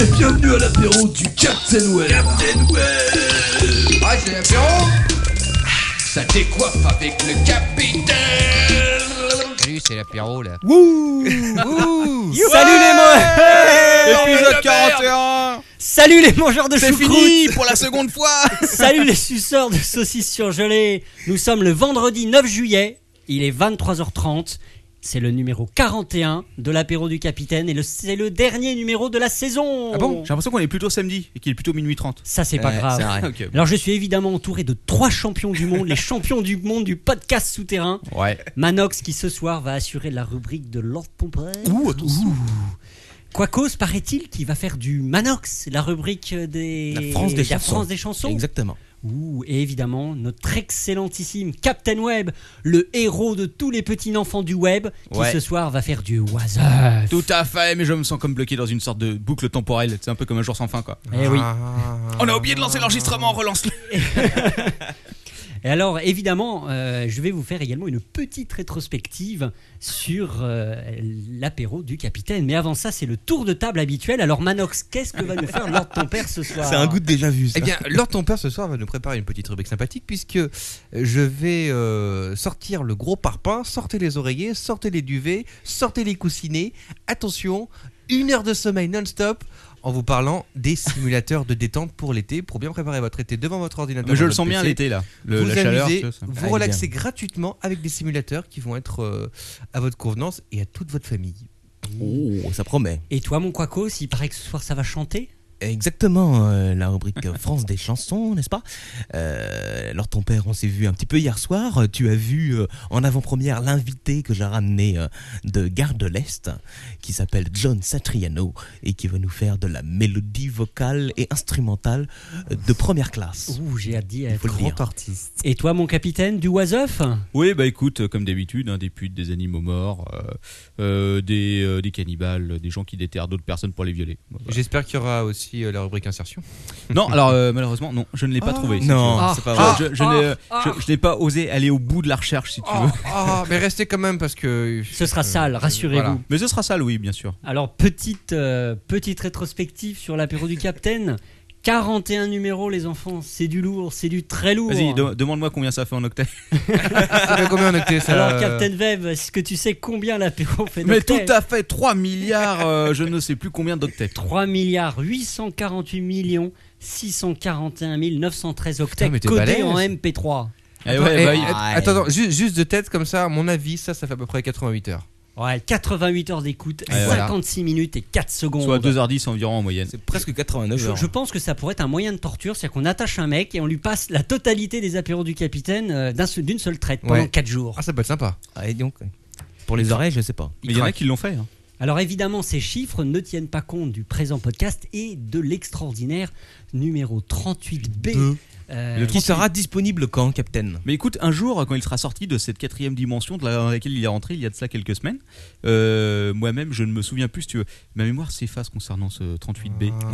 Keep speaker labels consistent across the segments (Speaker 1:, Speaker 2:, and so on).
Speaker 1: et bienvenue à l'apéro du Captain Well.
Speaker 2: Captain Well
Speaker 3: Ah, c'est l'apéro
Speaker 2: Ça décoiffe avec le capitaine
Speaker 3: Salut, c'est l'apéro là.
Speaker 4: Wouh Salut les mots
Speaker 5: Épisode 41
Speaker 4: Salut les mangeurs de
Speaker 5: C'est
Speaker 4: choucroute
Speaker 5: fini pour la seconde fois
Speaker 4: Salut les suceurs de saucisses surgelées Nous sommes le vendredi 9 juillet, il est 23h30, c'est le numéro 41 de l'apéro du capitaine et le- c'est le dernier numéro de la saison
Speaker 5: Ah bon J'ai l'impression qu'on est plutôt samedi et qu'il est plutôt minuit 30.
Speaker 4: Ça c'est pas
Speaker 3: Ouais,
Speaker 4: grave.
Speaker 3: Eh, c'est vrai.
Speaker 5: Ok.
Speaker 4: Alors je suis évidemment entouré de trois champions du monde, les champions du monde du podcast souterrain.
Speaker 5: Ouais.
Speaker 4: Manox qui ce soir va assurer la rubrique de Lord Pompey.
Speaker 5: Ouh, attention.
Speaker 4: Quacos paraît-il qui va faire du Manox, la rubrique des
Speaker 3: La France des
Speaker 4: la
Speaker 3: chansons.
Speaker 4: France des chansons.
Speaker 3: Exactement.
Speaker 4: Ouh, et évidemment notre excellentissime Captain Web, le héros de tous les petits enfants du web, qui
Speaker 3: Ouais.
Speaker 4: ce soir va faire du Waza.
Speaker 5: Tout à fait, mais je me sens comme bloqué dans une sorte de boucle temporelle. C'est un peu comme un jour sans fin quoi.
Speaker 4: Eh oui.
Speaker 3: Ah.
Speaker 5: On a oublié de lancer l'enregistrement, relance-le
Speaker 4: Et alors, évidemment, euh, je vais vous faire également une petite rétrospective sur euh, l'apéro du capitaine. Mais avant ça, c'est le tour de table habituel. Alors, Manox, qu'est-ce que va nous faire Lord ton père ce soir
Speaker 3: de déjà vu Eh bien, Lord ton père ce soir va nous préparer une petite rubrique sympathique puisque je vais euh, sortir le gros parpaing, sortez les oreillers, sortez les duvets, sortez les coussinets. Attention, une heure de sommeil non-stop en vous parlant des simulateurs de détente pour l'été pour bien préparer votre été devant votre ordinateur.
Speaker 5: Ah, Mais je
Speaker 3: ou
Speaker 5: le
Speaker 3: votre
Speaker 5: sens bien
Speaker 3: PC.
Speaker 5: l'été là. Le-
Speaker 3: vous
Speaker 5: la chaleur.
Speaker 3: amusez,
Speaker 5: tu vois, ça-
Speaker 3: vous relaxez gratuitement avec des simulateurs qui vont être euh, à votre convenance et à toute votre famille.
Speaker 6: Oh, ça promet.
Speaker 4: Et toi, mon Quaco, s'il paraît que ce soir ça va chanter
Speaker 6: Exactement, euh, la rubrique France des chansons, n'est-ce pas Euh, Alors ton père, on s'est vu un petit peu hier soir. Euh, Tu as vu euh, en avant-première l'invité que j'ai ramené euh, de Gare de l'Est, qui s'appelle John Satriano, et qui va nous faire de la mélodie vocale et instrumentale euh, de première classe.
Speaker 4: Ouh, j'ai hâte d'y
Speaker 6: Il
Speaker 4: être.
Speaker 6: faut le dire.
Speaker 3: artiste.
Speaker 4: Et toi, mon capitaine, du Wasoff
Speaker 5: Oui, bah écoute, euh, comme d'habitude, hein, des putes, des animaux morts, euh, euh, des, euh, des cannibales, euh, des gens qui déterrent d'autres personnes pour les violer. Voilà.
Speaker 3: J'espère qu'il y aura aussi euh, la rubrique insertion.
Speaker 5: non, alors euh, malheureusement, non, je ne l'ai pas trouvé. si tu veux.
Speaker 6: Non,
Speaker 4: Ah,
Speaker 6: c'est pas
Speaker 5: Je-
Speaker 6: vrai.
Speaker 5: je je n'ai- euh, je- je n'ai pas osé aller au bout de la recherche, si tu veux.
Speaker 3: Ah, mais restez quand même parce que.
Speaker 4: Ce sera
Speaker 3: euh,
Speaker 4: sale, rassurez-vous.
Speaker 3: voilà.
Speaker 5: Mais ce sera ça, Louis, bien sûr.
Speaker 4: Alors, petite, euh, petite rétrospective sur l'apéro du capitaine. 41 numéros, les enfants, c'est du lourd, c'est du très lourd.
Speaker 5: Vas-y, de- demande-moi combien ça fait en octet.
Speaker 3: Ça fait combien euh, d'octets, ça
Speaker 4: Alors, Captain Veb, est-ce que tu sais combien l'apéro fait
Speaker 5: euh, Mais
Speaker 4: d'octets
Speaker 5: tout à fait, 3 milliards, euh, je ne sais plus combien d'octets.
Speaker 4: 3 milliards 848 millions 641 913 octets
Speaker 3: Putain, mais t'es
Speaker 4: codés
Speaker 3: balèze.
Speaker 4: en MP3.
Speaker 5: Eh
Speaker 3: Attends,
Speaker 5: ouais,
Speaker 3: eh,
Speaker 5: bah,
Speaker 3: att- attends, attends, ju- juste, de tête comme ça, à mon avis, ça, ça fait à peu près 88 heures.
Speaker 4: Ouais, 88 heures d'écoute,
Speaker 5: Ouais, voilà.
Speaker 4: 56 minutes et 4
Speaker 5: il-
Speaker 4: secondes.
Speaker 5: soit 2h10 environ en moyenne.
Speaker 6: C'est presque 89
Speaker 4: je,
Speaker 6: heures.
Speaker 4: je pense que ça pourrait être un moyen de torture, c'est-à-dire qu'on attache un mec et on lui passe la totalité des apéros du capitaine euh, d'un seul- d'une seule traite pendant
Speaker 3: Ouais.
Speaker 4: 4 jours.
Speaker 3: Ah, ça peut être sympa.
Speaker 6: Ah, et donc, pour les oreilles, je sais pas.
Speaker 5: Mais il y en a qui l'ont fait. hein.
Speaker 4: Alors évidemment, ces chiffres ne tiennent pas compte du présent podcast et de l'extraordinaire numéro 38B.
Speaker 6: Deux.
Speaker 4: euh,
Speaker 6: Qui sera disponible quand, Captain
Speaker 5: Mais écoute, un jour, quand il sera sorti de cette quatrième dimension de la- dans laquelle il est rentré il y a de cela quelques semaines, euh, moi-même, je ne me souviens plus, si tu veux. Ma mémoire s'efface concernant ce 38B.
Speaker 3: Ah.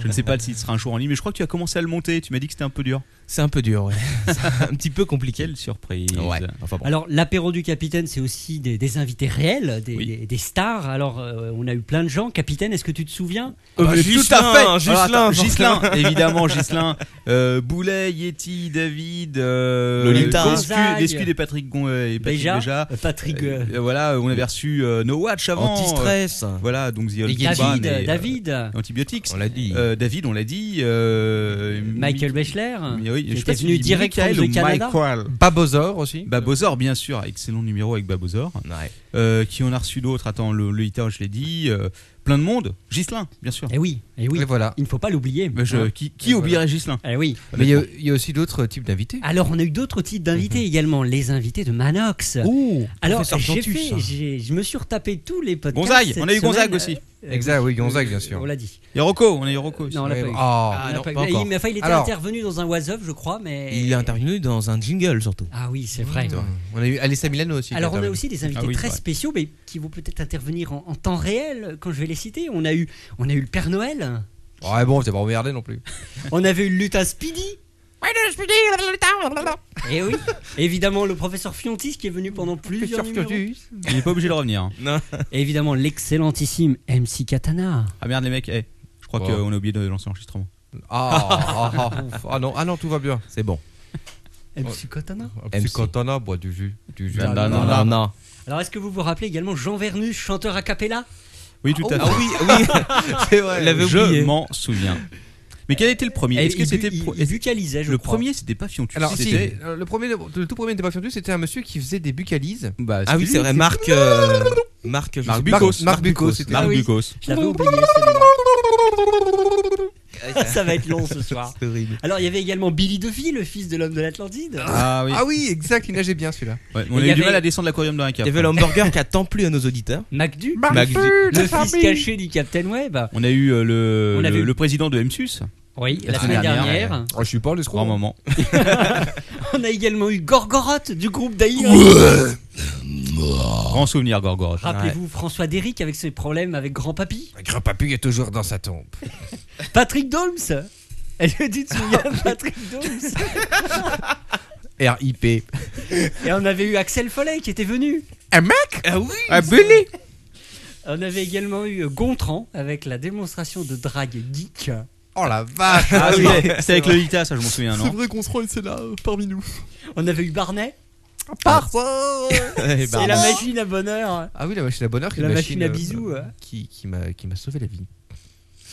Speaker 5: Je ne sais pas s'il sera un jour en ligne, mais je crois que tu as commencé à le monter. Tu m'as dit que c'était un peu dur.
Speaker 6: C'est un peu dur, ouais. C'est un petit peu compliqué.
Speaker 5: Quelle surprise.
Speaker 6: Ouais. Enfin bon.
Speaker 4: Alors, l'apéro du capitaine, c'est aussi des, des invités réels, des,
Speaker 5: Oui.
Speaker 4: des- des stars. Alors, euh, on a eu plein de gens. Capitaine, est-ce que tu te souviens
Speaker 6: Euh,
Speaker 5: Bah,
Speaker 6: Gislin,
Speaker 5: Alors,
Speaker 6: Gislin, forcément.
Speaker 5: attends, Gislin, évidemment, Gislin. Euh, Boulet, Yeti, David, euh,
Speaker 6: Lolita.
Speaker 5: Gonzague.
Speaker 4: Gonzague.
Speaker 5: L'escu des Patrick Gon euh, et Patrick
Speaker 4: Déjà,
Speaker 5: Béja.
Speaker 4: Euh, Patrick, euh,
Speaker 5: Euh, voilà, euh, on avait reçu euh, No Watch avant. euh,
Speaker 6: Anti-stress.
Speaker 5: voilà, donc The Old
Speaker 3: Et
Speaker 5: Big Bang
Speaker 4: David,
Speaker 5: et, euh,
Speaker 4: David,
Speaker 5: Antibiotics.
Speaker 6: On l'a dit.
Speaker 5: Euh, David, on l'a dit. euh,
Speaker 4: Michael
Speaker 5: Mi-
Speaker 4: Bechler,
Speaker 5: Mi- oui,
Speaker 4: qui
Speaker 5: je sais
Speaker 4: était
Speaker 5: pas si
Speaker 4: venu
Speaker 5: tu dis
Speaker 4: direct
Speaker 5: Michael
Speaker 4: from the
Speaker 5: ou
Speaker 4: Canada.
Speaker 5: Michael.
Speaker 3: Babozor
Speaker 5: Bah
Speaker 3: aussi.
Speaker 5: Babozor, bien sûr, excellent numéro avec Babozor.
Speaker 6: Ouais.
Speaker 5: Euh, qui on a reçu d'autres Attends, le, le Ita, je l'ai dit. euh, plein de monde. Gislin, bien sûr.
Speaker 4: Eh oui, eh oui.
Speaker 3: Et voilà.
Speaker 4: Il ne faut pas l'oublier. hein.
Speaker 5: Mais Bah, je- qui qui
Speaker 3: Et
Speaker 5: oublierait Gislin
Speaker 4: Eh oui.
Speaker 3: Mais il y a- il y, a aussi d'autres types d'invités.
Speaker 4: Alors, on a eu d'autres types d'invités également. Les invités de Manox.
Speaker 6: Ouh,
Speaker 4: Alors,
Speaker 6: professeur
Speaker 4: j'ai
Speaker 6: Plantus.
Speaker 4: fait, j'ai- je me suis retapé tous les podcasts.
Speaker 5: Gonzague,
Speaker 4: cette
Speaker 5: on a eu
Speaker 4: semaine.
Speaker 5: Gonzague aussi.
Speaker 4: Euh,
Speaker 3: Exact, oui, Gonzague, bien
Speaker 4: On
Speaker 3: sûr.
Speaker 4: l'a dit.
Speaker 5: Et Rocco, on a eu Rocco aussi.
Speaker 4: Non, on l'a pas eu.
Speaker 3: Ah,
Speaker 4: On l'a
Speaker 6: non,
Speaker 4: pas eu.
Speaker 6: pas
Speaker 4: Mais il-
Speaker 6: encore.
Speaker 4: mais enfin, il était
Speaker 3: Alors-
Speaker 4: intervenu dans un was je crois, mais.
Speaker 6: Il est intervenu dans un jingle surtout.
Speaker 4: Ah oui, c'est vrai.
Speaker 3: On a eu Alessa Milano aussi. qui
Speaker 4: Alors, on a
Speaker 3: intervenu.
Speaker 4: aussi des invités
Speaker 5: Ah oui,
Speaker 4: très
Speaker 5: c'est vrai.
Speaker 4: spéciaux, mais qui vont peut-être intervenir en, en temps réel euh, quand je vais les citer. On a eu, on a eu le Père Noël,
Speaker 3: Ah, Ouais, bon, vous pas emmerdé non plus.
Speaker 4: on avait eu le lutin Speedy. Et oui, évidemment le professeur Fiontis qui est venu pendant plusieurs numéros.
Speaker 5: Il est pas obligé de revenir. hein.
Speaker 4: Et évidemment l'excellentissime MC Katana.
Speaker 5: Ah merde, les mecs, eh, je crois
Speaker 3: Bon.
Speaker 5: qu'on a oublié de lancer l'enregistrement.
Speaker 3: Ah, ah, ah, ouf. Ah non, ah non, tout va bien.
Speaker 6: C'est bon.
Speaker 4: MC Katana.
Speaker 3: Un petit
Speaker 6: MC.
Speaker 3: katana, bois du jus. Du jus.
Speaker 6: Ah Non, non, non, non.
Speaker 4: Alors, est-ce que vous vous rappelez également Jean Vernus, chanteur a cappella
Speaker 5: Oui, tout à fait.
Speaker 3: Oh. Ah oui, oui, c'est vrai.
Speaker 6: l'avait oublié.
Speaker 5: Je m'en souviens. Mais quel était le premier Est-ce que
Speaker 4: Il-
Speaker 5: c'était
Speaker 4: il-
Speaker 5: pro-
Speaker 4: il vocalisait, je
Speaker 5: le
Speaker 4: crois.
Speaker 5: premier C'était pas Fiontu.
Speaker 3: Alors, si,
Speaker 5: c'était-
Speaker 3: euh, le, premier, le tout premier n'était pas fiendu, c'était un monsieur qui faisait des bucalises.
Speaker 5: Bah,
Speaker 6: Ah oui,
Speaker 5: lui,
Speaker 6: c'est vrai, Marc. euh, Marc, je
Speaker 5: Marc
Speaker 6: sais
Speaker 5: Bucos.
Speaker 3: Marc- Marc Bucos, c'était
Speaker 5: Marc
Speaker 3: Ah oui.
Speaker 5: Bucos.
Speaker 4: Je l'avais oublié, celui-là. Ça va être long ce
Speaker 6: pas,
Speaker 4: soir.
Speaker 6: c'est horrible.
Speaker 4: Alors, il y avait également Billy DeVille, le fils de l'homme de l'Atlantide.
Speaker 5: Ah oui.
Speaker 3: Ah oui, exact, il nageait bien celui-là.
Speaker 5: Ouais, on
Speaker 4: il
Speaker 5: a
Speaker 4: y
Speaker 5: eu du
Speaker 4: avait-
Speaker 5: mal à descendre l'aquarium d'un
Speaker 6: Il
Speaker 5: cap.
Speaker 6: y avait le hamburger qui a tant plu à nos auditeurs.
Speaker 4: MacDu,
Speaker 6: Magdu.
Speaker 4: le fils caché du Captain Web.
Speaker 5: On a eu euh, le,
Speaker 4: On
Speaker 5: le,
Speaker 4: avait eu-
Speaker 5: le président de MSUS,
Speaker 4: Oui, la,
Speaker 5: La
Speaker 4: semaine
Speaker 5: semaine
Speaker 4: dernière.
Speaker 3: Ah, je suis pas l'escroc.
Speaker 5: grand moment.
Speaker 4: On a également eu Gorgoroth du groupe Daïra.
Speaker 5: Grand souvenir, Gorgoroth.
Speaker 4: Rappelez-vous François Derrick avec ses problèmes avec grand-papy.
Speaker 3: Grand-papy est toujours dans sa tombe.
Speaker 4: Patrick Dolms Elle lui a dit, tu te souviens, Patrick Dolms
Speaker 3: RIP.
Speaker 4: Et on avait eu Axel Follet qui était venu.
Speaker 3: Un mec Ah oui Un
Speaker 4: On avait également eu Gontran avec la démonstration de drague geek.
Speaker 3: Oh la vache
Speaker 5: Ah, oui, c'est avec Lolita, ça je m'en souviens, non
Speaker 7: vrai qu'on se c'est là, parmi nous.
Speaker 4: On avait eu Barnet.
Speaker 3: Par-
Speaker 6: Eh ben,
Speaker 4: C'est la machine à bonheur.
Speaker 3: Ah oui, la machine à bonheur. qui est
Speaker 4: La
Speaker 3: une
Speaker 4: machine euh, à bisous,
Speaker 7: euh.
Speaker 4: ouais.
Speaker 3: Qui, qui m'a qui m'a sauvé la vie.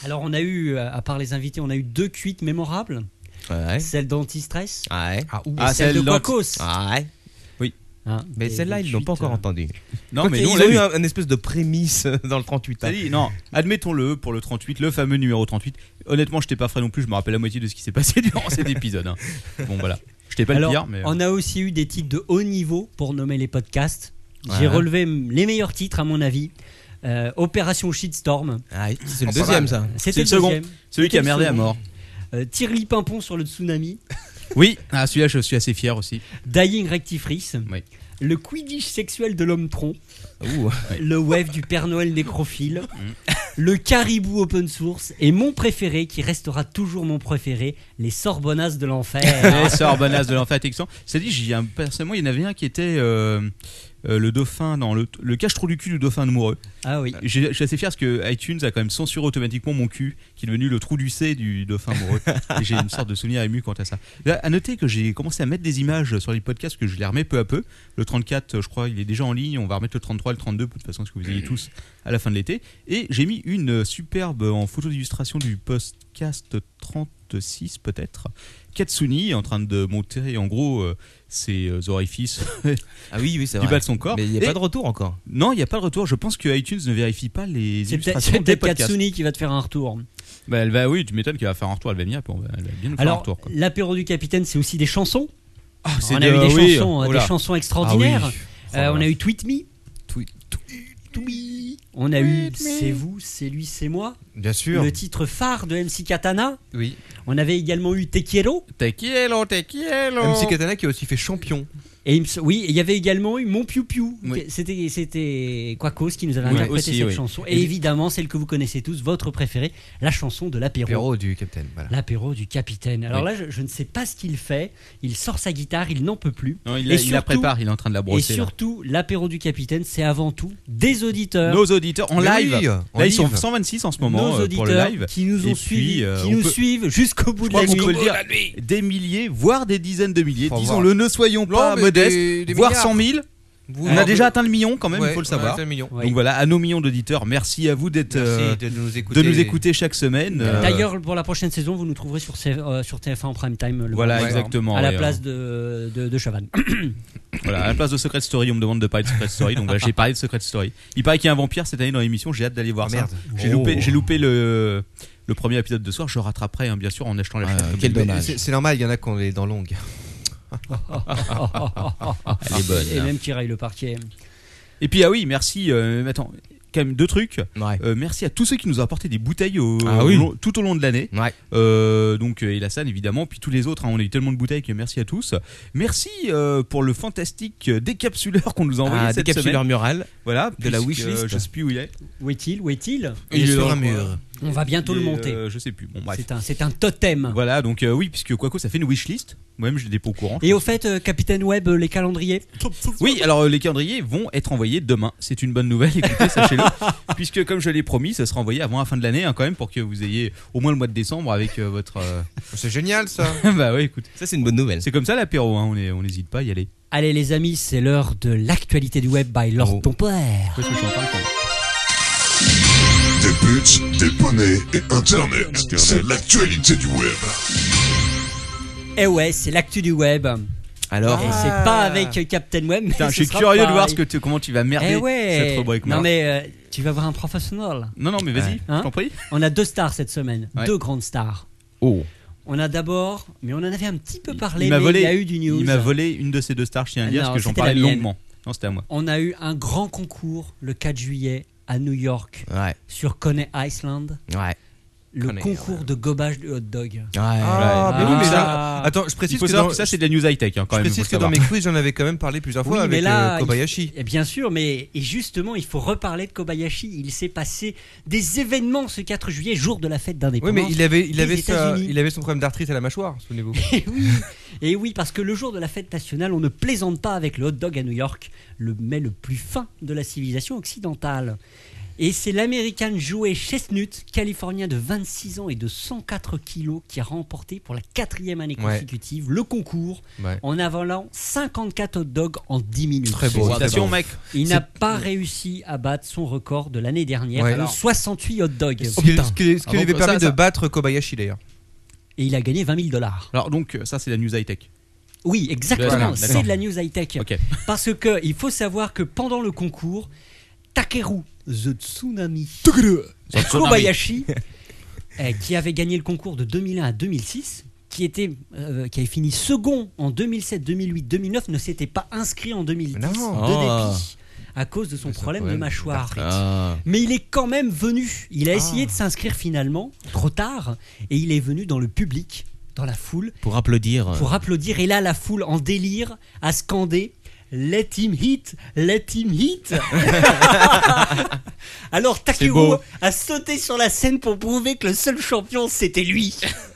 Speaker 4: Alors on a eu, euh, à part les invités, on a eu deux cuites mémorables.
Speaker 6: Ouais.
Speaker 4: Celle d'Antistress
Speaker 6: Ouais.
Speaker 3: Ah, ouf.
Speaker 4: et
Speaker 5: Ah,
Speaker 4: celle de
Speaker 5: celle d'Anti-
Speaker 4: Quacos.
Speaker 6: Ouais.
Speaker 4: Hein,
Speaker 6: Mais
Speaker 4: des-
Speaker 6: celle-là,
Speaker 4: des
Speaker 6: ils l'ont pas
Speaker 4: cuites,
Speaker 6: encore
Speaker 4: euh,
Speaker 6: entendu.
Speaker 5: Non,
Speaker 6: Quoique,
Speaker 5: mais nous, on
Speaker 6: ils
Speaker 5: l'a
Speaker 6: ont eu
Speaker 5: eu.
Speaker 6: un, un espèce de prémisse euh, dans le hein. 38.
Speaker 5: T'as dit, non, admettons-le pour le 38, le fameux numéro 38. Honnêtement, je t'ai pas frais non plus, je me rappelle la moitié de ce qui s'est passé durant cet épisode. hein. Bon, voilà. Je t'ai pas
Speaker 4: Alors,
Speaker 5: le pire, mais. euh.
Speaker 4: on a aussi eu des titres de haut niveau pour nommer les podcasts. J'ai
Speaker 6: Ouais.
Speaker 4: relevé m- les meilleurs titres à mon avis. Euh, Opération Shitstorm.
Speaker 6: Ah, c'est le deuxième, ça.
Speaker 5: C'est
Speaker 4: C'était
Speaker 5: le
Speaker 4: le
Speaker 5: second.
Speaker 4: deuxième.
Speaker 5: Celui qui a
Speaker 4: Quel
Speaker 5: merdé à
Speaker 4: second
Speaker 5: mort.
Speaker 4: Euh, Tirli Pimpon sur le tsunami.
Speaker 5: Oui, ah, celui-là, je suis assez fier aussi.
Speaker 4: Dying Rectifrice.
Speaker 5: Oui.
Speaker 4: Le Quidditch sexuel de l'homme tronc.
Speaker 6: Ouh.
Speaker 4: Le wave du Père Noël nécrophile.
Speaker 5: Mm.
Speaker 4: le caribou open source. Et mon préféré, qui restera toujours mon préféré, les Sorbonnasses de l'enfer.
Speaker 6: Ah.
Speaker 5: Les sœurs bonasses de l'enfer texan. Ça dit, j'y ai un- personnellement, il y en avait un qui était euh, euh, le dauphin, non, le, le cache-trou du cul du dauphin amoureux.
Speaker 4: ah oui.
Speaker 5: J'ai- Je suis assez fier parce que iTunes a quand même censuré automatiquement mon cul, qui est devenu le trou du C du dauphin amoureux. Et j'ai une sorte de souvenir ému quant à ça. Là, à noter que j'ai commencé à mettre des images sur les podcasts, que je les remets peu à peu. Le 34, je crois, il est déjà en ligne. On va remettre le 33, le 32, de toute façon, ce que vous ayez tous à la fin de l'été. Et j'ai mis une euh, superbe en photo d'illustration du podcast 36, peut-être. Katsuni en train de monter, en gros, euh, ses euh, orifices
Speaker 6: Ah oui, oui, c'est
Speaker 5: du
Speaker 6: vrai.
Speaker 5: bas de son corps.
Speaker 6: Mais il n'y a
Speaker 5: Et-
Speaker 6: pas de retour encore.
Speaker 5: Non, il n'y a pas de retour. Je pense que iTunes ne vérifie pas les
Speaker 4: C'est peut-être
Speaker 5: illustrations
Speaker 4: c'est
Speaker 5: des
Speaker 4: peut-être
Speaker 5: podcasts.
Speaker 4: Katsuni qui va te faire un retour.
Speaker 5: Bah, elle va, oui, tu m'étonnes qu'elle va faire un retour, elle va venir, puis on va- elle va bien nous faire un
Speaker 4: Alors,
Speaker 5: retour. Quoi.
Speaker 4: l'apéro du capitaine, c'est aussi des chansons.
Speaker 3: oh,
Speaker 5: Ah,
Speaker 4: On a eu des
Speaker 5: oh
Speaker 4: chansons, euh, des chansons
Speaker 3: Ah
Speaker 4: extraordinaires. Euh, on a eu Tweet Me.
Speaker 3: Tweet-
Speaker 7: Ah
Speaker 4: On a eu C'est vous, c'est lui, c'est moi.
Speaker 3: Bien sûr.
Speaker 4: Le titre phare de MC Katana.
Speaker 3: Oui.
Speaker 4: On avait également eu Te Quiero.
Speaker 5: Tequielo,
Speaker 3: MC Katana qui a aussi fait champion.
Speaker 4: Et il me s- oui, et il y avait également eu Mon Piu Piu.
Speaker 5: Oui.
Speaker 4: C'était c'était Quacos qui nous avait
Speaker 5: Oui,
Speaker 4: interprété
Speaker 5: aussi,
Speaker 4: cette
Speaker 5: oui.
Speaker 4: chanson. Et évidemment, celle que vous connaissez tous, votre préférée, la chanson de l'apéro.
Speaker 3: Héros du Capitaine. Voilà.
Speaker 4: L'apéro du capitaine. Alors
Speaker 5: Oui.
Speaker 4: là, je, je ne sais pas ce qu'il fait. Il sort sa guitare, il n'en peut plus.
Speaker 5: Non, il, la,
Speaker 4: Et
Speaker 5: il la
Speaker 4: surtout-
Speaker 5: prépare, il est en train de la brosser.
Speaker 4: et
Speaker 5: là.
Speaker 4: surtout, l'apéro du capitaine, c'est avant tout des auditeurs.
Speaker 5: Nos auditeurs en
Speaker 3: Mais
Speaker 5: live.
Speaker 3: oui,
Speaker 5: là,
Speaker 3: en
Speaker 5: ils sont
Speaker 3: live.
Speaker 5: 126 en ce moment
Speaker 4: nos
Speaker 5: euh, pour le
Speaker 4: auditeurs
Speaker 5: live.
Speaker 4: qui nous ont
Speaker 5: Et puis,
Speaker 4: suivis,
Speaker 5: euh,
Speaker 4: qui
Speaker 5: on
Speaker 4: nous
Speaker 5: peut-
Speaker 4: suivent jusqu'au bout
Speaker 5: Je
Speaker 4: de la
Speaker 5: crois qu'on peut
Speaker 4: nuit.
Speaker 5: le dire. Des milliers, voire des dizaines de milliers.
Speaker 3: Faut
Speaker 5: Disons-le, ne soyons
Speaker 3: Non,
Speaker 5: pas
Speaker 3: mais
Speaker 5: modestes.
Speaker 3: des- des
Speaker 5: voire
Speaker 3: milliards.
Speaker 5: 100 000.
Speaker 3: Vous-
Speaker 5: On a
Speaker 3: Ouais.
Speaker 5: déjà atteint le million quand même, il
Speaker 3: Ouais,
Speaker 5: faut le
Speaker 3: on a
Speaker 5: savoir.
Speaker 3: atteint le million.
Speaker 4: Ouais.
Speaker 5: Donc voilà, à nos millions d'auditeurs, merci à vous d'être, euh,
Speaker 3: Merci de nous écouter.
Speaker 5: de nous écouter chaque semaine. euh,
Speaker 4: D'ailleurs, pour la prochaine saison, vous nous trouverez sur, C- euh, sur TF1 en prime time. le
Speaker 5: Voilà,
Speaker 4: vendredi soir,
Speaker 5: exactement.
Speaker 4: À la
Speaker 5: ouais, hein.
Speaker 4: place de, de, de Chavannes.
Speaker 5: Voilà, à la place de Secret Story, on me demande de parler de Secret Story, donc voilà, j'ai parlé de Secret Story. Il paraît qu'il y a un vampire cette année dans l'émission, j'ai hâte d'aller voir
Speaker 3: Ah,
Speaker 5: ça.
Speaker 3: merde.
Speaker 5: J'ai
Speaker 3: Oh.
Speaker 5: loupé, j'ai loupé le, le premier épisode de soir, je rattraperai hein, bien sûr en achetant la chaîne.
Speaker 6: Ah, quel
Speaker 3: Mais
Speaker 6: dommage.
Speaker 3: C'est c'est normal, il y en a qu'on est dans longue.
Speaker 6: Elle est bonne.
Speaker 4: Ah, Et
Speaker 5: hein.
Speaker 4: même qui raille le parquet.
Speaker 5: Et puis ah oui, merci. euh, attends, quand même deux trucs.
Speaker 6: Ouais.
Speaker 5: Euh, merci à tous ceux qui nous ont apporté des bouteilles au-
Speaker 6: Ah oui.
Speaker 5: au long- tout au long de l'année.
Speaker 6: Ouais.
Speaker 5: Euh, donc euh, Elassane évidemment, puis tous les autres. hein, on a eu tellement de bouteilles que merci à tous. Merci euh, pour le fantastique euh, décapsuleur qu'on nous a envoyé
Speaker 6: Ah,
Speaker 5: cette
Speaker 6: décapsuleur
Speaker 5: semaine.
Speaker 6: mural.
Speaker 5: Voilà,
Speaker 6: de la
Speaker 5: puisque, euh,
Speaker 6: wishlist.
Speaker 5: Je sais plus où il est.
Speaker 4: Où est-il Où est-il
Speaker 3: Il est
Speaker 5: dans
Speaker 3: sur un
Speaker 5: le-
Speaker 3: mur.
Speaker 4: On va bientôt le
Speaker 5: Et,
Speaker 4: monter.
Speaker 5: euh, je sais plus. Bon, bref.
Speaker 4: C'est un, c'est un totem.
Speaker 5: Voilà, donc euh, oui, puisque Quaco, ça fait une wishlist. Moi-même, je n'étais pas au courant.
Speaker 4: Et au fait, euh, Capitaine Web, euh, les calendriers
Speaker 5: Oui, alors euh, les calendriers vont être envoyés demain. C'est une bonne nouvelle, écoutez, sachez-le. puisque, comme je l'ai promis, ça sera envoyé avant la fin de l'année, hein, quand même, pour que vous ayez au moins le mois de décembre avec euh, votre. euh,
Speaker 3: C'est génial ça.
Speaker 5: bah ouais, écoute.
Speaker 6: Ça, c'est une bonne nouvelle.
Speaker 5: C'est comme ça l'apéro, hein, on est- on n'hésite pas à y aller.
Speaker 4: Allez les amis, c'est l'heure de l'actualité du web by Lord
Speaker 5: Oh.
Speaker 4: Tompère.
Speaker 5: Pourquoi est-ce que je suis en train de parler
Speaker 8: Des buts, des poneys et Internet. C'est l'actualité du web.
Speaker 4: Eh ouais, c'est l'actu du web.
Speaker 6: Alors,
Speaker 4: Et c'est pas avec Captain Web. Mais
Speaker 5: Oh. Putain,
Speaker 4: ce
Speaker 5: je suis
Speaker 4: sera
Speaker 5: curieux de
Speaker 4: pareil.
Speaker 5: voir Ah, ce que tu- comment tu vas merder
Speaker 4: Eh ouais.
Speaker 5: cette rubrique.
Speaker 4: non
Speaker 5: moi.
Speaker 4: mais euh, tu vas voir un professionnel.
Speaker 5: non, non, mais vas-y,
Speaker 4: Hein
Speaker 5: je t'en prie.
Speaker 4: On a deux stars cette semaine,
Speaker 5: Ouais.
Speaker 4: deux grandes stars.
Speaker 6: oh.
Speaker 4: On a d'abord, mais on en avait un petit peu parlé,
Speaker 5: il
Speaker 4: mais
Speaker 5: m'a volé,
Speaker 4: il y a eu du news.
Speaker 5: il m'a volé une de ces deux stars, je tiens à
Speaker 4: Ah
Speaker 5: dire,
Speaker 4: non,
Speaker 5: parce que j'en
Speaker 4: c'était la
Speaker 5: parlais
Speaker 4: mienne.
Speaker 5: longuement. Non, c'était à moi.
Speaker 4: On a eu un grand concours le 4 juillet à New York
Speaker 6: Ouais,
Speaker 4: sur Coney Island,
Speaker 6: ouais. ouais.
Speaker 4: le
Speaker 6: Coney,
Speaker 4: concours de gobage de hot dog.
Speaker 3: Ah, mais
Speaker 4: Ah.
Speaker 3: oui, mais là- Attends, je
Speaker 5: Il
Speaker 3: précise
Speaker 5: faut
Speaker 3: que
Speaker 5: savoir
Speaker 3: dans,
Speaker 5: que ça, c'est de la news high-tech hein, quand
Speaker 3: je
Speaker 5: même.
Speaker 3: précise
Speaker 5: faut
Speaker 3: que
Speaker 5: le
Speaker 3: dans
Speaker 5: savoir.
Speaker 3: mes quiz, j'en avais quand même parlé plusieurs
Speaker 4: Oui,
Speaker 3: fois
Speaker 4: mais
Speaker 3: avec
Speaker 4: là,
Speaker 3: euh, Kobayashi.
Speaker 4: Et bien sûr, mais et justement, il faut reparler de Kobayashi. Il s'est passé des événements ce 4 juillet, jour de la fête
Speaker 3: Oui,
Speaker 4: d'indépendance.
Speaker 3: mais il avait, il
Speaker 4: des
Speaker 3: avait, sa-
Speaker 4: États-Unis.
Speaker 3: il avait son problème d'arthrite à la mâchoire, souvenez-vous.
Speaker 4: Et Eh oui, et oui, parce que le jour de la fête nationale, on ne plaisante pas avec le hot dog à New York, le mets le plus fin de la civilisation occidentale. Et c'est l'américain Joey Chestnut, californien de 26 ans et de 104 kilos, qui a remporté pour la quatrième année
Speaker 3: Ouais.
Speaker 4: consécutive le concours
Speaker 3: Ouais.
Speaker 4: en avalant 54 hot dogs en 10 minutes.
Speaker 3: Très beau.
Speaker 5: Félicitations, mec.
Speaker 4: Il n'a pas réussi à battre son record de l'année dernière,
Speaker 3: Ouais. Oh,
Speaker 4: de 68 hot dogs.
Speaker 3: Ce qui, ce qui- ce
Speaker 5: Ah
Speaker 3: qui lui
Speaker 5: bon,
Speaker 3: avait
Speaker 5: ça,
Speaker 3: permis
Speaker 5: ça-
Speaker 3: de battre Kobayashi d'ailleurs.
Speaker 4: Et il a gagné 20 000 dollars.
Speaker 5: Alors, donc, euh, ça, c'est la news high-tech.
Speaker 4: Oui, exactement.
Speaker 5: Voilà,
Speaker 4: C'est
Speaker 5: d'accord.
Speaker 4: de la news high-tech.
Speaker 5: Ok.
Speaker 4: Parce que il faut savoir que pendant le concours, Takeru, The Tsunami, Kobayashi, euh, qui avait gagné le concours de 2001 à 2006, qui, était, euh, qui avait fini second en 2007, 2008, 2009, ne s'était pas inscrit en 2010
Speaker 3: Mais non.
Speaker 4: de
Speaker 6: Ah.
Speaker 4: dépit à cause de son
Speaker 3: De son
Speaker 4: problème de
Speaker 3: problème
Speaker 4: mâchoire.
Speaker 6: Ah.
Speaker 4: Mais il est quand même venu. Il a essayé
Speaker 3: Ah.
Speaker 4: de s'inscrire finalement, trop tard, et il est venu dans le public, dans la foule,
Speaker 6: Pour applaudir. euh,
Speaker 4: pour applaudir. Et là, la foule en délire a scandé Let him hit, let him hit. Alors Takeru
Speaker 5: beau.
Speaker 4: a sauté sur la scène pour prouver que le seul champion c'était lui.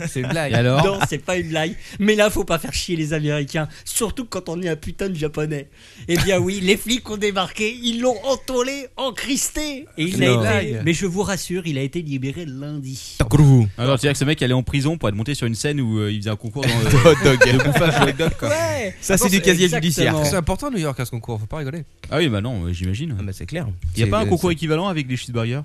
Speaker 3: C'est une blague.
Speaker 5: Et alors
Speaker 4: Non, c'est pas une blague. Mais là, faut pas faire chier les Américains, surtout quand on est un putain de japonais. Eh bien oui, les flics ont débarqué, ils l'ont entolé, encristé. Et il a
Speaker 6: Non.
Speaker 4: été-
Speaker 3: Blague.
Speaker 4: Mais je vous rassure, il a été libéré lundi.
Speaker 6: Takourou.
Speaker 5: Alors, c'est-à-dire que ce mec allait en prison pour être monté sur une scène où euh, il faisait un concours dans, euh,
Speaker 6: Hot dog.
Speaker 5: de bouffage de hot dog, quoi.
Speaker 6: Ça, c'est
Speaker 4: Attends,
Speaker 6: du casier
Speaker 4: Ah exactement.
Speaker 6: judiciaire.
Speaker 3: C'est important New York à ce concours, faut pas rigoler.
Speaker 5: Ah oui, bah non, euh, j'imagine.
Speaker 6: Ah, bah, c'est clair.
Speaker 5: Il n'y a
Speaker 6: C'est-
Speaker 5: pas un concours
Speaker 6: c'est-
Speaker 5: équivalent avec des cheeseburgers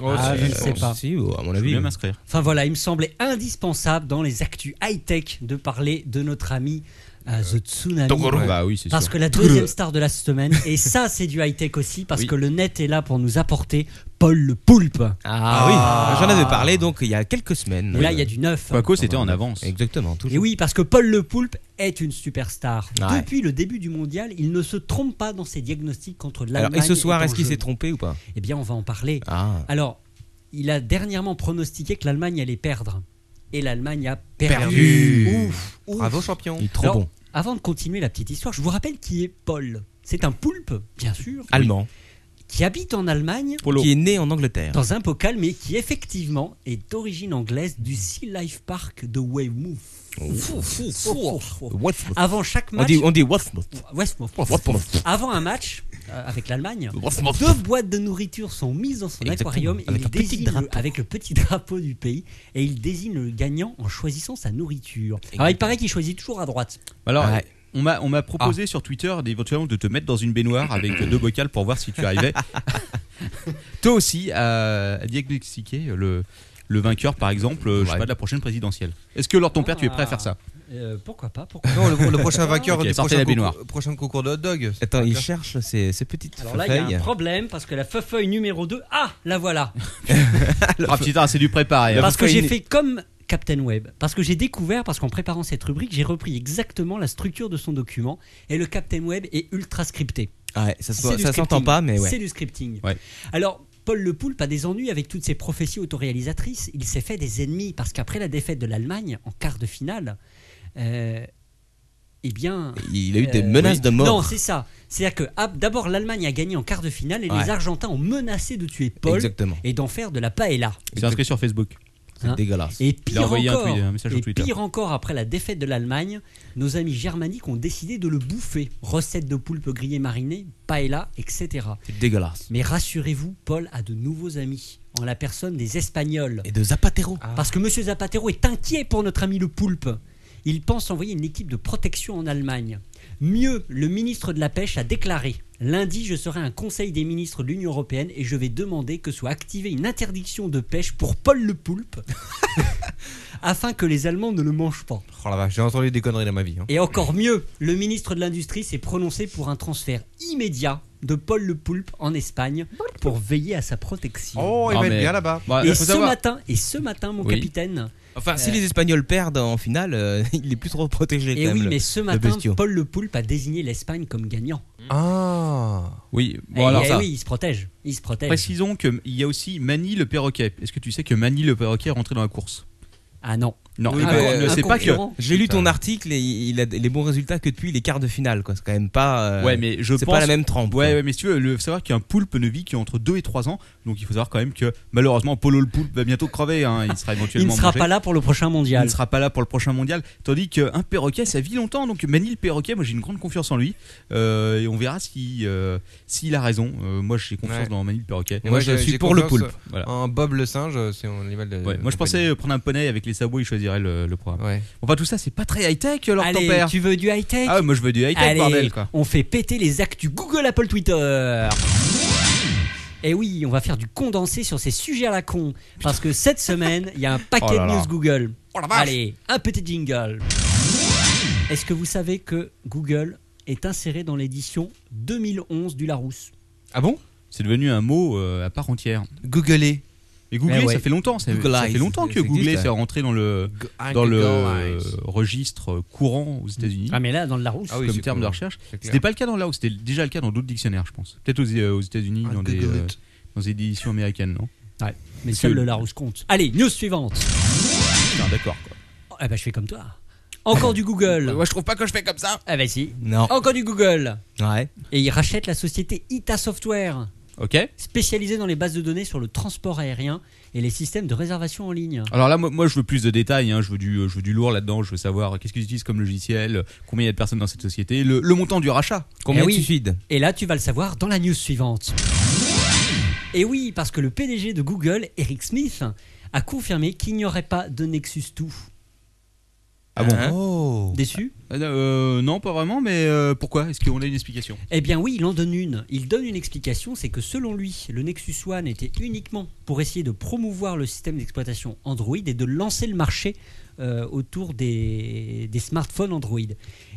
Speaker 3: Oh,
Speaker 4: Ah,
Speaker 3: si,
Speaker 4: je
Speaker 3: je
Speaker 4: ne sais
Speaker 3: pense.
Speaker 4: pas.
Speaker 6: Si, ou à mon
Speaker 5: Je vais
Speaker 6: avis.
Speaker 5: bien m'inscrire.
Speaker 4: Enfin voilà, il me semblait indispensable dans les actus high-tech de parler de notre ami euh, The Tsunami.
Speaker 5: Bah oui, c'est
Speaker 4: Parce que la deuxième star de la semaine, et ça c'est du high-tech aussi, parce
Speaker 5: Oui.
Speaker 4: que le net est là pour nous apporter Paul le Poulpe.
Speaker 6: Ah oui, j'en avais parlé donc il y a quelques semaines.
Speaker 4: Et là il y a du neuf.
Speaker 5: Quaco, c'était en avance.
Speaker 6: Exactement.
Speaker 4: Et
Speaker 6: Toujours.
Speaker 4: oui, parce que Paul Le Poulpe est une superstar.
Speaker 6: Ouais.
Speaker 4: Depuis le début du mondial, il ne se trompe pas dans ses diagnostics contre l'Allemagne.
Speaker 6: Alors, et ce soir,
Speaker 4: en
Speaker 6: est-ce qu'il
Speaker 4: jeu.
Speaker 6: s'est trompé ou pas
Speaker 4: Eh bien, on va en parler.
Speaker 6: Ah.
Speaker 4: Alors, il a dernièrement pronostiqué que l'Allemagne allait perdre. Et l'Allemagne a perdu.
Speaker 3: Perdu.
Speaker 4: Ouf, ouf.
Speaker 3: Bravo champion.
Speaker 6: Il est trop
Speaker 4: Alors,
Speaker 6: bon.
Speaker 4: Avant de continuer la petite histoire, je vous rappelle qui est Paul. C'est un poulpe, bien sûr,
Speaker 6: Allemand.
Speaker 4: qui habite en Allemagne
Speaker 5: Polo.
Speaker 6: Qui est né en Angleterre.
Speaker 4: dans un bocal, mais qui effectivement est d'origine anglaise du Sea Life Park de Weymouth.
Speaker 6: Oh. Watford.
Speaker 4: Avant chaque
Speaker 6: Oh, On
Speaker 4: match,
Speaker 6: dit, oh. on dit Watford.
Speaker 4: Westmouth.
Speaker 6: Watford.
Speaker 4: Avant un match euh, avec l'Allemagne,
Speaker 6: Watford.
Speaker 4: deux boîtes de nourriture sont mises dans son
Speaker 6: Oh, Exactement.
Speaker 4: aquarium et
Speaker 6: Avec
Speaker 4: il
Speaker 6: un petit
Speaker 4: désigne
Speaker 6: drapeau.
Speaker 4: le- avec le petit drapeau du pays et il désigne le gagnant en choisissant sa nourriture. Alors il paraît qu'il choisit toujours à droite.
Speaker 5: Alors,
Speaker 6: Ouais.
Speaker 5: on m'a on m'a proposé sur Twitter d'éventuellement de te mettre dans une baignoire avec deux bocals pour voir si tu arrivais. Toi aussi à à diagnostiquer le, le vainqueur, par exemple, euh, je sais
Speaker 3: Ouais.
Speaker 5: pas, de la prochaine présidentielle. Est-ce que, Lord ton père, tu es prêt à faire ça
Speaker 4: Euh, Pourquoi pas pourquoi
Speaker 3: Non, le, le prochain vainqueur
Speaker 5: Ok,
Speaker 3: du
Speaker 5: sortez
Speaker 3: prochain,
Speaker 5: la
Speaker 3: concours-
Speaker 5: baignoire.
Speaker 3: prochain concours de hot dog.
Speaker 6: Attends, il cherche ces, ces petites
Speaker 4: Alors là, il y a
Speaker 6: feuilles.
Speaker 4: un problème parce que la feuille numéro 2, ah, la voilà.
Speaker 5: Ah putain, c'est du préparé. hein.
Speaker 4: Parce que
Speaker 6: feuille
Speaker 4: j'ai
Speaker 6: nu-
Speaker 4: fait comme Captain Web. Parce que j'ai découvert, parce qu'en préparant cette rubrique, j'ai repris exactement la structure de son document et le Captain Web est ultra scripté.
Speaker 6: Ah ouais, ça se-
Speaker 4: C'est du
Speaker 6: ça s'entend
Speaker 4: scripting.
Speaker 6: pas, mais
Speaker 4: C'est
Speaker 6: ouais.
Speaker 4: du scripting.
Speaker 5: Ouais.
Speaker 4: Alors, Paul Le Poulpe a des ennuis avec toutes ses prophéties autoréalisatrices. Il s'est fait des ennemis parce qu'après la défaite de l'Allemagne en quart de finale, euh, eh bien.
Speaker 6: Il a eu des
Speaker 4: euh,
Speaker 6: menaces de mort.
Speaker 4: Non, c'est ça. C'est-à-dire que ah, d'abord l'Allemagne a gagné en quart de finale et
Speaker 6: Ouais.
Speaker 4: les Argentins ont menacé de tuer Paul
Speaker 6: Exactement.
Speaker 4: et d'en faire de la paella.
Speaker 5: C'est inscrit sur Facebook.
Speaker 6: C'est
Speaker 4: Hein.
Speaker 6: dégueulasse.
Speaker 4: Et
Speaker 5: Il a
Speaker 4: pire
Speaker 5: envoyé un
Speaker 4: encore,
Speaker 5: tweet, un message sur
Speaker 4: et
Speaker 5: Twitter.
Speaker 4: pire encore, après la défaite de l'Allemagne, nos amis germaniques ont décidé de le bouffer. Recette de poulpe grillée marinée, paella, etc.
Speaker 6: C'est dégueulasse.
Speaker 4: Mais rassurez-vous, Paul a de nouveaux amis, en la personne des Espagnols.
Speaker 6: Et de Zapatero.
Speaker 5: Ah.
Speaker 4: Parce que Monsieur Zapatero est inquiet pour notre ami le poulpe. Il pense envoyer une équipe de protection en Allemagne. Mieux, le ministre de la Pêche a déclaré Lundi, je serai à un conseil des ministres de l'Union européenne et je vais demander que soit activée une interdiction de pêche pour Paul le poulpe, afin que les Allemands ne le mangent pas.
Speaker 3: Oh la vache, j'ai entendu des conneries dans ma vie. hein.
Speaker 4: Et encore mieux, le ministre de l'Industrie s'est prononcé pour un transfert immédiat de Paul le poulpe en Espagne pour veiller à sa protection.
Speaker 3: Oh, il
Speaker 5: Ah,
Speaker 3: va
Speaker 5: mais-
Speaker 3: être bien là-bas.
Speaker 5: Bah,
Speaker 4: et,
Speaker 5: faut
Speaker 4: ce
Speaker 5: savoir-
Speaker 4: matin, et ce matin, mon
Speaker 5: Oui.
Speaker 4: capitaine,
Speaker 6: Enfin, si les Espagnols perdent en finale, euh, il est plus trop protégé.
Speaker 4: Et
Speaker 6: quand
Speaker 4: oui,
Speaker 6: même, le-
Speaker 4: mais ce matin,
Speaker 6: bestiau.
Speaker 4: Paul Le Poulpe a désigné l'Espagne comme gagnant.
Speaker 3: Ah.
Speaker 5: Oui, bon
Speaker 4: Eh,
Speaker 5: alors
Speaker 4: eh
Speaker 5: ça.
Speaker 4: oui, il se protège. Il se protège.
Speaker 5: Précisons qu'il y a aussi Mani le perroquet. Est-ce que tu sais que Mani le perroquet est rentré dans la course
Speaker 4: Ah non.
Speaker 5: Non,
Speaker 6: Oui,
Speaker 5: il
Speaker 6: bah,
Speaker 5: ne
Speaker 6: un
Speaker 5: sait pas que.
Speaker 4: concurrent.
Speaker 6: J'ai lu ton
Speaker 3: Putain.
Speaker 6: article et il a les bons résultats que depuis les quarts de finale. quoi. C'est quand même pas. euh,
Speaker 5: Ouais, mais je
Speaker 6: c'est
Speaker 5: pense.
Speaker 6: pas la même trempe.
Speaker 5: Ouais,
Speaker 6: quoi.
Speaker 5: ouais, mais si tu veux, le, faut savoir qu'un poulpe ne vit qu'entre 2 et 3 ans. Donc il faut savoir quand même que malheureusement, Polo le poulpe va bientôt crever. hein. Il sera
Speaker 4: Il
Speaker 5: éventuellement.
Speaker 4: ne sera
Speaker 5: mangé.
Speaker 4: pas là pour le prochain
Speaker 5: Il ne
Speaker 4: mondial.
Speaker 5: sera pas là pour le prochain mondial. Tandis qu'un perroquet, ça vit longtemps. Donc Mani le perroquet, moi j'ai une grande confiance en lui. Euh, et on verra si, euh, s'il a raison. Euh, moi j'ai confiance
Speaker 3: Ouais.
Speaker 5: dans Mani le perroquet.
Speaker 3: Et
Speaker 6: Moi, je
Speaker 3: j'ai-
Speaker 6: suis
Speaker 3: j'ai
Speaker 6: pour le
Speaker 3: confiance euh,
Speaker 6: poulpe.
Speaker 5: Voilà.
Speaker 3: En Bob le singe, euh, c'est mon animal de.
Speaker 5: Ouais, moi je
Speaker 3: compagnie.
Speaker 5: pensais euh, prendre un poney avec les sabots, il choisirait le, le programme.
Speaker 3: Ouais.
Speaker 5: Bon, Enfin, tout ça, c'est pas très high-tech, leur
Speaker 4: Allez,
Speaker 5: tempère.
Speaker 4: tu veux du high-tech
Speaker 5: Ah, ouais, moi je veux du high-tech,
Speaker 4: Allez,
Speaker 5: bordel, quoi.
Speaker 4: on fait péter les actus Google, Apple, Twitter. Et oui, on va faire du condensé sur ces sujets à la con. Parce que cette semaine, il y a un paquet
Speaker 5: Oh là
Speaker 4: de
Speaker 5: là.
Speaker 4: news Google. Allez, un petit jingle. Est-ce que vous savez que Google est inséré dans l'édition 2011 du Larousse
Speaker 3: Ah bon
Speaker 5: C'est devenu un mot euh, à part entière.
Speaker 3: Googler.
Speaker 5: Et googler,
Speaker 4: Eh ouais.
Speaker 5: ça fait longtemps. Ça,
Speaker 6: Google
Speaker 5: ça
Speaker 6: Eyes,
Speaker 5: fait longtemps que
Speaker 6: ça existe,
Speaker 5: googler,
Speaker 6: ouais.
Speaker 5: c'est rentré dans le, dans le euh, registre courant aux États-Unis.
Speaker 4: Ah mais là, dans le Larousse.
Speaker 3: Ah oui,
Speaker 5: comme
Speaker 3: c'est
Speaker 5: terme
Speaker 3: cool.
Speaker 5: de recherche.
Speaker 3: C'est clair.
Speaker 5: C'était pas le cas dans là où c'était déjà le cas dans d'autres dictionnaires, je pense. Peut-être aux, euh, aux États-Unis,
Speaker 3: Ah,
Speaker 5: dans, des,
Speaker 3: Google
Speaker 5: euh,
Speaker 3: it.
Speaker 5: dans des éditions américaines, non
Speaker 4: Mais
Speaker 5: Monsieur-
Speaker 4: seul le Larousse compte. Allez, news suivante.
Speaker 5: Putain, Ah, D'accord, quoi.
Speaker 4: Oh, eh ben, je fais comme toi. Encore du Google.
Speaker 6: je trouve pas que je fais comme ça.
Speaker 4: Ah bah si.
Speaker 6: Non.
Speaker 4: Encore du Google.
Speaker 5: Oh.
Speaker 6: Ouais.
Speaker 5: Eh
Speaker 4: Et il rachète la société Ita Software,
Speaker 5: Ok.
Speaker 4: spécialisée dans les bases de données sur le transport aérien et les systèmes de réservation en ligne.
Speaker 5: Alors là, moi, moi, je veux plus de détails. hein. Je, veux du, euh, je veux du lourd là-dedans. Je veux savoir euh, qu'est-ce qu'ils utilisent comme logiciel, euh, combien il y a de personnes dans cette société, le, le montant du rachat.
Speaker 6: Combien
Speaker 4: Eh oui.
Speaker 6: tu suides
Speaker 4: Et là, tu vas le savoir dans la news suivante. Et oui, parce que le PDG de Google, Eric Smith, a confirmé qu'il n'y aurait pas de Nexus 2.
Speaker 5: Ah bon
Speaker 6: Hein
Speaker 3: Oh.
Speaker 4: Déçu
Speaker 5: Euh, euh, Non, pas vraiment, mais euh, pourquoi Est-ce qu'on a une explication
Speaker 4: Eh bien oui, il en donne une. Il donne une explication, c'est que selon lui, le Nexus One était uniquement pour essayer de promouvoir le système d'exploitation Android et de lancer le marché euh, autour des, des smartphones Android.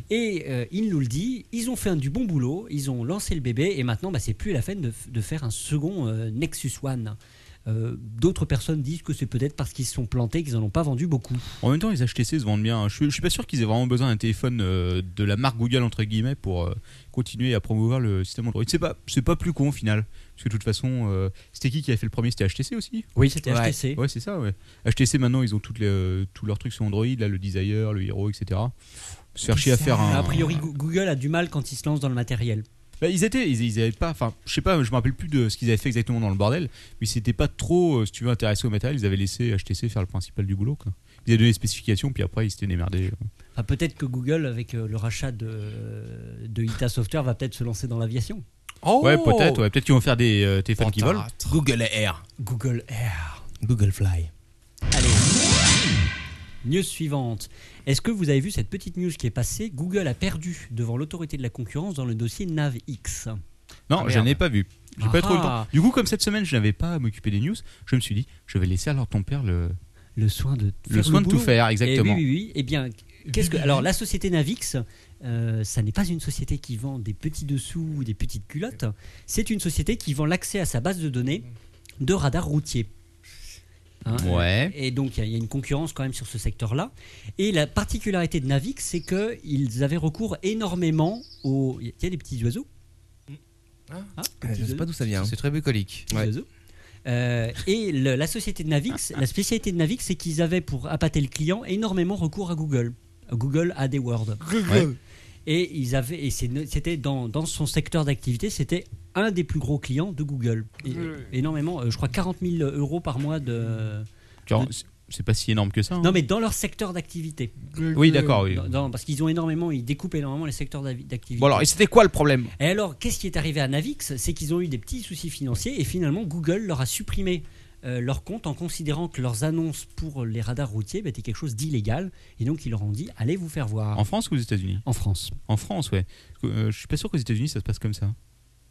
Speaker 4: Et euh, il nous le dit, ils ont fait un- du bon boulot, ils ont lancé le bébé et maintenant bah, c'est plus la peine de, f- de faire un second euh, Nexus One. Euh, D'autres personnes disent que c'est peut-être parce qu'ils se sont plantés qu'ils n'en ont pas vendu beaucoup.
Speaker 5: En même temps, les HTC se vendent bien. hein. Je, suis- je suis pas sûr qu'ils aient vraiment besoin d'un téléphone euh, de la marque Google entre guillemets pour euh, continuer à promouvoir le système Android. C'est pas, c'est pas plus con au final. Parce que de toute façon, euh, c'était qui qui a fait le premier C'était HTC aussi.
Speaker 4: Oui, c'était
Speaker 6: Ouais.
Speaker 4: HTC.
Speaker 5: Ouais, c'est ça. Ouais. HTC maintenant, ils ont toutes les, euh, tous leurs trucs sur Android, là, le Desire, le Hero, etc. Se faire chier à faire un.
Speaker 4: A priori, Go- Google a du mal quand il se lance dans le matériel.
Speaker 5: Bah, ils étaient, ils, ils avaient pas, enfin, je sais pas, je me rappelle plus de ce qu'ils avaient fait exactement dans le bordel, mais c'était pas trop, euh, si tu veux, intéressé au matériel. Ils avaient laissé HTC faire le principal du boulot, quoi. Ils avaient donné les spécifications, puis après, ils s'étaient démerdés.
Speaker 4: Enfin, peut-être que Google, avec euh, le rachat de, de Ita Software, va peut-être se lancer dans l'aviation.
Speaker 3: Oh.
Speaker 5: Ouais, peut-être, ouais, peut-être qu'ils vont faire des euh, téléphones qui
Speaker 3: Qui
Speaker 5: volent.
Speaker 6: Google Air.
Speaker 4: Google Air.
Speaker 6: Google Fly.
Speaker 4: Allez. News suivante. Est-ce que vous avez vu cette petite news qui est passée Google a perdu devant l'autorité de la concurrence dans le dossier NavX.
Speaker 5: Non,
Speaker 3: Ah,
Speaker 5: je
Speaker 3: merde.
Speaker 5: n'ai pas vu. J'ai
Speaker 4: Ah.
Speaker 5: pas trop eu le temps. Du coup, comme cette semaine, je n'avais pas à m'occuper des news, je me suis dit, je vais laisser alors ton père le,
Speaker 4: Le soin de,
Speaker 5: le
Speaker 4: faire
Speaker 5: soin de tout
Speaker 4: boulot.
Speaker 5: faire,
Speaker 4: Eh oui,
Speaker 5: exactement.
Speaker 4: oui, oui. Eh bien, qu'est-ce que. Alors, la société Navix, euh, ça n'est pas une société qui vend des petits dessous ou des petites culottes. C'est une société qui vend l'accès à sa base de données de radars routiers. Hein,
Speaker 5: Ouais.
Speaker 4: Et donc, il y a- il y, a une concurrence quand même sur ce secteur-là. Et la particularité de Navix, c'est qu'ils avaient recours énormément aux. Il y a- il y a des petits oiseaux.
Speaker 3: Ah.
Speaker 4: Hein, des petits
Speaker 6: Je sais
Speaker 4: oiseaux
Speaker 6: pas d'où ça vient.
Speaker 3: C'est très bucolique.
Speaker 4: petits oiseaux. Euh, et le- la société de Navix, la spécialité de Navix, c'est qu'ils avaient pour appâter le client énormément recours à Google. Google AdWords.
Speaker 5: Ouais.
Speaker 4: Et, ils avaient, et c'est- c'était dans, dans son secteur d'activité, c'était un des plus gros clients de Google. Et- Énormément, euh, je crois 40 000 euros par mois de.
Speaker 5: Genre, c'est- C'est pas si énorme que ça. hein.
Speaker 4: Non, mais dans leur secteur d'activité.
Speaker 5: Oui, d'accord. Ah Oui.
Speaker 4: Dans- dans- parce qu'ils ont énormément, ils découpent énormément les secteurs d'avi- d'activité.
Speaker 9: Bon alors, et c'était quoi le problème
Speaker 4: Et alors, qu'est-ce qui est arrivé à Navix C'est qu'ils ont eu des petits soucis financiers et finalement Google leur a supprimé euh, leur compte en considérant que leurs annonces pour les radars routiers bah, étaient quelque chose d'illégal. Et donc, ils leur ont dit allez vous faire voir
Speaker 5: En France ou aux États-Unis
Speaker 4: en France.
Speaker 5: En France, ouais. Euh, je suis pas sûr qu'aux États-Unis ça se passe comme ça.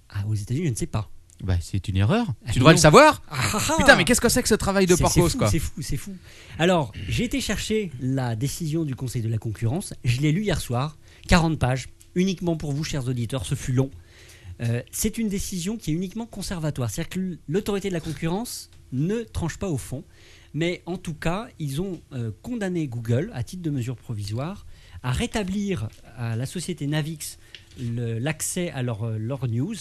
Speaker 4: Ah, aux États-Unis, je ne sais pas.
Speaker 5: Bah, c'est une erreur.
Speaker 9: Tu devrais
Speaker 4: non.
Speaker 9: le savoir
Speaker 4: Ah, ah, ah.
Speaker 9: Putain, mais qu'est-ce que c'est que ce travail de
Speaker 4: C'est- c'est
Speaker 9: Porcos
Speaker 4: fou,
Speaker 9: quoi
Speaker 4: C'est fou, c'est fou. Alors, j'ai été chercher la décision du Conseil de la concurrence. Je l'ai lue hier soir, 40 pages, uniquement pour vous, chers auditeurs. Ce fut long. Euh, c'est une décision qui est uniquement conservatoire. C'est-à-dire que l'autorité de la concurrence ne tranche pas au fond. Mais en tout cas, ils ont euh, condamné Google, à titre de mesure provisoire, à rétablir à la société Navix le- l'accès à leurs leur news.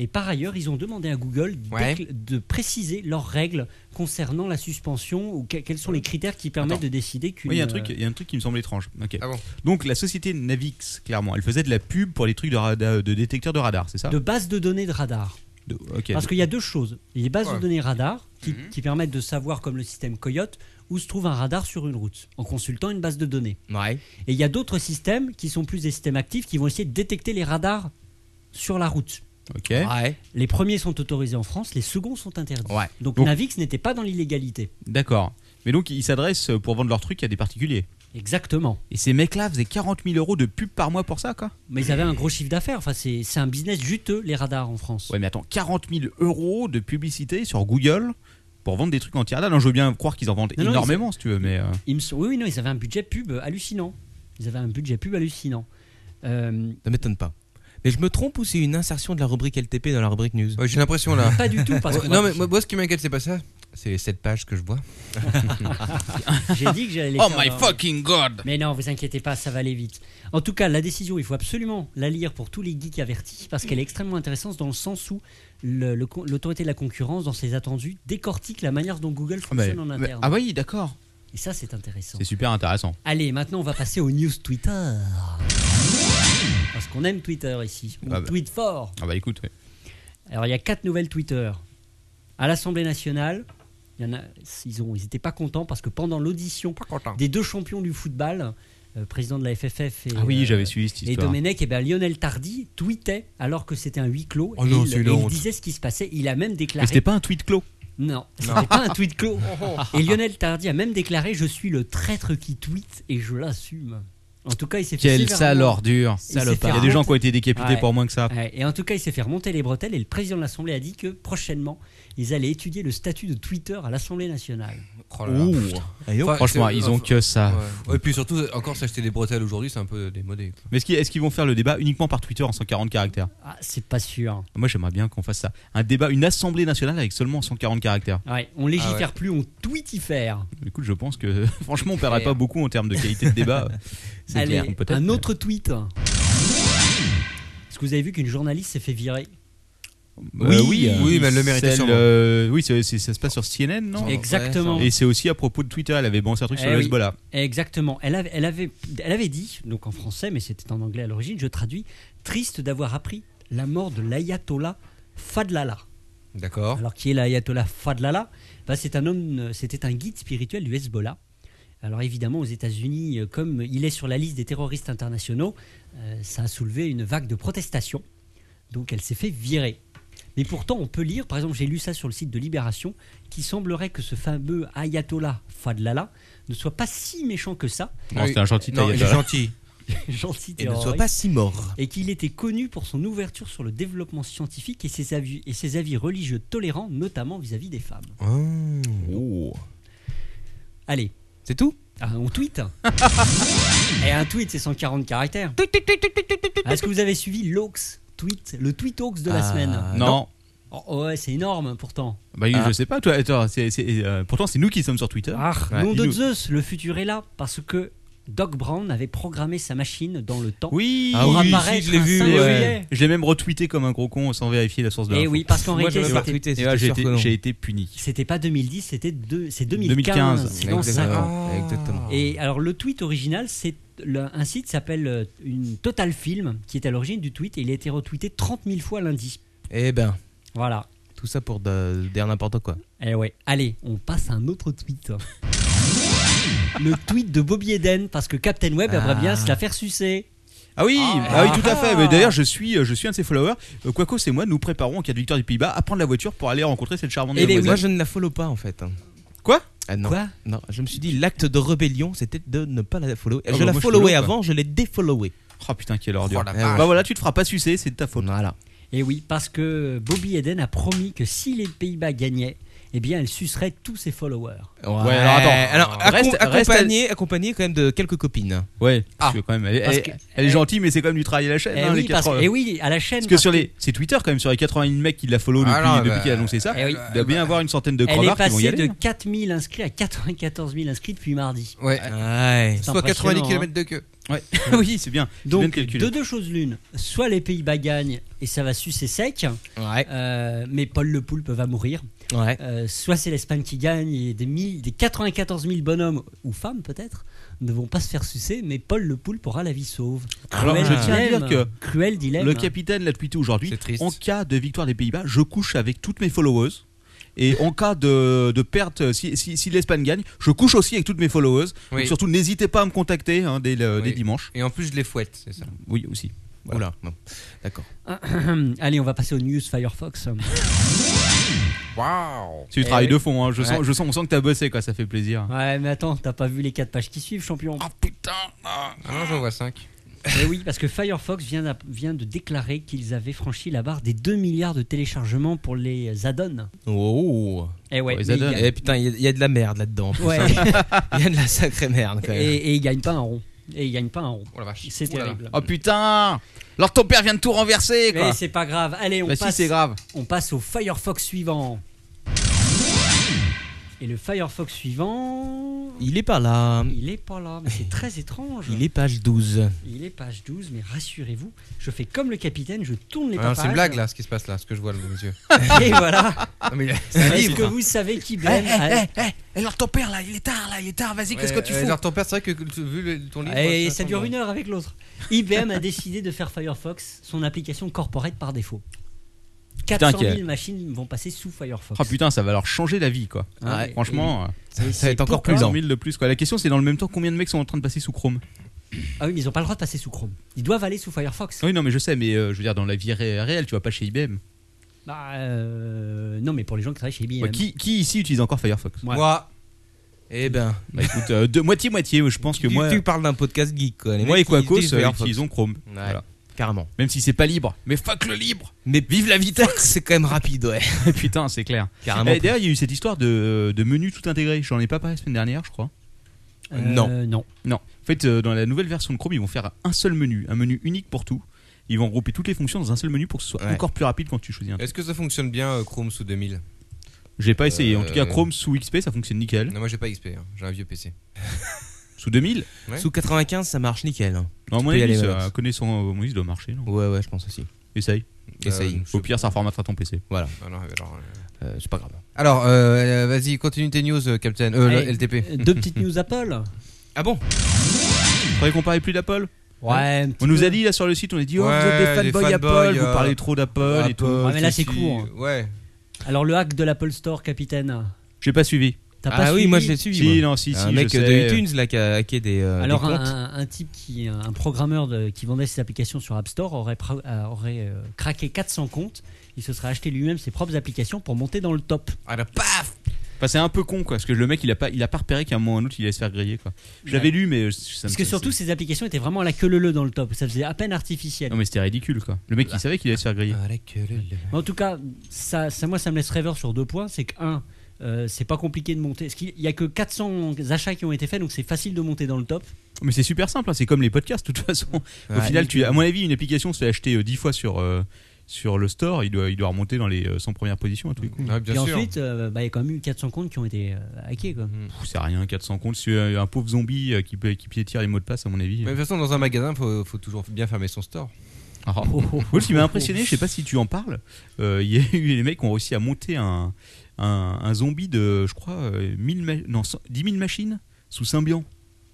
Speaker 4: Et par ailleurs, ils ont demandé à Google
Speaker 9: Ouais.
Speaker 4: d'écl- de préciser leurs règles concernant la suspension ou que- quels sont les critères qui permettent
Speaker 5: Attends.
Speaker 4: de décider qu'une. euh,
Speaker 5: Oui, il y a un truc, il y a un truc qui me semble étrange. Ok.
Speaker 9: Ah bon
Speaker 5: Donc la société Navix, clairement, elle faisait de la pub pour les trucs de, radar- de détecteurs de radar, c'est ça
Speaker 4: euh, de base de données de radar.
Speaker 5: De- Ok. Mhm.
Speaker 4: Parce qu'il y a deux choses. Il y a les bases
Speaker 9: Ouais.
Speaker 4: de données radar qui, qui permettent de savoir, comme le système Coyote, où se trouve un radar sur une route en consultant une base de données.
Speaker 6: Ouais.
Speaker 4: Et il y a d'autres systèmes qui sont plus des systèmes actifs qui vont essayer de détecter les radars sur la route.
Speaker 5: Ok.
Speaker 6: Ouais.
Speaker 4: Les premiers sont autorisés en France, les seconds sont interdits.
Speaker 6: Ouais.
Speaker 4: Donc,
Speaker 5: Donc-
Speaker 4: Navix n'était pas dans l'illégalité.
Speaker 5: D'accord. Mais donc ils s'adressent euh, pour vendre leurs trucs à des particuliers.
Speaker 4: Exactement.
Speaker 5: Et ces mecs-là faisaient 40 000 euros de pub par mois pour ça, quoi.
Speaker 4: Mais ils avaient un gros chiffre d'affaires. Enfin, c'est c'est un business juteux, les radars en France.
Speaker 5: Ouais, mais attends, 40 000 euros de publicité sur Google pour vendre des trucs anti-radar. Non, je veux bien croire qu'ils en vendent
Speaker 4: Non, non,
Speaker 5: énormément, si tu veux, mais. euh,
Speaker 4: Ils me sont- Oui, oui, non, ils avaient un budget pub hallucinant. Ils avaient un budget pub hallucinant. Euh,
Speaker 6: Ça m'étonne pas. Mais je me trompe ou c'est une insertion de la rubrique LTP dans la rubrique news
Speaker 3: Ouais, J'ai l'impression là.
Speaker 4: pas du tout, parce que
Speaker 3: non,
Speaker 4: moi,
Speaker 3: mais moi, moi, ce qui m'inquiète, c'est pas ça. C'est les 7 pages que je vois.
Speaker 4: j'ai dit que j'allais les
Speaker 9: Oh
Speaker 4: faire
Speaker 9: my
Speaker 4: dans-
Speaker 9: fucking god
Speaker 4: Mais non, vous inquiétez pas, ça va aller vite. En tout cas, la décision, il faut absolument la lire pour tous les geeks avertis, parce qu'elle est extrêmement intéressante dans le sens où le- le co- l'autorité de la concurrence, dans ses attendus, décortique la manière dont Google
Speaker 5: mais-
Speaker 4: fonctionne en
Speaker 5: mais-
Speaker 4: interne.
Speaker 5: ah oui, d'accord.
Speaker 4: Et ça, c'est intéressant.
Speaker 5: C'est super intéressant.
Speaker 4: Allez, maintenant, on va passer aux news Twitter. Parce qu'on aime Twitter ici. On
Speaker 5: Ah bah.
Speaker 4: tweet fort.
Speaker 5: Ah bah écoute, ouais.
Speaker 4: Alors, il y a quatre nouvelles Twitter. À l'Assemblée nationale, il y en a, ils n'étaient pas contents parce que pendant l'audition des deux champions du football, euh, président de la FFF et,
Speaker 5: Ah oui,
Speaker 4: euh,
Speaker 5: j'avais suivi cette
Speaker 4: et
Speaker 5: histoire.
Speaker 4: Domenech, et ben Lionel Tardy tweetait alors que c'était un huis clos.
Speaker 3: Oh
Speaker 4: et
Speaker 3: non,
Speaker 4: il,
Speaker 3: c'est une
Speaker 4: et il
Speaker 3: honte.
Speaker 4: disait ce qui se passait. Il a même
Speaker 5: Mais c'était
Speaker 4: déclaré.
Speaker 5: pas un tweet clos.
Speaker 4: Non, c'était pas un tweet clos.
Speaker 3: Oh,
Speaker 4: et Lionel Tardy a même déclaré Je suis le traître qui tweet et je l'assume. En tout cas, il s'est fait.
Speaker 9: Quelle
Speaker 4: sévèrement-
Speaker 9: salordure
Speaker 4: Il s'est
Speaker 5: Il
Speaker 4: fait
Speaker 5: y a des
Speaker 4: remonter-
Speaker 5: gens qui ont été décapités
Speaker 4: Ouais.
Speaker 5: pour moins que ça.
Speaker 4: Ouais, et en tout cas, il s'est fait remonter les bretelles et le président de l'Assemblée a dit que prochainement, ils allaient étudier le statut de Twitter à l'Assemblée nationale.
Speaker 5: Ouh.
Speaker 6: Et donc,
Speaker 3: Enfin,
Speaker 5: Franchement,
Speaker 3: c'est-
Speaker 5: ils ont
Speaker 3: enfin,
Speaker 5: que ça.
Speaker 3: Oh, ouais. Et puis surtout, encore s'acheter des bretelles aujourd'hui, c'est un peu démodé. quoi.
Speaker 5: Mais est-ce qu'ils est-ce qu'ils vont faire le débat uniquement par Twitter en 140 caractères
Speaker 4: Ah, c'est pas sûr.
Speaker 5: Moi, j'aimerais bien qu'on fasse ça. Un débat, une assemblée nationale avec seulement 140 caractères.
Speaker 4: Ouais, on légifère
Speaker 3: Ah ouais.
Speaker 4: plus, on tweetifère.
Speaker 5: Écoute, je pense que franchement, on perdrait pas beaucoup en termes de qualité de débat. C'est
Speaker 4: Allez,
Speaker 5: clair, peut-être.
Speaker 4: un autre tweet. Est-ce que vous avez vu qu'une journaliste s'est fait virer
Speaker 5: Euh, oui,
Speaker 3: Oui, mais elle le méritait
Speaker 5: celle,
Speaker 3: sûrement.
Speaker 5: euh, oui, c'est- c'est- ça se passe sur CNN, non
Speaker 3: Ouais,
Speaker 4: Exactement.
Speaker 5: Et c'est aussi à propos de Twitter. Elle avait balancé un truc sur
Speaker 4: Eh
Speaker 5: le
Speaker 4: oui.
Speaker 5: Hezbollah.
Speaker 4: Exactement. Elle avait, elle, avait, elle avait dit, donc en français, mais c'était en anglais à l'origine, je traduis, triste d'avoir appris la mort de l'ayatollah Fadlallah.
Speaker 6: Oh.
Speaker 3: D'accord.
Speaker 4: Alors qui est l'ayatollah Fadlallah Bah, C'est un homme, euh, c'était un guide spirituel du Hezbollah. Alors évidemment aux États-Unis, euh, comme il est sur la liste des terroristes internationaux, euh, ça a soulevé une vague de protestations. Donc elle s'est fait virer. Mais pourtant, on peut lire, par exemple, j'ai lu ça sur le site de Libération, qu'il semblerait que ce fameux ayatollah Fadlallah ne soit pas si méchant que ça,
Speaker 5: Non,
Speaker 3: Oui.
Speaker 5: c'était un gentil
Speaker 3: Non, il est
Speaker 5: tailleur.
Speaker 3: gentil.
Speaker 4: gentil
Speaker 6: et ne
Speaker 4: terroriste.
Speaker 6: sois pas si mort.
Speaker 4: et qu'il était connu pour son ouverture sur le développement scientifique et ses avis, et ses avis religieux tolérants, notamment vis-à-vis des femmes. Allez.
Speaker 6: C'est tout
Speaker 4: Ah, on tweet Et un tweet, c'est 140 caractères. Ah, Est-ce que vous avez suivi l'Ox tweet, le tweet Ox de la
Speaker 6: Ah,
Speaker 4: semaine
Speaker 5: Non.
Speaker 4: Oh, Ouais, c'est énorme pourtant.
Speaker 5: Bah, je sais pas, toi, attends, c'est- c'est, euh, pourtant c'est nous qui sommes sur Twitter.
Speaker 4: Ah,
Speaker 5: Ouais,
Speaker 4: nom de
Speaker 5: dis-nous.
Speaker 4: Zeus, le futur est là parce que Doc Brown avait programmé sa machine dans le temps.
Speaker 5: Oui,
Speaker 4: Ah oui, si, je l'ai vu, ouais.
Speaker 5: Je l'ai même retweeté comme un gros con sans vérifier la source de
Speaker 4: Et
Speaker 5: l'info.
Speaker 4: Eh oui, parce qu'en
Speaker 6: Moi,
Speaker 4: réalité,
Speaker 6: j'avais pas
Speaker 4: c'était-
Speaker 6: tweeté,
Speaker 5: Et là,
Speaker 6: c'était
Speaker 5: j'ai
Speaker 6: sûr
Speaker 5: été,
Speaker 6: que non.
Speaker 5: j'ai été puni.
Speaker 4: c'était pas 2010, c'était deux- c'est 2015.
Speaker 5: 2015,
Speaker 4: c'est dans cinq ans.
Speaker 6: Exactement.
Speaker 4: Et alors le tweet original, c'est le- un site s'appelle euh, une Total Film, qui est à l'origine du tweet, et il a été retweeté 30 000 fois lundi.
Speaker 6: Eh ben,
Speaker 4: Voilà.
Speaker 6: tout ça pour de- dire n'importe quoi.
Speaker 4: Eh ouais. Allez, on passe à un autre tweet. Le tweet de Bobby Eden, parce que Captain Web aimerait bien se la faire sucer.
Speaker 5: Ah oui,
Speaker 4: Ah,
Speaker 5: ah oui, tout à
Speaker 4: ah.
Speaker 5: fait. Mais D'ailleurs, je suis, euh, je suis un de ses followers. Euh, Quaco et moi, nous préparons en cas de victoire des Pays-Bas à prendre la voiture pour aller rencontrer cette charmante
Speaker 4: Eh ben
Speaker 5: demoiselle.
Speaker 6: Moi, je ne la follow pas en fait. hein.
Speaker 5: Quoi
Speaker 6: Ah non.
Speaker 4: Quoi
Speaker 6: Non, je me suis dit l'acte de rébellion, c'était de ne pas la follower. je
Speaker 5: Ah bah
Speaker 6: la
Speaker 5: moi, je
Speaker 6: followais
Speaker 5: follow pas.
Speaker 6: avant, je l'ai défollowée.
Speaker 5: Oh putain, quelle ordure.
Speaker 6: la
Speaker 5: bah voilà, tu te feras pas sucer, c'est de ta faute.
Speaker 6: Voilà.
Speaker 4: Et Eh oui, parce que Bobby Eden a promis que si les Pays-Bas gagnaient, eh bien, elle sucerait tous ses followers.
Speaker 6: Ouais,
Speaker 5: alors, attends.
Speaker 6: Euh,
Speaker 5: Euh,
Speaker 6: Alors,
Speaker 5: Reste-
Speaker 6: accom-
Speaker 5: reste à-
Speaker 6: accompagné, accompagné quand même de quelques copines.
Speaker 5: Ouais, parce que quand même, elle,
Speaker 4: Parce
Speaker 5: elle-
Speaker 4: que-
Speaker 5: elle est gentille, mais c'est quand même du travail à la chaîne.
Speaker 4: Eh
Speaker 5: hein,
Speaker 4: oui,
Speaker 5: les
Speaker 4: parce-
Speaker 5: 80.
Speaker 4: eh oui, à la chaîne.
Speaker 5: Parce que sur
Speaker 4: parce
Speaker 5: les, c'est Twitter quand même, sur les 80 000 mecs qui la follow depuis,
Speaker 3: Ah non,
Speaker 5: depuis
Speaker 3: bah,
Speaker 5: qu'il a annoncé ça.
Speaker 4: eh oui.
Speaker 5: Il doit bien avoir une centaine de
Speaker 4: Elle est
Speaker 5: crevards qui vont y
Speaker 4: passée de
Speaker 5: aller. hein.
Speaker 4: 4000 inscrits à 94 000 inscrits depuis mardi.
Speaker 3: Ouais.
Speaker 6: ah, Ouais.
Speaker 4: C'est
Speaker 3: Soit 90
Speaker 4: impressionnant, hein.
Speaker 3: km de queue.
Speaker 5: Ouais. oui, c'est bien. C'est bien
Speaker 4: Donc,
Speaker 5: calculé.
Speaker 4: de deux choses l'une, soit les Pays-Bas gagnent et ça va sucer sec,
Speaker 6: Ouais.
Speaker 4: euh, mais Paul Le Poulpe va mourir.
Speaker 6: Ouais.
Speaker 4: Euh, soit c'est l'Espagne qui gagne et des, mille- des 94 000 bonhommes, ou femmes peut-être, ne vont pas se faire sucer, mais Paul Le Poulpe aura la vie sauve.
Speaker 5: Alors,
Speaker 4: Cruel
Speaker 5: je tiens à dire
Speaker 4: dilemme.
Speaker 5: que
Speaker 4: Cruel dilemme.
Speaker 5: Le capitaine l'a tweeté aujourd'hui.
Speaker 3: C'est triste.
Speaker 5: En cas de victoire des Pays-Bas, je couche avec toutes mes followers. Et en cas de, de perte, si, si- si l'Espagne gagne, je couche aussi avec toutes mes followers.
Speaker 3: Oui.
Speaker 5: Donc surtout, n'hésitez pas à me contacter hein, dès, le-
Speaker 3: Oui.
Speaker 5: dès dimanche.
Speaker 3: Et en plus, je les fouette, c'est ça.
Speaker 5: Oui, aussi.
Speaker 6: Oula. non. D'accord.
Speaker 4: Allez, on va passer aux news Firefox.
Speaker 3: Waouh
Speaker 10: Eh
Speaker 5: C'est du travail
Speaker 3: oui.
Speaker 5: de fond. hein. Je, sens,
Speaker 3: Ouais.
Speaker 5: je sens, on sent que t'as bossé, quoi. Ça fait plaisir.
Speaker 4: Ouais, mais attends, t'as pas vu les 4 pages qui suivent, champion
Speaker 3: Ah non, j'en vois 5.
Speaker 4: Et oui, parce que Firefox vient, d'app- vient de déclarer qu'ils avaient franchi la barre des 2 milliards de téléchargements pour les add-ons.
Speaker 6: Oh.
Speaker 4: Et ouais,
Speaker 5: Pour les
Speaker 4: mais ils
Speaker 5: add-ons.
Speaker 4: gagnent-
Speaker 6: Eh putain, il y a- il y, a de la merde là-dedans. en plus,
Speaker 4: Ouais.
Speaker 6: hein. Il y a de la sacrée merde quand même.
Speaker 4: et, et ils gagnent pas un rond. Et ils gagnent pas un rond.
Speaker 3: Oh la vache.
Speaker 4: C'est
Speaker 3: Oh là là.
Speaker 4: terrible.
Speaker 5: Oh putain Alors ton père vient de tout renverser,
Speaker 4: Mais c'est pas grave. Allez, on,
Speaker 5: Bah si,
Speaker 4: passe,
Speaker 5: c'est grave.
Speaker 4: on passe au Firefox suivant. Et le Firefox suivant.
Speaker 6: Il est pas là.
Speaker 4: Il est pas là, mais c'est très étrange.
Speaker 6: Il est page 12.
Speaker 4: Il est page 12, mais rassurez-vous, je fais comme le capitaine, je tourne les
Speaker 3: Ah,
Speaker 4: pages.
Speaker 3: c'est une blague là, ce qui se passe là, ce que je vois là, dans mes yeux.
Speaker 4: Et voilà.
Speaker 3: Ah, mais
Speaker 4: Est-ce que vous savez qui
Speaker 10: Eh,
Speaker 4: blême
Speaker 5: Eh,
Speaker 10: alors ton père là, il est tard là, il est tard, vas-y, qu'est-ce que tu
Speaker 3: Ouais,
Speaker 10: fais
Speaker 3: Alors ton père, c'est vrai que tu- vu le- ton livre.
Speaker 4: Ah, Et
Speaker 3: moi,
Speaker 4: ça dure une heure avec l'autre. IBM a décidé de faire Firefox son application corporate par défaut. 400 000
Speaker 5: quel-
Speaker 4: machines vont passer sous Firefox.
Speaker 5: Oh putain, ça va leur changer la vie, quoi.
Speaker 4: Hein, et-
Speaker 5: Franchement, euh,
Speaker 4: et
Speaker 6: Ça va
Speaker 4: c'est
Speaker 6: être Ah encore
Speaker 4: pourquoi-
Speaker 6: plus lent.
Speaker 5: 1000 de plus, quoi. La question, c'est dans le même temps, combien de mecs sont en train de passer sous Chrome
Speaker 4: Ah oui, mais ils n'ont pas le droit de passer sous Chrome. Ils doivent aller sous Firefox.
Speaker 5: Oui, non, mais je sais, mais euh, je veux dire, dans la vie ré- réelle, tu vas pas chez IBM.
Speaker 4: Bah, euh, non, mais pour les gens qui travaillent chez IBM.
Speaker 5: Ouais, qui, qui ici utilise encore Firefox
Speaker 4: Ouais.
Speaker 3: Moi,
Speaker 6: Eh ben.
Speaker 5: Bah écoute, euh, de moitié-moitié, je pense que
Speaker 6: tu,
Speaker 5: moi,
Speaker 6: tu parles d'un podcast geek quoi. Les
Speaker 5: moi et
Speaker 6: mecs qui
Speaker 5: Quacos
Speaker 6: utilisent
Speaker 5: euh,
Speaker 6: Firefox.
Speaker 5: utilisons Chrome.
Speaker 6: Ouais,
Speaker 5: Voilà.
Speaker 6: Carrément.
Speaker 5: Même si c'est pas libre. Mais fuck le libre
Speaker 6: Mais
Speaker 5: Vive la vitesse
Speaker 6: c'est quand même rapide, ouais.
Speaker 5: Putain, c'est clair.
Speaker 6: Carrément.
Speaker 5: Eh, D'ailleurs, il y a eu cette histoire de, de menu tout intégré. J'en ai pas parlé la semaine dernière, je crois.
Speaker 4: Euh,
Speaker 6: Non.
Speaker 4: Non.
Speaker 5: Non. En fait, euh, dans la nouvelle version de Chrome, ils vont faire un seul menu, un menu unique pour tout. Ils vont regrouper toutes les fonctions dans un seul menu pour que ce soit
Speaker 6: Ouais.
Speaker 5: encore plus rapide quand tu choisis un truc.
Speaker 3: est-ce que ça fonctionne bien euh, Chrome sous 2000
Speaker 5: J'ai pas essayé. En
Speaker 3: Euh,
Speaker 5: tout cas, Chrome sous XP, ça fonctionne nickel.
Speaker 3: Non, moi j'ai pas XP, hein. j'ai un vieux PC.
Speaker 5: Sous 2000,
Speaker 3: Ouais.
Speaker 6: Sous 95, ça marche nickel.
Speaker 5: non, à mon
Speaker 6: peux y
Speaker 5: avis,
Speaker 6: aller,
Speaker 5: ça-
Speaker 6: Max.
Speaker 5: connaissant euh, mon avis, ça doit marcher. Non
Speaker 6: Ouais, ouais, je pense aussi. Euh,
Speaker 5: Essaye. Euh,
Speaker 6: Essaye.
Speaker 3: je-
Speaker 5: Au pire, ça reformatera ton PC.
Speaker 3: Ah non, alors, euh,
Speaker 6: Euh, c'est pas grave.
Speaker 3: Alors, euh, euh, vas-y, continue tes news, euh, Captain. Euh,
Speaker 4: Eh,
Speaker 3: LTP.
Speaker 4: euh, Deux petites news Apple.
Speaker 6: Ah bon
Speaker 5: Faudrait qu'on parlait plus d'Apple
Speaker 4: Ouais. un petit
Speaker 5: On nous
Speaker 4: peu.
Speaker 5: a dit là sur le site, on a dit oh
Speaker 3: Ouais,
Speaker 5: vous êtes des
Speaker 3: les
Speaker 5: fanboys Apple,
Speaker 3: fanboys,
Speaker 5: vous
Speaker 3: euh,
Speaker 5: parlez trop d'Apple et tout.
Speaker 3: Apple,
Speaker 4: Ouais, Ah, mais là,
Speaker 3: si,
Speaker 4: c'est
Speaker 3: si.
Speaker 4: court.
Speaker 3: Ouais.
Speaker 4: Alors, le hack de l'Apple Store, capitaine.
Speaker 5: J'ai pas suivi.
Speaker 4: T'as
Speaker 6: Ah
Speaker 4: pas
Speaker 6: oui,
Speaker 4: suivi
Speaker 6: moi je l'ai suivi.
Speaker 5: Si
Speaker 6: moi.
Speaker 5: non si si.
Speaker 6: un
Speaker 5: je
Speaker 6: mec
Speaker 5: sais.
Speaker 6: de iTunes là qui a hacké des, euh,
Speaker 4: Alors
Speaker 6: des
Speaker 4: un,
Speaker 6: comptes.
Speaker 4: un- un type qui un programmeur de- qui vendait ses applications sur App Store aurait pra- euh, aurait euh, craqué 400 comptes, il se serait acheté lui-même ses propres applications pour monter dans le top.
Speaker 3: Ah, là, paf
Speaker 5: Enfin, c'est un peu con quoi, parce que le mec il a pas il a pas repéré qu'à un moment ou un autre il allait se faire griller quoi. J'avais lu mais euh, ça me-
Speaker 4: Parce que
Speaker 5: ça-
Speaker 4: surtout ces applications étaient vraiment à la queue leu leu dans le top, ça faisait à peine artificiel.
Speaker 5: non mais c'était ridicule quoi. Le
Speaker 4: Bah.
Speaker 5: mec il savait qu'il allait se faire griller.
Speaker 4: Mais En tout cas, ça, ça moi ça me laisse rêveur sur deux points, c'est que un euh, c'est pas compliqué de monter. Parce qu'il y a que 400 achats qui ont été faits, donc c'est facile de monter dans le top.
Speaker 5: Mais c'est super simple, hein, c'est comme les podcasts de toute façon. Au
Speaker 6: Ouais.
Speaker 5: final tu à mon avis une application se fait acheter euh, 10 fois sur euh, sur le store, il doit il doit remonter dans les euh, 100 premières positions à tous les coups.
Speaker 3: Ah, bien
Speaker 4: Et
Speaker 3: sûr.
Speaker 4: ensuite, euh, bah, il y a quand même eu 400 comptes qui ont été euh, hackés. Quoi.
Speaker 3: Mhm.
Speaker 5: Pff, C'est rien 400 comptes, c'est euh, un pauvre zombie euh, qui peut- qui piétire les mots de passe à mon avis. euh.
Speaker 3: Mais de toute façon, dans un magasin, faut, faut toujours bien fermer son store.
Speaker 5: Ah.
Speaker 4: Oh, oh,
Speaker 5: Moi, ce qui m'a
Speaker 4: oh,
Speaker 5: impressionné, je sais pas si tu en parles, euh, il y a eu les mecs qui ont réussi à monter un, un, un zombie de, je crois, euh, 1000 ma- non, cent- 10 000 machines sous Symbian.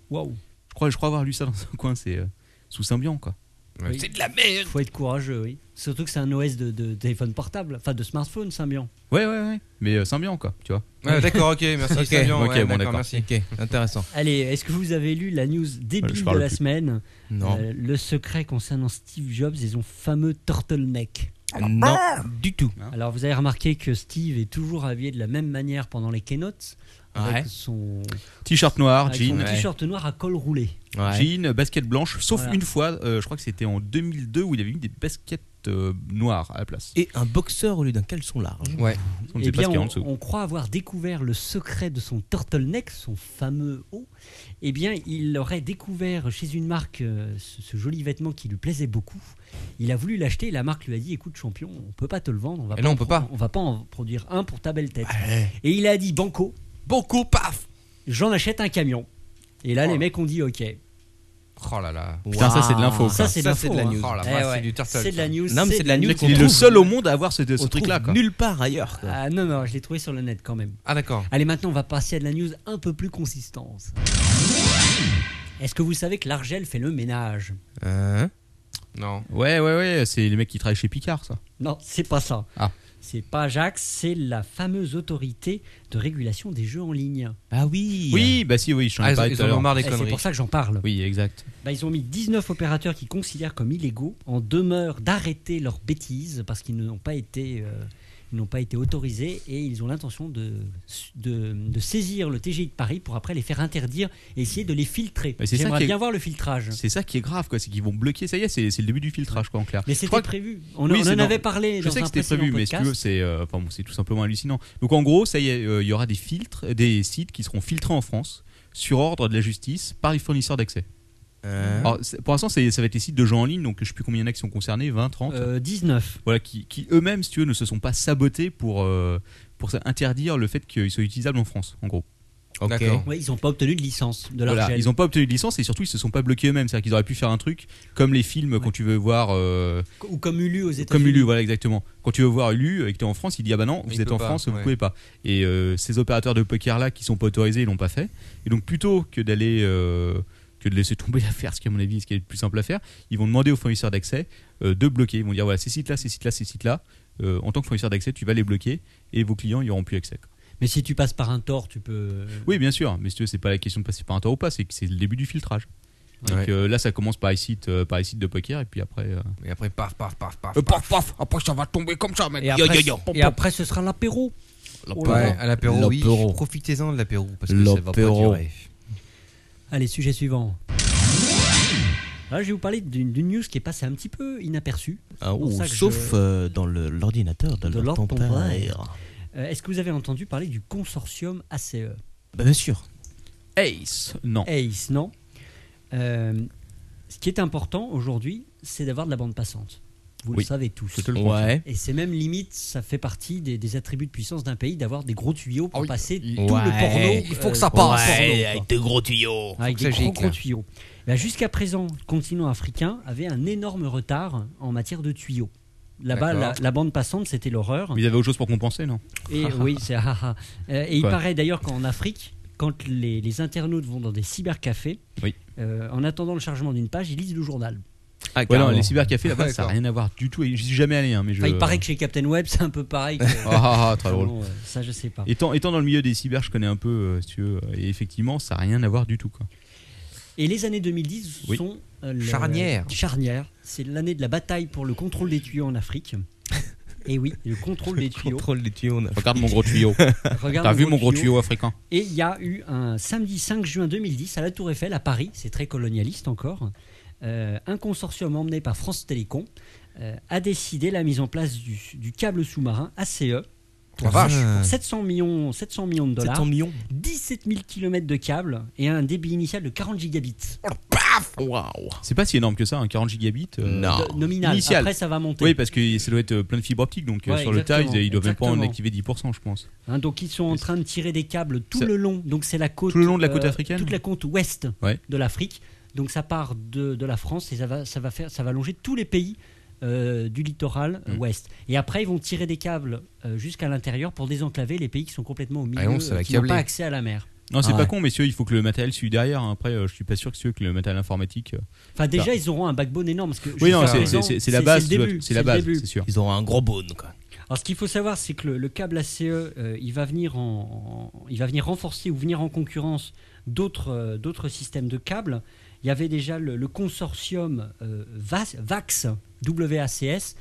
Speaker 4: Waouh.
Speaker 5: Je crois, je crois avoir lu ça dans un coin, c'est euh, sous Symbian, quoi.
Speaker 4: Oui.
Speaker 11: C'est de la merde
Speaker 4: Faut être courageux, oui. Surtout que c'est un OS de, de téléphone portable, enfin de smartphone, Symbian.
Speaker 5: Ouais, ouais, ouais. Mais euh, Symbian, quoi, tu vois.
Speaker 3: Ouais, d'accord, ok, merci.
Speaker 6: Ok,
Speaker 3: Savian,
Speaker 5: ok,
Speaker 3: ouais,
Speaker 5: bon, d'accord.
Speaker 3: merci.
Speaker 6: Ok, intéressant.
Speaker 4: Allez, est-ce que vous avez lu la news
Speaker 5: Ouais,
Speaker 4: débile
Speaker 5: je
Speaker 4: de
Speaker 5: parle
Speaker 4: la
Speaker 5: plus.
Speaker 4: semaine
Speaker 6: Non.
Speaker 4: Euh, Le secret concernant Steve Jobs et son fameux turtleneck.
Speaker 6: non, du tout.
Speaker 5: Hein
Speaker 4: Alors vous avez remarqué que Steve est toujours habillé de la même manière pendant les keynotes,
Speaker 6: Ouais.
Speaker 4: avec son,
Speaker 5: T-shirt noir,
Speaker 4: avec son
Speaker 5: jean,
Speaker 6: ouais.
Speaker 4: t-shirt noir à col roulé.
Speaker 6: Ouais.
Speaker 5: jean, basket blanche. Sauf
Speaker 4: Voilà.
Speaker 5: une fois, euh, je crois que c'était en 2002 où il avait mis des baskets euh, noires à la place.
Speaker 6: Et un boxeur au lieu d'un caleçon large.
Speaker 3: Ouais.
Speaker 5: On ne
Speaker 4: Eh
Speaker 5: sait pas ce
Speaker 4: bien,
Speaker 5: qu'il y a en
Speaker 4: on,
Speaker 5: dessous.
Speaker 4: on croit avoir découvert le secret de son turtleneck, son fameux haut. Eh bien, il aurait découvert chez une marque euh, ce, ce joli vêtement qui lui plaisait beaucoup. Il a voulu l'acheter. La marque lui a dit "Écoute, champion, on peut pas te le vendre. On va
Speaker 3: Et
Speaker 5: Eh
Speaker 4: pas en
Speaker 3: non, on peut
Speaker 4: pro-
Speaker 3: pas.
Speaker 4: On va pas en produire un pour ta belle tête." Et il a dit "Banco,
Speaker 3: Bon coup, paf
Speaker 4: j'en achète un camion." Et là,
Speaker 3: Oh.
Speaker 4: les mecs ont dit "Ok."
Speaker 3: Oh là là.
Speaker 5: Putain, ça, c'est de l'info,
Speaker 4: Ça,
Speaker 5: quoi.
Speaker 4: c'est de
Speaker 3: Ça,
Speaker 4: l'info,
Speaker 3: c'est de la
Speaker 4: hein.
Speaker 3: news. Oh la
Speaker 4: Eh
Speaker 3: vache,
Speaker 4: ouais.
Speaker 3: c'est du turtle,
Speaker 4: C'est de
Speaker 3: ça.
Speaker 4: la news.
Speaker 6: Non, mais c'est de la
Speaker 5: Le
Speaker 6: news
Speaker 5: mec,
Speaker 6: qu'on
Speaker 5: il est le
Speaker 6: trouve-
Speaker 5: seul au monde à avoir ce, ce
Speaker 6: on trouve
Speaker 5: truc-là, quoi.
Speaker 6: nulle part ailleurs. quoi.
Speaker 4: Ah non, non, je l'ai trouvé sur le net quand même.
Speaker 3: Ah, d'accord.
Speaker 4: Allez, maintenant, on va passer à de la news un peu plus consistante. Est-ce que vous savez que l'argel fait le ménage
Speaker 3: Hein Non.
Speaker 5: Ouais, ouais, ouais, c'est les mecs qui travaillent chez Picard, ça.
Speaker 4: Non, c'est pas ça.
Speaker 5: Ah.
Speaker 4: C'est pas Ajax, c'est la fameuse autorité de régulation des jeux en ligne.
Speaker 6: Ah oui.
Speaker 5: Oui, bah si, oui, je t'en
Speaker 3: Ah,
Speaker 5: ai
Speaker 3: ils, ont-
Speaker 5: parlé
Speaker 3: ils
Speaker 5: tout
Speaker 3: en
Speaker 5: à
Speaker 3: ont
Speaker 5: l'heure.
Speaker 3: marre
Speaker 4: Et
Speaker 3: des
Speaker 4: Eh, C'est
Speaker 3: conneries.
Speaker 4: pour ça que j'en parle.
Speaker 5: Oui, exact.
Speaker 4: Bah, ils ont mis 19 opérateurs qui considèrent comme illégaux en demeure d'arrêter leurs bêtises parce qu'ils n'ont pas été... euh, ils n'ont pas été autorisés et ils ont l'intention de, de, de saisir le TGI de Paris pour après les faire interdire et essayer de les filtrer.
Speaker 5: Mais c'est ça
Speaker 4: J'aimerais
Speaker 5: qui est-
Speaker 4: bien voir le filtrage.
Speaker 5: C'est ça qui est grave, quoi. C'est qu'ils vont bloquer. Ça y est, c'est c'est le début du filtrage, quoi, en clair.
Speaker 4: Mais
Speaker 5: Je
Speaker 4: c'était
Speaker 5: crois que-
Speaker 4: prévu. On,
Speaker 5: Oui,
Speaker 4: on
Speaker 5: c'est
Speaker 4: en
Speaker 5: dans-
Speaker 4: avait parlé
Speaker 5: Je
Speaker 4: dans
Speaker 5: sais
Speaker 4: un
Speaker 5: que c'était
Speaker 4: précédent
Speaker 5: prévu, mais si
Speaker 4: podcast.
Speaker 5: tu veux, c'est euh, enfin, bon, c'est tout simplement hallucinant. Donc en gros, ça y est, euh, il y aura des filtres, des sites qui seront filtrés en France sur ordre de la justice par les fournisseurs d'accès.
Speaker 6: Hein.
Speaker 5: Alors, c'est- Pour l'instant, c'est- ça va être les sites de gens en ligne, donc je sais plus combien il y en a qui sont concernés, 20, 30,
Speaker 4: Euh, 19.
Speaker 5: voilà, qui, qui eux-mêmes, si tu veux, ne se sont pas sabotés pour, euh, pour ça- interdire le fait qu'ils soient utilisables en France, en gros.
Speaker 6: Ok.
Speaker 3: D'accord.
Speaker 4: Ouais, ils n'ont pas obtenu de licence de leur
Speaker 5: Voilà,
Speaker 4: gel.
Speaker 5: ils n'ont pas obtenu de licence et surtout, ils se sont pas bloqués eux-mêmes. C'est-à-dire qu'ils auraient pu faire un truc comme les films quand tu veux voir. euh,
Speaker 4: Ou comme Ulu aux États-Unis.
Speaker 5: Comme Ulu, voilà, exactement. Quand tu veux voir Ulu et que tu es en France, il dit Ah bah non,
Speaker 3: Mais
Speaker 5: vous
Speaker 3: il
Speaker 5: êtes
Speaker 3: peut
Speaker 5: en
Speaker 3: pas,
Speaker 5: France, vous
Speaker 3: ouais.
Speaker 5: pouvez pas. Et euh, ces opérateurs de poker là qui sont pas autorisés, ils l'ont pas fait. Et donc plutôt que d'aller. euh, que de laisser tomber l'affaire, ce qui à mon avis est ce qui est le plus simple à faire, ils vont demander aux fournisseurs d'accès euh, de bloquer. Ils vont dire voilà, ces sites-là, ces sites-là, ces sites-là, euh, en tant que fournisseur d'accès, tu vas les bloquer et vos clients, ils n'auront plus accès. quoi.
Speaker 4: Mais si tu passes par un tort, tu peux.
Speaker 5: Oui, bien sûr, mais si tu veux, c'est pas la question de passer par un tort ou pas, c'est que c'est le début du filtrage.
Speaker 3: Ouais.
Speaker 5: Donc euh, là, ça commence par les sites, euh, par les sites de poker et puis après. euh,
Speaker 3: Et après, paf, paf, paf, paf.
Speaker 12: Euh,
Speaker 3: paf.
Speaker 12: paf, paf, après ça va tomber comme ça, mec.
Speaker 4: Et
Speaker 12: Oh, Yo,
Speaker 4: après,
Speaker 12: yo, yo.
Speaker 4: et après, ce sera l'apéro. Oh là
Speaker 3: Ouais,
Speaker 4: là.
Speaker 3: à l'apéro, oui.
Speaker 6: L'apéro.
Speaker 3: Profitez-en de l'apéro parce que ça va pas
Speaker 6: L'apéro.
Speaker 3: durer.
Speaker 4: Allez, sujet suivant. Là, je vais vous parler d'une d'une news qui est passée un petit peu inaperçue.
Speaker 6: Ah,
Speaker 4: pour
Speaker 6: ou
Speaker 4: ça que
Speaker 6: sauf
Speaker 4: je-
Speaker 6: euh, dans le- l'ordinateur de,
Speaker 4: De
Speaker 6: leur
Speaker 4: leur
Speaker 6: tempère.
Speaker 4: tempère. Euh, Est-ce que vous avez entendu parler du consortium ACE
Speaker 6: Bah, bien sûr.
Speaker 5: Ace Non.
Speaker 4: ACE, non Euh, Ce qui est important aujourd'hui, c'est d'avoir de la bande passante. Vous
Speaker 5: Oui.
Speaker 4: le savez tous.
Speaker 5: Je te le
Speaker 6: Ouais.
Speaker 4: Et c'est même limite, ça fait partie des, des attributs de puissance d'un pays d'avoir des gros tuyaux pour
Speaker 12: Ah oui.
Speaker 4: passer
Speaker 6: Il-
Speaker 4: tout
Speaker 6: Ouais.
Speaker 4: le porno.
Speaker 12: Il faut que
Speaker 4: euh,
Speaker 12: ça passe.
Speaker 4: porno,
Speaker 6: Ouais,
Speaker 4: quoi.
Speaker 6: avec des gros tuyaux.
Speaker 4: Avec
Speaker 3: que
Speaker 4: des
Speaker 3: ça
Speaker 4: gros,
Speaker 3: gicle.
Speaker 4: gros tuyaux. Bah, Jusqu'à présent, le continent africain avait un énorme retard en matière de tuyaux. Là-bas, la,
Speaker 3: D'accord.
Speaker 4: la bande passante, c'était l'horreur.
Speaker 5: Mais ils avaient autre chose pour compenser, non
Speaker 4: Et oui, c'est ah, ah, ah. Euh, Et il
Speaker 5: Quoi
Speaker 4: paraît d'ailleurs qu'en Afrique, quand les, les internautes vont dans des cybercafés,
Speaker 5: Oui.
Speaker 4: euh, en attendant le chargement d'une page, ils lisent le journal.
Speaker 6: Ah,
Speaker 5: Ouais, non,
Speaker 6: carrément.
Speaker 5: les cybercafés là-bas, ça n'a
Speaker 3: D'accord.
Speaker 5: rien à voir du tout. Et J'y suis jamais allé, hein, mais je.
Speaker 4: Enfin, il paraît que chez Captain Web, c'est un peu pareil. que-
Speaker 5: Ah, ah, ah, très drôle.
Speaker 4: Non, euh, ça, je sais pas.
Speaker 5: Étant, étant dans le milieu des cyber, je connais un peu, euh, si tu veux, et effectivement, ça n'a rien à voir du tout. Quoi.
Speaker 4: Et les années 2010
Speaker 5: Oui.
Speaker 4: sont euh, le-
Speaker 3: Charnières.
Speaker 4: charnières. C'est l'année de la bataille pour le contrôle des tuyaux en Afrique. Et oui, le contrôle des tuyaux.
Speaker 6: Contrôle des tuyaux. on a-
Speaker 5: Regarde mon gros tuyau.
Speaker 4: Regarde
Speaker 5: T'as vu mon gros tuyau africain
Speaker 4: Et il y a eu un samedi 5 juin 2010 à la Tour Eiffel à Paris, c'est très colonialiste encore, euh, un consortium emmené par France Télécom euh, a décidé la mise en place du, du câble sous-marin ACE
Speaker 3: La vache.
Speaker 4: pour 700 millions, 700 millions de dollars,
Speaker 6: 700 millions.
Speaker 4: 17 000 km de câble et un débit initial de 40 gigabits
Speaker 6: Waouh.
Speaker 5: C'est pas si énorme que ça, hein, 40 gigabits. euh,
Speaker 6: Non.
Speaker 4: de- nominal.
Speaker 5: Initial.
Speaker 4: Après, ça va monter.
Speaker 5: Oui, parce que ça doit être euh, plein de fibres optiques, donc euh,
Speaker 4: Ouais,
Speaker 5: sur le tas, ils,
Speaker 4: exactement,
Speaker 5: ils doivent même pas en
Speaker 4: exactement.
Speaker 5: activer 10%, je pense.
Speaker 4: Hein, donc ils sont en train de tirer des câbles tout
Speaker 5: Ça-
Speaker 4: le long. Donc c'est la côte euh,
Speaker 5: Tout le long de la côte africaine
Speaker 4: toute la côte ouest
Speaker 5: Ouais.
Speaker 4: de l'Afrique. Donc ça part de, de la France et ça va ça va faire ça va longer tous les pays euh, du littoral euh,
Speaker 5: Mm.
Speaker 4: ouest. Et après ils vont tirer des câbles euh, jusqu'à l'intérieur pour désenclaver les pays qui sont complètement au milieu,
Speaker 3: Ah non, ça
Speaker 4: euh,
Speaker 3: va
Speaker 4: qui n'ont
Speaker 3: câbler.
Speaker 4: pas accès à la mer.
Speaker 5: Non, c'est
Speaker 6: Ah
Speaker 5: pas
Speaker 6: ouais.
Speaker 5: con, messieurs, il faut que le matériel suive derrière. hein. Après, euh, je suis pas sûr que, ceux que le matériel informatique. euh,
Speaker 4: Enfin, déjà, ils auront un backbone énorme. Parce que
Speaker 5: Oui, non,
Speaker 4: jusqu'à
Speaker 5: c'est-
Speaker 4: présent,
Speaker 5: c'est c'est- c'est la base,
Speaker 4: le
Speaker 5: tu vois,
Speaker 4: début,
Speaker 5: c'est la
Speaker 4: le
Speaker 5: base,
Speaker 4: début.
Speaker 5: c'est sûr.
Speaker 6: Ils auront un gros bone, quoi.
Speaker 4: Alors, ce qu'il faut savoir, c'est que le, le câble ACE, euh, il, va venir en, en- il va venir renforcer ou venir en concurrence d'autres euh, d'autres systèmes de câbles. Il y avait déjà le, le consortium euh, Vas- VAX, WACS,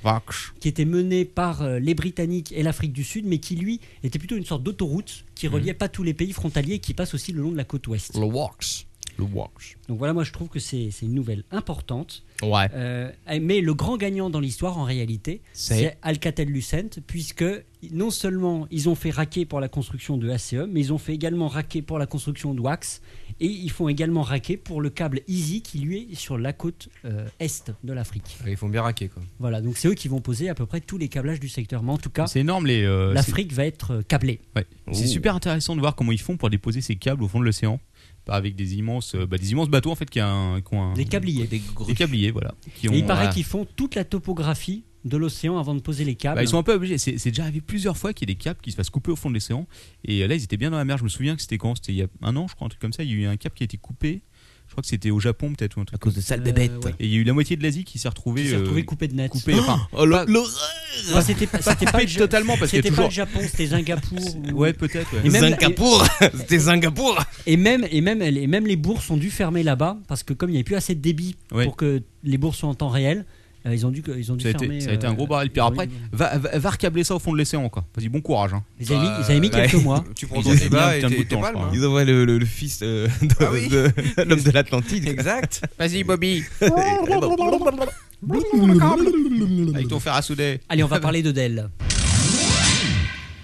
Speaker 4: qui était mené par euh, les Britanniques et l'Afrique du Sud, mais qui, lui, était plutôt une sorte d'autoroute qui reliait pas tous les pays frontaliers et qui passe aussi le long de la côte ouest.
Speaker 3: Le Wax. Le Wax.
Speaker 4: Donc voilà, moi, je trouve que c'est c'est une nouvelle importante.
Speaker 6: Ouais.
Speaker 4: Euh, mais le grand gagnant dans l'histoire, en réalité,
Speaker 6: C'est-
Speaker 4: c'est Alcatel-Lucent, puisque non seulement ils ont fait raquer pour la construction de ACE, mais ils ont fait également raquer pour la construction de Wax, et ils font également raquer pour le câble Easy qui lui est sur la côte euh, est de l'Afrique.
Speaker 3: Ils font bien raquer, quoi.
Speaker 4: Voilà, donc c'est eux qui vont poser à peu près tous les câblages du secteur. Mais en tout cas,
Speaker 5: C'est énorme, les. euh, c'est-
Speaker 4: l'Afrique va être euh, câblée.
Speaker 5: Ouais. C'est
Speaker 6: Ouh.
Speaker 5: super intéressant de voir comment ils font pour déposer ces câbles au fond de l'océan, Bah, avec des immenses, euh, bah, des immenses bateaux en fait qui a un, qui ont un-
Speaker 4: Des câbliers.
Speaker 6: Des
Speaker 5: des
Speaker 6: gros.
Speaker 5: câbliers, voilà. Qui ont- bah,
Speaker 4: Et il paraît
Speaker 5: voilà.
Speaker 4: qu'ils font toute la topographie de l'océan avant de poser les câbles.
Speaker 5: Bah, ils sont un peu obligés. C'est c'est déjà arrivé plusieurs fois qu'il y ait des câbles qui se fassent couper au fond de l'océan. Et euh, là, ils étaient bien dans la mer. Je me souviens que c'était quand C'était il y a un an, je crois, un truc comme ça. Il y a eu un câble qui a été coupé. Je crois que c'était au Japon, peut-être, ou un
Speaker 6: À
Speaker 5: truc.
Speaker 6: cause de sales
Speaker 4: Euh,
Speaker 6: bébêtes.
Speaker 4: ouais.
Speaker 5: Et il y a eu la moitié de l'Asie qui s'est retrouvée
Speaker 4: Ils se sont
Speaker 5: euh,
Speaker 4: retrouvés coupés de net.
Speaker 5: coupée. Enfin,
Speaker 6: Oh,
Speaker 5: pas-
Speaker 6: le- le-
Speaker 4: Enfin, Ah, c'était pas, c'était pas
Speaker 5: coupée
Speaker 4: le Ja-
Speaker 5: totalement parce qu'il y a
Speaker 4: c'était pas le
Speaker 5: toujours.
Speaker 4: Japon, c'était Singapour. ou-
Speaker 5: Ouais, peut-être. ouais.
Speaker 4: Et même-
Speaker 6: Singapour C'était Singapour
Speaker 4: Et même, et même, et même les bourses ont dû fermer là-bas parce que comme il n'y avait plus assez de débit
Speaker 5: Ouais.
Speaker 4: pour que les bourses soient en temps réel, euh, ils ont dû, ils ont dû
Speaker 5: Ça a,
Speaker 4: fermer.
Speaker 5: été, ça a été un
Speaker 4: euh,
Speaker 5: gros baril. Puis après,
Speaker 4: oui.
Speaker 5: va, va, va recâbler ça au fond de l'océan, quoi. Vas-y, bon courage. Hein.
Speaker 4: Ils avaient mis, ils avaient mis quelques mois.
Speaker 3: Tu prends
Speaker 5: Ils
Speaker 3: ton
Speaker 5: avaient mis
Speaker 3: débat
Speaker 5: un
Speaker 3: et
Speaker 5: putain de
Speaker 3: t'es
Speaker 5: bout de temps,
Speaker 3: t'es
Speaker 5: je
Speaker 3: mal,
Speaker 5: crois.
Speaker 3: hein.
Speaker 6: Ils envoient le, le- le fils euh, de,
Speaker 3: Ah oui.
Speaker 6: de- l'homme de l'Atlantide.
Speaker 3: Exact.
Speaker 5: Vas-y, Bobby. Avec ton fer à souder.
Speaker 4: Allez, on va parler de Dell.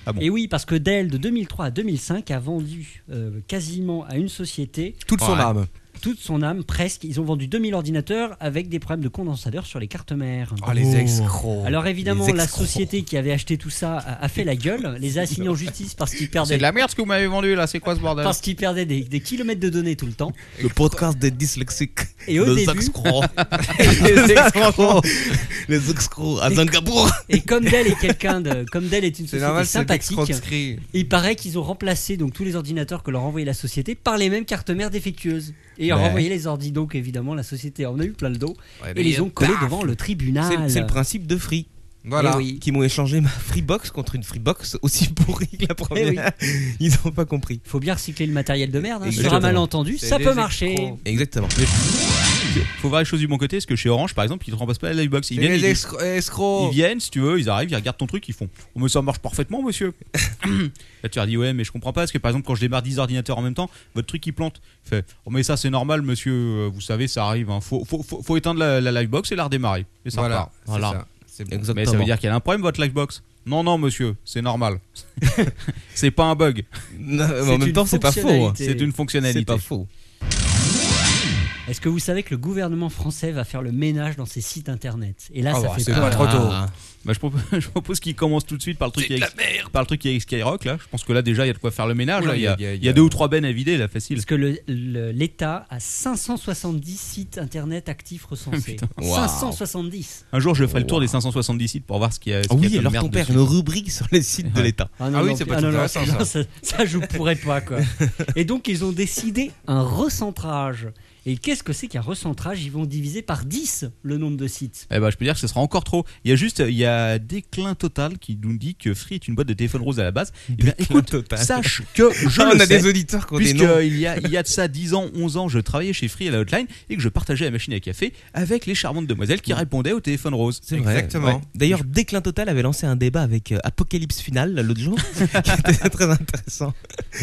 Speaker 5: Ah bon.
Speaker 4: Et oui, parce que Dell, de 2003 à 2005, a vendu euh, quasiment à une société
Speaker 3: Toute son
Speaker 5: Ouais.
Speaker 3: âme.
Speaker 4: toute son âme, presque. Ils ont vendu 2000 ordinateurs avec des problèmes de condensateur sur les cartes mères.
Speaker 5: Ah
Speaker 3: Oh, les escrocs.
Speaker 4: Alors évidemment,
Speaker 3: Les
Speaker 4: la
Speaker 3: escrocs.
Speaker 4: société qui avait acheté tout ça a, a fait la gueule, les a assignés en justice parce qu'ils perdaient,
Speaker 5: la merde ce que vous m'avez vendu là, c'est quoi ce bordel
Speaker 4: parce qu'ils perdaient des- des kilomètres de données tout le temps.
Speaker 6: Le podcast des dyslexiques.
Speaker 4: Et au
Speaker 6: Des
Speaker 4: début-
Speaker 6: escrocs. les escrocs. les escrocs à
Speaker 4: Les-
Speaker 6: Singapour.
Speaker 4: Et comme Dell est quelqu'un de, comme Dell est une
Speaker 3: C'est
Speaker 4: société
Speaker 3: normal, c'est
Speaker 4: sympathique,
Speaker 3: d'escroquerie.
Speaker 4: il paraît qu'ils ont remplacé donc tous les ordinateurs que leur envoyait la société par les mêmes cartes mères défectueuses et ils ont
Speaker 6: Ouais.
Speaker 4: renvoyé les ordi. Donc évidemment, la société en a eu plein le dos
Speaker 3: Ouais,
Speaker 4: et
Speaker 3: mais
Speaker 4: les ont collés
Speaker 3: paf.
Speaker 4: devant le tribunal.
Speaker 6: C'est c'est le principe de Free.
Speaker 3: Voilà.
Speaker 4: Eh oui.
Speaker 6: Qui m'ont échangé ma Freebox contre une Freebox aussi pourrie que la première. Ils n'ont pas compris.
Speaker 4: Faut bien recycler le matériel de merde. Hein. Sur un
Speaker 6: Exactement.
Speaker 4: malentendu,
Speaker 3: C'est
Speaker 4: ça
Speaker 3: des
Speaker 4: peut marcher.
Speaker 3: escrocs.
Speaker 6: Exactement.
Speaker 5: Faut voir les choses du bon côté, parce que chez Orange par exemple, ils te remplacent pas la livebox. Ils
Speaker 3: Et
Speaker 5: viennent,
Speaker 3: les
Speaker 5: ils,
Speaker 3: escro-
Speaker 5: ils
Speaker 3: escrocs.
Speaker 5: viennent, si tu veux, ils arrivent, ils regardent ton truc, ils font Oh, mais ça marche parfaitement, monsieur. là, tu leur dis Ouais, mais je comprends pas, parce que par exemple, quand je démarre 10 ordinateurs en même temps, votre truc il plante. Il fait Oh, mais ça c'est normal, monsieur, euh, vous savez, ça arrive. hein. Faut, faut, faut, faut éteindre la, la livebox et la redémarrer. Et ça
Speaker 3: Voilà.
Speaker 5: repart.
Speaker 3: c'est ça. C'est bon.
Speaker 6: Exactement.
Speaker 5: Mais ça veut dire qu'elle a un problème, votre livebox Non, non, monsieur, c'est normal. c'est pas un bug,
Speaker 6: Non, mais
Speaker 4: C'est
Speaker 6: en même
Speaker 4: une
Speaker 6: temps, c'est pas faux. hein.
Speaker 4: fonctionnalité.
Speaker 5: c'est une
Speaker 6: C'est
Speaker 5: fonctionnalité.
Speaker 6: pas faux.
Speaker 4: Est-ce que vous savez que le gouvernement français va faire le ménage dans ses sites internet Et là,
Speaker 3: Ah
Speaker 4: ça
Speaker 3: bah,
Speaker 4: fait
Speaker 3: c'est
Speaker 4: peur. hein,
Speaker 3: pas trop tôt.
Speaker 6: Ah.
Speaker 5: Bah, je propose, je propose qu'il commence tout de suite par le truc, avec, par le truc avec Skyrock. Là. Je pense que là, déjà, il y a de quoi faire le ménage.
Speaker 3: Oula,
Speaker 5: là. Il y, a, il y a deux ou trois bennes à vider, là, facile.
Speaker 4: Parce que le- le- l'État a 570 sites internet actifs recensés.
Speaker 6: Waouh.
Speaker 4: 570
Speaker 5: Un jour, je ferai le tour des 570 sites pour voir ce qu'il y a. ce
Speaker 6: Ah
Speaker 5: qu'il y a
Speaker 6: oui,
Speaker 5: comme
Speaker 6: alors
Speaker 5: merde
Speaker 6: ton père,
Speaker 5: dessus.
Speaker 6: une rubrique sur les sites de l'État.
Speaker 3: Ah oui, c'est pas tout intéressant,
Speaker 4: non,
Speaker 3: ça.
Speaker 4: ça, ça, je pourrais pas quoi. Et donc ils ont décidé un recentrage. Et qu'est-ce que c'est qu'un recentrage Ils vont diviser par 10 le nombre de sites.
Speaker 5: Eh ben, je peux dire que ce sera encore trop. Il y a juste, il y a Déclin Total qui nous dit que Free est une boîte de téléphone rose à la base. Eh bien, écoute,
Speaker 6: Total.
Speaker 5: sache que je
Speaker 6: Ah,
Speaker 5: le
Speaker 6: on a
Speaker 5: sais.
Speaker 6: des auditeurs qui ont des
Speaker 5: Puisque
Speaker 6: noms.
Speaker 5: il y, a, il y a de ça 10 ans, 11 ans, je travaillais chez Free à la hotline et que je partageais la machine à café avec les charmantes demoiselles qui répondaient au téléphone rose.
Speaker 6: C'est vrai.
Speaker 3: Exactement.
Speaker 6: Ouais. D'ailleurs, Déclin Total avait lancé un débat avec euh, Apocalypse Final l'autre jour, qui était très intéressant.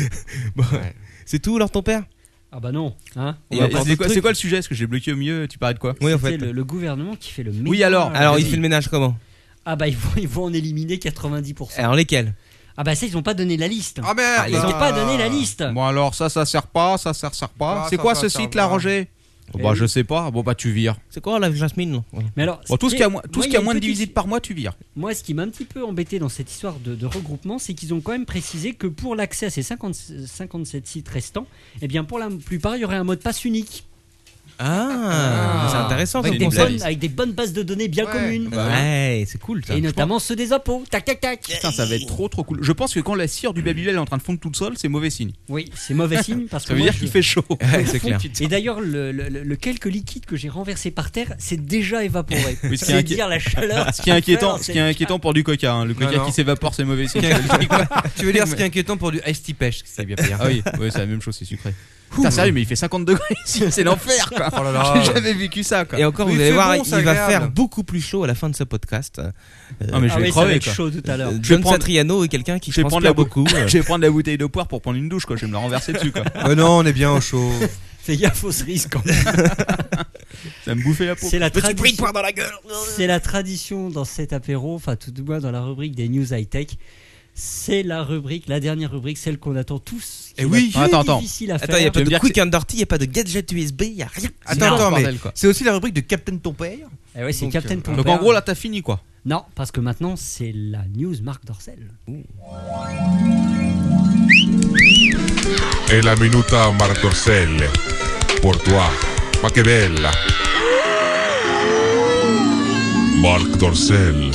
Speaker 6: Bon,
Speaker 3: Ouais.
Speaker 6: C'est tout, alors ton père
Speaker 4: Ah bah non. Hein
Speaker 5: Et
Speaker 6: On va parler
Speaker 5: C'est quoi,
Speaker 6: d'autres
Speaker 5: c'est
Speaker 6: trucs.
Speaker 5: quoi le sujet Est-ce que j'ai bloqué au milieu Tu parlais de quoi
Speaker 6: Oui, en
Speaker 4: C'est
Speaker 6: fait.
Speaker 4: le, le gouvernement qui fait le ménage.
Speaker 5: Oui, alors.
Speaker 6: Alors, il fait le ménage comment
Speaker 4: Ah bah ils vont, ils vont en éliminer 90%.
Speaker 3: Euh.
Speaker 6: Alors, lesquels
Speaker 4: Ah bah ça ils ont pas donné la liste.
Speaker 3: Ah merde
Speaker 4: ils n'ont pas donné
Speaker 5: Ah.
Speaker 4: la liste.
Speaker 5: Bon alors ça ça sert pas, ça ça sert pas.
Speaker 3: Ah,
Speaker 5: c'est
Speaker 3: ça,
Speaker 5: quoi
Speaker 3: ça
Speaker 5: ce
Speaker 3: sert
Speaker 5: site là
Speaker 3: pas.
Speaker 5: Roger
Speaker 4: Eh
Speaker 5: Bah
Speaker 4: oui.
Speaker 5: je sais pas. Bon bah tu vires.
Speaker 6: C'est quoi la Jasmine là
Speaker 4: Mais alors,
Speaker 5: Bon tout ce
Speaker 4: et-
Speaker 5: qui a moins, tout
Speaker 4: moi,
Speaker 5: ce
Speaker 4: il
Speaker 5: qui
Speaker 4: y
Speaker 5: a
Speaker 4: une
Speaker 5: moins de
Speaker 4: petite- Eh
Speaker 5: divisites par mois tu vires.
Speaker 4: Moi, ce qui m'a un petit peu embêté dans cette histoire de, de regroupement, c'est qu'ils ont quand même précisé que pour l'accès à ces 50 57 sites restants, eh bien pour la plupart, il y aurait un mot de passe unique.
Speaker 6: Ah,
Speaker 3: Ah.
Speaker 6: c'est intéressant
Speaker 4: Avec
Speaker 6: comme
Speaker 4: des,
Speaker 6: concept.
Speaker 4: bonnes, avec des bonnes bases de données bien
Speaker 3: Ouais.
Speaker 4: communes.
Speaker 6: Ouais, c'est cool ça.
Speaker 4: Et notamment ceux des impôts. Tac, tac, tac.
Speaker 5: Putain, ça va être trop trop cool. Je pense que quand la cire du Babybel est en train de fondre toute seule, c'est mauvais signe.
Speaker 4: Oui, c'est mauvais signe parce que.
Speaker 5: Ça veut
Speaker 4: moi,
Speaker 5: dire
Speaker 4: je-
Speaker 5: qu'il fait chaud.
Speaker 6: Ouais, c'est clair.
Speaker 4: Et d'ailleurs, le, le- le quelques liquide que j'ai renversé par terre s'est déjà évaporé.
Speaker 5: Oui, ce qui est
Speaker 4: c'est
Speaker 5: inquié-
Speaker 4: dire la chaleur.
Speaker 5: Ce qui est inquiétant,
Speaker 4: c'est-
Speaker 5: ce qui est inquiétant pour du coca. hein. Le coca
Speaker 3: Non, non.
Speaker 5: qui s'évapore, c'est mauvais signe.
Speaker 3: tu veux dire ce qui est inquiétant pour du ice tea pêche, c'est bien payé.
Speaker 5: Ah oui, ouais, c'est la même chose, c'est sucré. Putain, sérieux, mais il fait 50 degrés ici, c'est l'enfer quoi.
Speaker 3: Oh
Speaker 4: Ah
Speaker 5: J'ai jamais vécu ça quoi.
Speaker 6: Et encore,
Speaker 3: Mais
Speaker 6: vous
Speaker 3: il
Speaker 6: allez
Speaker 3: fait
Speaker 6: voir,
Speaker 3: bon,
Speaker 6: il
Speaker 3: c'est
Speaker 6: va
Speaker 3: agréable.
Speaker 6: faire beaucoup plus chaud à la fin de ce podcast. Euh,
Speaker 5: Non, mais je
Speaker 4: Ah
Speaker 5: vais
Speaker 4: oui, ça va
Speaker 5: crever
Speaker 4: être
Speaker 5: quoi.
Speaker 4: chaud tout à l'heure.
Speaker 6: euh,
Speaker 5: Je vais
Speaker 6: John
Speaker 5: prendre-
Speaker 6: Satriano est quelqu'un qui
Speaker 5: Je vais prendre la
Speaker 6: transpire
Speaker 5: boucle.
Speaker 6: beaucoup. euh,
Speaker 5: Je vais prendre la bouteille de poire pour prendre une douche quoi, je vais me la renverser dessus quoi.
Speaker 3: non, on est bien au chaud.
Speaker 4: Fais gaffe au cerises quand même.
Speaker 5: Ça va me bouffer la peau.
Speaker 4: C'est la tradition. C'est la tradition dans cet apéro, enfin tout du moins dans la rubrique des news high tech. C'est la rubrique, la dernière rubrique, celle qu'on attend tous. qui
Speaker 3: Eh
Speaker 4: va
Speaker 3: oui.
Speaker 4: être
Speaker 5: Attends, attends.
Speaker 4: difficile à
Speaker 6: Attends, il n'y a
Speaker 4: faire.
Speaker 6: pas
Speaker 5: Tu veux me
Speaker 6: de
Speaker 5: dire
Speaker 6: quick and dirty, il n'y a pas de gadget USB, il n'y a rien.
Speaker 5: un
Speaker 3: Attends, attends, mais
Speaker 5: bordel, quoi.
Speaker 3: c'est aussi la rubrique de Captain Ton Père.
Speaker 4: Eh ouais, c'est
Speaker 3: Donc,
Speaker 4: Captain
Speaker 3: euh,
Speaker 4: Pompère.
Speaker 5: Donc en gros là t'as fini quoi.
Speaker 4: Non, parce que maintenant c'est la news Marc Dorcel.
Speaker 8: E la minuta Mardorselle. Pour toi. Ma che bella. Marc Dorcel.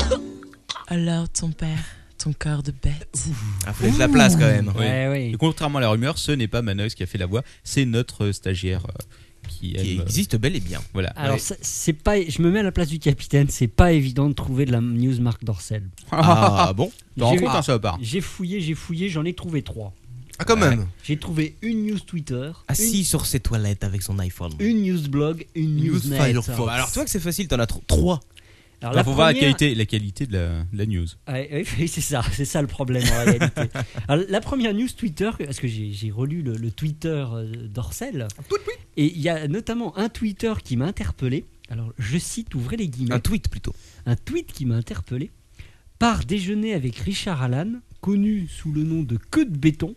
Speaker 13: Alors, ton père, ton corps de bête.
Speaker 6: Ah, faut laisser la place quand même.
Speaker 5: Oui.
Speaker 4: Ouais, oui.
Speaker 5: Et contrairement à la rumeur, ce n'est pas Manox qui a fait la voix, c'est notre euh, stagiaire euh, qui,
Speaker 6: Qui
Speaker 5: aime, euh,
Speaker 6: existe bel et bien.
Speaker 5: Voilà. Ah,
Speaker 4: Alors
Speaker 5: Ouais.
Speaker 4: ça- c'est pas, je me mets à la place du capitaine, c'est pas évident de trouver de la news Marc Dorcel.
Speaker 6: Ah bon
Speaker 5: Tu te rends
Speaker 4: J'ai-
Speaker 5: compte, hein, ça va pas.
Speaker 4: J'ai fouillé, j'ai fouillé, j'en ai trouvé trois.
Speaker 3: Ah, quand même.
Speaker 4: J'ai trouvé une news Twitter,
Speaker 6: Assis sur ses toilettes avec son iPhone.
Speaker 4: une, une news blog, une
Speaker 3: News
Speaker 4: news, net.
Speaker 3: Firefox.
Speaker 6: Bah, Alors tu vois que c'est facile, t'en as tro- trois.
Speaker 4: Alors,
Speaker 5: Il Bah, faut voir la
Speaker 4: première-
Speaker 5: qualité, la qualité de la, de la news.
Speaker 4: Ouais, ouais, Ah, oui, c'est ça, c'est ça le problème en réalité. Alors, la première news Twitter, parce que j'ai j'ai relu le, le Twitter euh, d'Orcel, et il y a notamment un Twitter qui m'a interpellé. Alors, je cite, ouvrez les guillemets,
Speaker 6: Un tweet plutôt.
Speaker 4: un tweet qui m'a interpellé. Par déjeuner avec Richard Allan, connu sous le nom de queue de béton,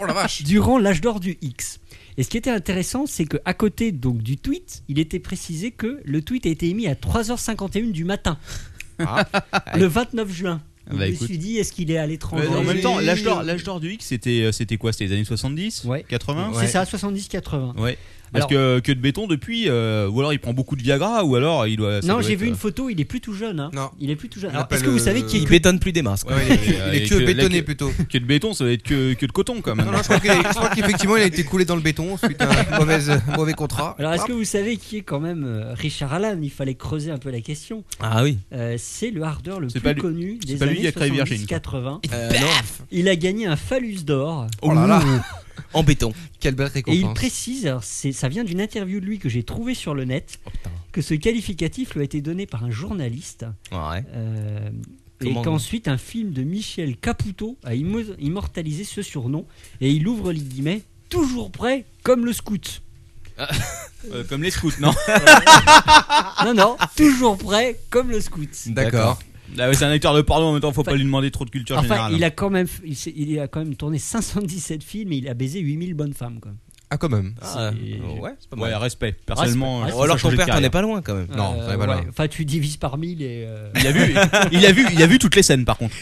Speaker 3: Oh la vache.
Speaker 4: durant l'âge d'or du X. Et ce qui était intéressant, c'est que à côté donc du tweet, il était précisé que le tweet a été émis à 3h51 du matin, le 29 juin.
Speaker 5: Ah bah,
Speaker 4: je me
Speaker 5: écoute.
Speaker 4: suis dit, est-ce qu'il est à l'étranger
Speaker 5: en même temps,
Speaker 3: oui.
Speaker 5: l'âge d'or, l'âge d'or du X, c'était, euh, c'était quoi C'était les années 70
Speaker 4: Ouais.
Speaker 5: 80
Speaker 4: C'est ça, 70-80.
Speaker 5: Ouais. Parce que que de béton depuis, euh, ou alors il prend beaucoup de Viagra, ou alors il doit. ça
Speaker 4: Non,
Speaker 5: doit
Speaker 4: j'ai
Speaker 5: être,
Speaker 4: vu
Speaker 5: euh,
Speaker 4: une photo, il est plus tout jeune. hein.
Speaker 3: Non.
Speaker 4: Il est plus tout jeune.
Speaker 3: On
Speaker 4: Alors,
Speaker 3: l'appelle,
Speaker 4: est-ce que vous savez qui est
Speaker 6: Il bétonne plus des masses. quoi.
Speaker 3: Ouais, il est- il
Speaker 5: euh,
Speaker 3: est
Speaker 5: et
Speaker 3: que
Speaker 5: que-
Speaker 3: bétonné
Speaker 5: que-
Speaker 3: plutôt.
Speaker 5: Que de béton, ça va être que, que de coton quand même.
Speaker 3: Non, non, je crois qu'il est- je crois qu'effectivement il a été coulé dans le béton suite à un mauvaise- mauvais contrat. Ah,
Speaker 4: Alors, est-ce que vous savez qui est quand même euh, Richard Allan Il fallait creuser un peu la question.
Speaker 6: Ah oui.
Speaker 4: Euh, c'est le hardeur le
Speaker 5: C'est
Speaker 4: plus
Speaker 5: pas lui-
Speaker 4: connu
Speaker 5: c'est
Speaker 4: des
Speaker 5: pas lui qui
Speaker 4: années
Speaker 5: a créé Virgin,
Speaker 4: 70-80.
Speaker 6: Euh, non,
Speaker 4: Il a gagné un phallus d'or.
Speaker 3: Oh là là,
Speaker 6: en béton.
Speaker 3: quelle belle
Speaker 4: Et il
Speaker 3: récompense.
Speaker 4: précise, alors c'est- ça vient d'une interview de lui que j'ai trouvée sur le net,
Speaker 6: Oh, putain.
Speaker 4: que ce qualificatif lui a été donné par un journaliste
Speaker 6: Ouais.
Speaker 4: euh, et
Speaker 6: Comment-
Speaker 4: qu'ensuite un film de Michel Caputo a immo- immortalisé ce surnom et il ouvre les guillemets toujours prêt comme le scout.
Speaker 5: Euh, comme les scouts, non
Speaker 4: Non non, toujours prêt comme le scout.
Speaker 3: D'accord.
Speaker 5: Ah ouais, C'est un acteur de porno en même temps, faut pas lui demander trop de culture
Speaker 4: Enfin,
Speaker 5: générale. hein.
Speaker 4: il a quand même f- il, s'est- il a quand même tourné 517 films et il a baisé 8000 bonnes femmes quoi.
Speaker 3: Ah, quand même.
Speaker 6: Ah,
Speaker 4: C'est-
Speaker 6: ouais, c'est pas
Speaker 5: Ouais,
Speaker 6: mal.
Speaker 5: respect. Personnellement,
Speaker 4: Respect.
Speaker 5: je
Speaker 6: Ou
Speaker 5: pense
Speaker 6: alors
Speaker 5: à changer
Speaker 6: ton père,
Speaker 5: de
Speaker 6: t'en es
Speaker 5: carrière.
Speaker 6: pas loin quand même.
Speaker 3: Non, ça va pas loin.
Speaker 4: Euh, Enfin, tu divises par 1000 et euh,
Speaker 5: Il a vu, il a vu, il a vu toutes les scènes par contre.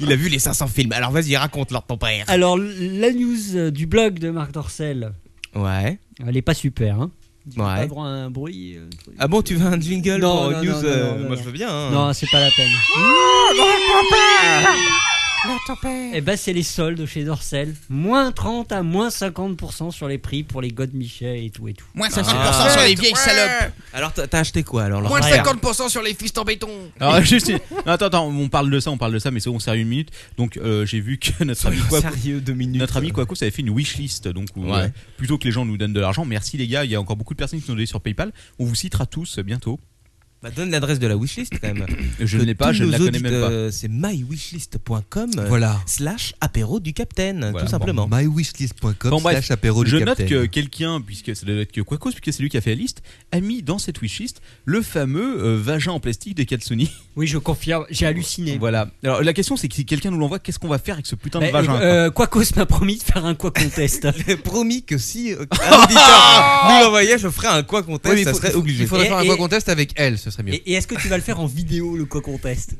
Speaker 6: Il a vu les 500 films. Alors vas-y, raconte leur ton père.
Speaker 4: Alors, la news euh, du blog de Marc Dorcel,
Speaker 6: Ouais.
Speaker 4: elle est pas super. Hein. Tu peux
Speaker 6: Ouais.
Speaker 4: pas avoir un bruit. euh, un truc.
Speaker 6: Ah bon, tu veux un jingle
Speaker 4: Non,
Speaker 6: pour
Speaker 4: non,
Speaker 6: news
Speaker 4: non, non,
Speaker 6: euh,
Speaker 4: non,
Speaker 6: Moi,
Speaker 4: non.
Speaker 6: je veux bien. hein.
Speaker 4: Non, c'est pas la peine. Eh ben, c'est les soldes chez Dorcel. Moins 30 à moins 50% sur les prix pour les God Michel et tout et tout.
Speaker 14: Moins
Speaker 6: Ah.
Speaker 14: 50% sur les vieilles salopes.
Speaker 6: Alors, t'as t'as acheté quoi alors
Speaker 14: Moins de
Speaker 4: Rien.
Speaker 14: 50% sur les fistes en béton.
Speaker 5: Alors, Ah, juste, non, attends, attends, on parle de ça, on parle de ça, mais c'est bon, sérieux une minute. Donc, euh, j'ai vu que notre ami Quaco,
Speaker 6: Sérieux, deux minutes.
Speaker 5: notre ami Quaco, ça avait fait une wishlist. Donc, où,
Speaker 6: Ouais.
Speaker 5: euh, plutôt que les gens nous donnent de l'argent, merci les gars, il y a encore beaucoup de personnes qui nous ont donné sur PayPal. On vous citera tous euh, bientôt.
Speaker 6: Bah, donne l'adresse de la wishlist quand même.
Speaker 5: Je
Speaker 6: Que
Speaker 5: ne l'ai pas,
Speaker 6: tous
Speaker 5: je ne
Speaker 6: nos
Speaker 5: la connais
Speaker 6: auditeurs,
Speaker 5: même pas.
Speaker 6: euh, C'est mywishlist.com euh,
Speaker 3: Voilà.
Speaker 6: slash apéro du capitaine,
Speaker 5: Voilà,
Speaker 6: tout simplement.
Speaker 3: mywishlist.com
Speaker 5: Bon, bref,
Speaker 3: slash apéro du
Speaker 5: Je note
Speaker 3: Capitaine.
Speaker 5: que quelqu'un, puisque ça doit être que Quacos, puisque c'est lui qui a fait la liste, a mis dans cette wishlist le fameux euh, vagin en plastique des Katsuni.
Speaker 4: Oui, je confirme, j'ai halluciné.
Speaker 5: voilà. Alors la question c'est que si quelqu'un nous l'envoie, qu'est-ce qu'on va faire avec ce putain de
Speaker 4: Mais,
Speaker 5: vagin
Speaker 4: euh, Quacos m'a promis de faire un quoi contest.
Speaker 6: J'ai promis que si euh, un auditeur nous l'envoyait, je ferais un quoi qu'on teste,
Speaker 3: Oui, mais
Speaker 6: ça
Speaker 3: faut-
Speaker 6: serait
Speaker 3: faut-
Speaker 6: obligé.
Speaker 3: Il faudrait
Speaker 4: Et-
Speaker 3: faire un
Speaker 4: et-
Speaker 3: contest avec elle, ce serait mieux.
Speaker 4: et et est-ce que tu vas le faire en vidéo, le quoi contest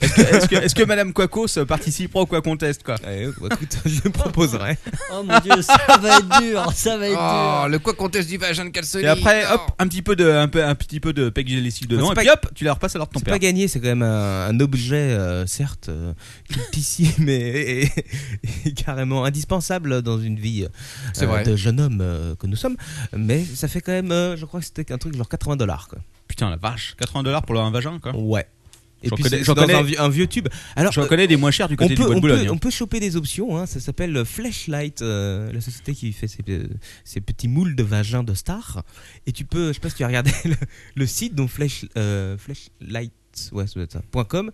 Speaker 5: Est-ce que, est-ce que- est-ce que Madame Quacos participera au Quacontest quoi
Speaker 6: Ouais, bah, écoute, je le proposerai.
Speaker 4: Oh mon dieu, ça va être dur, ça va être
Speaker 15: Oh,
Speaker 4: dur.
Speaker 15: le quoi conteste du vagin de
Speaker 3: Euh,
Speaker 15: Calzoni.
Speaker 5: Et après,
Speaker 15: non.
Speaker 5: hop, un petit peu de, un peu, un petit peu de pec gélésique dedans, et
Speaker 6: c'est
Speaker 5: puis hop, tu la repasses à l'heure de ton
Speaker 6: C'est
Speaker 5: père.
Speaker 6: pas gagné, c'est quand même un, un objet, euh, certes, euh, cultissime mais et- et- et carrément indispensable dans une vie euh,
Speaker 15: C'est vrai.
Speaker 6: de jeune homme euh, que nous sommes. Mais ça fait quand même, euh, je crois que c'était un truc genre 80 dollars. quoi.
Speaker 5: Putain la vache, 80 dollars pour un vagin quoi.
Speaker 6: Ouais. Et
Speaker 5: J'en
Speaker 6: puis
Speaker 5: connais-
Speaker 6: c'est-
Speaker 5: j'en
Speaker 6: c'est dans
Speaker 5: connais.
Speaker 6: un, vieux- un vieux tube. Alors,
Speaker 5: Je
Speaker 6: euh,
Speaker 5: reconnais des moins chers du
Speaker 6: on
Speaker 5: côté
Speaker 6: peut,
Speaker 5: du bois
Speaker 6: on,
Speaker 5: de
Speaker 6: peut,
Speaker 5: Boulogne. hein.
Speaker 6: on peut choper des options, hein. ça s'appelle euh, Fleshlight, euh, la société qui fait ces, euh, ces petits moules de vagin de stars. Et tu peux, je sais pas si tu as regardé le, le site, donc Flesh, euh, Fleshlight. ouais, ça doit être ça, point .com,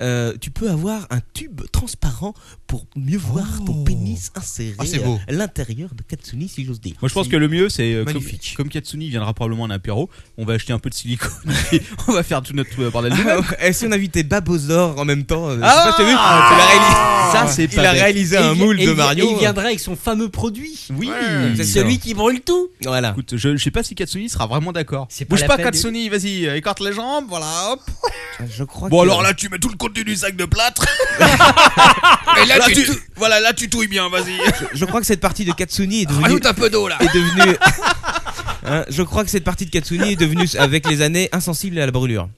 Speaker 6: Euh, tu peux avoir un tube transparent pour mieux voir
Speaker 5: Oh.
Speaker 6: ton pénis inséré
Speaker 3: Ah, c'est
Speaker 6: euh,
Speaker 3: beau.
Speaker 6: à l'intérieur de Katsuni, si j'ose dire.
Speaker 5: Moi je pense que le mieux c'est euh, comme,
Speaker 3: Magnifique.
Speaker 5: comme Katsuni viendra probablement à un apéro, on va acheter un peu de silicone et on va faire tout notre tout, euh, bordel de
Speaker 6: Ah, Et si on invitait Babozor en même temps,
Speaker 5: Ah
Speaker 6: euh, je sais pas si t'as vu, il a réalisé-
Speaker 5: Ça, c'est
Speaker 6: il
Speaker 5: pas
Speaker 6: a
Speaker 5: bête.
Speaker 6: réalisé un
Speaker 4: Et il-
Speaker 6: moule
Speaker 4: et
Speaker 6: de
Speaker 4: il-
Speaker 6: Mario.
Speaker 4: et il viendra avec son fameux produit.
Speaker 5: Oui,
Speaker 6: C'est
Speaker 4: Celui qui brûle tout.
Speaker 6: Voilà.
Speaker 5: Écoute, je, je sais pas si Katsuni sera vraiment d'accord.
Speaker 4: C'est pas
Speaker 5: Bouge
Speaker 4: la
Speaker 5: pas,
Speaker 4: peine de-
Speaker 5: Katsuni, vas-y, euh, écarte les jambes, voilà, hop.
Speaker 6: Je crois
Speaker 5: Bon,
Speaker 6: que-
Speaker 5: alors là, tu mets tout le contenu du sac de plâtre.
Speaker 14: Ah,
Speaker 15: Mais là,
Speaker 5: Là,
Speaker 15: tu,
Speaker 5: tu-
Speaker 15: tou-
Speaker 5: voilà, là, tu touilles bien, vas-y.
Speaker 6: Je crois que cette partie de Katsuni est devenue.
Speaker 15: rajoute un peu d'eau là.
Speaker 6: est devenue- Hein, je crois que cette partie de Katsuni est devenue, avec les années, insensible à la brûlure.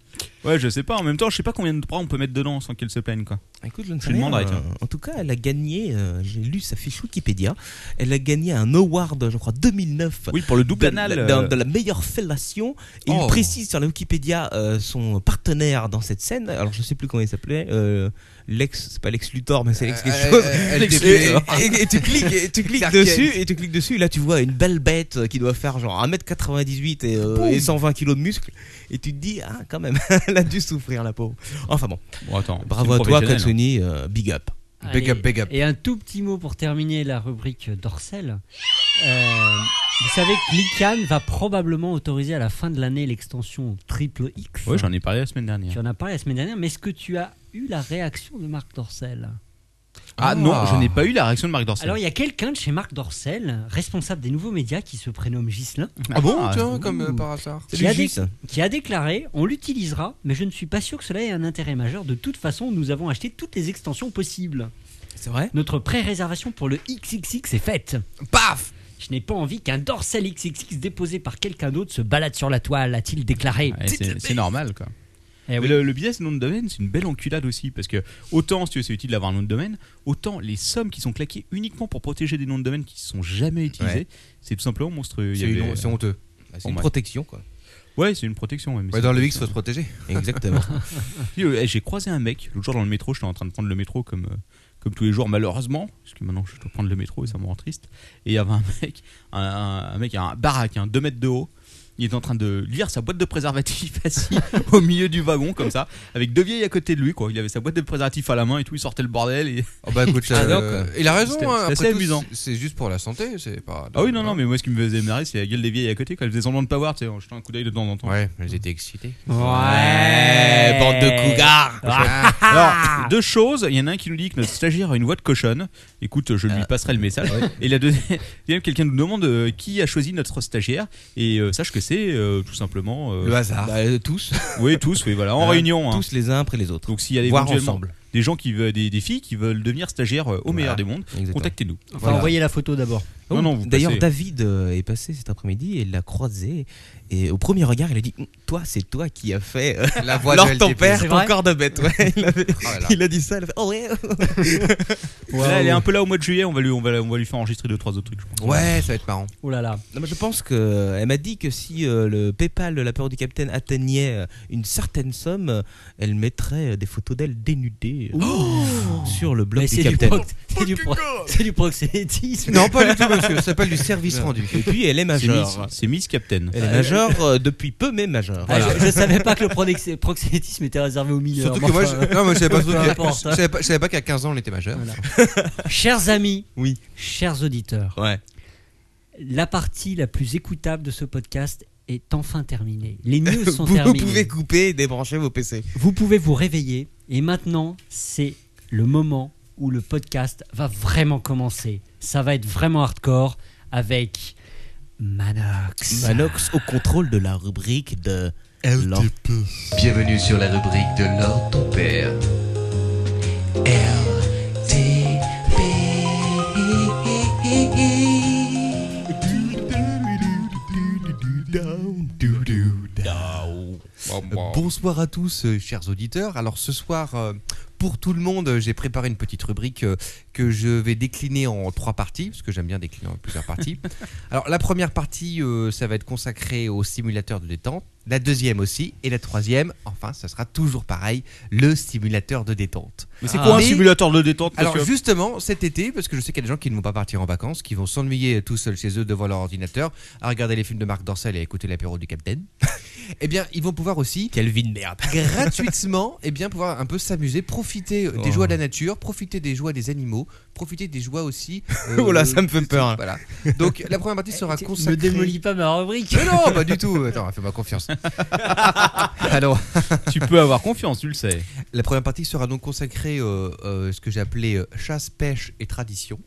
Speaker 5: Ouais, je sais pas, en même temps, je sais pas combien de bras on peut mettre dedans sans qu'elle se plaigne, quoi.
Speaker 6: Écoute, je ne
Speaker 5: Je lui demanderai,
Speaker 6: rien.
Speaker 15: hein.
Speaker 5: tiens.
Speaker 6: En tout cas, elle a gagné, euh, j'ai lu sa fiche Wikipédia, elle a gagné un award, je crois, 2009.
Speaker 5: Oui, pour le double
Speaker 6: de,
Speaker 5: anal.
Speaker 6: la-
Speaker 5: Bah, euh,
Speaker 6: de- de la meilleure fellation. Et
Speaker 5: Oh.
Speaker 6: Il précise sur la Wikipédia euh, son partenaire dans cette scène. Alors je sais plus comment il s'appelait. euh, l'ex, c'est pas l'ex Luthor, mais c'est l'ex quelque
Speaker 15: Euh,
Speaker 6: chose.
Speaker 15: euh,
Speaker 6: Lex-
Speaker 15: LDP.
Speaker 6: et, et- et tu cliques, et tu cliques
Speaker 15: Clark
Speaker 6: dessus,
Speaker 15: Kent.
Speaker 6: et tu cliques dessus. et Là, tu vois une belle bête euh, qui doit faire genre 1m98 et, euh, et 120 kg de muscles. Et tu te dis, ah, quand même, elle a dû souffrir la pauvre. Enfin bon,
Speaker 5: Bon, attends,
Speaker 6: bravo
Speaker 5: c'est
Speaker 6: à toi,
Speaker 5: professionnel. hein.
Speaker 6: Katsuni, euh, big up.
Speaker 4: Allez,
Speaker 3: up, big up.
Speaker 4: Et un tout petit mot pour terminer la rubrique Dorsel. Euh, vous savez que l'ICANN va probablement autoriser à la fin de l'année l'extension triple X.
Speaker 5: Ouais, j'en ai parlé la semaine dernière.
Speaker 4: tu en as parlé la semaine dernière, mais est-ce que tu as eu la réaction de Marc Dorcel
Speaker 5: Ah non, je n'ai pas eu la réaction de Marc Dorcel.
Speaker 4: Alors, il y a quelqu'un de chez Marc Dorcel, responsable des nouveaux médias, qui se prénomme Ghislain,
Speaker 5: Ah bon
Speaker 16: Tiens, comme euh, par hasard.
Speaker 4: qui a,
Speaker 6: Gigi,
Speaker 4: dé-
Speaker 6: ça.
Speaker 4: qui a déclaré On l'utilisera, mais je ne suis pas sûr que cela ait un intérêt majeur. De toute façon, nous avons acheté toutes les extensions possibles.
Speaker 6: C'est vrai
Speaker 4: Notre pré-réservation pour le XXX est faite.
Speaker 15: Paf
Speaker 4: Je n'ai pas envie qu'un dorsal XXX déposé par quelqu'un d'autre se balade sur la toile, a-t-il déclaré.
Speaker 5: Ouais, c'est- C'est normal, quoi.
Speaker 4: Eh
Speaker 5: Mais
Speaker 4: oui.
Speaker 5: le, le business nom de domaine, c'est une belle enculade aussi, parce que autant, si tu veux, c'est utile d'avoir un nom de domaine, autant les sommes qui sont claquées uniquement pour protéger des noms de domaine qui ne sont jamais utilisés,
Speaker 6: Ouais.
Speaker 5: c'est tout simplement monstrueux. Il y
Speaker 3: C'est une-
Speaker 5: avait- euh,
Speaker 3: c'est honteux.
Speaker 6: Bah, C'est une
Speaker 5: Ouais.
Speaker 6: protection, quoi.
Speaker 5: Ouais, c'est une protection. ouais, mais
Speaker 3: Ouais,
Speaker 5: c'est-
Speaker 3: dans le X, faut se protéger.
Speaker 6: Exactement.
Speaker 5: Puis, euh, J'ai croisé un mec l'autre jour dans le métro, j'étais en train de prendre le métro comme, euh, comme tous les jours, malheureusement, parce que maintenant je dois prendre le métro et ça me rend triste. Et il y avait un mec, un, un- un mec, un baraque, un 2 mètres de haut. Il était en train de lire sa boîte de préservatifs assis au milieu du wagon, comme ça, avec deux vieilles à côté de lui. Quoi. Il avait sa boîte de préservatifs à la main et tout, il sortait le bordel. Et...
Speaker 3: Oh bah écoute,
Speaker 5: Ah,
Speaker 3: euh,
Speaker 5: donc,
Speaker 3: il a raison.
Speaker 5: c'était-
Speaker 3: hein,
Speaker 5: c'était
Speaker 3: après
Speaker 5: assez
Speaker 3: tout,
Speaker 5: amusant.
Speaker 3: c'est- C'est juste pour la santé, c'est pas.
Speaker 5: Ah oui, non, non, mais moi ce qui me faisait marrer, c'est la gueule des vieilles à côté. Quand elles faisaient semblant de pas voir, tu sais, en jetant un coup d'œil de temps en temps.
Speaker 3: Ouais, elles étaient excitées.
Speaker 4: Ouais,
Speaker 6: Eh, bande de cougards
Speaker 4: Ah,
Speaker 5: Alors, deux choses. Il y en a un qui nous dit que notre stagiaire a une voix de cochonne. Écoute, je lui passerai le message. Et la deuxième, quelqu'un nous demande euh, qui a choisi notre stagiaire. Et euh, sache que c'est euh, tout simplement. euh,
Speaker 3: Le hasard.
Speaker 6: Bah, euh, tous,
Speaker 5: oui, tous, oui, voilà, en
Speaker 6: Euh,
Speaker 5: réunion. hein.
Speaker 6: tous les uns après les autres.
Speaker 5: Donc, s'il y a
Speaker 6: Voir
Speaker 5: éventuellement
Speaker 6: ensemble.
Speaker 5: des gens qui veulent, des, des filles qui veulent devenir stagiaires euh, au meilleur des mondes,
Speaker 6: Exactement.
Speaker 5: contactez-nous.
Speaker 4: Enfin,
Speaker 3: Voilà.
Speaker 4: envoyez la photo d'abord.
Speaker 5: Non,
Speaker 6: Oh,
Speaker 5: non, vous
Speaker 6: D'ailleurs,
Speaker 5: passez.
Speaker 6: David euh, est passé cet après-midi et l'a croisé. Et au premier regard, il a dit Hum, Toi, c'est toi qui as fait euh,
Speaker 3: La voix
Speaker 6: Lors
Speaker 3: de
Speaker 6: ton
Speaker 3: LTP.
Speaker 6: père,
Speaker 4: C'est
Speaker 6: ton
Speaker 4: vrai
Speaker 6: corps de bête. Ouais, il, avait-
Speaker 3: Oh là là.
Speaker 6: il a dit ça. Il a fait, oh ouais.
Speaker 5: Là, elle est un peu là au mois de juillet. On va lui, on va, on va lui faire enregistrer deux, trois autres trucs. je pense.
Speaker 3: Ouais, ça va être marrant.
Speaker 4: Oh là là.
Speaker 6: Non, mais je pense que euh, elle m'a dit que si euh, le PayPal de la peur du capitaine atteignait euh, une certaine somme, euh, elle mettrait euh, des photos d'elle dénudée euh, sur le blog
Speaker 4: Mais
Speaker 6: du
Speaker 4: c'est du,
Speaker 6: capitaine.
Speaker 4: prox- c'est du pro- c'est du proxénétisme.
Speaker 3: Non, pas du tout, monsieur. Ça s'appelle du service rendu.
Speaker 6: Et puis elle est
Speaker 5: C'est Miss,
Speaker 6: majeure.
Speaker 5: c'est Miss Captain.
Speaker 6: Elle est majeure euh, depuis peu, mais majeure.
Speaker 4: Ah, je, je savais pas que le prodex- proxénétisme était réservé aux mineurs. hein.
Speaker 3: Surtout
Speaker 4: mais
Speaker 3: que moi, je,
Speaker 4: enfin,
Speaker 3: non, moi, je savais pas,
Speaker 4: peu
Speaker 3: surtout que-
Speaker 4: importe, hein.
Speaker 3: je savais pas, je savais pas qu'à 15 ans on était majeur.
Speaker 4: voilà. Chers amis,
Speaker 6: Oui.
Speaker 4: chers auditeurs,
Speaker 6: Ouais.
Speaker 4: la partie la plus écoutable de ce podcast est enfin terminée. Les news sont
Speaker 6: vous, vous
Speaker 4: terminées.
Speaker 6: pouvez couper et débrancher vos PC.
Speaker 4: Vous pouvez vous réveiller et maintenant c'est le moment où le podcast va vraiment commencer. Ça va être vraiment hardcore avec Manox.
Speaker 6: Manox au contrôle de la rubrique de
Speaker 1: LTP.
Speaker 17: Bienvenue sur la rubrique de Lord ton père.
Speaker 2: Bon, bon.
Speaker 3: Euh, Bonsoir à tous, euh, chers auditeurs. Alors ce soir, euh, pour tout le monde, euh, j'ai préparé une petite rubrique euh, que je vais décliner en trois parties, parce que j'aime bien décliner en plusieurs parties. Alors la première partie, euh, ça va être consacré au simulateur de détente. La deuxième aussi, et la troisième, enfin, ça sera toujours pareil, le simulateur de détente.
Speaker 18: Mais
Speaker 5: Ah.
Speaker 18: c'est quoi un
Speaker 3: Mais-
Speaker 18: simulateur de détente parce
Speaker 3: Alors
Speaker 18: que-
Speaker 3: justement, cet été, parce que je sais qu'il y a des gens qui ne vont pas partir en vacances, qui vont s'ennuyer tout seuls chez eux devant leur ordinateur, à regarder les films de Marc Dorcel et à écouter l'apéro du Capitaine, eh bien, ils vont pouvoir aussi...
Speaker 6: Quelle vie de merde.
Speaker 3: gratuitement, eh bien, pouvoir un peu s'amuser, profiter euh, des
Speaker 6: Oh.
Speaker 3: joies de la nature, profiter des joies des animaux, profiter des joies aussi... euh,
Speaker 6: Oh là, ça me fait peur. Eh,
Speaker 3: Voilà. Donc la première partie sera consacrée...
Speaker 4: Ne démolis pas ma rubrique.
Speaker 3: Mais non, pas du tout. Attends, fais-moi confiance. Alors,
Speaker 18: Tu peux avoir confiance, tu le sais.
Speaker 3: la première partie sera donc consacrée euh, euh, ce que j'ai appelé euh, chasse, pêche et tradition.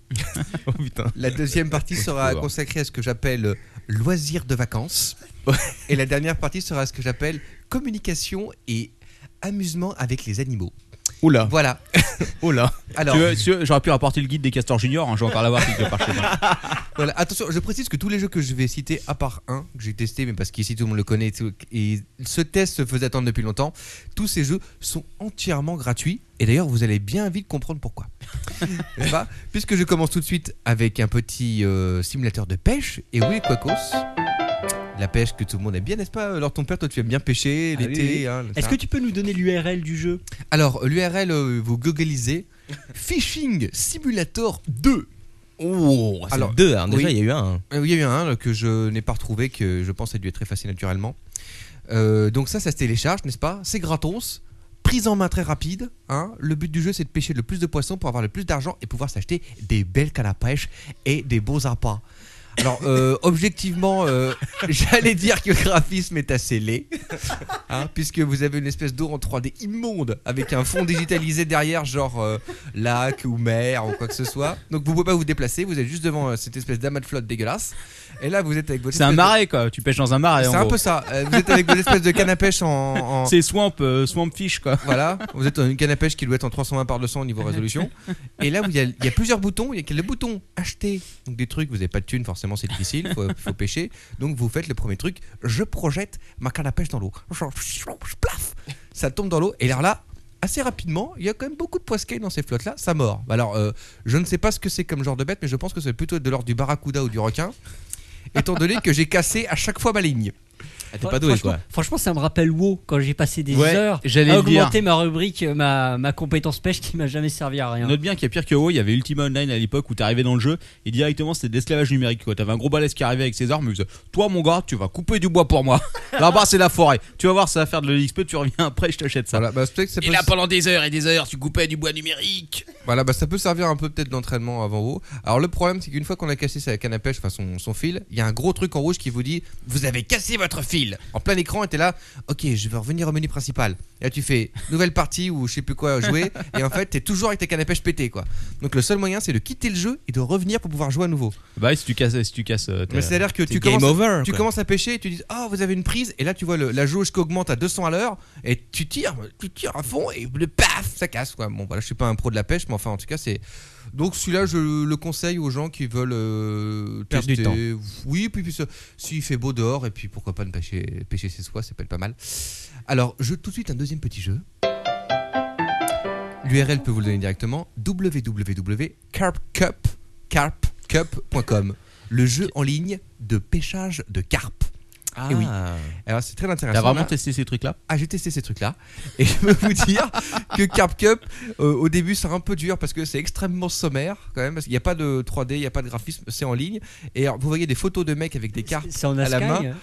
Speaker 6: Oh putain.
Speaker 3: La deuxième partie sera
Speaker 18: secours.
Speaker 3: consacrée à ce que j'appelle euh, loisirs de vacances. Et la dernière partie sera ce que j'appelle communication et amusement avec les animaux.
Speaker 6: Oula,
Speaker 3: Voilà.
Speaker 6: oula.
Speaker 3: Alors,
Speaker 18: Tu veux- tu veux- J'aurais pu rapporter le guide des castors juniors, hein, je vais encore l'avoir quelque part chez moi.
Speaker 3: voilà. attention, je précise que tous les jeux que je vais citer, à part un que j'ai testé, mais parce qu'ici tout le monde le connaît, et tout- et ce test se faisait attendre depuis longtemps, tous ces jeux sont entièrement gratuits. Et d'ailleurs, vous allez bien vite comprendre pourquoi. N'est-ce pas Puisque je commence tout de suite avec un petit euh, simulateur de pêche. Et oui, Quacos la pêche que tout le monde aime bien, n'est-ce pas Alors ton père, toi tu aimes bien pêcher
Speaker 4: Ah oui,
Speaker 3: l'été.
Speaker 4: oui.
Speaker 3: hein,
Speaker 4: Est-ce
Speaker 3: ça.
Speaker 4: que tu peux nous donner l'URL du jeu
Speaker 3: Alors, l'URL, euh, vous googlisez Fishing Simulator 2.
Speaker 6: Oh,
Speaker 3: Alors,
Speaker 6: Alors, deux, hein. déjà
Speaker 3: oui.
Speaker 6: il y a eu un.
Speaker 3: Euh, Il y a eu un là, que je n'ai pas retrouvé, que je pense a dû être effacé naturellement. Euh, donc ça, ça se télécharge, n'est-ce pas C'est gratos, prise en main très rapide. hein. le but du jeu, c'est de pêcher le plus de poissons pour avoir le plus d'argent et pouvoir s'acheter des belles cannes à pêche et des beaux appâts. Alors, euh, objectivement, euh, j'allais dire que le graphisme est assez laid, hein, puisque vous avez une espèce d'eau en 3D immonde avec un fond digitalisé derrière, genre euh, lac ou mer ou quoi que ce soit. Donc, vous pouvez pas vous déplacer, vous êtes juste devant euh, cette espèce d'amas de flotte dégueulasse. Et là, vous êtes avec votre.
Speaker 18: C'est un
Speaker 3: espèce de-
Speaker 18: marais quoi, tu pêches dans un marais. en
Speaker 3: C'est un
Speaker 18: gros.
Speaker 3: peu ça. Euh, Vous êtes avec votre espèce de canne à pêche en. en-
Speaker 18: C'est swamp, euh, swamp fish quoi.
Speaker 3: Voilà, vous êtes dans une canne à pêche qui doit être en 320 par 200 au niveau résolution. Et là, il y, a- il y a plusieurs boutons. Il y a le bouton acheter, donc des trucs, vous n'avez pas de thunes, forcément c'est difficile, il faut, faut pêcher. Donc vous faites le premier truc, je projette ma canne à pêche dans l'eau. Plaf Ça tombe dans l'eau. Et alors là, assez rapidement, il y a quand même beaucoup de poiscailles dans ces flottes-là, ça mord. Alors, euh, je ne sais pas ce que c'est comme genre de bête, mais je pense que c'est plutôt de l'ordre du barracuda ou du requin, étant donné que j'ai cassé à chaque fois ma ligne.
Speaker 6: T'es pas doué
Speaker 4: franchement,
Speaker 6: quoi.
Speaker 4: franchement, ça me rappelle WoW quand j'ai passé des
Speaker 18: Ouais,
Speaker 4: heures
Speaker 18: j'allais
Speaker 4: à
Speaker 18: le dire.
Speaker 4: augmenter ma rubrique, euh, ma, ma compétence pêche qui m'a jamais servi à rien.
Speaker 18: Note bien qu'il y a pire que WoW, il y avait Ultima Online à l'époque où t'arrivais dans le jeu et directement c'était de l'esclavage numérique quoi. T'avais un gros balèze qui arrivait avec ses armes, il faisait Toi mon gars, tu vas couper du bois pour moi. Là-bas c'est la forêt. Tu vas voir, ça va faire de l'XP, tu reviens après, je t'achète ça.
Speaker 3: Voilà, bah, c'est peut-être que ça
Speaker 2: Et
Speaker 3: peut-
Speaker 2: là, pendant des heures et des heures, tu coupais du bois numérique.
Speaker 3: Voilà, bah ça peut servir un peu peut-être d'entraînement avant haut. Alors le problème, c'est qu'une fois qu'on a cassé sa canne à pêche, enfin son, son fil, il y a un gros truc en rouge qui vous dit Vous avez cassé votre fil En plein écran, et t'es là, ok, je vais revenir au menu principal. Et là, tu fais nouvelle partie ou je sais plus quoi jouer, et en fait, t'es toujours avec ta canne à pêche pétée, quoi. Donc le seul moyen, c'est de quitter le jeu et de revenir pour pouvoir jouer à nouveau.
Speaker 18: Bah ouais, si tu casses, si tu casses. euh,
Speaker 3: Mais
Speaker 18: t'as-
Speaker 3: c'est-à-dire que
Speaker 6: C'est
Speaker 3: tu
Speaker 6: game
Speaker 3: commences,
Speaker 6: over.
Speaker 3: tu
Speaker 6: quoi.
Speaker 3: commences à pêcher et tu dis ah vous avez une prise et là tu vois le- la jauge qui augmente à 200 à l'heure et tu tires tu tires à fond et le paf ça casse quoi bon voilà je suis pas un pro de la pêche mais enfin en tout cas c'est donc celui-là je le conseille aux gens qui veulent euh,
Speaker 6: Perdre du
Speaker 3: tester. oui puis puis ça- s'il fait beau dehors et puis pourquoi pas ne pêcher pêcher ses soies ça peut être pas mal alors je tout de suite un deuxième petit jeu l'URL peut vous le donner directement www.carpcup carpcup.com le jeu en ligne de pêchage de carpe.
Speaker 6: Ah,
Speaker 3: Eh oui. Alors c'est très intéressant.
Speaker 18: T'as vraiment
Speaker 3: là.
Speaker 18: testé ces trucs là
Speaker 3: Ah, j'ai testé ces trucs-là. Et je peux vous dire que Carp Cup, euh, au début, c'est un peu dur parce que c'est extrêmement sommaire quand même. Parce qu'il n'y a pas de 3D, il n'y a pas de graphisme, c'est en ligne. Et alors, vous voyez des photos de mecs avec des carpes.
Speaker 4: C'est en
Speaker 3: à la
Speaker 4: Askai,
Speaker 3: main.
Speaker 4: euh,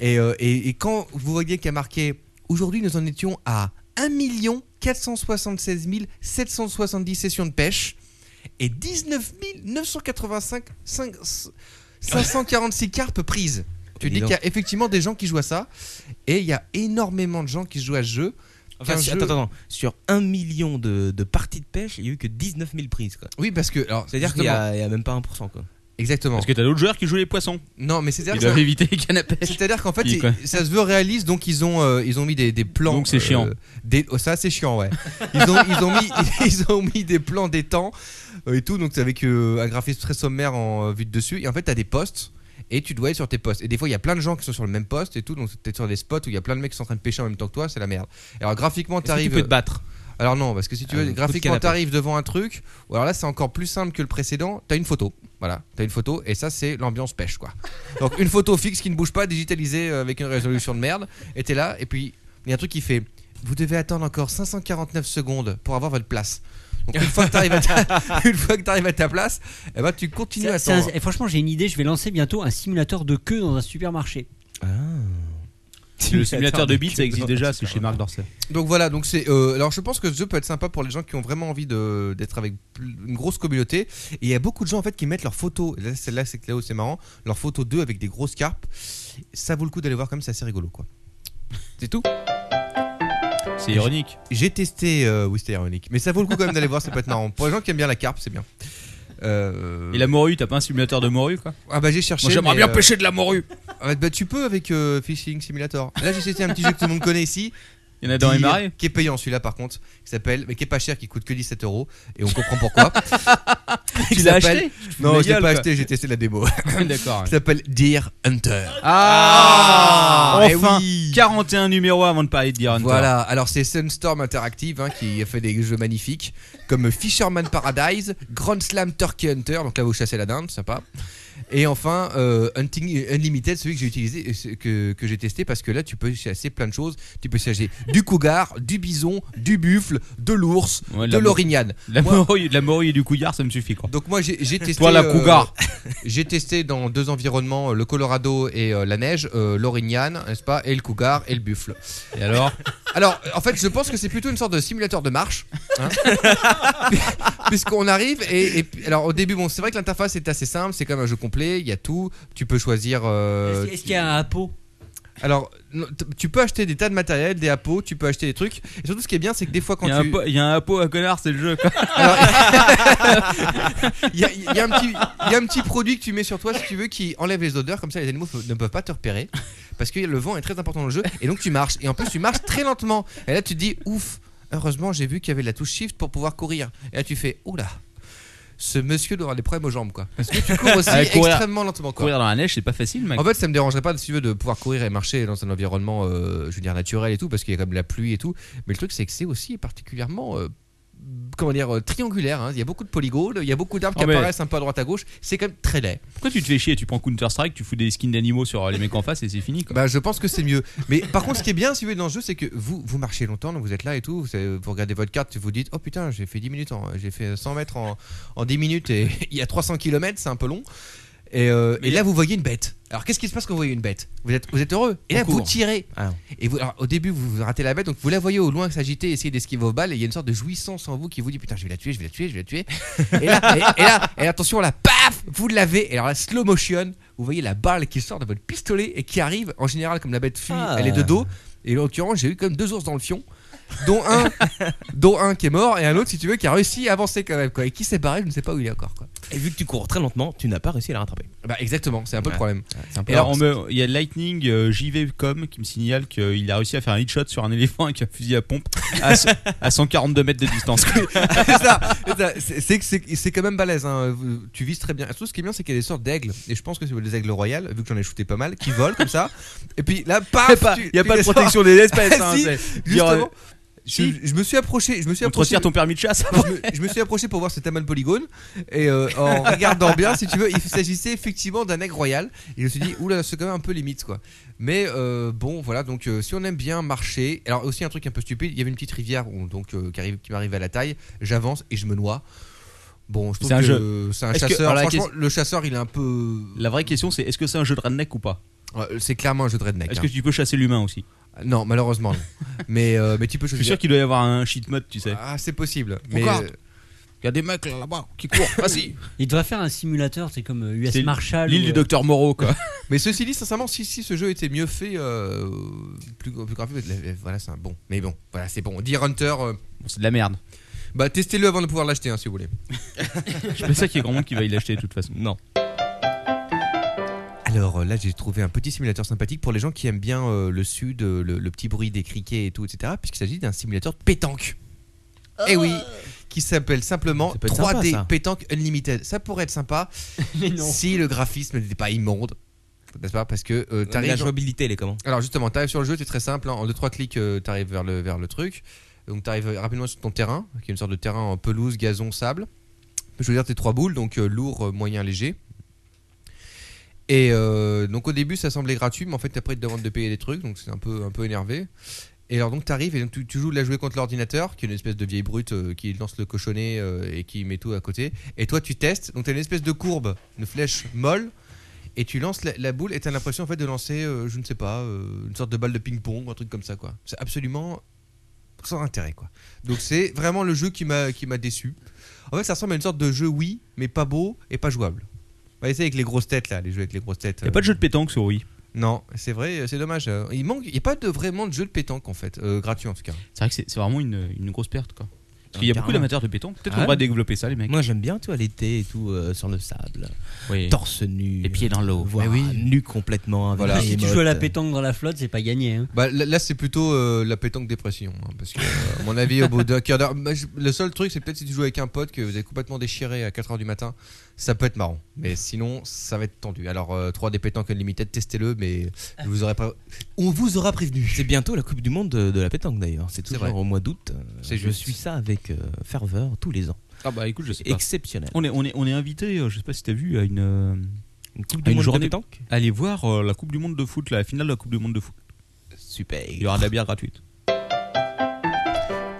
Speaker 3: Et, euh, et- et quand vous voyez qu'il y a marqué aujourd'hui, nous en étions à 1 476 770 sessions de pêche et 19 985 cinq- 546 carpes prises. Tu
Speaker 6: Oh, Dis
Speaker 3: dis
Speaker 6: donc.
Speaker 3: qu'il y a effectivement des gens qui jouent à ça et il y a énormément de gens qui jouent à ce jeu.
Speaker 6: Enfin,
Speaker 3: qu'un
Speaker 6: si-
Speaker 3: jeu-
Speaker 6: attends, attends, attends. Sur un million de, de parties de pêche, il y a eu que 19 000 prises quoi.
Speaker 3: Oui, parce que alors
Speaker 6: C'est-à-dire qu'il y,
Speaker 3: justement,
Speaker 6: a il y a même pas 1% quoi.
Speaker 3: Exactement.
Speaker 18: Parce que t'as d'autres joueurs qui jouent les poissons.
Speaker 3: Non, mais c'est-à-dire
Speaker 18: Ils
Speaker 3: que
Speaker 18: doivent
Speaker 3: ça-
Speaker 18: éviter les cannes à pêche.
Speaker 3: C'est-à-dire qu'en fait,
Speaker 18: Puis,
Speaker 3: c'est-
Speaker 18: quoi.
Speaker 3: ça se veut réaliste, donc ils ont, euh, ils ont mis des, des plans.
Speaker 18: Donc, c'est chiant.
Speaker 3: des- oh, ça, c'est chiant, ouais. Ils ont, ils ont mis, ils ont mis des plans des temps euh, et tout, donc c'est avec euh, un graphisme très sommaire en euh, vue de dessus. Et en fait, t'as des postes. Et tu dois être sur tes postes. Et des fois, il y a plein de gens qui sont sur le même poste et tout. Donc, t'es sur des spots où il y a plein de mecs qui sont en train de pêcher en même temps que toi. C'est la merde. Alors, graphiquement,
Speaker 18: que tu
Speaker 3: t'arrives. euh,
Speaker 18: peux te battre
Speaker 3: Alors, non, parce que si tu
Speaker 18: Euh,
Speaker 3: veux,
Speaker 18: coup de canne
Speaker 3: graphiquement,
Speaker 18: à pêche.
Speaker 3: t'arrives devant un truc. Ou alors là, c'est encore plus simple que le précédent. T'as une photo. Voilà. T'as une photo. Et ça, c'est l'ambiance pêche, quoi. Donc une photo fixe qui ne bouge pas, digitalisée euh, avec une résolution de merde. Et t'es là, et puis il y a un truc qui fait Vous devez attendre encore 549 secondes pour avoir votre place. Donc une fois que t'arrives à ta, une fois que t'arrives à ta place, eh ben, tu continues à
Speaker 4: C'est- c'est un-
Speaker 3: attendre.
Speaker 4: et franchement, j'ai une idée. Je vais lancer bientôt un simulateur de queue dans un supermarché.
Speaker 18: Le simulateur de bits, ça existe déjà, c'est chez Marc Dorcel.
Speaker 3: Donc voilà, donc c'est. euh, alors je pense que ce jeu peut être sympa pour les gens qui ont vraiment envie de- d'être avec plus- une grosse communauté. Et il y a beaucoup de gens en fait qui mettent leurs photos. Là, c'est là, c'est que là où c'est marrant. Leurs photos d'eux avec des grosses carpes. Ça vaut le coup d'aller voir quand même, c'est assez rigolo quoi. C'est tout.
Speaker 18: C'est ironique.
Speaker 3: J'ai testé. euh, oui, c'était ironique. Mais ça vaut le coup quand même d'aller voir, ça peut être marrant. Pour les gens qui aiment bien la carpe, c'est bien. Euh,
Speaker 18: Et la morue, t'as pas un simulateur de morue quoi
Speaker 3: Ah bah j'ai cherché.
Speaker 18: Moi j'aimerais
Speaker 3: mais,
Speaker 18: bien
Speaker 3: euh,
Speaker 18: pêcher de la morue.
Speaker 3: ah, bah tu peux avec euh, Fishing Simulator. Là j'ai testé un petit jeu que tout le monde connaît ici.
Speaker 18: Il y en a dans les
Speaker 3: Dire,
Speaker 18: marais.
Speaker 3: Qui est payant celui-là par contre, qui s'appelle, mais qui est pas cher, qui coûte que 17 euros, et on comprend pourquoi.
Speaker 18: Tu
Speaker 3: Qui
Speaker 18: l'as
Speaker 3: s'appelle-
Speaker 18: acheté
Speaker 3: Non, je
Speaker 18: la
Speaker 3: l'ai
Speaker 18: gueule,
Speaker 3: pas
Speaker 18: quoi.
Speaker 3: acheté, j'ai testé la démo.
Speaker 18: D'accord.
Speaker 3: Qui s'appelle Deer Hunter.
Speaker 18: Ah,
Speaker 3: eh
Speaker 18: Enfin
Speaker 3: oui.
Speaker 18: 41 numéros avant de parler de Diron.
Speaker 3: Voilà, alors c'est Sunstorm Interactive hein, qui a fait des jeux magnifiques comme Fisherman Paradise, Grand Slam Turkey Hunter, donc là vous chassez la dinde, sympa. Et enfin euh, Hunting Unlimited, celui que j'ai utilisé, et ce- que, que j'ai testé parce que là tu peux chasser plein de choses. Tu peux chasser du cougar, du bison, du buffle, de l'ours,
Speaker 18: Ouais,
Speaker 3: de
Speaker 18: la-
Speaker 3: l'orignane.
Speaker 18: La
Speaker 3: Moi-
Speaker 18: morue, de la morue et du couillard, ça me suffit quoi.
Speaker 3: Donc moi j'ai j'ai testé.
Speaker 18: Toi la
Speaker 3: euh,
Speaker 18: cougar.
Speaker 3: j'ai testé dans deux environnements, euh, le Colorado et euh, la neige, euh, l'orignane, n'est-ce pas, et le cougar et le buffle.
Speaker 18: Et alors
Speaker 3: Alors, euh, en fait, je pense que c'est plutôt une sorte de simulateur de marche. hein. Puisqu'on arrive et, et- alors au début, bon, c'est vrai que l'interface est assez simple, c'est quand même un jeu complet, il y a tout, tu peux choisir. euh,
Speaker 4: Est-ce est-ce qu'il y a un pot
Speaker 3: Alors, non, t- tu peux acheter des tas de matériel, des appos, tu peux acheter des trucs. Et surtout, ce qui est bien, c'est que des fois, quand
Speaker 18: Il y a un
Speaker 3: tu.
Speaker 18: po- il y a un apo à connard, c'est le jeu quoi.
Speaker 3: Il y a, il y a un petit, il y a un petit produit que tu mets sur toi, si tu veux, qui enlève les odeurs. Comme ça, les animaux ne peuvent pas te repérer. Parce que le vent est très important dans le jeu. Et donc, tu marches. Et en plus, tu marches très lentement. Et là, tu te dis, ouf, heureusement, j'ai vu qu'il y avait de la touche shift pour pouvoir courir. Et là, tu fais, oula. Ce monsieur doit avoir des problèmes aux jambes, quoi. Parce que tu cours aussi
Speaker 18: Ah, courir-
Speaker 3: extrêmement lentement, quoi.
Speaker 18: Courir dans la neige, c'est pas facile mec.
Speaker 3: En fait, ça me dérangerait pas, si tu veux, de pouvoir courir et marcher dans un environnement, euh, je veux dire, naturel et tout, parce qu'il y a comme la pluie et tout. Mais le truc, c'est que c'est aussi particulièrement. euh, Comment dire, euh, triangulaire, hein. il y a beaucoup de polygones, il y a beaucoup d'arbres
Speaker 18: Oh,
Speaker 3: qui
Speaker 18: mais-
Speaker 3: apparaissent un peu à droite à gauche, c'est quand même très laid.
Speaker 18: Pourquoi tu te fais chier Tu prends Counter-Strike, tu fous des skins d'animaux sur euh, les mecs en face et c'est fini quoi.
Speaker 3: Bah, je pense que c'est mieux. Mais par contre, ce qui est bien, si vous êtes dans le jeu, c'est que vous, vous marchez longtemps, donc vous êtes là et tout, vous, savez, vous regardez votre carte, vous dites Oh putain, j'ai fait 10 minutes, en- j'ai fait 100 mètres en, en 10 minutes et il y a 300 km, c'est un peu long. Et, euh, et là, vous voyez une bête. Alors, qu'est-ce qui se passe quand vous voyez une bête vous êtes, vous êtes heureux. Et là, vous tirez.
Speaker 6: Ah.
Speaker 3: Et vous, alors, au début, vous ratez la bête, donc vous la voyez au loin s'agiter, essayer d'esquiver vos balles, et il y a une sorte de jouissance en vous qui vous dit Putain, je vais la tuer, je vais la tuer, je vais la tuer. Et là, et, et là, et attention, là, paf, vous l'avez. Et alors là, slow motion, vous voyez la balle qui sort de votre pistolet et qui arrive. En général, comme la bête fuit,
Speaker 6: Ah.
Speaker 3: elle est de dos. Et en l'occurrence, j'ai eu comme deux ours dans le fion, dont un, dont un qui est mort et un autre, si tu veux, qui a réussi à avancer quand même. Quoi. Et qui s'est barré, je ne sais pas où il est encore. Quoi.
Speaker 6: Et vu que tu cours très lentement, tu n'as pas réussi à la rattraper.
Speaker 3: Bah, exactement, c'est un peu le problème.
Speaker 18: Et alors, on me- il y a Lightning euh, JVcom qui me signale qu'il a réussi à faire un hit shot sur un éléphant avec un fusil à pompe à, ce- à 142 mètres de distance.
Speaker 3: C'est ça, c'est ça. C'est- c'est que c'est- c'est quand même balèze. hein. Vous- Tu vises très bien. Surtout, ce qui est bien, c'est qu'il y a des sortes d'aigles. Et je pense que c'est des aigles royales, vu que j'en ai shooté pas mal, qui volent comme ça. Et puis là, paf tu-
Speaker 18: Il n'y a
Speaker 3: tu
Speaker 18: pas de
Speaker 3: les sors.
Speaker 18: protection des espèces.
Speaker 3: Ah,
Speaker 18: hein,
Speaker 3: si,
Speaker 18: c'est-
Speaker 3: Justement,
Speaker 18: dire, euh,
Speaker 3: je,
Speaker 18: si.
Speaker 3: je me suis approché. Je me suis
Speaker 18: on te
Speaker 3: approché.
Speaker 18: retire ton permis de chasse.
Speaker 3: Non, je, me, je me suis approché pour voir cet amas de polygone et euh, en regardant bien, si tu veux, il s'agissait effectivement d'un aigle royal. Et je me suis dit, oula, c'est quand même un peu limite quoi. Mais euh, bon, voilà, donc euh, si on aime bien marcher, alors aussi un truc un peu stupide, il y avait une petite rivière où- donc, euh, qui, arrive, qui m'arrive à la taille, j'avance et je me noie. Bon, je trouve
Speaker 18: C'est un
Speaker 3: que
Speaker 18: jeu.
Speaker 3: euh, c'est un
Speaker 18: Est-ce que-
Speaker 3: chasseur.
Speaker 18: alors, la
Speaker 3: Franchement, le chasseur, il est un peu.
Speaker 18: La vraie question, c'est est-ce que c'est un jeu de redneck ou pas
Speaker 3: Euh, C'est clairement un jeu de redneck.
Speaker 18: Est-ce
Speaker 3: hein.
Speaker 18: que tu peux chasser l'humain aussi
Speaker 3: Non, malheureusement, non. mais, euh, mais tu peux
Speaker 18: Je suis
Speaker 3: choisir.
Speaker 18: sûr qu'il doit y avoir un cheat mode, tu sais.
Speaker 3: Ah, c'est possible. Mais
Speaker 2: Encore
Speaker 3: euh,
Speaker 2: Il y a des mecs là, là-bas qui courent. Vas-y.
Speaker 4: Il devrait faire un simulateur, c'est comme euh, US
Speaker 18: C'est
Speaker 4: Marshall.
Speaker 18: L'île
Speaker 4: ou,
Speaker 18: du
Speaker 4: euh,
Speaker 18: docteur Moreau, quoi.
Speaker 3: Mais ceci dit, sincèrement, si, si ce jeu était mieux fait, euh, plus, plus graphique, euh, voilà, c'est un bon. Mais bon, voilà, c'est bon. Deer Hunter, euh,
Speaker 18: Bon, c'est de la merde.
Speaker 3: bah testez-le avant de pouvoir l'acheter, hein, si vous voulez.
Speaker 18: Je pense pas qu'il y ait grand monde qui va y l'acheter de toute façon.
Speaker 6: Non.
Speaker 3: Alors euh, là, j'ai trouvé un petit simulateur sympathique pour les gens qui aiment bien euh, le sud, euh, le, le petit bruit des criquets et tout, etc. Puisqu'il s'agit d'un simulateur de pétanque. Eh oui, qui s'appelle simplement
Speaker 6: peut être
Speaker 3: 3D
Speaker 6: sympa, ça.
Speaker 3: Pétanque Unlimited. Ça pourrait être sympa si le graphisme n'était pas immonde. N'est-ce pas Parce que euh, t'arrives
Speaker 6: La
Speaker 3: dans-
Speaker 6: jouabilité, elle est comment
Speaker 3: alors justement, t'arrives sur le jeu, c'est très simple. hein. En 2-3 clics, euh, t'arrives vers le, vers le truc. Donc t'arrives euh, rapidement sur ton terrain, qui est une sorte de terrain en pelouse, gazon, sable. Je veux dire tes trois boules, donc euh, lourd, euh, moyen, léger. Et euh, donc au début, ça semblait gratuit, mais en fait après ils te demandent de payer des trucs, donc c'est un peu, un peu énervé. Et alors donc t'arrives et donc, tu, tu joues de la jouer contre l'ordinateur, qui est une espèce de vieille brute euh, qui lance le cochonnet euh, et qui met tout à côté. Et toi tu testes, donc t'as une espèce de courbe, une flèche molle et tu lances la, la boule et t'as l'impression en fait de lancer, euh, je ne sais pas, euh, une sorte de balle de ping-pong, un truc comme ça quoi. C'est absolument sans intérêt quoi. Donc c'est vraiment le jeu qui m'a qui m'a déçu. En fait, ça ressemble à une sorte de jeu oui, mais pas beau et pas jouable. On va essayer avec les grosses têtes là, les jeux avec les grosses têtes.
Speaker 18: Y a
Speaker 3: euh,
Speaker 18: pas de jeu de pétanque sur Wii.
Speaker 3: Non, c'est vrai, euh, c'est dommage. euh, Il manque, il y a pas de vraiment de jeu de pétanque en fait, euh, gratuit en tout cas.
Speaker 18: C'est vrai que c'est c'est vraiment une, une grosse perte quoi. Parce qu'il y a
Speaker 6: Ah,
Speaker 18: beaucoup
Speaker 6: carrément.
Speaker 18: d'amateurs de pétanque. Peut-être
Speaker 6: Ah
Speaker 18: qu'on va
Speaker 6: ouais.
Speaker 18: développer ça les mecs.
Speaker 6: Moi, j'aime bien, tu vois, l'été et tout, euh, sur le sable,
Speaker 18: Oui.
Speaker 6: torse nu, euh,
Speaker 18: Les pieds dans l'eau.
Speaker 5: Eh
Speaker 6: voire nu complètement. Avec
Speaker 3: Voilà.
Speaker 6: des
Speaker 4: Si tu joues à la
Speaker 6: émotes. euh.
Speaker 4: pétanque dans la flotte, c'est pas gagné. hein.
Speaker 3: Bah, là, là, c'est plutôt euh, la pétanque dépression. hein, parce que, euh, à mon avis, au bout d'un quart d'heure. bah, je- Le seul truc, c'est peut-être si tu joues avec un pote que vous avez complètement déchiré à 4h du matin, ça peut être marrant. Mais sinon, ça va être tendu. Alors, euh, 3D pétanque Unlimited, testez-le, mais je vous aurez pas... on vous aura prévenu.
Speaker 6: C'est bientôt la Coupe du Monde de, de la pétanque d'ailleurs. C'est toujours
Speaker 3: vrai.
Speaker 6: au mois d'août.
Speaker 3: C'est
Speaker 6: Je
Speaker 3: juste.
Speaker 6: suis ça avec euh, ferveur tous les ans.
Speaker 18: Ah bah écoute, je sais pas.
Speaker 6: Exceptionnel.
Speaker 18: On est, on est, on est invité, euh, je sais pas si t'as vu, à une. euh,
Speaker 6: Une Coupe
Speaker 18: Ah,
Speaker 6: du Monde
Speaker 18: une
Speaker 6: de
Speaker 18: journée-
Speaker 6: pétanque
Speaker 18: aller voir euh, la Coupe du Monde de foot, la finale de la Coupe du Monde de foot.
Speaker 6: Super.
Speaker 18: Il y aura de la bière gratuite.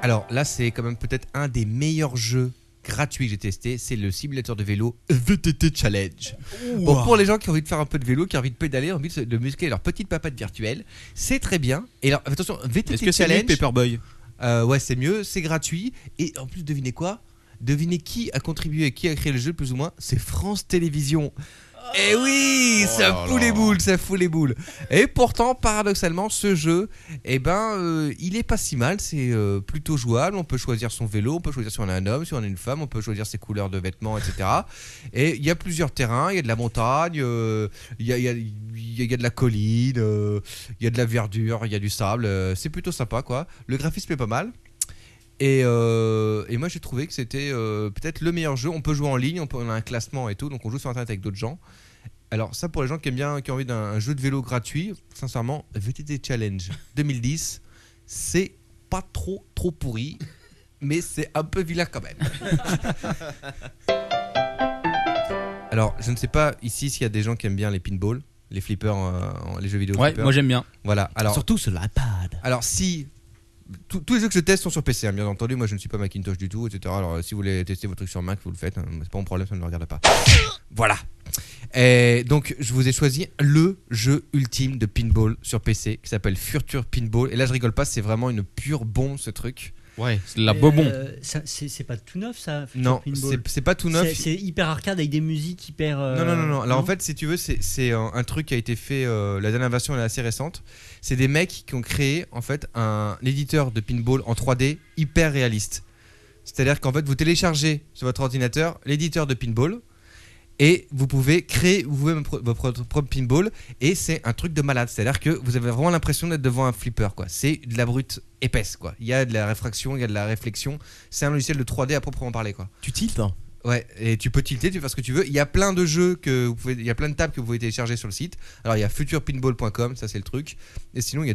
Speaker 3: Alors là, c'est quand même peut-être un des meilleurs jeux gratuits que j'ai testé. C'est le simulateur de vélo VTT Challenge. Bon, pour les gens qui ont envie de faire un peu de vélo, qui ont envie de pédaler, qui ont envie de se- de muscler leur petite papade virtuelle, c'est très bien. Et alors, attention,
Speaker 18: Est-ce
Speaker 3: VTT
Speaker 18: que c'est lui,
Speaker 3: Challenge.
Speaker 18: Paperboy
Speaker 3: Euh, ouais, c'est mieux, c'est gratuit. Et en plus, devinez quoi Devinez qui a contribué et qui a créé le jeu, plus ou moins C'est France Télévisions. Eh oui, ça fout les boules, ça fout les boules. Et pourtant, paradoxalement, ce jeu, eh ben, euh, il est pas si mal. C'est euh, plutôt jouable. On peut choisir son vélo, on peut choisir si on est un homme, si on est une femme, on peut choisir ses couleurs de vêtements, etc. Et il y a plusieurs terrains. Il y a de la montagne, euh, il y, a, il y a- il y a- il y a de la colline, euh, il y a de la verdure, il y a du sable. euh, c'est plutôt sympa, quoi. Le graphisme est pas mal. Et, euh, et moi j'ai trouvé que c'était euh, peut-être le meilleur jeu. On peut jouer en ligne, on, peut- on a un classement et tout, donc on joue sur internet avec d'autres gens. Alors ça pour les gens qui aiment bien, qui ont envie d'un un jeu de vélo gratuit, sincèrement, VTT Challenge 2010, c'est pas trop trop pourri, mais c'est un peu vilain quand même. Alors je ne sais pas ici s'il y a des gens qui aiment bien les pinball, les flippers, euh, en- les jeux vidéo.
Speaker 18: Ouais,
Speaker 3: flippers.
Speaker 18: moi j'aime bien.
Speaker 3: voilà. Alors
Speaker 6: Surtout sur la pad.
Speaker 3: alors si tous- tous les jeux que je teste sont sur PC, hein, bien entendu, moi je ne suis pas Macintosh du tout, etc. Alors euh, si vous voulez tester vos trucs sur Mac, vous le faites, hein, c'est pas mon problème, ça ne me regarde pas. Voilà. Et donc je vous ai choisi le jeu ultime de pinball sur PC qui s'appelle Future Pinball. Et là je rigole pas, c'est vraiment une pure bombe ce truc.
Speaker 18: Ouais, c'est de la
Speaker 4: Mais,
Speaker 18: bobon.
Speaker 4: euh, ça- c'est c'est pas tout neuf ça. Future
Speaker 3: Non,
Speaker 4: Pinball
Speaker 3: c'est c'est pas tout
Speaker 4: C'est-
Speaker 3: neuf.
Speaker 4: C'est hyper arcade avec des musiques hyper. euh,
Speaker 3: Non, non, non, non. Alors en fait, si tu veux, c'est- c'est un, un truc qui a été fait. euh, la dernière version elle est assez récente. C'est des mecs qui ont créé en fait un éditeur de pinball en 3D hyper réaliste. C'est-à-dire qu'en fait, vous téléchargez sur votre ordinateur l'éditeur de pinball et vous pouvez créer vous-même pro- votre propre pinball et c'est un truc de malade. C'est-à-dire que vous avez vraiment l'impression d'être devant un flipper. quoi. C'est de la brute épaisse. quoi. Il y a de la réfraction, il y a de la réflexion. C'est un logiciel de 3D à proprement parler. quoi.
Speaker 6: Tu tiltes hein.
Speaker 3: Ouais, et tu peux tilter, tu fais ce que tu veux. Il y a plein de jeux que vous pouvez, il y a plein de tables que vous pouvez télécharger sur le site. Alors il y a futurepinball.com, ça c'est le truc. Et sinon il y a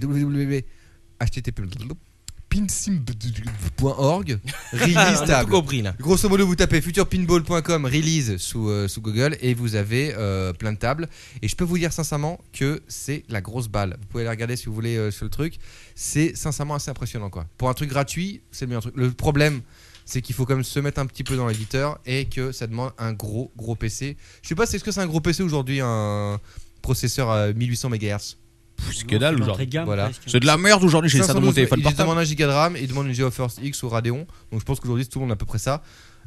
Speaker 3: www.http.pinsim.org, release
Speaker 6: T'as tout
Speaker 3: table.
Speaker 6: compris là.
Speaker 3: Grosso modo, vous tapez futurepinball.com release sous, euh, sous Google et vous avez euh, plein de tables. Et je peux vous dire sincèrement que c'est la grosse balle. Vous pouvez la regarder si vous voulez euh, sur le truc. C'est sincèrement assez impressionnant quoi. Pour un truc gratuit, c'est le meilleur truc. Le problème, c'est qu'il faut quand même se mettre un petit peu dans l'éditeur et que ça demande un gros gros PC. Je sais pas, c'est ce que c'est un gros PC aujourd'hui, un processeur à 1800 MHz.
Speaker 18: Pff,
Speaker 4: non,
Speaker 18: que dalle
Speaker 4: c'est d'entrée
Speaker 18: aujourd'hui.
Speaker 4: de gamme,
Speaker 3: Voilà.
Speaker 4: presque.
Speaker 18: C'est de la merde aujourd'hui, j'ai ça dans mon
Speaker 3: 512,
Speaker 18: téléphone
Speaker 3: Il il
Speaker 18: portable.
Speaker 3: demande un giga de RAM et il demande une GeoForce X ou Radeon. Donc je pense qu'aujourd'hui tout le monde a à peu près ça.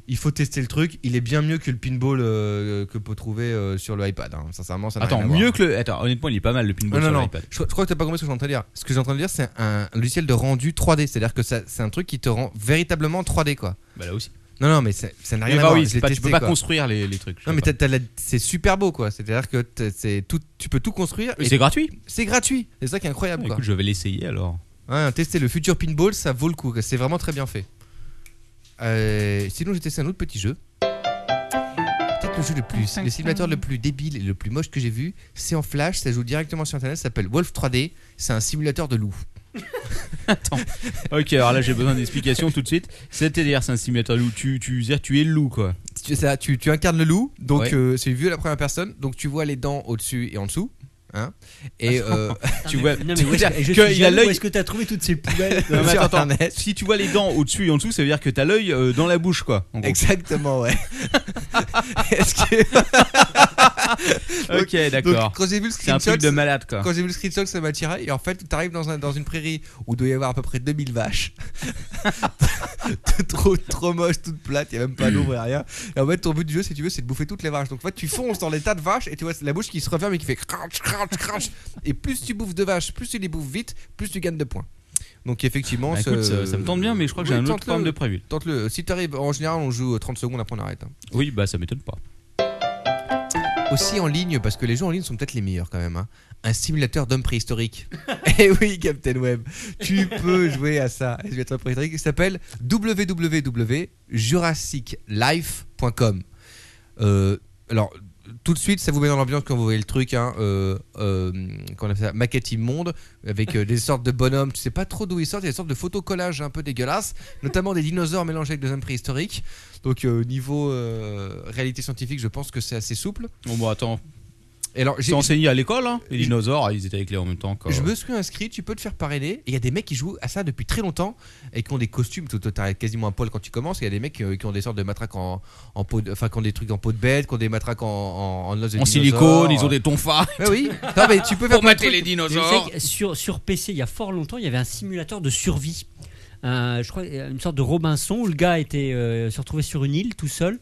Speaker 3: Il faut tester le truc. Il est bien mieux que le pinball euh, que peut trouver euh, sur le iPad. hein. Sincèrement, ça n'a
Speaker 18: Attends,
Speaker 3: rien à voir.
Speaker 18: mieux que le. Attends, honnêtement, il est pas mal le pinball
Speaker 3: Non,
Speaker 18: sur
Speaker 3: non, non.
Speaker 18: l'iPad.
Speaker 3: Je, je crois que t'as pas compris ce que je suis en train de dire. Ce que j'ai en train de dire, c'est un logiciel de rendu 3D. C'est-à-dire que ça- c'est un truc qui te rend véritablement 3D, quoi.
Speaker 18: Bah là aussi.
Speaker 3: Non, non, mais ça ça n'a rien
Speaker 5: Mais
Speaker 3: à
Speaker 5: bah
Speaker 3: voir.
Speaker 5: oui,
Speaker 3: mais je
Speaker 5: c'est
Speaker 3: l'ai
Speaker 5: pas- tu
Speaker 3: testé,
Speaker 5: peux pas
Speaker 3: quoi.
Speaker 5: construire les- les trucs, je
Speaker 3: Non,
Speaker 5: sais
Speaker 3: mais
Speaker 5: pas.
Speaker 3: t'as- t'as la- c'est super beau, quoi. C'est-à-dire que t'as- c'est tout, tu peux tout construire.
Speaker 5: Mais
Speaker 3: et-
Speaker 5: c'est gratuit.
Speaker 3: C'est gratuit. C'est ça qui est incroyable,
Speaker 5: Ah,
Speaker 3: quoi.
Speaker 5: écoute, je vais l'essayer, alors.
Speaker 3: Ouais, tester le futur pinball, ça vaut le coup. quoi. C'est vraiment très bien fait. Euh, sinon, j'ai testé un autre petit jeu. Peut-être le jeu le plus, le simulateur le plus débile et le plus moche que j'ai vu. C'est en flash, ça joue directement sur internet. Ça s'appelle Wolf 3D. C'est un simulateur de loup.
Speaker 5: Ok, alors là j'ai besoin d'explications tout de suite. C'est-à-dire, c'est un simulateur loup. Tu, tu, veux dire, tu es le loup quoi.
Speaker 3: tu, ça- tu- tu incarnes le loup, donc
Speaker 5: Ouais.
Speaker 3: euh, c'est vu à la première personne, donc tu vois les dents au-dessus et en dessous. Hein et euh,
Speaker 5: tu vois,
Speaker 4: Non, mais
Speaker 5: tu
Speaker 4: où
Speaker 5: veux
Speaker 4: est-ce
Speaker 5: dire
Speaker 4: que- je
Speaker 5: que
Speaker 4: suis
Speaker 5: il a
Speaker 4: jaloux,
Speaker 5: l'œil.
Speaker 4: Est-ce que t'as trouvé toutes ces poubelles
Speaker 5: Non, mais
Speaker 3: Sur
Speaker 5: attends, attends.
Speaker 3: Internet.
Speaker 5: Si tu vois les dents au-dessus et en dessous, ça veut dire que t'as l'œil euh, dans la bouche quoi. en gros.
Speaker 3: Exactement, ouais. Est-ce que-
Speaker 5: Ok, d'accord.
Speaker 3: Donc, Quand j'ai vu le
Speaker 5: C'est un
Speaker 3: screenshot,
Speaker 5: truc de malade, quoi.
Speaker 3: Quand j'ai vu le screenshot, ça m'a tiré. Et en fait, t'arrives dans, un- dans une prairie où il doit y avoir à peu près 2000 vaches. trop, trop moche, toute plate, il a même pas d'eau, y a rien. Et en fait, ton but du jeu, si tu veux, c'est de bouffer toutes les vaches. Donc, en fait, tu fonces dans les tas de vaches et tu vois la bouche qui se referme et qui fait crunch, crunch, crunch. Et plus tu bouffes de vaches, plus tu les bouffes vite, plus tu gagnes de points. Donc, effectivement,
Speaker 5: Bah,
Speaker 3: ce-
Speaker 5: écoute, ça, ça me tente bien, mais je crois que j'ai
Speaker 3: Oui,
Speaker 5: un autre
Speaker 3: tente-le.
Speaker 5: programme de prévu.
Speaker 3: Tente-le. Si t'arrives, en général, on joue euh, 30 secondes, après on arrête. hein.
Speaker 5: Oui, bah ça m'étonne pas.
Speaker 3: Aussi en ligne, parce que les jeux en ligne sont peut-être les meilleurs quand même. hein. Un simulateur d'hommes préhistoriques. eh oui, Captain Web, tu peux jouer à ça. Un simulateur préhistorique qui s'appelle www.jurassiclife.com. Euh, alors, tout de suite, ça vous met dans l'ambiance quand vous voyez le truc. Hein, euh, euh, qu'on appelle ça Maquette immonde, avec euh, des sortes de bonhommes. Tu sais pas trop d'où ils sortent. Il y a des sortes de photocollages un peu dégueulasses, notamment des dinosaures mélangés avec des hommes préhistoriques. Donc, euh, niveau euh, réalité scientifique, je pense que c'est assez souple.
Speaker 5: Bon, bon, attends.
Speaker 3: Et alors, j'ai-
Speaker 5: C'est enseigné à l'école, hein. Les
Speaker 3: Je-
Speaker 5: dinosaures, ils étaient avec les en même temps, quoi.
Speaker 3: je me suis inscrit, tu peux te faire parrainer. Et il y a des mecs qui jouent à ça depuis très longtemps et qui ont des costumes. Toi, toi, T'arrêtes quasiment un poil quand tu commences. Il y a des mecs euh, qui ont des sortes de matraques en, en peau de- enfin, qui ont des trucs en peau de bête, qui ont des matraques en, en, en os de
Speaker 5: En
Speaker 3: dinosaure.
Speaker 5: silicone, ils ont des tonfas.
Speaker 3: Ouais, oui, non, mais tu peux faire
Speaker 5: Pour
Speaker 3: plein de
Speaker 5: mater les
Speaker 4: Je
Speaker 3: trucs.
Speaker 5: dinosaures.
Speaker 4: sais que sur, sur PC, il y a fort longtemps, il y avait un simulateur de survie. Euh, je crois euh, une sorte de Robinson où le gars était euh, se retrouvait sur une île tout seul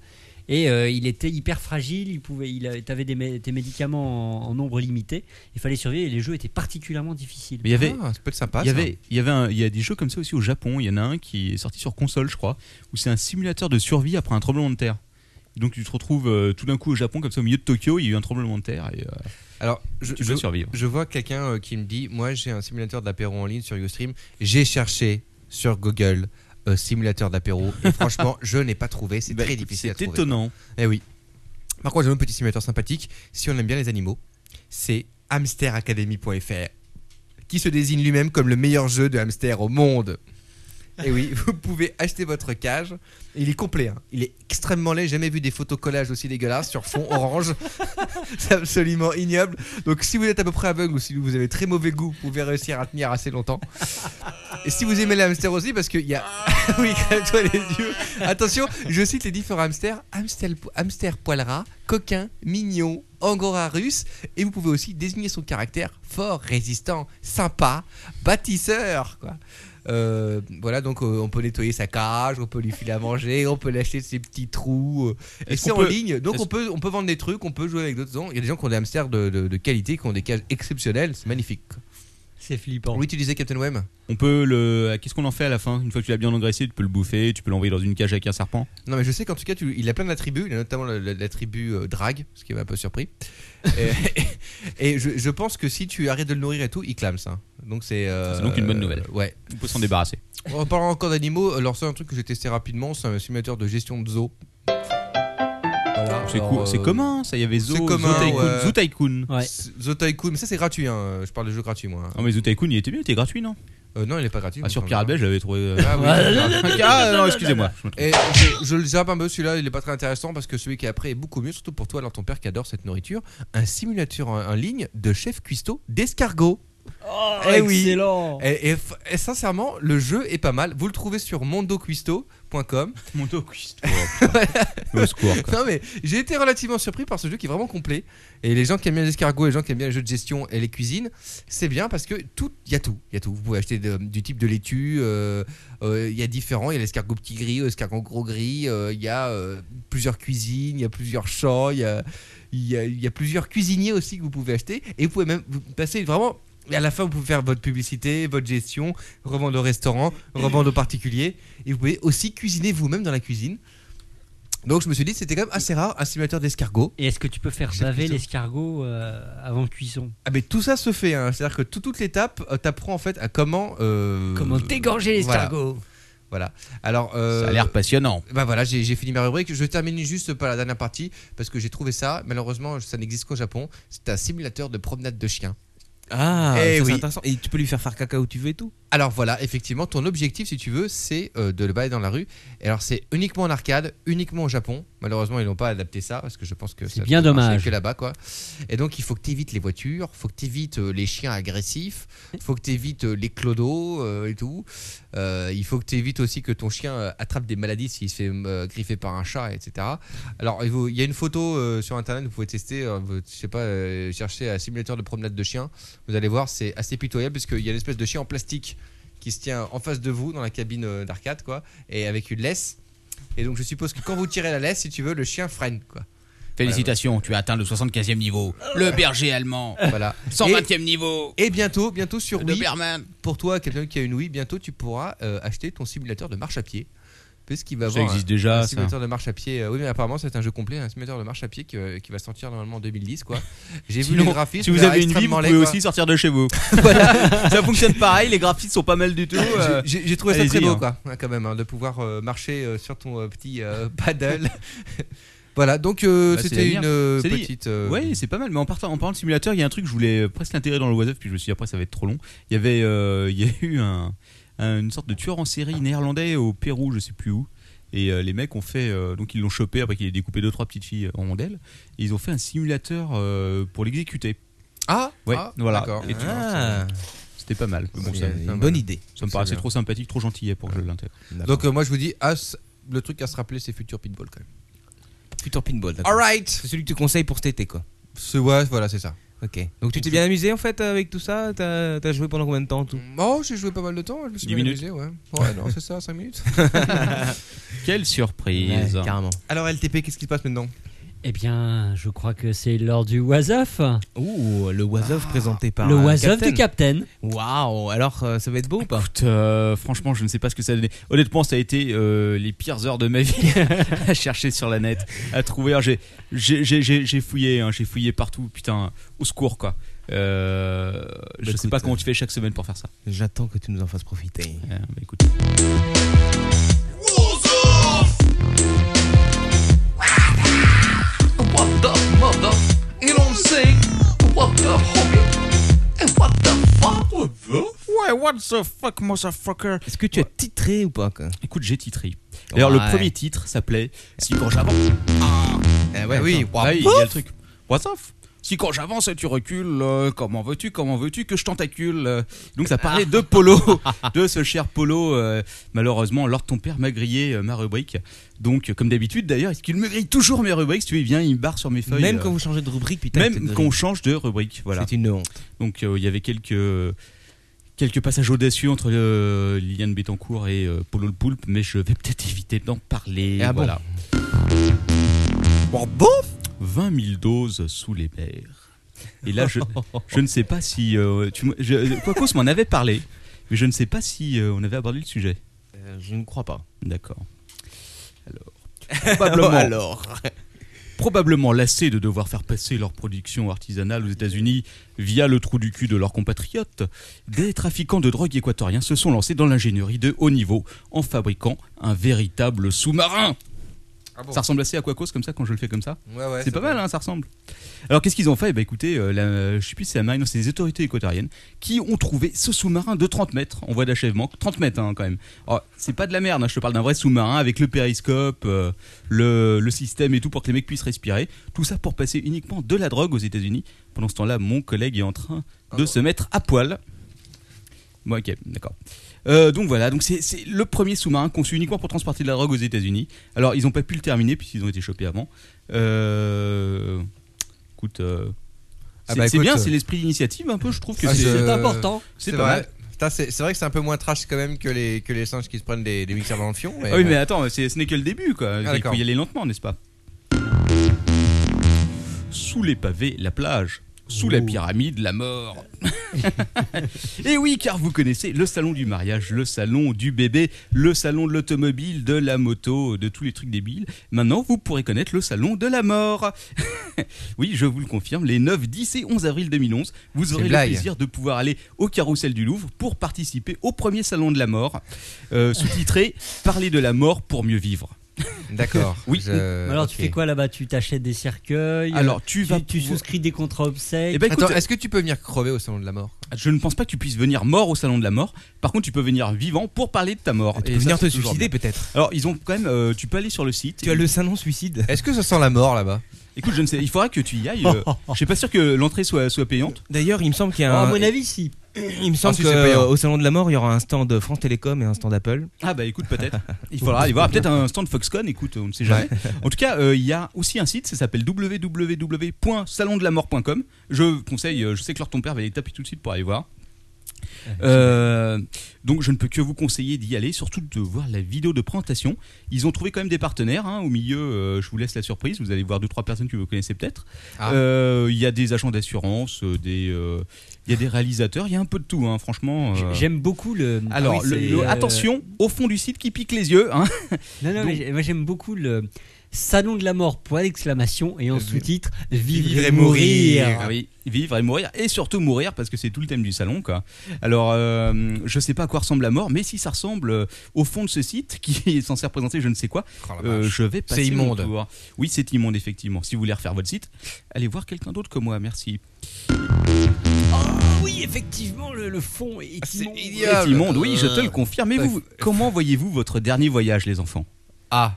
Speaker 4: et euh, il était hyper fragile. Il pouvait, il avait t'avais des, mé- des médicaments en, en nombre limité. Il fallait survivre et les jeux étaient particulièrement difficiles.
Speaker 5: Mais il y avait,
Speaker 3: Ah, ça peut être sympa.
Speaker 5: Il y
Speaker 3: ça.
Speaker 5: avait, il y avait, un- il y a des jeux comme ça aussi au Japon. Il y en a un qui est sorti sur console, je crois, où c'est un simulateur de survie après un tremblement de terre. Donc tu te retrouves euh, tout d'un coup au Japon, comme ça au milieu de Tokyo, il y a eu un tremblement de terre et euh,
Speaker 3: Alors, je,
Speaker 5: tu
Speaker 3: je-
Speaker 5: peux survivre.
Speaker 3: je vois quelqu'un euh, qui me dit Moi, j'ai un simulateur d'apéro en ligne sur Ustream. J'ai cherché sur Google euh, simulateur d'apéro. Et franchement, je n'ai pas trouvé. C'est
Speaker 5: Bah,
Speaker 3: très
Speaker 5: écoute,
Speaker 3: difficile à
Speaker 5: C'est
Speaker 3: trouver.
Speaker 5: étonnant.
Speaker 3: Eh oui. Par contre, j'ai un autre petit simulateur sympathique. Si on aime bien les animaux, c'est hamsteracademy.fr qui se désigne lui-même comme le meilleur jeu de hamster au monde. Et oui, vous pouvez acheter votre cage. Il est complet. hein. Il est extrêmement laid. J'ai Jamais vu des photocollages aussi dégueulasses sur fond orange. c'est absolument ignoble. Donc, si vous êtes à peu près aveugle ou si vous avez très mauvais goût, vous pouvez réussir à tenir assez longtemps. Et si vous aimez les hamsters aussi, parce qu'il y a. oui, crève-toi les yeux. Attention, je cite les différents hamsters hamster, hamster poil rat, coquin, mignon, angora russe. Et vous pouvez aussi désigner son caractère fort, résistant, sympa, bâtisseur. Quoi. Euh, voilà, donc euh, on peut nettoyer sa cage, on peut lui filer à manger, on peut lâcher ses petits trous. euh. et
Speaker 5: Est-ce
Speaker 3: c'est
Speaker 5: qu'on
Speaker 3: en
Speaker 5: peut-
Speaker 3: ligne, donc
Speaker 5: est-ce-
Speaker 3: on peut, on peut vendre des trucs, on peut jouer avec d'autres gens. Il y a des gens qui ont des hamsters de, de- de qualité, qui ont des cages exceptionnelles, c'est magnifique.
Speaker 4: C'est flippant.
Speaker 3: On l'utilisait Captain Web
Speaker 5: On peut le, qu'est-ce qu'on en fait à la fin Une fois que tu l'as bien engraissé, tu peux le bouffer, tu peux l'envoyer dans une cage avec un serpent.
Speaker 3: Non, mais je sais qu'en tout cas, tu- il a plein d'attributs. Il a notamment le- le- l'attribut euh, drague, ce qui m'a un peu surpris. et et je, je pense que si tu arrêtes de le nourrir et tout, il clame ça. Donc c'est. euh,
Speaker 5: C'est donc une bonne nouvelle.
Speaker 3: Ouais.
Speaker 5: On peut s'en débarrasser.
Speaker 3: En parlant encore d'animaux, euh, alors c'est un truc que j'ai testé rapidement c'est un simulateur de gestion de zoo. Voilà.
Speaker 5: C'est
Speaker 3: Alors,
Speaker 5: cool, c'est
Speaker 3: euh,
Speaker 5: commun. Ça, il y avait Zoo,
Speaker 3: c'est commun,
Speaker 5: Zoo Tycoon.
Speaker 3: ouais.
Speaker 5: Zoo Tycoon.
Speaker 4: Ouais.
Speaker 3: Zoo Tycoon, mais ça c'est gratuit, hein. je parle de jeux gratuits moi.
Speaker 5: Non mais Zoo Tycoon, il était bien, il était gratuit, non
Speaker 3: Euh, non, il est pas gratuit.
Speaker 5: Ah,
Speaker 3: il
Speaker 5: sur
Speaker 3: me semble.
Speaker 5: Pirate je l'avais trouvé. euh,
Speaker 3: Ah oui, sur Pirate Bay.
Speaker 5: Ah non, excusez-moi. je me trompe.
Speaker 3: Et je, je le zappe un peu celui-là, il est pas très intéressant parce que celui qui est après est beaucoup mieux, surtout pour toi, alors ton père qui adore cette nourriture. Un simulateur en, en ligne de chef cuistot d'escargot. Eh oui.
Speaker 4: Oh, excellent.
Speaker 3: Et, et f- et sincèrement, le jeu est pas mal. Vous le trouvez sur mondocuisto.com.
Speaker 5: Mon dos, cuisse. Oh, putain. Au secours. quoi.
Speaker 3: Non mais j'ai été relativement surpris par ce jeu qui est vraiment complet. Et les gens qui aiment bien les escargots, les gens qui aiment bien les jeux de gestion et les cuisines, c'est bien parce que tout, il y a tout, il y a tout. Vous pouvez acheter de- du type de laitue, euh, euh, il y a différents, il y a l'escargot petit gris, euh, l'escargot gros gris, euh, il y a euh, plusieurs cuisines, il y a plusieurs champs, il y a, il y a- il y a plusieurs cuisiniers aussi que vous pouvez acheter. Et vous pouvez même vous passer vraiment. Et à la fin, vous pouvez faire votre publicité, votre gestion, revendre au restaurant, revendre aux particuliers. Et vous pouvez aussi cuisiner vous-même dans la cuisine. Donc je me suis dit, c'était quand même assez rare, un simulateur d'escargot.
Speaker 4: Et est-ce que tu peux faire baver l'escargot euh, avant cuisson
Speaker 3: Ah mais tout ça se fait, hein. c'est-à-dire que tout- toutes les étapes, euh, t'apprends en fait à comment... euh,
Speaker 4: Comment dégorger l'escargot.
Speaker 3: Voilà. Alors, euh,
Speaker 18: Ça a l'air passionnant.
Speaker 3: Bah voilà, j'ai j'ai fini ma rubrique. Je termine juste par la dernière partie parce que j'ai trouvé ça. Malheureusement, ça n'existe qu'au Japon. C'est un simulateur de promenade de chien.
Speaker 6: Ah,
Speaker 3: Eh
Speaker 6: ça,
Speaker 3: oui.
Speaker 6: c'est intéressant. Et tu peux lui faire faire caca où tu veux et tout.
Speaker 3: Alors voilà, effectivement, ton objectif, si tu veux, c'est euh, de le balader dans la rue. Et alors c'est uniquement en arcade, uniquement au Japon. Malheureusement, ils n'ont pas adapté ça parce que je pense que
Speaker 4: C'est
Speaker 3: ça
Speaker 4: bien
Speaker 3: ne peut marcher
Speaker 4: dommage.
Speaker 3: que là-bas, quoi. Et donc il faut que tu évites les voitures, faut que tu évites les chiens agressifs, faut que tu évites les clodos euh, et tout. Euh, il faut que tu évites aussi que ton chien euh, attrape des maladies s'il se fait euh, griffer par un chat, etc. Alors il vous- il y a une photo euh, sur internet, vous pouvez tester. euh, vous- je sais pas, euh, cherchez un simulateur de promenade de chien. Vous allez voir, c'est assez pitoyable parce qu'il y a une espèce de chien en plastique qui se tient en face de vous dans la cabine euh, d'arcade, quoi, et avec une laisse. Et donc je suppose que quand vous tirez la laisse, si tu veux, le chien freine, quoi.
Speaker 18: Félicitations, tu as atteint le 75e niveau. Le berger allemand.
Speaker 3: Voilà.
Speaker 18: 120e niveau.
Speaker 3: Et bientôt, bientôt sur
Speaker 18: Le
Speaker 3: Wii,
Speaker 18: Berman.
Speaker 3: pour toi, quelqu'un qui a une Wii, bientôt tu pourras euh, acheter ton simulateur de marche à pied. Puisqu'il va
Speaker 18: Ça
Speaker 3: avoir
Speaker 18: existe
Speaker 3: un,
Speaker 18: déjà,
Speaker 3: un
Speaker 18: ça.
Speaker 3: simulateur de marche à pied. euh, oui, mais apparemment, c'est un jeu complet, un simulateur de marche à pied qui, euh, qui va sortir normalement en 2010, quoi. J'ai vu le
Speaker 18: Sinon,
Speaker 3: graphisme.
Speaker 18: si vous
Speaker 3: là,
Speaker 18: avez une vie, vous
Speaker 3: extrêmement laid,
Speaker 18: pouvez
Speaker 3: quoi.
Speaker 18: aussi sortir de chez vous. Voilà. ça fonctionne pareil, les graphismes sont pas mal du tout. euh,
Speaker 3: J'ai j'ai trouvé ça
Speaker 18: allez-y,
Speaker 3: très beau,
Speaker 18: hein.
Speaker 3: quoi, hein, quand même, hein, de pouvoir euh, marcher euh, sur ton euh, petit euh, paddle. voilà, donc euh,
Speaker 18: Bah, c'est
Speaker 3: c'était
Speaker 18: l'avenir.
Speaker 3: une euh,
Speaker 18: C'est dit.
Speaker 3: petite. euh,
Speaker 18: Ouais, c'est pas mal. Mais en, partant, en parlant de simulateur, il y a un truc que je voulais presque intégrer dans le WhatsApp, puis je me suis dit après ça va être trop long. Il y avait, euh, il y a eu un- un- une sorte de tueur en série néerlandais au Pérou, je sais plus où. Et euh, les mecs ont fait, euh, donc ils l'ont chopé après qu'il ait découpé deux trois petites filles en rondelles. Et ils ont fait un simulateur euh, pour l'exécuter.
Speaker 3: Ah,
Speaker 18: Ouais,
Speaker 3: ah,
Speaker 18: voilà.
Speaker 3: D'accord.
Speaker 18: Et tu-
Speaker 6: Ah,
Speaker 18: C'était pas mal. Mais bon,
Speaker 6: c'est
Speaker 18: ça,
Speaker 6: une
Speaker 3: mal.
Speaker 6: bonne idée.
Speaker 18: ça me paraissait trop sympathique, trop gentillet pour que je l'intègre.
Speaker 3: Donc euh, moi je vous dis, ah, c- le truc à se rappeler, c'est futur pitbull quand même.
Speaker 6: Futur pinball. d'accord.
Speaker 3: Alright.
Speaker 6: C'est celui que tu conseilles pour cet été, quoi.
Speaker 3: Ouais, voilà, c'est ça.
Speaker 6: Ok. Donc tu t'es bien amusé en fait avec tout ça T'as as joué pendant combien de temps tout
Speaker 3: Oh, j'ai joué pas mal de temps. Je me suis
Speaker 18: 10
Speaker 3: bien
Speaker 18: minutes.
Speaker 3: amusé, ouais. Ouais, non, c'est ça, 5 minutes.
Speaker 18: Quelle surprise
Speaker 6: Ouais, Carrément.
Speaker 3: Alors LTP, qu'est-ce qui se passe maintenant
Speaker 4: Eh bien, je crois que c'est l'heure du Wasoff.
Speaker 6: Ouh, le was-of présenté par
Speaker 4: Le
Speaker 6: euh,
Speaker 4: Wasoff du
Speaker 6: Captain.
Speaker 4: Captain.
Speaker 6: Waouh, alors euh, ça va être beau ou pas
Speaker 18: Écoute, euh, franchement, je ne sais pas ce que ça a donné. Honnêtement, ça a été euh, les pires heures de ma vie à chercher sur la net, à trouver. Alors, J'ai, j'ai, j'ai- j'ai- j'ai fouillé, hein, j'ai fouillé partout. Putain, au secours, quoi. Euh, je sais
Speaker 6: écoute,
Speaker 18: pas comment
Speaker 6: euh,
Speaker 18: tu fais chaque semaine pour faire ça.
Speaker 6: J'attends que tu nous en fasses profiter.
Speaker 18: Euh, bah, écoute.
Speaker 17: What the mother? You don't say what the hobby? And what the fuck?
Speaker 18: Ouais, what the fuck, motherfucker
Speaker 6: Est-ce que tu as titré ou pas quoi
Speaker 18: Écoute, j'ai titré. D'ailleurs, le
Speaker 6: Ouais.
Speaker 18: premier titre s'appelait Si quand j'avance.
Speaker 6: Ah
Speaker 18: Ah
Speaker 6: ouais,
Speaker 18: oui,
Speaker 6: attends.
Speaker 18: ah oui, il y a le truc. What's up Si quand j'avance tu recules, euh, comment veux-tu, comment veux-tu que je tentacule euh Donc ça parlait de Polo, de ce cher Polo. euh, malheureusement, Lord ton père m'a grillé euh, ma rubrique. Donc, euh, comme d'habitude d'ailleurs, est-ce qu'il me grille toujours mes rubriques Si tu veux, il vient, il me barre sur mes feuilles.
Speaker 6: Même
Speaker 18: euh,
Speaker 6: quand vous changez de rubrique, putain. c'est
Speaker 18: même
Speaker 6: de-
Speaker 18: qu'on change de rubrique, voilà.
Speaker 6: C'est une honte.
Speaker 18: Donc euh, il y avait quelques quelques passages audacieux entre euh, Liliane Bettencourt et euh, Polo le Poulpe, mais je vais peut-être éviter d'en parler.
Speaker 6: Ah bon
Speaker 18: voilà. 20 000 doses sous les mers. Et là, je, je ne sais pas si. Euh, tu, m- je, Quacos m'en avait parlé, mais je ne sais pas si euh, on avait abordé le sujet.
Speaker 6: Euh, je ne crois pas.
Speaker 18: D'accord. Alors. Probablement,
Speaker 6: alors.
Speaker 18: probablement lassés de devoir faire passer leur production artisanale aux États-Unis via le trou du cul de leurs compatriotes, des trafiquants de drogue équatoriens se sont lancés dans l'ingénierie de haut niveau en fabriquant un véritable sous-marin.
Speaker 3: Ah bon
Speaker 18: Ça ressemble assez à Quacos comme ça quand je le fais comme ça.
Speaker 3: Ouais, ouais.
Speaker 18: C'est pas mal, hein, ça ressemble. Alors qu'est-ce qu'ils ont fait Eh ben, écoutez, euh, la- je sais plus si c'est la marine, non, c'est les autorités équatoriennes qui ont trouvé ce sous-marin de 30 mètres en voie d'achèvement. 30 mètres hein, quand même. Alors, c'est pas de la merde, hein, je te parle d'un vrai sous-marin avec le périscope, euh, le, le système et tout pour que les mecs puissent respirer. Tout ça pour passer uniquement de la drogue aux États-Unis. Pendant ce temps-là, mon collègue est en train de se mettre à poil. Bon, ok, d'accord. Euh, donc voilà, donc c'est c'est le premier sous-marin conçu uniquement pour transporter de la drogue aux États-Unis. Alors ils n'ont pas pu le terminer puisqu'ils ont été chopés avant. Euh, Écoute, euh,
Speaker 3: Ah
Speaker 18: c'est
Speaker 3: bah
Speaker 18: c'est
Speaker 3: écoute,
Speaker 18: bien,
Speaker 3: euh,
Speaker 18: c'est l'esprit d'initiative un peu, je trouve que
Speaker 3: Ah,
Speaker 18: c'est
Speaker 3: je-
Speaker 4: C'est
Speaker 3: Euh,
Speaker 4: important.
Speaker 18: c'est
Speaker 3: C'est
Speaker 18: pas
Speaker 3: vrai.
Speaker 18: mal.
Speaker 3: Putain, c'est c'est vrai que c'est un peu moins trash quand même que les, que les singes qui se prennent des, des mixeurs dans le fion.
Speaker 18: Ah oui,
Speaker 3: bon.
Speaker 18: mais attends, c'est- ce n'est que le début,
Speaker 3: Ah,
Speaker 18: quoi. Il faut
Speaker 3: d'accord.
Speaker 18: y aller lentement, n'est-ce pas Sous les pavés, la plage. Sous la pyramide, la mort. Et oui, car vous connaissez le salon du mariage, le salon du bébé, le salon de l'automobile, de la moto, de tous les trucs débiles. Maintenant, vous pourrez connaître le salon de la mort. oui, je vous le confirme, les 9, 10 et 11 avril 2011, vous
Speaker 3: C'est
Speaker 18: aurez le
Speaker 3: blague.
Speaker 18: plaisir de pouvoir aller au carrousel du Louvre pour participer au premier salon de la mort, euh, sous-titré Parler de la mort pour mieux vivre.
Speaker 3: D'accord.
Speaker 18: Oui.
Speaker 4: Alors tu fais quoi là-bas Tu t'achètes des cercueils
Speaker 18: Euh, Alors,
Speaker 4: euh,
Speaker 18: tu vas
Speaker 4: tu
Speaker 18: pouvoir-
Speaker 4: souscris des contrats obsèques. Ah,
Speaker 18: Eh ben, écoute,
Speaker 3: Attends, est-ce que tu peux venir crever au salon de la mort
Speaker 18: Je ne pense pas que tu puisses venir mort au salon de la mort. Par contre, tu peux venir vivant pour parler de ta mort.
Speaker 6: Ah, Tu
Speaker 18: Et
Speaker 6: peux
Speaker 18: ça,
Speaker 6: venir
Speaker 18: c'est
Speaker 6: te
Speaker 18: toujours
Speaker 6: suicider
Speaker 18: bien.
Speaker 6: peut-être.
Speaker 18: Alors, ils ont quand même. euh, tu peux aller sur le site.
Speaker 6: Tu as le salon suicide.
Speaker 3: Est-ce que ça sent la mort là-bas
Speaker 18: Écoute, je ne sais. Il faudra que tu y ailles. euh, je suis pas sûr que l'entrée soit, soit payante.
Speaker 6: D'ailleurs, il me semble qu'il y
Speaker 4: Alors,
Speaker 6: a
Speaker 4: à
Speaker 6: un...
Speaker 4: mon avis, si.
Speaker 6: Il me semble
Speaker 3: Ah, si,
Speaker 6: que,
Speaker 3: c'est payant.
Speaker 6: euh, au salon de la mort, il y aura un stand de France Télécom et un stand Apple.
Speaker 18: Ah bah écoute, peut-être. Il faudra aller voir. Peut-être un stand Foxconn. Écoute, on ne sait jamais. En tout cas, euh, il y a aussi un site. Ça s'appelle www.salondelamort.com. Je conseille. euh, Je sais que leur ton père va les taper tout de suite pour aller voir. Euh, donc je ne peux que vous conseiller d'y aller, surtout de voir la vidéo de présentation. Ils ont trouvé quand même des partenaires. hein. Au milieu, euh, je vous laisse la surprise. Vous allez voir deux trois personnes que vous connaissez peut-être.
Speaker 3: Ah.
Speaker 18: Euh, Il y a des agents d'assurance, euh, des euh, il y a des réalisateurs, il y a un peu de tout, hein, franchement. euh.
Speaker 4: J'aime beaucoup le.
Speaker 18: Alors,
Speaker 4: Ah oui,
Speaker 18: le-
Speaker 4: c'est,
Speaker 18: le-
Speaker 4: euh,
Speaker 18: attention, au fond du site qui pique les yeux. hein.
Speaker 4: Non, non,
Speaker 18: Donc-
Speaker 4: mais j'ai- moi j'aime beaucoup le salon de la mort point exclamation
Speaker 18: Euh,
Speaker 4: et en sous-titre vivre, et mourir.
Speaker 18: Ah oui, vivre et mourir, et surtout mourir, parce que c'est tout le thème du salon. Quoi. Alors, euh, je sais pas à quoi ressemble la mort, mais si ça ressemble euh, au fond de ce site, qui est censé représenter je ne sais quoi,
Speaker 4: Ah
Speaker 18: euh, je vais passer
Speaker 3: C'est
Speaker 18: mon
Speaker 3: immonde.
Speaker 18: tour. Oui, c'est immonde, effectivement. Si vous voulez refaire votre site, allez voir quelqu'un d'autre que moi, merci.
Speaker 4: Oui, effectivement, le, le fond est immonde.
Speaker 18: Ah, C'est immonde, oui, je te
Speaker 3: Euh,
Speaker 18: le confirme. Et
Speaker 4: Euh,
Speaker 18: vous, comment voyez-vous votre dernier voyage, les enfants
Speaker 3: Ah,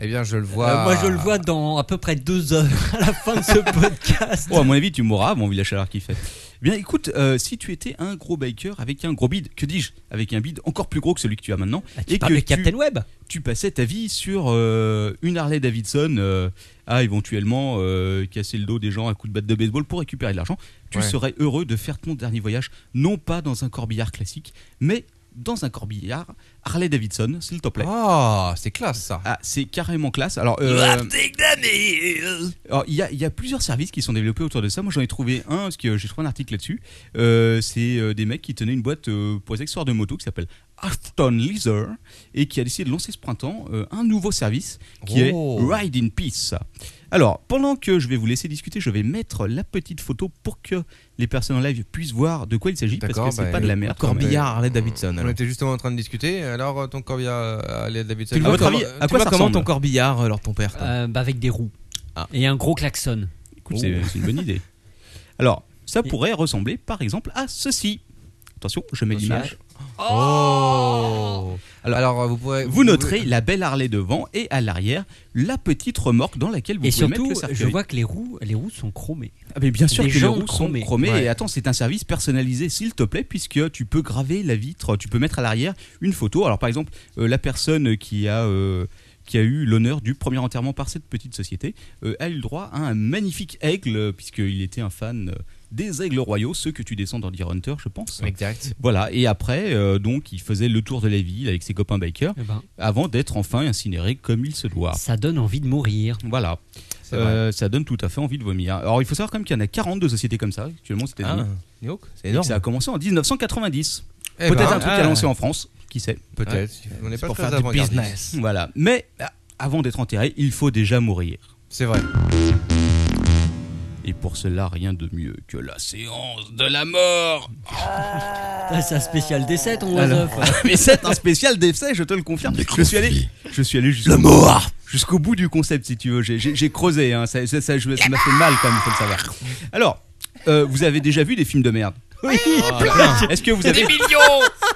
Speaker 3: eh bien je le vois.
Speaker 4: Euh, moi je le vois dans à peu près deux heures à la fin de ce podcast.
Speaker 18: Oh, à mon avis, tu mourras avant, vu la chaleur qu'il fait. Bien, écoute, euh, si tu étais un gros biker avec un gros bide, que dis-je Avec un bide encore plus gros que celui que tu as maintenant,
Speaker 4: Ah, tu
Speaker 18: et
Speaker 4: parles
Speaker 18: que
Speaker 4: de Captain
Speaker 18: tu,
Speaker 4: Web
Speaker 18: tu passais ta vie sur euh, une Harley Davidson euh, à éventuellement euh, casser le dos des gens à coups de batte de baseball pour récupérer de l'argent, tu
Speaker 3: Ouais.
Speaker 18: serais heureux de faire ton dernier voyage, non pas dans un corbillard classique, mais dans un corbillard Harley Davidson, s'il te plaît.
Speaker 3: Ah, c'est classe ça.
Speaker 18: Ah, c'est carrément classe. Alors, euh, alors, il y a, il y a plusieurs services qui sont développés autour de ça. Moi, j'en ai trouvé un parce que j'ai trouvé un article là-dessus. Euh, c'est euh, des mecs qui tenaient une boîte euh, pour les accessoires de moto qui s'appelle Afton Leather et qui a décidé de lancer ce printemps euh, un nouveau service qui
Speaker 3: Oh.
Speaker 18: est Ride in Peace. Alors, pendant que je vais vous laisser discuter, je vais mettre la petite photo pour que les personnes en live puissent voir de quoi il s'agit parce que
Speaker 3: D'accord,
Speaker 18: c'est
Speaker 3: bah,
Speaker 18: pas de la merde. quand même.
Speaker 6: Corbillard, Harley
Speaker 3: Euh, On
Speaker 6: Davidson. alors.
Speaker 3: était justement en train de discuter. Alors euh, ton corbillard euh, Harley Davidson.
Speaker 6: Tu le
Speaker 18: À
Speaker 6: vois
Speaker 18: votre
Speaker 6: comment-
Speaker 18: avis, à
Speaker 6: tu
Speaker 18: quoi
Speaker 6: vois
Speaker 18: ça
Speaker 6: comment
Speaker 18: ressemble
Speaker 6: ton corbillard, euh, alors ton père toi
Speaker 4: Euh, bah, Avec des roues.
Speaker 6: Ah.
Speaker 4: Et un gros klaxon.
Speaker 18: Écoute, c'est
Speaker 4: Oh.
Speaker 18: c'est une bonne idée. Alors, ça pourrait ressembler par exemple à ceci. Attention, je mets l'image.
Speaker 3: Oh. Alors, euh, vous pourrez.
Speaker 18: Vous noterez la belle Harley devant et à l'arrière la petite remorque dans laquelle vous
Speaker 4: Et
Speaker 18: pouvez mettre
Speaker 4: surtout,
Speaker 18: le cercueil.
Speaker 4: je vois que les roues, les roues sont chromées.
Speaker 18: Ah, mais bien sûr
Speaker 4: des
Speaker 18: que les
Speaker 4: jantes
Speaker 18: roues sont
Speaker 4: chromées.
Speaker 18: chromées.
Speaker 3: Ouais.
Speaker 18: Et attends, c'est un service personnalisé, s'il te plaît, puisque tu peux graver la vitre, tu peux mettre à l'arrière une photo. Alors par exemple, euh, la personne qui a euh, qui a eu l'honneur du premier enterrement par cette petite société euh, a eu le droit à un magnifique aigle, euh, puisqu'il était un fan euh, des aigles royaux, ceux que tu descends dans Deer Hunter, je pense.
Speaker 3: Exact.
Speaker 18: Voilà, et après, euh, donc, il faisait le tour de la ville avec ses copains bikers
Speaker 4: Eh ben,
Speaker 18: avant d'être enfin incinéré comme il se doit.
Speaker 4: Ça donne envie de mourir.
Speaker 18: Voilà,
Speaker 3: C'est vrai.
Speaker 18: Euh, ça donne tout à fait envie de vomir. Alors, il faut savoir quand même qu'il y en a 42 sociétés comme ça, actuellement, c'était
Speaker 6: Ah, dis donc, c'est énorme.
Speaker 18: Ça a commencé en 1990.
Speaker 3: Eh
Speaker 18: Peut-être
Speaker 3: ben,
Speaker 18: un truc à lancer en France, qui sait.
Speaker 3: Peut-être. On n'est pas
Speaker 6: pour
Speaker 3: très
Speaker 6: faire du
Speaker 3: avant-gardiste.
Speaker 6: business.
Speaker 18: Voilà, mais ah, avant d'être enterré, il faut déjà mourir.
Speaker 3: C'est vrai.
Speaker 18: Et pour cela, rien de mieux que la séance de la mort.
Speaker 4: Ah, C'est un spécial décès, ton oiseau.
Speaker 18: Mais c'est un spécial d'essai, je te le confirme. Je suis allé, je suis allé jusqu'au bout, jusqu'au bout du concept, si tu veux. J'ai- J'ai j'ai creusé, hein. ça, ça, ça, je- ça m'a fait mal quand même, faut le savoir. Alors, euh, vous avez déjà vu des films de merde Oh,
Speaker 4: Oui.
Speaker 18: Est-ce que vous avez.
Speaker 17: millions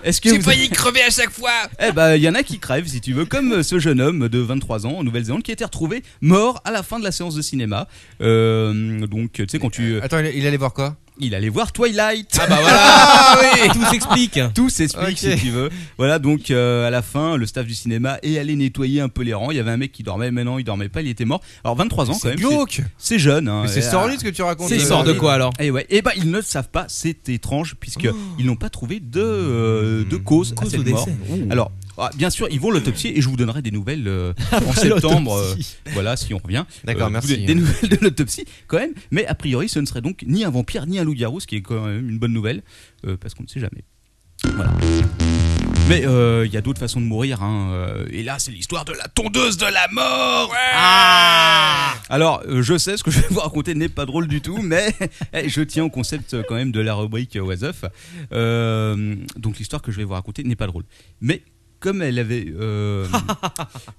Speaker 18: Est-ce que
Speaker 17: J'ai
Speaker 18: vous
Speaker 17: failli crever à chaque fois
Speaker 18: Eh ben, il y en a qui crèvent, si tu veux, comme euh, ce jeune homme de 23 ans en Nouvelle-Zélande qui a été retrouvé mort à la fin de la séance de cinéma. Euh, donc, tu sais, quand tu.
Speaker 3: Attends, il, il allait voir quoi
Speaker 18: Il allait voir Twilight. Ah bah voilà
Speaker 6: Tout s'explique.
Speaker 18: Tout
Speaker 3: Ok.
Speaker 18: s'explique si tu veux. Voilà, donc euh, à la fin, le staff du cinéma est allé nettoyer un peu les rangs. Il y avait un mec qui dormait, mais non, il dormait pas, il était mort. Alors 23 ans quand
Speaker 3: C'est
Speaker 18: même.
Speaker 3: glauque.
Speaker 18: c'est- C'est jeune. Hein,
Speaker 3: Mais c'est
Speaker 18: Et,
Speaker 3: sordide ce que tu racontes.
Speaker 6: C'est
Speaker 3: euh,
Speaker 6: sort de quoi alors
Speaker 18: ah, Et ouais, et bah ils ne le savent pas, c'est étrange puisque ils n'ont pas trouvé de, euh, de cause, à
Speaker 6: Cause au
Speaker 18: cette
Speaker 6: Ah, décès.
Speaker 18: mort. Alors Ah, bien sûr, ils vont l'autopsie et je vous donnerai des nouvelles euh, en septembre. euh,
Speaker 3: L'autopsie.
Speaker 18: voilà, si on revient.
Speaker 3: D'accord,
Speaker 18: vous
Speaker 3: merci.
Speaker 18: donnez Euh, Des nouvelles de l'autopsie quand même. Mais a priori, ce ne serait donc ni un vampire ni un loup-garou, ce qui est quand même une bonne nouvelle euh, parce qu'on ne sait jamais. Voilà. Mais euh, il y a d'autres façons de mourir. hein, euh, Et là, c'est l'histoire de la tondeuse de la mort. Ah Alors, euh, je sais ce que je vais vous raconter n'est pas drôle du tout, mais eh, je tiens au concept euh, quand même de la rubrique euh, Was Up. Euh, donc l'histoire que je vais vous raconter n'est pas drôle, mais comme elle avait euh,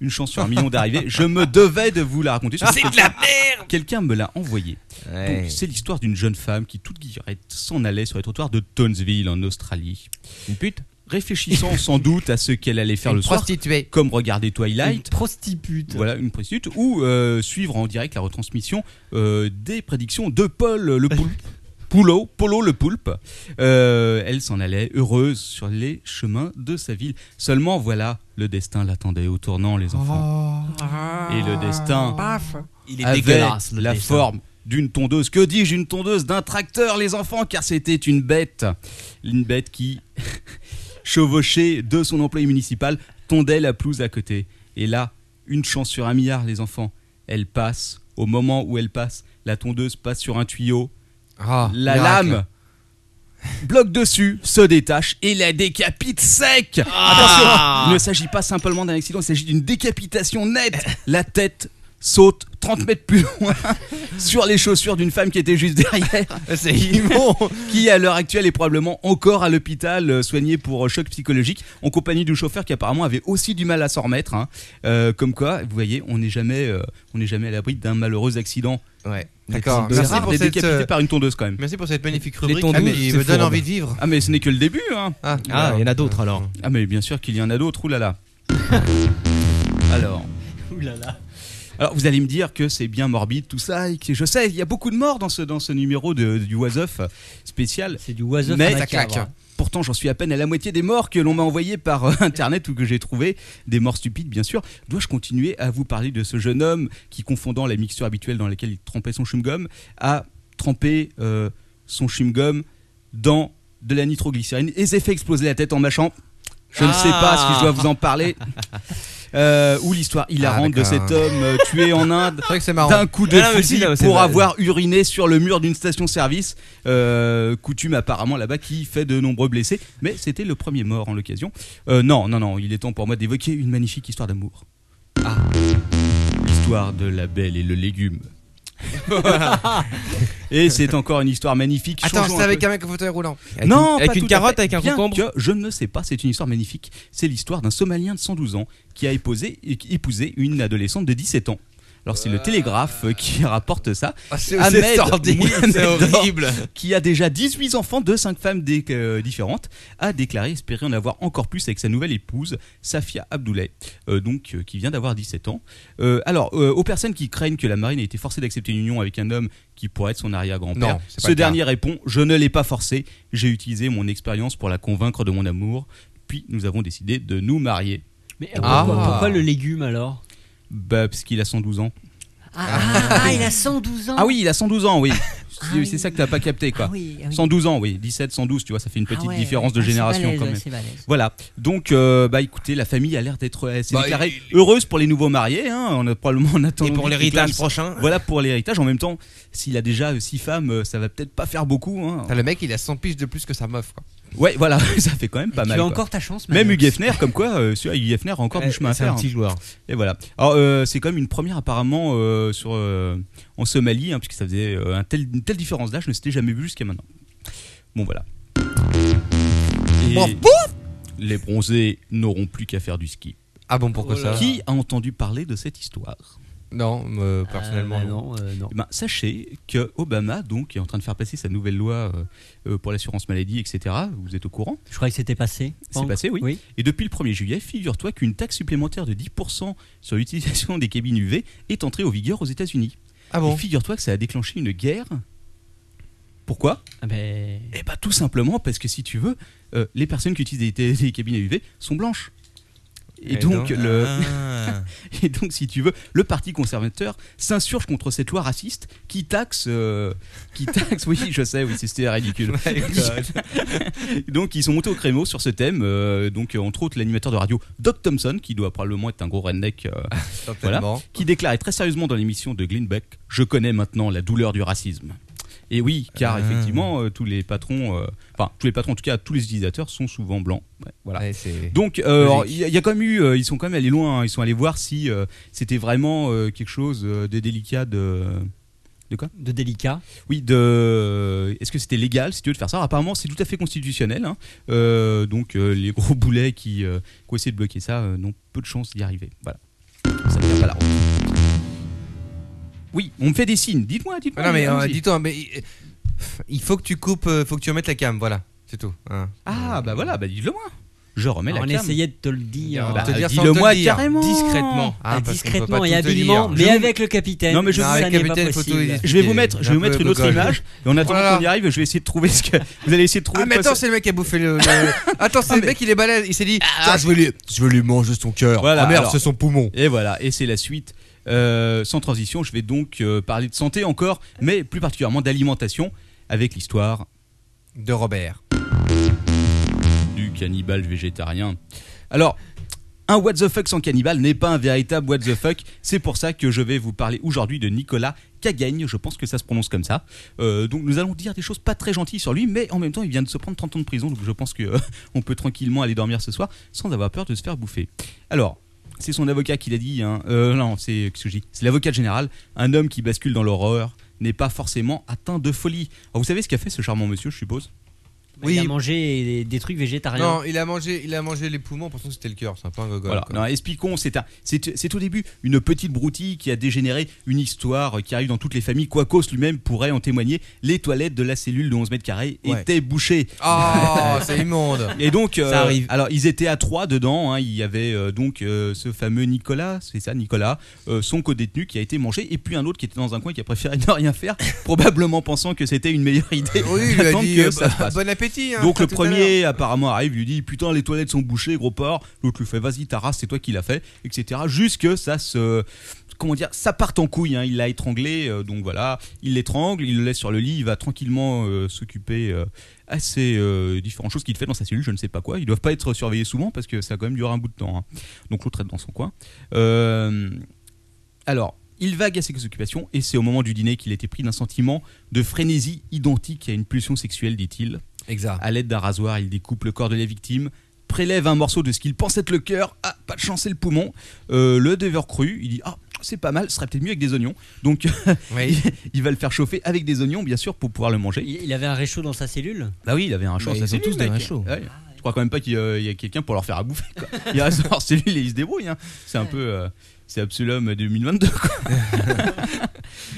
Speaker 18: une chance sur un million d'arriver, je me devais de vous la raconter.
Speaker 17: C'est de la
Speaker 18: merde Quelqu'un me l'a envoyé.
Speaker 17: Ouais.
Speaker 6: Eh.
Speaker 18: Donc, c'est l'histoire d'une jeune femme qui, toute guillerette, s'en allait sur les trottoirs de Townsville, en Australie. Une pute Réfléchissant sans doute à ce qu'elle allait faire
Speaker 3: Une
Speaker 18: le soir,
Speaker 3: prostituée.
Speaker 18: comme regarder Twilight,
Speaker 3: Une prostitute.
Speaker 18: voilà une prostitute, ou euh, suivre en direct la retransmission euh, des prédictions de Paul euh, le poulpe. Polo, Polo le poulpe. Euh, elle s'en allait heureuse sur les chemins de sa ville. Seulement voilà, le destin l'attendait au tournant, les enfants. Et le destin
Speaker 17: Paf. Il est
Speaker 18: avait
Speaker 17: dégueulasse, le
Speaker 18: la
Speaker 17: destin.
Speaker 18: forme d'une tondeuse. Que dis-je, une tondeuse d'un tracteur, les enfants, car c'était une bête, une bête qui chevauchée de son employé municipal, tondait la pelouse à côté. Et là, une chance sur un milliard, les enfants. Elle passe. Au moment où elle passe, la tondeuse passe sur un tuyau. la
Speaker 3: Ah, miracle.
Speaker 18: lame bloque dessus, se détache et la décapite sec. Attention,
Speaker 3: Ah.
Speaker 18: il ne s'agit pas simplement d'un accident, il s'agit d'une décapitation nette. La tête saute 30 mètres plus loin sur les chaussures d'une femme qui était juste derrière.
Speaker 3: Ah, C'est immonde.
Speaker 18: Qui à l'heure actuelle est probablement encore à l'hôpital euh, soignée pour euh, choc psychologique en compagnie du chauffeur qui apparemment avait aussi du mal à s'en remettre. hein. Euh, comme quoi, vous voyez, on n'est jamais, euh, on n'est jamais à l'abri d'un malheureux accident.
Speaker 3: Ouais.
Speaker 18: Des
Speaker 3: D'accord.
Speaker 18: petits-
Speaker 3: Merci
Speaker 18: des
Speaker 3: pour
Speaker 18: rares, des
Speaker 3: cette,
Speaker 18: décapités
Speaker 3: euh,
Speaker 18: par une tondeuse quand même.
Speaker 3: merci pour cette magnifique
Speaker 18: Les
Speaker 3: rubrique. Ah,
Speaker 18: tondeuse,
Speaker 3: mais il
Speaker 18: c'est
Speaker 3: me donne
Speaker 18: fourbe.
Speaker 3: envie de vivre.
Speaker 18: Ah mais ce n'est que le début. Hein.
Speaker 3: Ah, Ah, il y en a
Speaker 6: Euh,
Speaker 3: d'autres, alors.
Speaker 18: Ah mais bien sûr qu'il y en a d'autres. Oulala. alors. Alors vous allez me dire que c'est bien morbide tout ça et que je sais il y a beaucoup de morts dans ce dans ce numéro de, du Wasoff spécial.
Speaker 4: C'est du Wasoff
Speaker 18: mais
Speaker 4: à la cave.
Speaker 18: Pourtant, j'en suis à peine à la moitié des morts que l'on m'a envoyé par euh, internet ou que j'ai trouvé des morts stupides bien sûr. Dois-je continuer à vous parler de ce jeune homme qui confondant la mixture habituelle dans laquelle il trempait son chewing-gum a trempé euh, son chewing-gum dans de la nitroglycérine et s'est fait exploser la tête en mâchant. Je ne sais pas si je dois vous en parler. Euh, ou l'histoire hilarante de
Speaker 3: d'accord.
Speaker 18: cet homme euh, tué en Inde
Speaker 3: marrant.
Speaker 18: d'un coup de
Speaker 3: Ah, non, mais
Speaker 18: fusil
Speaker 3: si, non, c'est
Speaker 18: pour
Speaker 3: vrai.
Speaker 18: avoir uriné sur le mur d'une station-service, euh, coutume apparemment là-bas qui fait de nombreux blessés. Mais c'était le premier mort en l'occasion. Euh, non, non, non, il est temps pour moi d'évoquer une magnifique histoire d'amour. Ah, l'histoire de la belle et le légume. et c'est encore une histoire magnifique.
Speaker 3: Attends,
Speaker 18: Changeons
Speaker 3: c'est
Speaker 18: un
Speaker 3: avec
Speaker 18: peu.
Speaker 3: un mec en fauteuil roulant.
Speaker 18: non,
Speaker 3: avec
Speaker 18: pas
Speaker 3: une
Speaker 18: tout à
Speaker 3: carotte,
Speaker 18: fait.
Speaker 3: avec un
Speaker 18: Bien
Speaker 3: concombre.
Speaker 18: que je ne sais pas, c'est une histoire magnifique. C'est l'histoire d'un Somalien de 112 ans qui a épousé, épousé une adolescente de 17 ans. Alors c'est le Télégraphe euh, qui rapporte ça.
Speaker 3: Ah. c'est-
Speaker 18: Ahmed
Speaker 3: c'est sordide,
Speaker 18: Mohamed
Speaker 3: c'est horrible.
Speaker 18: Dor, Qui a déjà 18 enfants de 5 femmes dé- euh, différentes, a déclaré espérer en avoir encore plus avec sa nouvelle épouse, Safia Abdoulaye, euh, donc euh, qui vient d'avoir 17 ans. Euh, alors euh, aux personnes qui craignent que la marine ait été forcée d'accepter une union avec un homme qui pourrait être son arrière-grand-père,
Speaker 3: Non, c'est pas
Speaker 18: ce
Speaker 3: le cas.
Speaker 18: dernier répond Je ne l'ai pas forcée, j'ai utilisé mon expérience pour la convaincre de mon amour, puis nous avons décidé de nous marier.
Speaker 4: Mais pourquoi-
Speaker 18: Ah.
Speaker 4: pourquoi le légume alors
Speaker 18: Bah, parce qu'il a 112 ans.
Speaker 4: Ah, il a 112 ans.
Speaker 18: Ah oui, il a 112 ans, oui. C'est- c'est ça que t'as pas capté, quoi.
Speaker 4: Ah oui, ah oui.
Speaker 18: 112 ans, oui. 17, 112, tu vois, ça fait une
Speaker 4: Ah
Speaker 18: petite
Speaker 4: ouais,
Speaker 18: différence de
Speaker 4: ouais, c'est
Speaker 18: génération
Speaker 4: balèze,
Speaker 18: quand
Speaker 4: ouais,
Speaker 18: même.
Speaker 4: c'est balèze.
Speaker 18: Voilà. Donc, euh, bah écoutez, la famille a l'air d'être elle s'est
Speaker 3: Bah,
Speaker 18: déclarée heureuse pour les nouveaux mariés. Hein. On a probablement en attendant.
Speaker 3: Et pour
Speaker 18: du
Speaker 3: l'héritage
Speaker 18: Christmas.
Speaker 3: prochain.
Speaker 18: Voilà pour l'héritage. En même temps, s'il a déjà euh, six femmes, euh, ça va peut-être pas faire beaucoup. Hein.
Speaker 3: T'as le mec, il a 100 piges de plus que sa meuf. Quoi.
Speaker 18: Ouais, voilà, ça fait quand même pas
Speaker 3: tu
Speaker 18: mal.
Speaker 3: as
Speaker 18: quoi.
Speaker 3: encore ta chance,
Speaker 18: Même
Speaker 3: Manu.
Speaker 18: Hugues Hefner, comme quoi, euh, celui-là, Hugh Hefner a encore
Speaker 3: Ouais,
Speaker 18: du chemin à
Speaker 3: Eh, c'est un
Speaker 18: faire. hein
Speaker 3: petit joueur.
Speaker 18: Et voilà. Alors, euh, c'est quand même une première apparemment euh, sur, euh, en Somalie, hein, puisque ça faisait euh, un tel- une telle différence d'âge, je ne s'était jamais vu jusqu'à maintenant. Bon, voilà. Et les bronzés n'auront plus qu'à faire du ski.
Speaker 3: Ah bon, pourquoi ça
Speaker 18: Qui a entendu parler de cette histoire
Speaker 3: Non, euh, personnellement,
Speaker 18: Ah, bah
Speaker 3: non.
Speaker 4: euh,
Speaker 18: Eh ben, sachez que Obama donc est en train de faire passer sa nouvelle loi euh, euh, pour l'assurance maladie, etc. Vous êtes au courant
Speaker 4: Je croyais que c'était passé.
Speaker 18: C'est passé, oui. Et depuis le 1er juillet, figure-toi qu'une taxe supplémentaire de 10% sur l'utilisation des cabines UV est entrée en vigueur aux États-Unis.
Speaker 3: Ah bon
Speaker 18: Et Figure-toi que ça a déclenché une guerre. Pourquoi
Speaker 4: ben...
Speaker 18: Eh ben tout simplement parce que si tu veux, euh, les personnes qui utilisent des, des- des cabines à UV sont blanches. Et,
Speaker 3: Et
Speaker 18: donc,
Speaker 3: Eh donc,
Speaker 18: le...
Speaker 3: ah.
Speaker 18: et donc, si tu veux, le Parti conservateur s'insurge contre cette loi raciste qui taxe. euh, qui taxe oui, je sais, oui, c'était ridicule. donc, ils sont montés au créneau sur ce thème. euh, donc, euh, entre autres, l'animateur de radio Doc Thompson, qui doit probablement être un gros redneck, euh, voilà,
Speaker 3: Certainement.
Speaker 18: qui déclarait très sérieusement dans l'émission de Glenn Beck Je connais maintenant la douleur du racisme. Et oui, car
Speaker 3: Ah.
Speaker 18: effectivement, euh, tous les patrons, euh, enfin, tous les patrons, en tout cas, tous les utilisateurs sont souvent blancs. Ouais, voilà.
Speaker 3: Ouais, c'est
Speaker 18: Donc, euh,
Speaker 3: logique.
Speaker 18: alors, il y, a- il y a quand même eu, euh, ils sont quand même allés loin, hein. ils sont allés voir si euh, c'était vraiment euh, quelque chose euh, de délicat de. De quoi
Speaker 4: De délicat.
Speaker 18: Oui, de. Est-ce que c'était légal, si tu veux, de faire ça Alors, Apparemment, c'est tout à fait constitutionnel. hein. Euh, donc, euh, les gros boulets qui, euh, qui ont essayé de bloquer ça euh, n'ont peu de chance d'y arriver. Voilà. Ça ne tient pas la route. Oui, on me fait des signes. Dites-moi, dites-moi.
Speaker 3: non mais euh,
Speaker 18: allons-y.
Speaker 3: dis-toi, mais euh, il faut que tu coupes, euh, faut que tu remettes la cam, voilà, c'est tout. hein.
Speaker 18: Ah, bah voilà, bah dis-le moi. Je remets
Speaker 4: Alors,
Speaker 18: la
Speaker 4: on
Speaker 18: cam.
Speaker 4: essayait de te le dire. euh,
Speaker 18: Bah,
Speaker 3: te dire sans
Speaker 18: dis-le
Speaker 3: te
Speaker 18: moi
Speaker 3: le dire,
Speaker 18: carrément.
Speaker 3: discrètement, hein,
Speaker 4: Ah,
Speaker 3: parce qu'on peut
Speaker 4: discrètement
Speaker 3: pas
Speaker 4: et
Speaker 3: tout te
Speaker 4: habilement,
Speaker 3: dire.
Speaker 4: mais
Speaker 3: Je-
Speaker 4: avec le capitaine.
Speaker 18: Non, mais je-
Speaker 4: ça
Speaker 3: avec
Speaker 4: n'est pas
Speaker 3: capitaine, faut
Speaker 4: possible.
Speaker 3: tout-
Speaker 18: Je vais vous
Speaker 3: Et
Speaker 18: mettre, je
Speaker 3: un
Speaker 18: vais vous
Speaker 3: peu
Speaker 18: mettre une autre
Speaker 3: gogol.
Speaker 18: image. Et en attendant
Speaker 3: Voilà.
Speaker 18: qu'on y arrive, je vais essayer de trouver ce que vous allez essayer de trouver.
Speaker 3: Ah mais
Speaker 18: quoi
Speaker 3: attends,
Speaker 18: c'est-
Speaker 3: c'est le mec qui a bouffé le.
Speaker 18: Ah,
Speaker 3: le- Attends, c'est le mec il est balèze, il s'est dit, Tiens, je vais lui, je vais lui manger son cœur.
Speaker 18: Voilà,
Speaker 3: ah merde,
Speaker 18: alors.
Speaker 3: c'est son poumon.
Speaker 18: Et voilà, et c'est la suite. Euh, sans transition, je vais donc euh, parler de santé encore, mais plus particulièrement d'alimentation avec l'histoire
Speaker 3: De Robert.
Speaker 18: du cannibale végétarien. Alors, un what the fuck sans cannibale n'est pas un véritable what the fuck. C'est pour ça que je vais vous parler aujourd'hui de Nicolas Cagagne. Je pense que ça se prononce comme ça. Euh, donc, nous allons dire des choses pas très gentilles sur lui, mais en même temps, il vient de se prendre 30 ans de prison. Donc, je pense que euh, on peut tranquillement aller dormir ce soir sans avoir peur de se faire bouffer. Alors. C'est son avocat qui l'a dit. hein. Euh, non, c'est qu'est-ce que je dis C'est l'avocat général. Un homme qui bascule dans l'horreur n'est pas forcément atteint de folie. Alors, vous savez ce qu'a fait ce charmant monsieur, je suppose
Speaker 4: Il a
Speaker 3: Oui.
Speaker 4: mangé des, des trucs
Speaker 18: Ah,
Speaker 4: végétariens.
Speaker 3: Non, il a mangé, il a mangé les poumons, pourtant c'était le cœur, c'est un peu un gogol.
Speaker 18: Voilà.
Speaker 3: quoi.
Speaker 18: Non, expliquons, c'est un- c'est c'est au début une petite broutille qui a dégénéré une histoire qui arrive dans toutes les familles. Quacos lui-même pourrait en témoigner. Les toilettes de la cellule de 11 mètres carrés
Speaker 3: Ouais.
Speaker 18: étaient bouchées.
Speaker 3: Oh, c'est immonde.
Speaker 18: Et donc, euh,
Speaker 3: Ça arrive.
Speaker 18: alors ils étaient à trois dedans. hein. Il y avait euh, donc euh, ce fameux Nicolas, c'est ça, Nicolas, euh, son codétenu qui a été mangé, et puis un autre qui était dans un coin qui a préféré ne rien faire, probablement pensant que c'était une meilleure idée.
Speaker 3: Oui, il lui a
Speaker 18: d'attendre
Speaker 3: dit
Speaker 18: que
Speaker 3: euh,
Speaker 18: ça se passe.
Speaker 3: bon appétit. hein,
Speaker 18: Donc
Speaker 3: à
Speaker 18: le
Speaker 3: tout à
Speaker 18: premier apparemment arrive, lui dit putain les toilettes sont bouchées gros porc, l'autre lui fait vas-y ta race c'est toi qui l'as fait, etc. Jusque ça se... Comment dire, ça part en couille, hein. il l'a étranglé, euh, donc voilà, il l'étrangle, il le laisse sur le lit, il va tranquillement euh, s'occuper euh, à ses euh, différentes choses qu'il fait dans sa cellule, je ne sais pas quoi. Ils doivent pas être surveillés souvent parce que ça va quand même durer un bout de temps. hein. Donc l'autre est dans son coin. Euh, alors, il vague à ses occupations et c'est au moment du dîner qu'il était pris d'un sentiment de frénésie identique à une pulsion sexuelle, dit-il.
Speaker 3: Exact.
Speaker 18: À l'aide d'un rasoir, il découpe le corps de la victime, prélève un morceau de ce qu'il pense être le cœur. Ah, pas de chance, c'est le poumon. Euh, le deveur cru, il dit Ah, c'est pas mal, ce serait peut-être mieux avec des oignons. Donc,
Speaker 3: Oui.
Speaker 18: il va le faire chauffer avec des oignons, bien sûr, pour pouvoir le manger.
Speaker 4: Il il avait un réchaud dans sa cellule.
Speaker 18: Bah oui, il avait un
Speaker 6: Mais ils ont tous des réchauds.
Speaker 3: Ah
Speaker 18: Ouais. Je crois quand même pas qu'il euh, il y a quelqu'un pour leur faire à bouffer. quoi. Il reste dans leur cellule et ils se débrouillent. hein. C'est un peu. euh, c'est Absolum 2022. Quoi.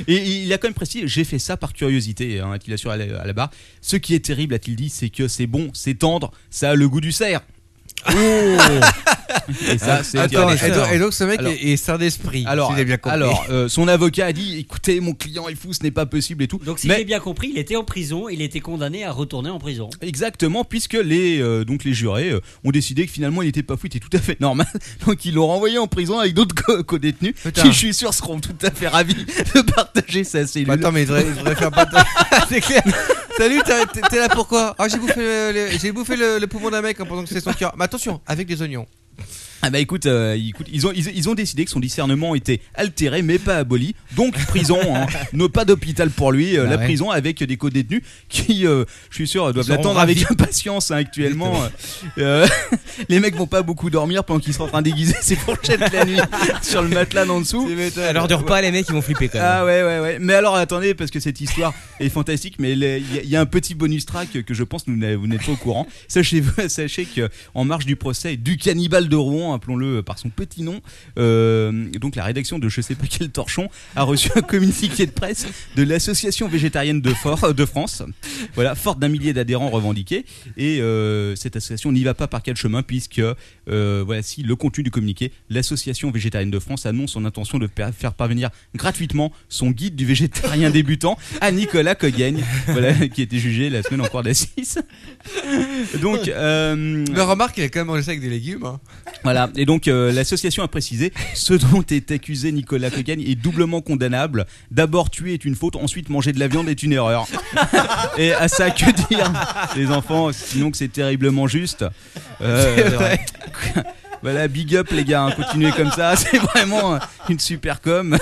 Speaker 18: et il a quand même précisé j'ai fait ça par curiosité, hein, a-t-il assuré à la, à la barre. Ce qui est terrible, a-t-il dit, c'est que c'est bon, c'est tendre, ça a le goût du cerf. et ça, c'est
Speaker 3: Oh. Attends,
Speaker 18: dire
Speaker 3: et
Speaker 18: des choses.
Speaker 3: donc, et donc ce mec
Speaker 18: Alors-
Speaker 3: est, est sain d'esprit.
Speaker 18: alors,
Speaker 3: si j'ai bien compris.
Speaker 18: alors euh, son avocat a dit écoutez, mon client est fou, ce n'est pas possible et tout.
Speaker 4: Donc si
Speaker 18: Mais-
Speaker 4: j'ai bien compris, il était en prison, il était condamné à retourner en prison.
Speaker 18: Exactement, puisque les, euh, donc les jurés euh, ont décidé que finalement il n'était pas fou, il était tout à fait normal. Donc ils l'ont renvoyé en prison avec d'autres co- co-détenus
Speaker 3: Putain.
Speaker 18: qui, je suis sûr, seront tout à fait ravis de partager sa cellule.
Speaker 3: Bah, attends, mais il devrait, il devrait faire pas de. c'est clair. Salut, t'as- t'es t'es là pourquoi Ah, j'ai bouffé, le, le- j'ai bouffé le, le poumon d'un mec en pensant que c'est son cœur. Mais attention, avec des oignons.
Speaker 18: Ah bah écoute, euh, écoute, ils, ont, ils, ils ont décidé que son discernement était altéré mais pas aboli. Donc prison, hein. ne pas d'hôpital pour lui, euh,
Speaker 3: Bah
Speaker 18: la
Speaker 3: ouais.
Speaker 18: prison avec des co-détenus qui, euh, je suis sûr, doivent
Speaker 3: seront
Speaker 18: l'attendre
Speaker 3: ravis.
Speaker 18: avec impatience hein, actuellement. Euh, euh, les mecs vont pas beaucoup dormir pendant qu'ils sont en train d'aiguiser ses fourchettes la nuit sur le matelas en dessous.
Speaker 6: À l'heure du repas, les mecs, ils vont flipper quand même.
Speaker 18: Ah ouais, ouais, ouais. Mais alors attendez, parce que cette histoire est fantastique, mais il y, a- il y a un petit bonus track que je pense que vous n'avez- vous n'êtes pas au courant. Sachez, sachez que en marge du procès du cannibale de Rouen, appelons-le par son petit nom, euh, donc la rédaction de je sais pas quel torchon a reçu un communiqué de presse de l'association végétarienne de, Fort, euh, de France. Voilà, forte d'un millier d'adhérents revendiqués. Et euh, cette association n'y va pas par quel chemin, puisque euh, voici le contenu du communiqué. L'association végétarienne de France annonce son intention de pa- faire parvenir gratuitement son guide du végétarien débutant à Nicolas Cogagne, voilà, qui était jugé la semaine en cours d'assises. Donc, euh,
Speaker 3: Mais remarque, il a quand même mangé ça avec des légumes. hein.
Speaker 18: voilà, Voilà. Et donc, euh, l'association a précisé ce dont est accusé Nicolas Cocagne est doublement condamnable. D'abord, tuer est une faute, ensuite, manger de la viande est une erreur. Et à ça, que dire, les enfants Sinon, que c'est terriblement juste. Euh,
Speaker 3: C'est vrai.
Speaker 18: Voilà, big up les gars, hein, continuez comme ça, c'est vraiment euh, une super com.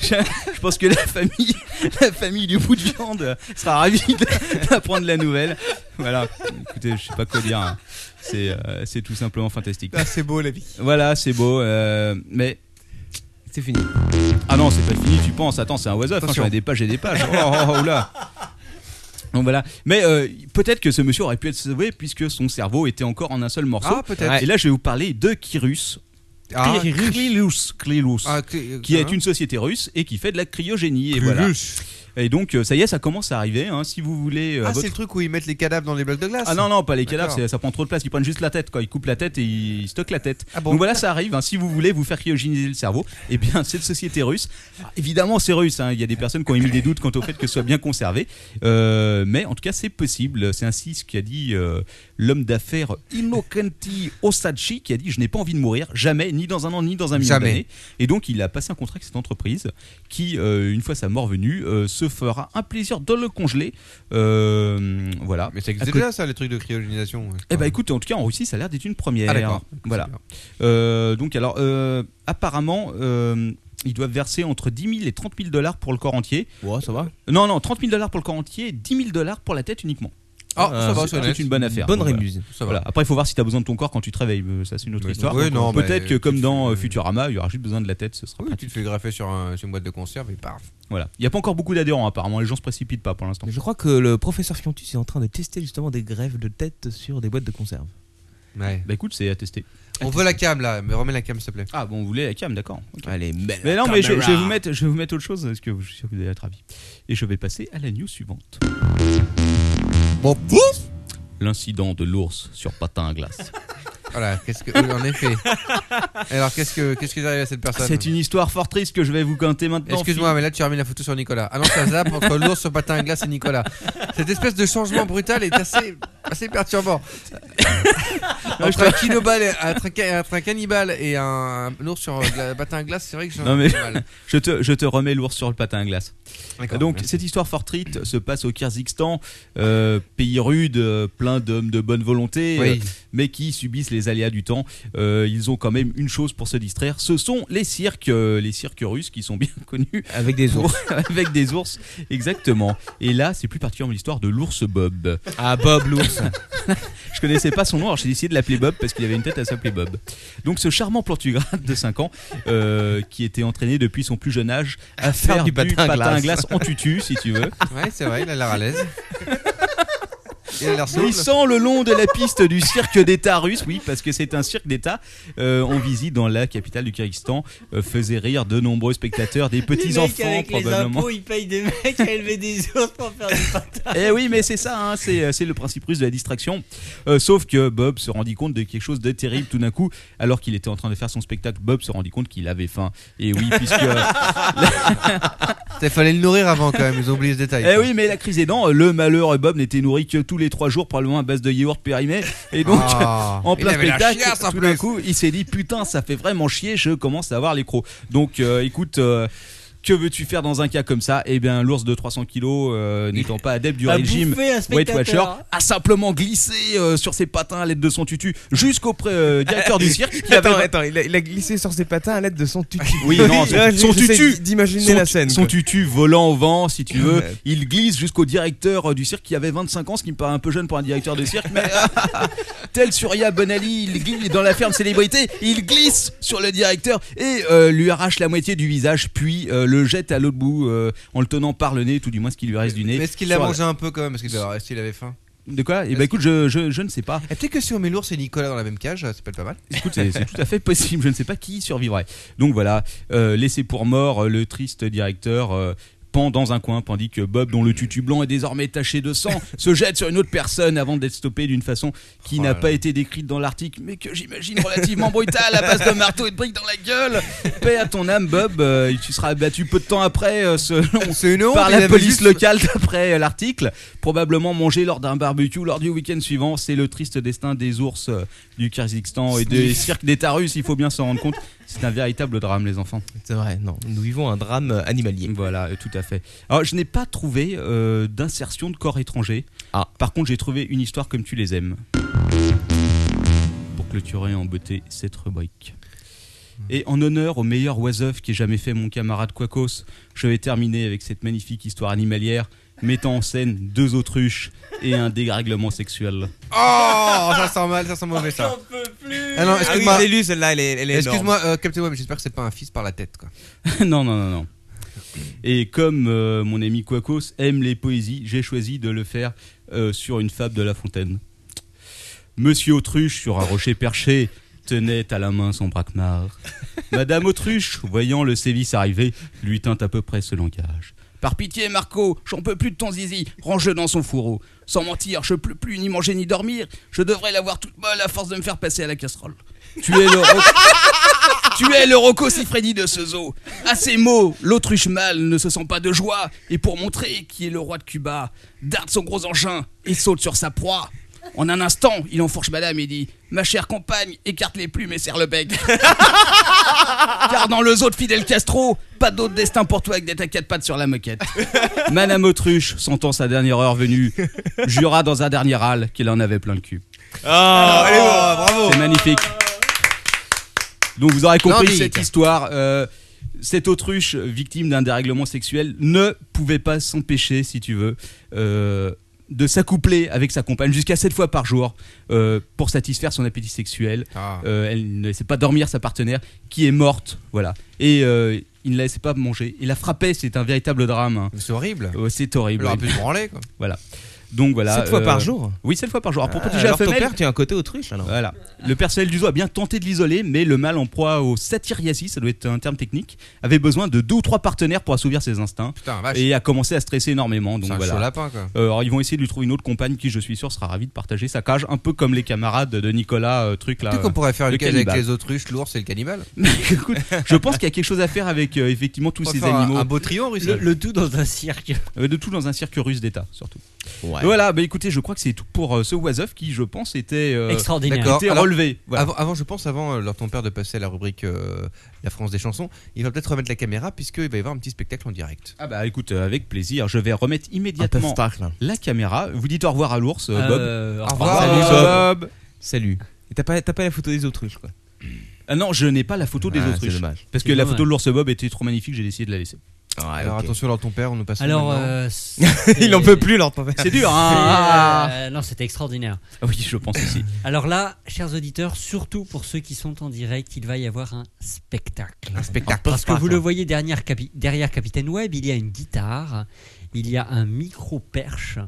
Speaker 18: Je je pense que la famille, la famille du bout de viande euh, sera ravie de- d'apprendre la nouvelle. Voilà, écoutez, je sais pas quoi dire. hein. C'est euh, c'est tout simplement fantastique.
Speaker 3: Ah, c'est beau, la vie.
Speaker 18: Voilà, c'est beau, euh, mais.
Speaker 3: C'est fini.
Speaker 18: Ah non, c'est pas fini, tu penses. Attends, c'est un was-off, hein,
Speaker 3: Attention.
Speaker 18: j'en ai des pages et des pages. Oh, oh, oh, là donc voilà. Mais euh, peut-être que ce monsieur aurait pu être sauvé puisque son cerveau était encore en un seul morceau.
Speaker 3: Ah, peut-être.
Speaker 18: Et là, je vais vous parler de Kirus.
Speaker 3: Ah,
Speaker 18: Kirus. Klilus.
Speaker 3: Ah, Kli-
Speaker 18: qui
Speaker 3: hein.
Speaker 18: est une société russe et qui fait de la cryogénie. Et,
Speaker 3: Klilus.
Speaker 18: voilà. et donc, euh, ça y est, ça commence à arriver. hein. Si vous voulez. euh,
Speaker 3: Ah,
Speaker 18: votre-
Speaker 3: c'est le truc où ils mettent les cadavres dans les blocs de glace.
Speaker 18: ah non, non, pas les
Speaker 3: D'accord.
Speaker 18: cadavres, c'est- ça prend trop de place. Ils prennent juste la tête, quoi. Ils coupent la tête et ils stockent la tête.
Speaker 3: Ah
Speaker 18: Donc voilà, ça arrive. hein. Si vous voulez vous faire cryogéniser le cerveau, eh bien, cette société russe, Ah, évidemment, c'est russe. hein. Il y a des personnes qui ont émis des doutes quant au fait que ce soit bien conservé. Euh, mais en tout cas, c'est possible. C'est ainsi ce qu'a dit euh, l'homme d'affaires Inokenti Osachi, qui a dit Je n'ai pas envie de mourir, jamais, ni dans un an, ni dans un million
Speaker 3: Jamais.
Speaker 18: d'années. Et donc, il a passé un contrat avec cette entreprise qui, euh, une fois sa mort venue, euh, se fera un plaisir de le congeler. Euh, voilà.
Speaker 3: Mais ça
Speaker 18: À
Speaker 3: existe
Speaker 18: côté-
Speaker 3: déjà, ça, les trucs de cryogénisation. je
Speaker 18: eh
Speaker 3: crois.
Speaker 18: ben écoute, en tout cas en Russie, ça a l'air d'être une première.
Speaker 3: Ah, d'accord.
Speaker 18: Voilà. Euh, donc alors, euh, apparemment, euh, ils doivent verser entre 10 000 et 30 000 dollars pour le corps entier.
Speaker 6: Ouais, ça va.
Speaker 18: Non, non, 30 000 dollars pour le corps entier, et 10 000 dollars pour la tête uniquement.
Speaker 3: Ah, ça va,
Speaker 18: Euh, c'est
Speaker 3: c'est honnête.
Speaker 18: une bonne affaire.
Speaker 6: Bonne
Speaker 18: Donc, voilà.
Speaker 6: rémuse.
Speaker 3: Ça va.
Speaker 18: Voilà. Après, il faut voir si tu as besoin de ton corps quand tu te réveilles. Euh, Ça, c'est une autre
Speaker 3: Mais
Speaker 18: histoire.
Speaker 3: oui, non,
Speaker 18: Peut-être
Speaker 3: mais
Speaker 18: que, comme
Speaker 3: tu
Speaker 18: dans
Speaker 3: fais-
Speaker 18: euh, Futurama, il y aura juste besoin de la tête. Ce sera
Speaker 3: Oui,
Speaker 18: pratique.
Speaker 3: Ah, tu te fais greffer sur, un- sur une boîte de conserve et paf.
Speaker 18: Voilà. Il n'y a pas encore beaucoup d'adhérents, apparemment. Les gens se précipitent pas pour l'instant.
Speaker 6: Je crois que le professeur Fiontus est en train de tester justement des grèves de tête sur des boîtes de conserve.
Speaker 3: Ouais.
Speaker 18: Bah écoute, c'est à tester.
Speaker 3: On veut la cam là, mais remets la cam s'il te plaît.
Speaker 18: Ah bon, vous voulez la cam, d'accord.
Speaker 6: Allez, mets la
Speaker 18: Mais non, mais je,
Speaker 6: caméra.
Speaker 18: je vais vous mettre, je vais vous mettre autre chose, parce que je suis sûr que vous allez être ravis. Et je vais passer à la news suivante.
Speaker 3: Bon, bouf
Speaker 18: L'incident de l'ours sur patin à glace.
Speaker 3: Voilà, qu'est-ce que. oui, en effet. Alors, qu'est-ce que qu'est-ce qui est arrivé à cette personne
Speaker 18: C'est une histoire fort triste que je vais vous conter maintenant.
Speaker 3: Ah, Excuse-moi, mais là tu remets la photo sur Nicolas. Ah non, ça zappe entre l'ours, ce patin à glace et Nicolas. Cette espèce de changement brutal est assez, assez perturbant. entre un, kinobal et- entre un ca- entre un cannibale et un, un ours sur le patin à glace, c'est vrai que j'ai
Speaker 18: Non, mais-
Speaker 3: un peu mal.
Speaker 18: Phil. Je te, je te remets l'ours sur le patin à glace.
Speaker 3: D'accord,
Speaker 18: Donc
Speaker 3: merci.
Speaker 18: cette histoire fort triste se passe au Kyrgyzstan, euh, pays rude, euh, plein d'hommes de bonne volonté,
Speaker 3: Oui.
Speaker 18: euh, mais qui subissent les aléas du temps. Euh, ils ont quand même une chose pour se distraire, ce sont les cirques, euh, les cirques russes qui sont bien connus
Speaker 6: Avec des ours.
Speaker 18: avec des ours, exactement. Et là, c'est plus particulièrement l'histoire de l'ours Bob.
Speaker 6: Ah, Bob l'ours.
Speaker 18: Je connaissais pas son nom, alors j'ai décidé de l'appeler Bob parce qu'il avait une tête à s'appeler Bob. Donc ce charmant plantugrade de 5 ans, euh, qui était entraîné depuis son plus jeune âge à faire, du patin, à, glace. en tutu, si tu veux.
Speaker 3: Ouais, c'est vrai, il a l'air à l'aise. Il a l'air souple.
Speaker 18: Glissant le long de la piste du cirque d'État russe, oui, parce que c'est un cirque d'État, euh, on visite dans la capitale du Kyrgyzstan, euh, faisait rire de nombreux spectateurs, des
Speaker 4: Les
Speaker 18: petits
Speaker 4: mecs
Speaker 18: enfants
Speaker 4: avec les
Speaker 18: probablement.
Speaker 4: impôts, ils payent des mecs à élever des ours pour faire des patates.
Speaker 18: Eh oui, mais c'est ça, hein, c'est, c'est le principe russe de la distraction. Euh, sauf que Bob se rendit compte de quelque chose de terrible tout d'un coup, alors qu'il était en train de faire son spectacle. Bob se rendit compte qu'il avait faim. Et oui, puisque. euh,
Speaker 3: Il fallait le nourrir avant quand même, ils ont oublié ce détail.
Speaker 18: eh oui, mais la crise aidant, le malheureux Bob n'était nourri que tous les trois jours, probablement à base de yaourt périmé. Et donc.
Speaker 3: Ah,
Speaker 18: En
Speaker 3: il
Speaker 18: plein
Speaker 3: avait la
Speaker 18: spectacle,
Speaker 3: chiasse, en
Speaker 18: tout d'un
Speaker 3: plus.
Speaker 18: coup, il s'est dit putain, ça fait vraiment chier, je commence à avoir les crocs. Donc, euh, écoute, euh, que veux-tu faire dans un cas comme ça Eh bien, l'ours de 300 kilos, euh, n'étant pas adepte du
Speaker 4: A
Speaker 18: régime
Speaker 4: bouffé un
Speaker 18: Weight
Speaker 4: spectateur.
Speaker 18: Watcher, a simplement glissé euh, sur ses patins à l'aide de son tutu jusqu'au pré- euh, directeur du cirque. qui
Speaker 6: Attends,
Speaker 18: avait-
Speaker 6: attends, il a, il a glissé sur ses patins à l'aide de son tutu.
Speaker 18: Oui, non, son-
Speaker 6: Là, j'ai-
Speaker 18: son
Speaker 6: j'essaie
Speaker 18: tutu.
Speaker 6: D'imaginer
Speaker 18: son,
Speaker 6: la scène.
Speaker 18: son
Speaker 6: quoi.
Speaker 18: tutu volant au vent, si tu veux.
Speaker 6: Ouais.
Speaker 18: Il glisse jusqu'au directeur euh, du cirque qui avait 25 ans, ce qui me paraît un peu jeune pour un directeur de cirque, mais tel Surya Ben Ali, il glisse dans la ferme célébrité, il glisse sur le directeur et euh, lui arrache la moitié du visage, puis euh, le jette à l'autre bout euh, en le tenant par le nez, tout du moins ce qui lui reste du nez.
Speaker 3: Mais est-ce qu'il a
Speaker 18: Sur-
Speaker 3: mangé un peu quand même Parce qu'il doit- est-ce qu'il avait faim
Speaker 18: De quoi Eh ben écoute, je, je, je ne sais pas.
Speaker 3: Et peut-être que si on met l'ours et Nicolas dans la même cage, ça peut être pas mal.
Speaker 18: Écoute, c'est c'est tout à fait possible. Je ne sais pas qui survivrait. Donc voilà, euh, laissé pour mort euh, le triste directeur. euh, pend dans un coin, tandis que Bob, dont le tutu blanc est désormais taché de sang, se jette sur une autre personne avant d'être stoppé d'une façon qui
Speaker 2: Oh
Speaker 18: n'a
Speaker 2: là
Speaker 18: pas
Speaker 2: là.
Speaker 18: été décrite dans l'article, mais que j'imagine relativement brutale à base de marteau et de briques dans la gueule. Paix à ton âme, Bob. euh, tu seras abattu peu de temps après, euh, selon
Speaker 3: honte,
Speaker 18: par
Speaker 3: il
Speaker 18: la
Speaker 3: avait
Speaker 18: police
Speaker 3: juste-
Speaker 18: locale d'après euh, l'article. Probablement mangé lors d'un barbecue lors du week-end suivant. C'est le triste destin des ours euh, du Kazakhstan et des
Speaker 6: Sniff.
Speaker 18: cirques des Tarus. Il faut bien s'en rendre compte. C'est un véritable drame, les enfants.
Speaker 6: C'est vrai, non. Nous vivons un drame euh, animalier.
Speaker 18: Voilà, euh, tout à fait. Alors, je n'ai pas trouvé euh, d'insertion de corps étranger. Par contre, j'ai trouvé une histoire comme tu les aimes. Pour clôturer en beauté cette rubrique. Et en honneur au meilleur oiseuf qui ait jamais fait mon camarade Quacos, je vais terminer avec cette magnifique histoire animalière mettant en scène deux autruches et un dérèglement sexuel.
Speaker 3: Oh, ça sent mal, ça sent mauvais ça. Ah non, excuse-moi.
Speaker 6: Ah oui, je l'ai lu, celle-là, elle est- elle est
Speaker 3: Excuse-moi, euh, Captain Web, j'espère que c'est pas un fils par la tête quoi.
Speaker 18: non, non, non, non. Et comme euh, mon ami Quacos aime les poésies, j'ai choisi de le faire euh, sur une fable de La Fontaine. Monsieur Autruche, sur un rocher perché, tenait à la main son braquemar. Madame Autruche, voyant le sévice arriver, lui tint à peu près ce langage. Par pitié, Marco, j'en peux plus de ton zizi, range-le dans son fourreau. Sans mentir, je peux plus ni manger ni dormir, je devrais l'avoir toute molle à force de me faire passer à la casserole. Tu es le roc- Tu es le Rocco Siffredi de ce zoo. À ces mots, l'autruche mâle ne se sent pas de joie et pour montrer qui est le roi de Cuba, darde son gros engin et saute sur sa proie. En un instant, il enfourche madame et dit Ma chère compagne, écarte les plumes et serre le bec. Car dans le zoo de Fidel Castro, pas d'autre destin pour toi que d'être à quatre pattes sur la moquette. Madame Autruche, sentant sa dernière heure venue, jura dans un dernier râle qu'elle en avait plein le cul.
Speaker 6: Ah, allez, bravo.
Speaker 18: C'est magnifique. Donc vous aurez compris
Speaker 3: Non, mais-
Speaker 18: cette histoire. euh, cette autruche, victime d'un dérèglement sexuel, ne pouvait pas s'empêcher, si tu veux, euh, de s'accoupler avec sa compagne jusqu'à 7 fois par jour euh, pour satisfaire son appétit sexuel. Euh, elle ne laissait pas dormir sa partenaire, qui est morte, voilà. Et euh, il ne la laissait pas manger. Il la frappait, c'est un véritable drame. C'est horrible. c'est horrible.
Speaker 3: Elle aurait
Speaker 18: oui.
Speaker 3: pu se branler, quoi.
Speaker 18: Voilà. Donc voilà. euh,
Speaker 6: Sept fois par jour
Speaker 18: Oui, 7 fois par jour. Alors, pour
Speaker 6: Ah,
Speaker 18: protéger la
Speaker 6: euh, alors ton
Speaker 18: femelle.
Speaker 6: père, tu as un côté autruche alors.
Speaker 18: Voilà. Le personnel du zoo a bien tenté de l'isoler, mais le mâle en proie au satyriasis, ça doit être un terme technique, avait besoin de deux ou trois partenaires pour assouvir ses instincts.
Speaker 3: Putain, vache.
Speaker 18: Et a commencé à stresser énormément. Donc
Speaker 3: Ah, C'est un
Speaker 18: voilà.
Speaker 3: chaud lapin, quoi.
Speaker 18: Euh, alors ils vont essayer de lui trouver une autre compagne qui, je suis sûr, sera ravie de partager sa cage, un peu comme les camarades de Nicolas, euh, truc là.
Speaker 3: Peut-être qu'on
Speaker 18: euh,
Speaker 3: pourrait faire
Speaker 18: le
Speaker 3: une cage avec
Speaker 18: cannibale.
Speaker 3: les autruches, l'ours et le cannibale.
Speaker 18: Je pense qu'il y a quelque chose à faire avec euh, effectivement tous
Speaker 3: On
Speaker 18: ces
Speaker 3: va faire un-
Speaker 18: animaux.
Speaker 3: un beau trio, Russell.
Speaker 18: Le,
Speaker 4: tout dans un cirque.
Speaker 18: de tout dans un cirque russe d'État, surtout. Voilà, bah écoutez, je crois que c'est tout pour euh, ce Wasoff qui, je pense, était euh,
Speaker 3: D'accord.
Speaker 18: était
Speaker 3: Alors,
Speaker 18: relevé. Voilà.
Speaker 3: Avant, avant, je pense, avant, euh, leur ton père de passer à la rubrique euh, La France des chansons, il va peut-être remettre la caméra puisqu'il va y avoir un petit spectacle en direct.
Speaker 18: Ah bah écoute, euh, avec plaisir, je vais remettre immédiatement
Speaker 3: star, là.
Speaker 18: la caméra. Vous dites au revoir à l'ours, euh, Bob.
Speaker 6: Euh, au
Speaker 18: revoir,
Speaker 6: Salut,
Speaker 18: Bob.
Speaker 6: Bob. Salut. Et t'as pas, t'as pas la photo des autruches quoi.
Speaker 18: Ah non, je n'ai pas la photo des
Speaker 6: Ah,
Speaker 18: autruches.
Speaker 6: c'est dommage.
Speaker 18: Parce que
Speaker 6: C'est
Speaker 18: la
Speaker 6: dommage.
Speaker 18: photo de l'ours Bob était trop magnifique, j'ai décidé de la laisser.
Speaker 3: Alors attention, leur ton père, on nous passe.
Speaker 4: Alors,
Speaker 3: maintenant.
Speaker 4: euh, c'est-
Speaker 3: Il en peut plus, Ah. leur
Speaker 6: Ah,
Speaker 3: ton père.
Speaker 18: C'est dur, hein. Ah
Speaker 4: C'est, euh, non, c'était extraordinaire.
Speaker 18: Oui, je pense aussi.
Speaker 4: Alors là, chers auditeurs, surtout pour ceux qui sont en direct, il va y avoir un spectacle.
Speaker 3: Un spectacle.
Speaker 4: Parce que
Speaker 3: Spectacle.
Speaker 4: vous le voyez derrière, Capi- derrière Capitaine Web, il y a une guitare, il y a un micro-perche.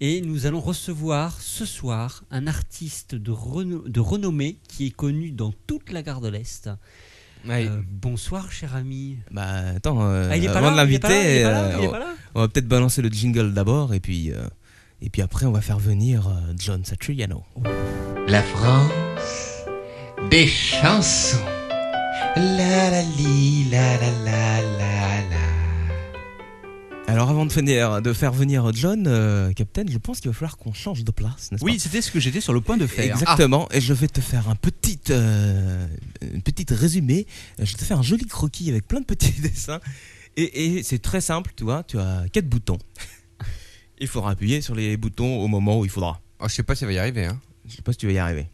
Speaker 4: Et nous allons recevoir ce soir un artiste de, reno- de renommée qui est connu dans toute la gare de l'Est. Euh, bonsoir, cher ami.
Speaker 6: Bah attends, euh,
Speaker 4: Ah, il est pas
Speaker 6: avant de
Speaker 4: là, il est pas là, il
Speaker 6: l'inviter,
Speaker 4: est pas là,
Speaker 6: euh,
Speaker 4: il est
Speaker 6: on-
Speaker 4: pas là
Speaker 6: on va peut-être balancer le jingle d'abord et puis euh, et puis après on va faire venir euh, John Satriano.
Speaker 17: La France des chansons. La la li la la la la la.
Speaker 6: Alors avant de, finir- de faire venir John, euh, Captain, je pense qu'il va falloir qu'on change de place, n'est-ce
Speaker 18: Oui,
Speaker 6: pas
Speaker 18: c'était ce que j'étais sur le point de faire. Ah,
Speaker 6: Exactement, et je vais te faire un petit, euh, une petite résumé. Euh, Je vais te faire un joli croquis avec plein de petits dessins. Et, et c'est très simple, tu vois, tu as quatre boutons. Il faudra appuyer sur les boutons au moment où il faudra.
Speaker 3: Ah, je sais pas si va y arriver. hein.
Speaker 6: Je sais pas si tu vas y arriver.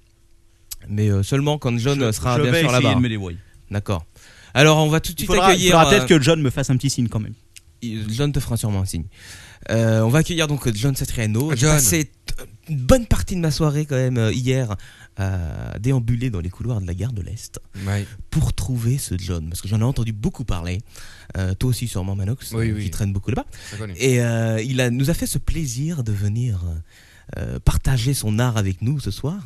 Speaker 6: Mais euh, seulement quand John
Speaker 18: Je-
Speaker 6: sera
Speaker 18: je
Speaker 6: bien
Speaker 18: vais
Speaker 6: sûr
Speaker 18: essayer
Speaker 6: là-bas.
Speaker 18: de me débrouiller.
Speaker 6: D'accord. Alors on va tout de
Speaker 18: Il
Speaker 6: suite
Speaker 18: faudra, il
Speaker 6: accueillir.
Speaker 18: faudra
Speaker 6: euh,
Speaker 18: peut-être que John me fasse un petit signe quand même.
Speaker 6: il- John te fera sûrement un signe. Euh, on va accueillir donc John Satriano. J'ai
Speaker 18: John.
Speaker 6: passé t- une bonne partie de ma soirée quand même euh, hier à déambuler dans les couloirs de la gare de l'Est
Speaker 3: Ouais.
Speaker 6: pour trouver ce John. Parce que j'en ai entendu beaucoup parler. Euh, toi aussi sûrement Manox,
Speaker 3: Oui,
Speaker 6: euh,
Speaker 3: oui.
Speaker 6: qui traîne beaucoup là-bas.
Speaker 3: Très connu.
Speaker 6: Et euh, il a, nous a fait ce plaisir de venir euh, partager son art avec nous ce soir.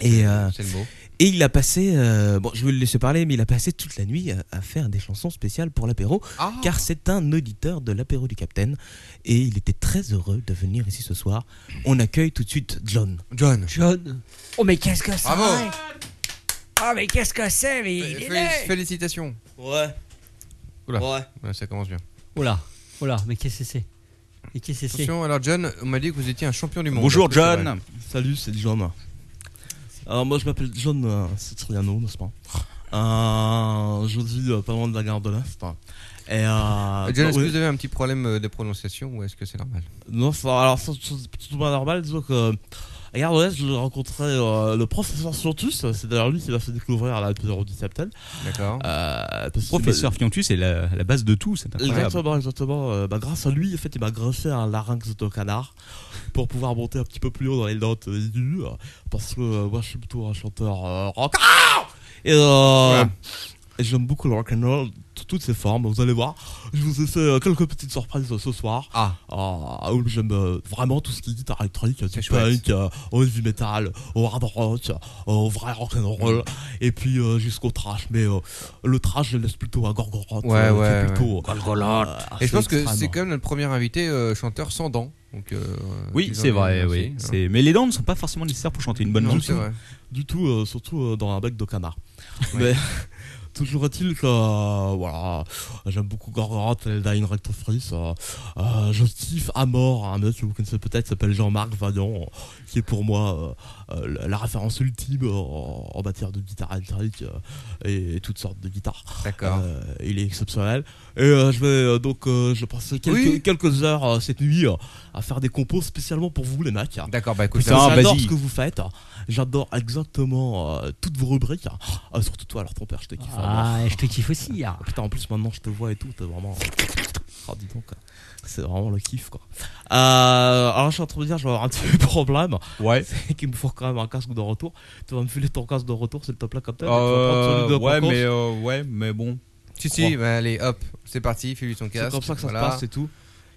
Speaker 6: Et, euh,
Speaker 3: c'est le mot.
Speaker 6: et il a passé, euh, bon, je vais le laisser parler, mais il a passé toute la nuit à, à faire des chansons spéciales pour l'apéro,
Speaker 3: Ah,
Speaker 6: car c'est un auditeur de l'apéro du Capitaine, et il était très heureux de venir ici ce soir. On accueille tout de suite John.
Speaker 3: John.
Speaker 4: John. Oh, mais qu'est-ce que c'est
Speaker 3: Bravo.
Speaker 4: Ah, mais qu'est-ce que c'est mais il est
Speaker 3: Félic-
Speaker 4: né
Speaker 3: Félicitations.
Speaker 6: Ouais.
Speaker 3: Oula.
Speaker 6: Ouais.
Speaker 3: Ouais, ça commence bien.
Speaker 4: Oh là, oh là, mais qu'est-ce que c'est Mais qu'est-ce que c'est
Speaker 3: Attention, alors John, on m'a dit que vous étiez un champion du monde.
Speaker 18: Bonjour,
Speaker 3: Est-ce que c'est
Speaker 18: John.
Speaker 3: vrai
Speaker 6: Salut, c'est John. Alors moi je m'appelle John euh, Citriano, n'est-ce pas euh, Je vis euh, pas loin de la gare de l'Est. Et, euh,
Speaker 3: Euh, John,
Speaker 6: bah,
Speaker 3: est-ce
Speaker 6: oui.
Speaker 3: que vous avez un petit problème euh, de prononciation ou est-ce que c'est normal
Speaker 6: Non, ça- alors ça, c'est tout pas normal, disons que... Regarde, là, je rencontrais euh, le professeur Surtus, c'est d'ailleurs lui qui m'a fait découvrir la période du Capitaine.
Speaker 3: D'accord.
Speaker 18: Ah,
Speaker 6: Euh, parce que-
Speaker 18: Professeur Fiontus est la, la base de tout, c'est incroyable.
Speaker 6: Exactement, exactement. Euh, bah, grâce à lui, en fait, il m'a greffé un larynx de canard pour pouvoir monter un petit peu plus haut dans les notes euh, aiguës, euh, Parce que euh, moi, je suis plutôt un chanteur euh, rock. Ah Et, euh, et j'aime beaucoup le rock'n'roll, t- toutes ses formes. Vous allez voir, je vous ai fait euh, quelques petites surprises euh, ce soir.
Speaker 3: Ah.
Speaker 6: Ah, oui, j'aime euh, vraiment tout ce qui est guitare électronique, du
Speaker 3: chouette.
Speaker 6: punk, euh, au heavy metal, au hard rock, euh, au vrai
Speaker 3: Mm.
Speaker 6: rock'n'roll, et puis euh, jusqu'au trash. Mais euh, le trash, je laisse plutôt à Gorgoroth,
Speaker 3: Ouais,
Speaker 6: euh, qui est
Speaker 3: ouais, ouais.
Speaker 6: plutôt, Ah,
Speaker 3: Et je pense que c'est quand même notre premier invité euh, chanteur sans dents. Donc, euh,
Speaker 18: Oui,
Speaker 3: disons
Speaker 18: c'est
Speaker 3: le
Speaker 18: vrai,
Speaker 3: merci,
Speaker 18: oui.
Speaker 3: hein.
Speaker 18: C'est- Mais les dents ne sont pas forcément nécessaires pour chanter une bonne
Speaker 3: Non,
Speaker 18: chanson.
Speaker 3: c'est vrai.
Speaker 6: Du tout, euh, surtout euh, dans un bec de canard.
Speaker 3: Ouais.
Speaker 6: Mais toujours est-il que euh, voilà, j'aime beaucoup Gorgoroth et les Dying Rectifrice. Euh, euh, je kiffe à mort un mec que vous connaissez peut-être, s'appelle Jean-Marc Vaillant, euh, qui est pour moi euh, euh, la- la référence ultime euh, en, en matière de guitare électrique euh, et, et toutes sortes de guitares.
Speaker 3: D'accord.
Speaker 6: Euh, il est exceptionnel. Et euh, je vais euh, donc, euh, je passais quelques,
Speaker 3: Oui.
Speaker 6: quelques heures euh, cette nuit euh, à faire des compos spécialement pour vous les mecs.
Speaker 3: D'accord, bah écoute,
Speaker 6: Putain,
Speaker 18: ça,
Speaker 6: j'adore
Speaker 18: vas-y.
Speaker 6: ce que vous faites. J'adore exactement euh, toutes vos rubriques. Ah, surtout toi, alors ton père, je te kiffe. vraiment.
Speaker 4: Ah, je te kiffe aussi. ah.
Speaker 6: Putain, en plus maintenant je te vois et tout, t'es vraiment. Ah, dis donc, quoi. c'est vraiment le kiff quoi. Euh, alors je suis en train de dire, je vais avoir un petit peu de problème.
Speaker 18: Ouais.
Speaker 6: C'est qu'il me faut quand même un casque de retour. Tu vas me filer ton casque de retour, s'il te plaît, comme tel. et tu vas prendre celui de
Speaker 18: Euh, ouais,
Speaker 6: Pancos.
Speaker 18: mais, euh, ouais, mais bon.
Speaker 3: Si, si, bah, allez, hop, c'est parti, fais-lui son casque.
Speaker 6: C'est comme ça que ça
Speaker 3: voilà.
Speaker 6: se passe, c'est tout.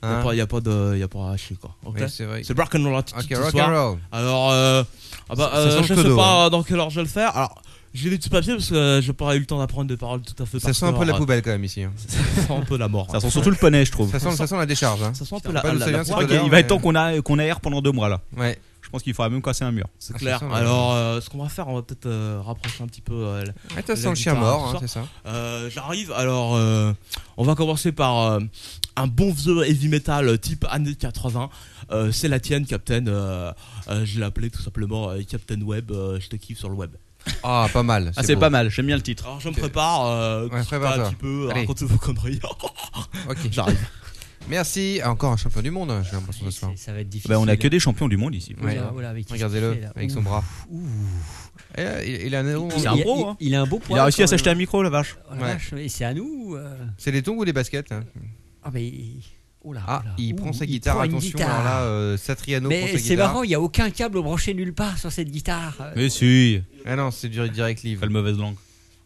Speaker 6: Il
Speaker 3: Hein.
Speaker 6: n'y a, pas de. Y a pas à chier quoi. ok
Speaker 3: Oui, c'est vrai.
Speaker 6: c'est rock and roll attitude
Speaker 3: Ok,
Speaker 6: ce
Speaker 3: rock
Speaker 6: soir.
Speaker 3: and roll.
Speaker 6: Alors, euh, ah bah,
Speaker 3: Ça- ça
Speaker 6: euh,
Speaker 3: sent le hein.
Speaker 6: je sais
Speaker 3: clodo,
Speaker 6: pas dans quelle heure je vais le faire. Alors, j'ai des petits papiers parce que euh, j'ai pas eu le temps d'apprendre des paroles tout à fait.
Speaker 3: Ça sent un peu la
Speaker 6: par
Speaker 3: poubelle quand même ici. hein.
Speaker 6: cœur. euh, Ça sent un peu la mort. hein.
Speaker 18: Ça sent surtout le poney, je trouve.
Speaker 3: Ça sent, ça sent la décharge. Hein.
Speaker 6: Ça sent un peu
Speaker 3: Putain,
Speaker 6: la,
Speaker 3: pas d'où
Speaker 6: la-
Speaker 3: ça
Speaker 6: la
Speaker 3: vient, c'est
Speaker 6: poire.
Speaker 18: Ok,
Speaker 3: D'accord,
Speaker 18: il va
Speaker 3: mais-
Speaker 18: être temps qu'on a- qu'on aère pendant deux mois là.
Speaker 3: Ouais.
Speaker 18: Je pense qu'il faudra même casser un mur.
Speaker 6: C'est
Speaker 3: Ah,
Speaker 6: clair.
Speaker 3: ça sent la-
Speaker 6: Alors, euh, ce qu'on va faire, on va peut-être euh, rapprocher un petit peu. euh, la-
Speaker 3: Ah, ça
Speaker 6: La
Speaker 3: sent le chien
Speaker 6: guitare,
Speaker 3: mort,
Speaker 6: tout ça.
Speaker 3: hein, c'est ça.
Speaker 6: Euh, J'arrive. Alors, euh, on va commencer par euh, un bon vieux heavy metal euh, type années 80. Euh, C'est la tienne, Captain. Euh, euh, je l'ai appelé tout simplement euh, Captain Web. Euh, je te kiffe sur le web.
Speaker 3: Ah, pas mal.
Speaker 18: Ah, c'est
Speaker 3: beau.
Speaker 18: pas mal, j'aime bien le titre.
Speaker 6: Alors, je me prépare. Euh,
Speaker 3: Ouais,
Speaker 6: tout
Speaker 3: prépare-toi.
Speaker 6: ça un petit peu.
Speaker 3: Allez.
Speaker 6: Racontez vos conneries.
Speaker 3: Ok.
Speaker 6: J'arrive.
Speaker 3: Merci. Ah, encore un champion du monde, j'ai l'impression ce soir.
Speaker 4: C'est- Ça va être difficile.
Speaker 18: Bah, on a que des champions du monde ici.
Speaker 4: Oh là, oh là, mais qu'est-ce
Speaker 3: Regardez-le
Speaker 4: qu'il fait, là
Speaker 3: avec son
Speaker 4: Ouh.
Speaker 3: bras.
Speaker 4: Ouh.
Speaker 3: Et là, il, il a un énorme-
Speaker 18: C'est un
Speaker 4: Il-
Speaker 18: pro,
Speaker 4: il-
Speaker 18: hein.
Speaker 4: Il a un beau poids.
Speaker 18: Il a réussi à s'acheter un micro, la vache.
Speaker 4: Oh
Speaker 3: Ouais.
Speaker 4: Et c'est à nous. euh,
Speaker 3: C'est les tongs ou les baskets là
Speaker 4: Ah, mais. il- Oh là,
Speaker 3: Ah,
Speaker 4: oh là.
Speaker 3: il
Speaker 4: Ouh,
Speaker 3: prend sa
Speaker 4: il
Speaker 3: guitare,
Speaker 4: prend une
Speaker 3: attention.
Speaker 4: guitare.
Speaker 3: Alors là, euh, Satriano prend sa
Speaker 4: mais c'est
Speaker 3: guitare.
Speaker 4: marrant, il n'y a aucun câble branché nulle part sur cette guitare. Euh,
Speaker 18: Mais si,
Speaker 3: Ah non, c'est du direct live.
Speaker 18: pas le mauvaise langue.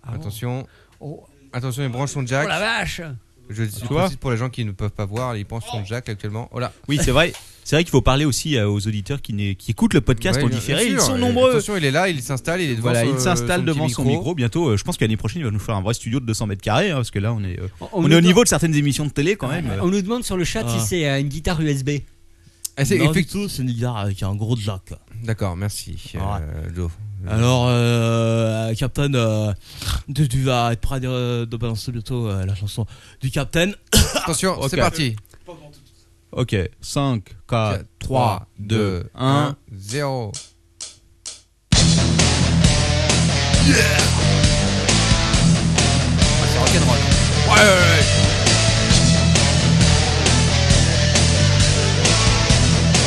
Speaker 4: ah bon.
Speaker 3: Attention.
Speaker 4: Oh,
Speaker 3: Attention, il branche son
Speaker 4: oh
Speaker 3: jack.
Speaker 4: la vache
Speaker 3: Je je
Speaker 18: vois
Speaker 3: précise pour les gens qui ne peuvent pas voir, il branche son jack actuellement. Oh là.
Speaker 18: Oui, c'est vrai. C'est vrai qu'il faut parler aussi euh, aux auditeurs qui, n'est- qui écoutent le podcast
Speaker 3: Ouais,
Speaker 18: en
Speaker 3: bien-
Speaker 18: différé.
Speaker 3: bien
Speaker 18: Ils
Speaker 3: sûr.
Speaker 18: sont
Speaker 3: Et
Speaker 18: nombreux.
Speaker 3: Attention, il est là, il s'installe, il est devant
Speaker 18: Voilà,
Speaker 3: son- euh,
Speaker 18: il s'installe
Speaker 3: son petit
Speaker 18: devant son micro. Bientôt, euh, je pense que l'année prochaine, il va nous faire un vrai studio de 200 mètres carrés. hein, parce que là, on est, euh, on est
Speaker 4: nous
Speaker 18: au
Speaker 4: de-
Speaker 18: niveau de certaines émissions de télé quand même.
Speaker 4: On nous demande sur le chat
Speaker 6: Ah.
Speaker 4: si c'est euh, une guitare USB.
Speaker 3: Ah, c'est
Speaker 6: Non, du
Speaker 3: effect-
Speaker 6: tout, c'est une guitare avec un gros jack.
Speaker 3: D'accord, merci. euh,
Speaker 18: Ah.
Speaker 6: Ouais.
Speaker 3: Joe.
Speaker 6: Alors, euh, Captain, euh, tu, tu vas être prêt de, de balancer bientôt euh, la chanson du Captain.
Speaker 3: Attention,
Speaker 18: Ok.
Speaker 3: c'est parti.
Speaker 18: Ok, 5, 4, 3, 2, 1.
Speaker 3: 0.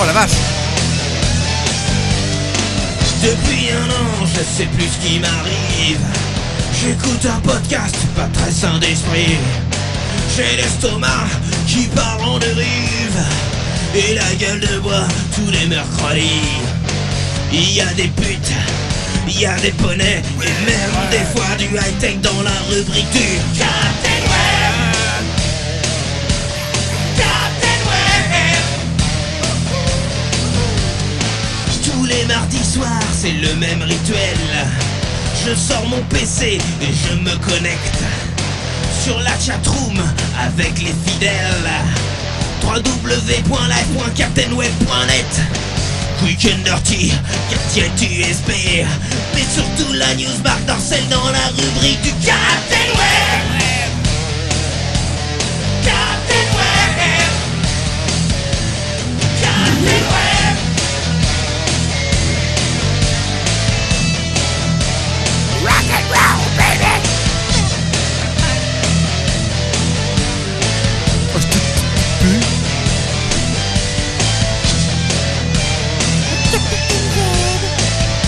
Speaker 3: Oh la vache
Speaker 19: Depuis un an, je sais plus ce qui m'arrive. J'écoute un podcast pas très sain d'esprit. J'ai l'estomac qui part en dérive. Et la gueule de bois tous les mercredis. Il y a des putes, il y a des poneys, et même des fois du high-tech dans la rubrique du Captain Web. Captain Web. Tous les matins mardi soir, c'est le même rituel. Je sors mon PC et je me connecte sur la chatroom avec les fidèles. www.live.captainweb.net Quick and Dirty, Captain USP, mais surtout la news Marc Dorcel dans la rubrique du Captain Web. Captain Web. Captain Web. Rock and roll, baby.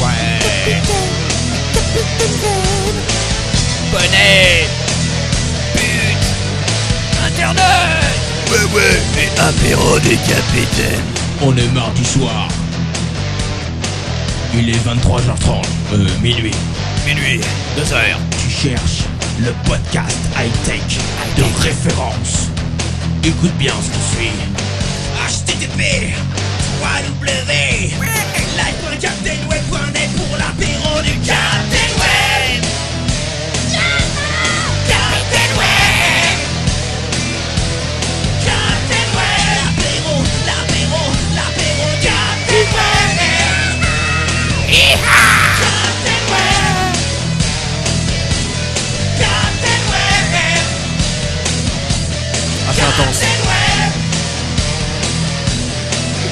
Speaker 17: Ouais.
Speaker 19: Bonnet. Internet. Ouais, ouais, mais apéro des capitaines. On est mardi soir. Il est 23h30, euh, minuit. Minuit, 2h. Tu cherches le podcast high-tech de référence. Écoute bien ce que suis. HTTP www.live.captainweb.net pour l'apéro du Captain Web. Captain Web. Captain Web. L'apéro, l'apéro, l'apéro du Captain Web. Hi-ha. Captain Web. Captain Web.
Speaker 17: Ah, c'est intense.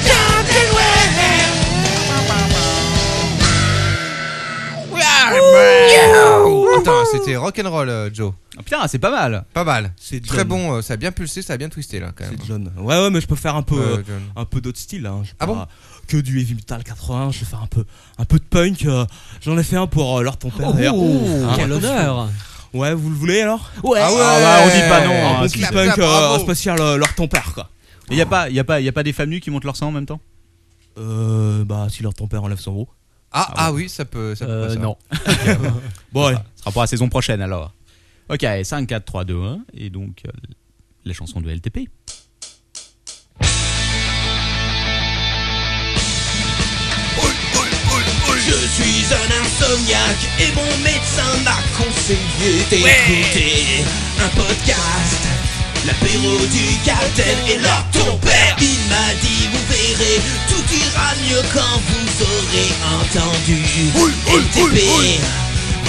Speaker 19: Captain Web.
Speaker 3: Attends, c'était rock'n'roll, euh, Joe.
Speaker 6: Ah,
Speaker 18: putain, c'est pas mal.
Speaker 3: Pas mal.
Speaker 6: C'est
Speaker 3: très
Speaker 6: John.
Speaker 3: bon. euh, ça a bien pulsé, ça a bien twisté là quand même.
Speaker 6: C'est John. Ouais, ouais, mais je peux faire un peu,
Speaker 3: Ouais,
Speaker 6: euh,
Speaker 3: John.
Speaker 6: un peu d'autres styles. hein. Je vais
Speaker 3: Ah
Speaker 6: pas-
Speaker 3: bon
Speaker 6: Que du heavy metal 80. Je vais faire un peu, un peu de punk. euh, J'en ai fait un pour euh, leur ton père.
Speaker 4: Oh,
Speaker 6: d'ailleurs. Hein,
Speaker 4: quel
Speaker 6: attention.
Speaker 4: honneur.
Speaker 6: Ouais, vous le voulez alors
Speaker 4: Ouais. Ah ouais.
Speaker 6: bah, on dit pas non.
Speaker 18: Ah,
Speaker 6: hein,
Speaker 18: bon,
Speaker 6: petit
Speaker 18: clap,
Speaker 6: punk
Speaker 18: clap, bravo.
Speaker 6: euh, spécial euh, leur ton père quoi.
Speaker 18: Il n'y a, pas- y a, pas- y a pas des femmes nues qui montent leur sang en même temps
Speaker 6: Euh, bah si leur ton père enlève son gros.
Speaker 3: Ah, ah oui, ça peut. Ça peut
Speaker 18: Euh,
Speaker 3: passer.
Speaker 18: non.
Speaker 3: Ok, bon.
Speaker 18: Bon, ouais. Ce sera pour la saison prochaine alors. Ok, 5, 4, 3, 2, 1. Et donc, euh, la chanson de LTP.
Speaker 19: Je suis un insomniaque et mon médecin m'a conseillé d'écouter un podcast. L'apéro du capitaine et leur ton père. Il m'a dit, vous verrez, tout ira mieux quand vous aurez entendu. LTP,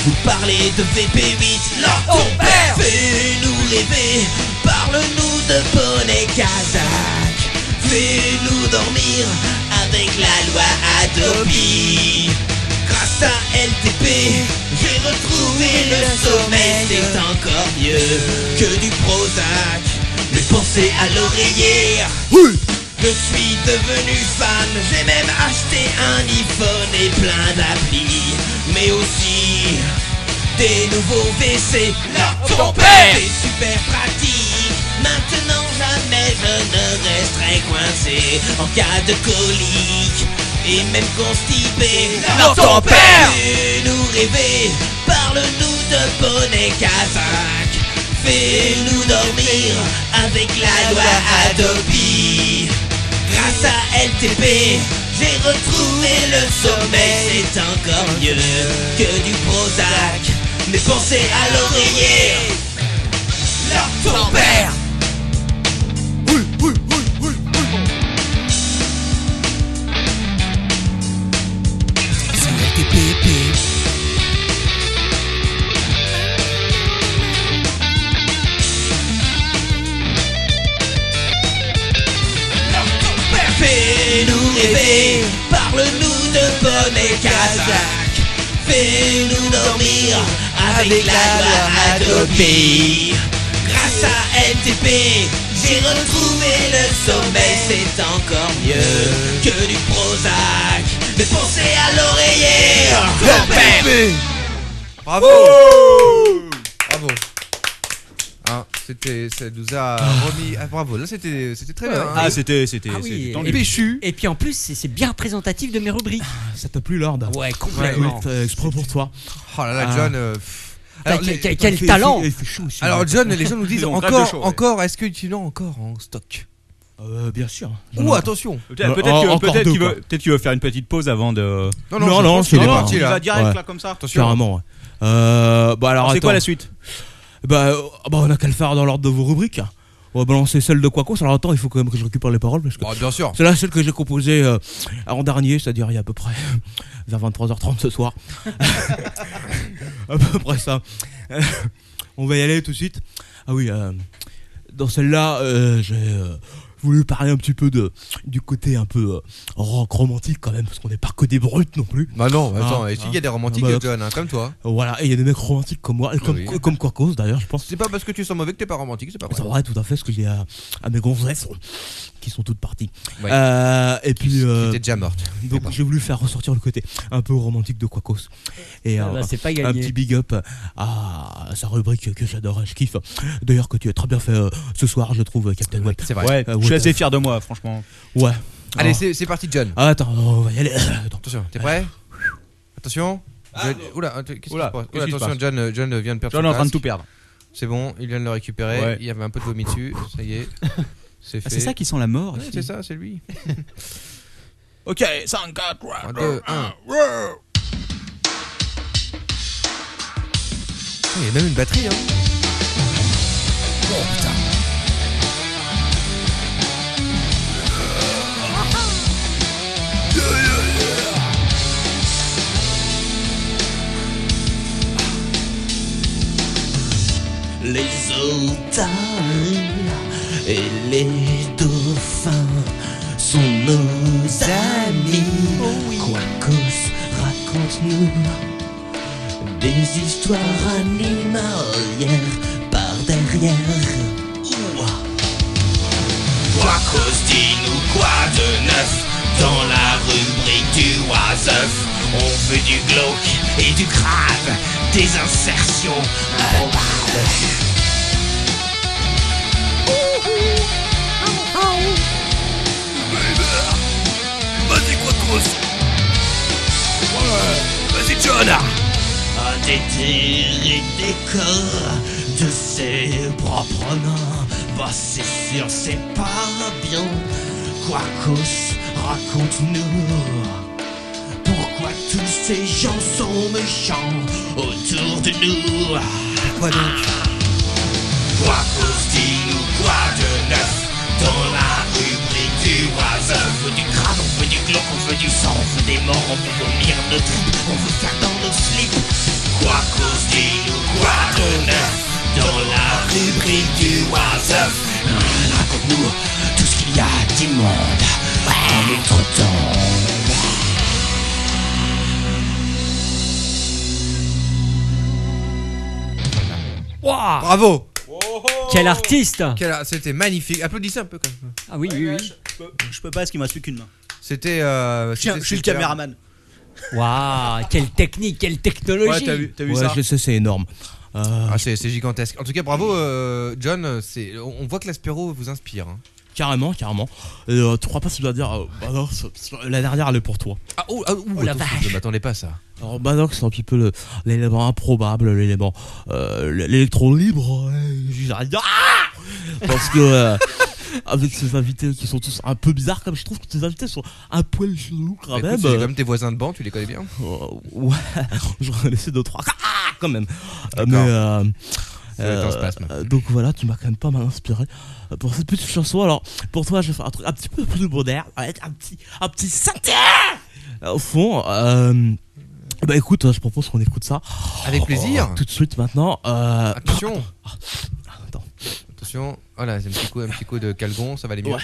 Speaker 19: vous parlez de VP8, leur ton père. Fais-nous rêver, parle-nous de Bonnet Kazakh. Fais-nous dormir avec la loi Adobe. Grâce à LTP, j'ai retrouvé le sommeil. C'est encore mieux que du Prozac. Le penser à l'oreiller. Je suis devenu fan. J'ai même acheté un iPhone et plein d'applis. Mais aussi des nouveaux WC. Leur ton père. C'est super pratique. Maintenant jamais je ne resterai coincé en cas de colique et même constipé.
Speaker 17: Leur ton père.
Speaker 19: Fais-nous rêver, parle-nous de bonnet Kazakh. Fais-nous dormir avec la loi Adobe. Grâce à LTP, j'ai retrouvé le sommeil. C'est encore mieux que du Prozac. Mais pensez à l'oreiller. Leur ton père.
Speaker 17: Sur RTPP.
Speaker 19: Fais-nous rêver, parle-nous de bonnet Kazakh. Fais-nous dormir avec la loi Adobe. Grâce à LTP, j'ai retrouvé le sommeil. C'est encore mieux que du Prozac. Mais pensez à l'oreiller.
Speaker 3: Bravo. Bravo. Ah, c'était, ça nous a remis. Ah, bravo. Là, c'était, c'était très bien.
Speaker 18: Ah, c'était- c'était-
Speaker 4: Ah oui,
Speaker 18: c'était tendu.
Speaker 4: et puis, et puis en plus, c'est c'est bien représentatif de mes rubriques.
Speaker 6: Ça t'a plu Lord
Speaker 4: Ouais, complètement.
Speaker 6: bah, Oui, euh, exprès pour toi.
Speaker 3: Oh là là,
Speaker 6: Ah.
Speaker 3: John. euh, pff.
Speaker 4: Putain, quel-
Speaker 3: les-
Speaker 4: quel- quel talent
Speaker 6: il fait chaud aussi,
Speaker 3: Alors
Speaker 6: là.
Speaker 3: John, les gens nous disent
Speaker 6: Ils ont grave de
Speaker 3: encore,
Speaker 6: chaud, ouais.
Speaker 3: encore. Est-ce que tu l'as encore en stock
Speaker 6: Euh, bien sûr.
Speaker 3: Ouh,
Speaker 6: Non.
Speaker 3: attention.
Speaker 18: Peut-être peut-être
Speaker 6: En-
Speaker 18: que-
Speaker 6: encore
Speaker 18: peut-être
Speaker 6: deux,
Speaker 18: qu'il
Speaker 6: quoi.
Speaker 18: veut, peut-être qu'il veut faire une petite pause avant de.
Speaker 6: Non, non, non, c'est
Speaker 18: il
Speaker 6: les
Speaker 18: va-
Speaker 6: parties,
Speaker 18: il
Speaker 6: là.
Speaker 18: va direct
Speaker 6: Ouais.
Speaker 18: là comme ça.
Speaker 6: Carrément, ouais. Euh, bah, alors,
Speaker 18: Alors, hein. c'est quoi
Speaker 6: attends.
Speaker 18: la suite
Speaker 6: bah, euh, bah, on a qu'à le faire dans l'ordre de vos rubriques. On va balancer celle de Quacos. Alors attends, il faut quand même que je récupère les paroles. Parce que
Speaker 3: Bah, bien sûr.
Speaker 6: C'est la seule que j'ai composée euh, en dernier, c'est-à-dire il y a à peu près vers 23h30 ce soir. à peu près ça. Euh, on va y aller tout de suite. Ah oui, euh, dans celle-là, euh, j'ai euh, voulu parler un petit peu de, du côté un peu euh, rock romantique quand même, parce qu'on n'est pas que des brutes non plus.
Speaker 3: Bah non,
Speaker 18: Ah.
Speaker 3: attends, et si, il y a des romantiques,
Speaker 6: bah,
Speaker 3: John, hein, comme toi.
Speaker 6: Voilà, et il y a des mecs romantiques comme moi, et comme,
Speaker 3: Oui.
Speaker 6: comme Quacos d'ailleurs, je
Speaker 18: Oh.
Speaker 6: pense.
Speaker 3: C'est pas parce que tu sens mauvais que t'es pas romantique, c'est pas
Speaker 6: C'est
Speaker 3: vrai.
Speaker 6: vrai, tout à fait, ce que j'ai à, à mes gonzesses qui sont toutes parties.
Speaker 3: Ouais.
Speaker 6: Euh, et puis. euh,
Speaker 3: étaient déjà mortes.
Speaker 6: Donc j'ai voulu faire ressortir le côté un peu romantique de Quacos. Et
Speaker 4: Ah bah,
Speaker 6: euh,
Speaker 4: c'est pas
Speaker 6: un
Speaker 4: gagné.
Speaker 6: petit big up à sa rubrique que j'adore et je kiffe. D'ailleurs, que tu as très bien fait euh, ce soir, je trouve, Captain Web.
Speaker 3: C'est
Speaker 18: Ouais, je suis assez fier de moi, franchement.
Speaker 6: Ouais.
Speaker 3: Allez,
Speaker 6: Ah.
Speaker 3: c'est c'est parti, John.
Speaker 6: Ah, attends, on va y aller. Attends.
Speaker 3: Attention, t'es prêt Attention. John- Oula, att- qu'est-ce qui se
Speaker 18: Ah, Oula,
Speaker 3: passe Oula,
Speaker 18: qu'est-ce qui se
Speaker 3: Attention,
Speaker 18: passe
Speaker 3: John, euh, John vient de perdre
Speaker 18: John
Speaker 3: son
Speaker 18: est en train de
Speaker 3: casque.
Speaker 18: tout perdre.
Speaker 3: C'est bon, il vient de le récupérer.
Speaker 18: Ouais.
Speaker 3: Il y avait un peu de vomi dessus. Ça y est, c'est fait.
Speaker 18: Ah, c'est ça qui sent la mort,
Speaker 3: Ouais,
Speaker 18: ici.
Speaker 3: c'est ça, c'est lui.
Speaker 18: Ok, 5, 4, 3,
Speaker 3: 2, 1. Il y a même une batterie, hein.
Speaker 19: les otaries et les dauphins sont nos amis. Quacos, raconte-nous des histoires animalières par derrière. Quacos, dis-nous quoi de neuf dans la rubrique du oiseuf. On veut du glauque et du crabe, des insertions improbables. Vas-y, Quacos! Ouais, vas-y, John! Un déterré des corps de ses propres mains. Bah, c'est sûr, c'est pas bien. Quacos, raconte-nous. Pourquoi tous ces gens sont méchants autour de nous? Quoi donc? Quacos, dis-nous quoi de neuf? Dans la rubrique du oiseau, on veut du crabe, on veut du glauque, on veut du sang, on veut des morts, on veut vomir nos tripes, on veut faire dans nos slips. Quoi cause dis-nous quoi de neuf dans la rubrique du oiseau Raconte-nous tout ce qu'il y a d'immonde en outre-tombe.
Speaker 3: Bravo
Speaker 4: Quel artiste
Speaker 3: Quel ar- C'était magnifique. Applaudissez un peu quand même.
Speaker 4: Ah oui, oui, oui.
Speaker 20: Je peux, je peux pas parce qu'il m'a su qu'une main.
Speaker 3: C'était. euh,
Speaker 20: Je suis, un-
Speaker 3: c'était
Speaker 20: je suis le
Speaker 3: super.
Speaker 20: caméraman.
Speaker 4: Waouh, quelle technique, quelle technologie
Speaker 6: Ouais, je sais, c'est énorme. Euh,
Speaker 3: Ah, c'est c'est gigantesque. En tout cas, bravo, euh, John. c'est- On on voit que l'Aspero vous inspire. hein.
Speaker 6: Carrément, carrément. Et, euh, trois passes, tu dois dire. euh, bah non, c'est- c'est- la dernière, elle est pour toi.
Speaker 3: Ah, oh, ah, ouh, attention, Je m'attendais pas à ça.
Speaker 6: Alors Manox c'est un petit peu le- l'élément improbable, l'élément euh, l- l'électron libre. euh, j'arrive- Ah Parce que euh, avec ces invités qui sont tous un peu bizarres, comme je trouve que ces invités sont un poil chelous quand
Speaker 20: Ah,
Speaker 3: Bah, écoute,
Speaker 6: même.
Speaker 3: c'est quand même tes voisins de banc, tu les connais bien.
Speaker 6: Euh, ouais, j'aurais laissé deux trois Ah quand même. Euh,
Speaker 3: D'accord.
Speaker 6: Mais euh,
Speaker 3: Ça va être un spasme.
Speaker 6: euh, donc voilà, tu m'as quand même pas mal inspiré euh, pour cette petite chanson. Alors pour toi, je vais faire un truc un petit peu plus moderne, avec un petit un petit synthé euh, au fond. euh, bah écoute, euh, je propose qu'on écoute ça.
Speaker 20: euh,
Speaker 3: Avec plaisir.
Speaker 6: oh, tout de suite maintenant. euh,
Speaker 3: Attention Attention, voilà, c'est un petit coup, un petit coup de calgon, ça va aller mieux.
Speaker 6: Ouais.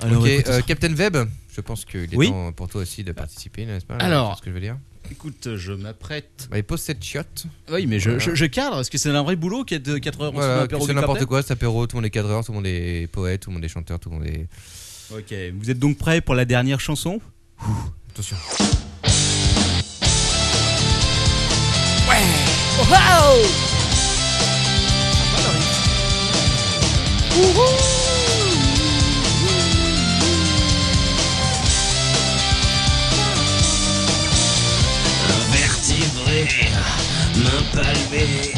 Speaker 6: Alors,
Speaker 3: ok,
Speaker 6: écoute,
Speaker 3: euh, Captain Web, je pense qu'il est
Speaker 6: Oui.
Speaker 3: temps pour toi aussi de participer, n'est-ce pas
Speaker 18: Alors.
Speaker 3: C'est ce que je veux dire.
Speaker 18: Écoute, je m'apprête.
Speaker 3: Bah, il pose cette chiotte.
Speaker 18: Oui, mais je,
Speaker 3: Voilà.
Speaker 18: je, je cadre, parce que c'est un vrai boulot qui est de 4 heures
Speaker 3: Voilà, c'est n'importe quoi, cet apéro, tout le monde est cadreur, tout le monde est poète, tout le monde est chanteur, tout le monde est.
Speaker 18: Ok, vous êtes donc prêts pour la dernière chanson
Speaker 3: Attention.
Speaker 19: Invertébré, main palmée,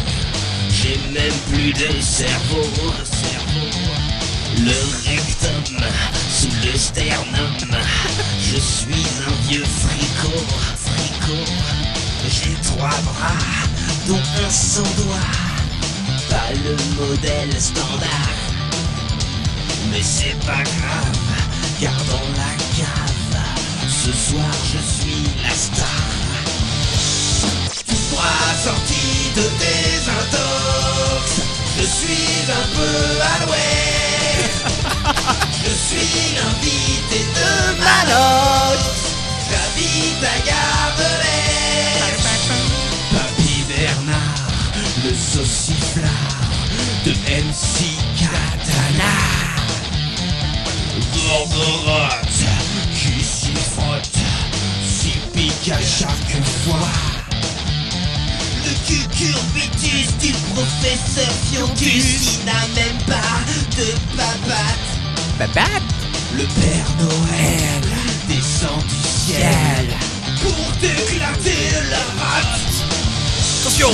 Speaker 19: j'ai même plus de cerveau, cerveau. Le rectum sous le sternum. Je suis un vieux fricot, fricot. J'ai trois bras, dont un sans doigt. Pas le modèle standard. Mais c'est pas grave, car dans la cave, ce soir je suis la star. Moi sorti de tes intox, je suis un peu à l'ouest. Je suis l'invité de Malox, j'habite à Gardelais. Papy Bernard, le sauciflard de MC Katana. Gorgorotte qui s'y frotte, s'y pique à chaque fois. Le cucurbitus du professeur Fiontus, il n'a même pas de papate. Papate Le Père Noël descend du ciel pour t'éclater la rate. Attention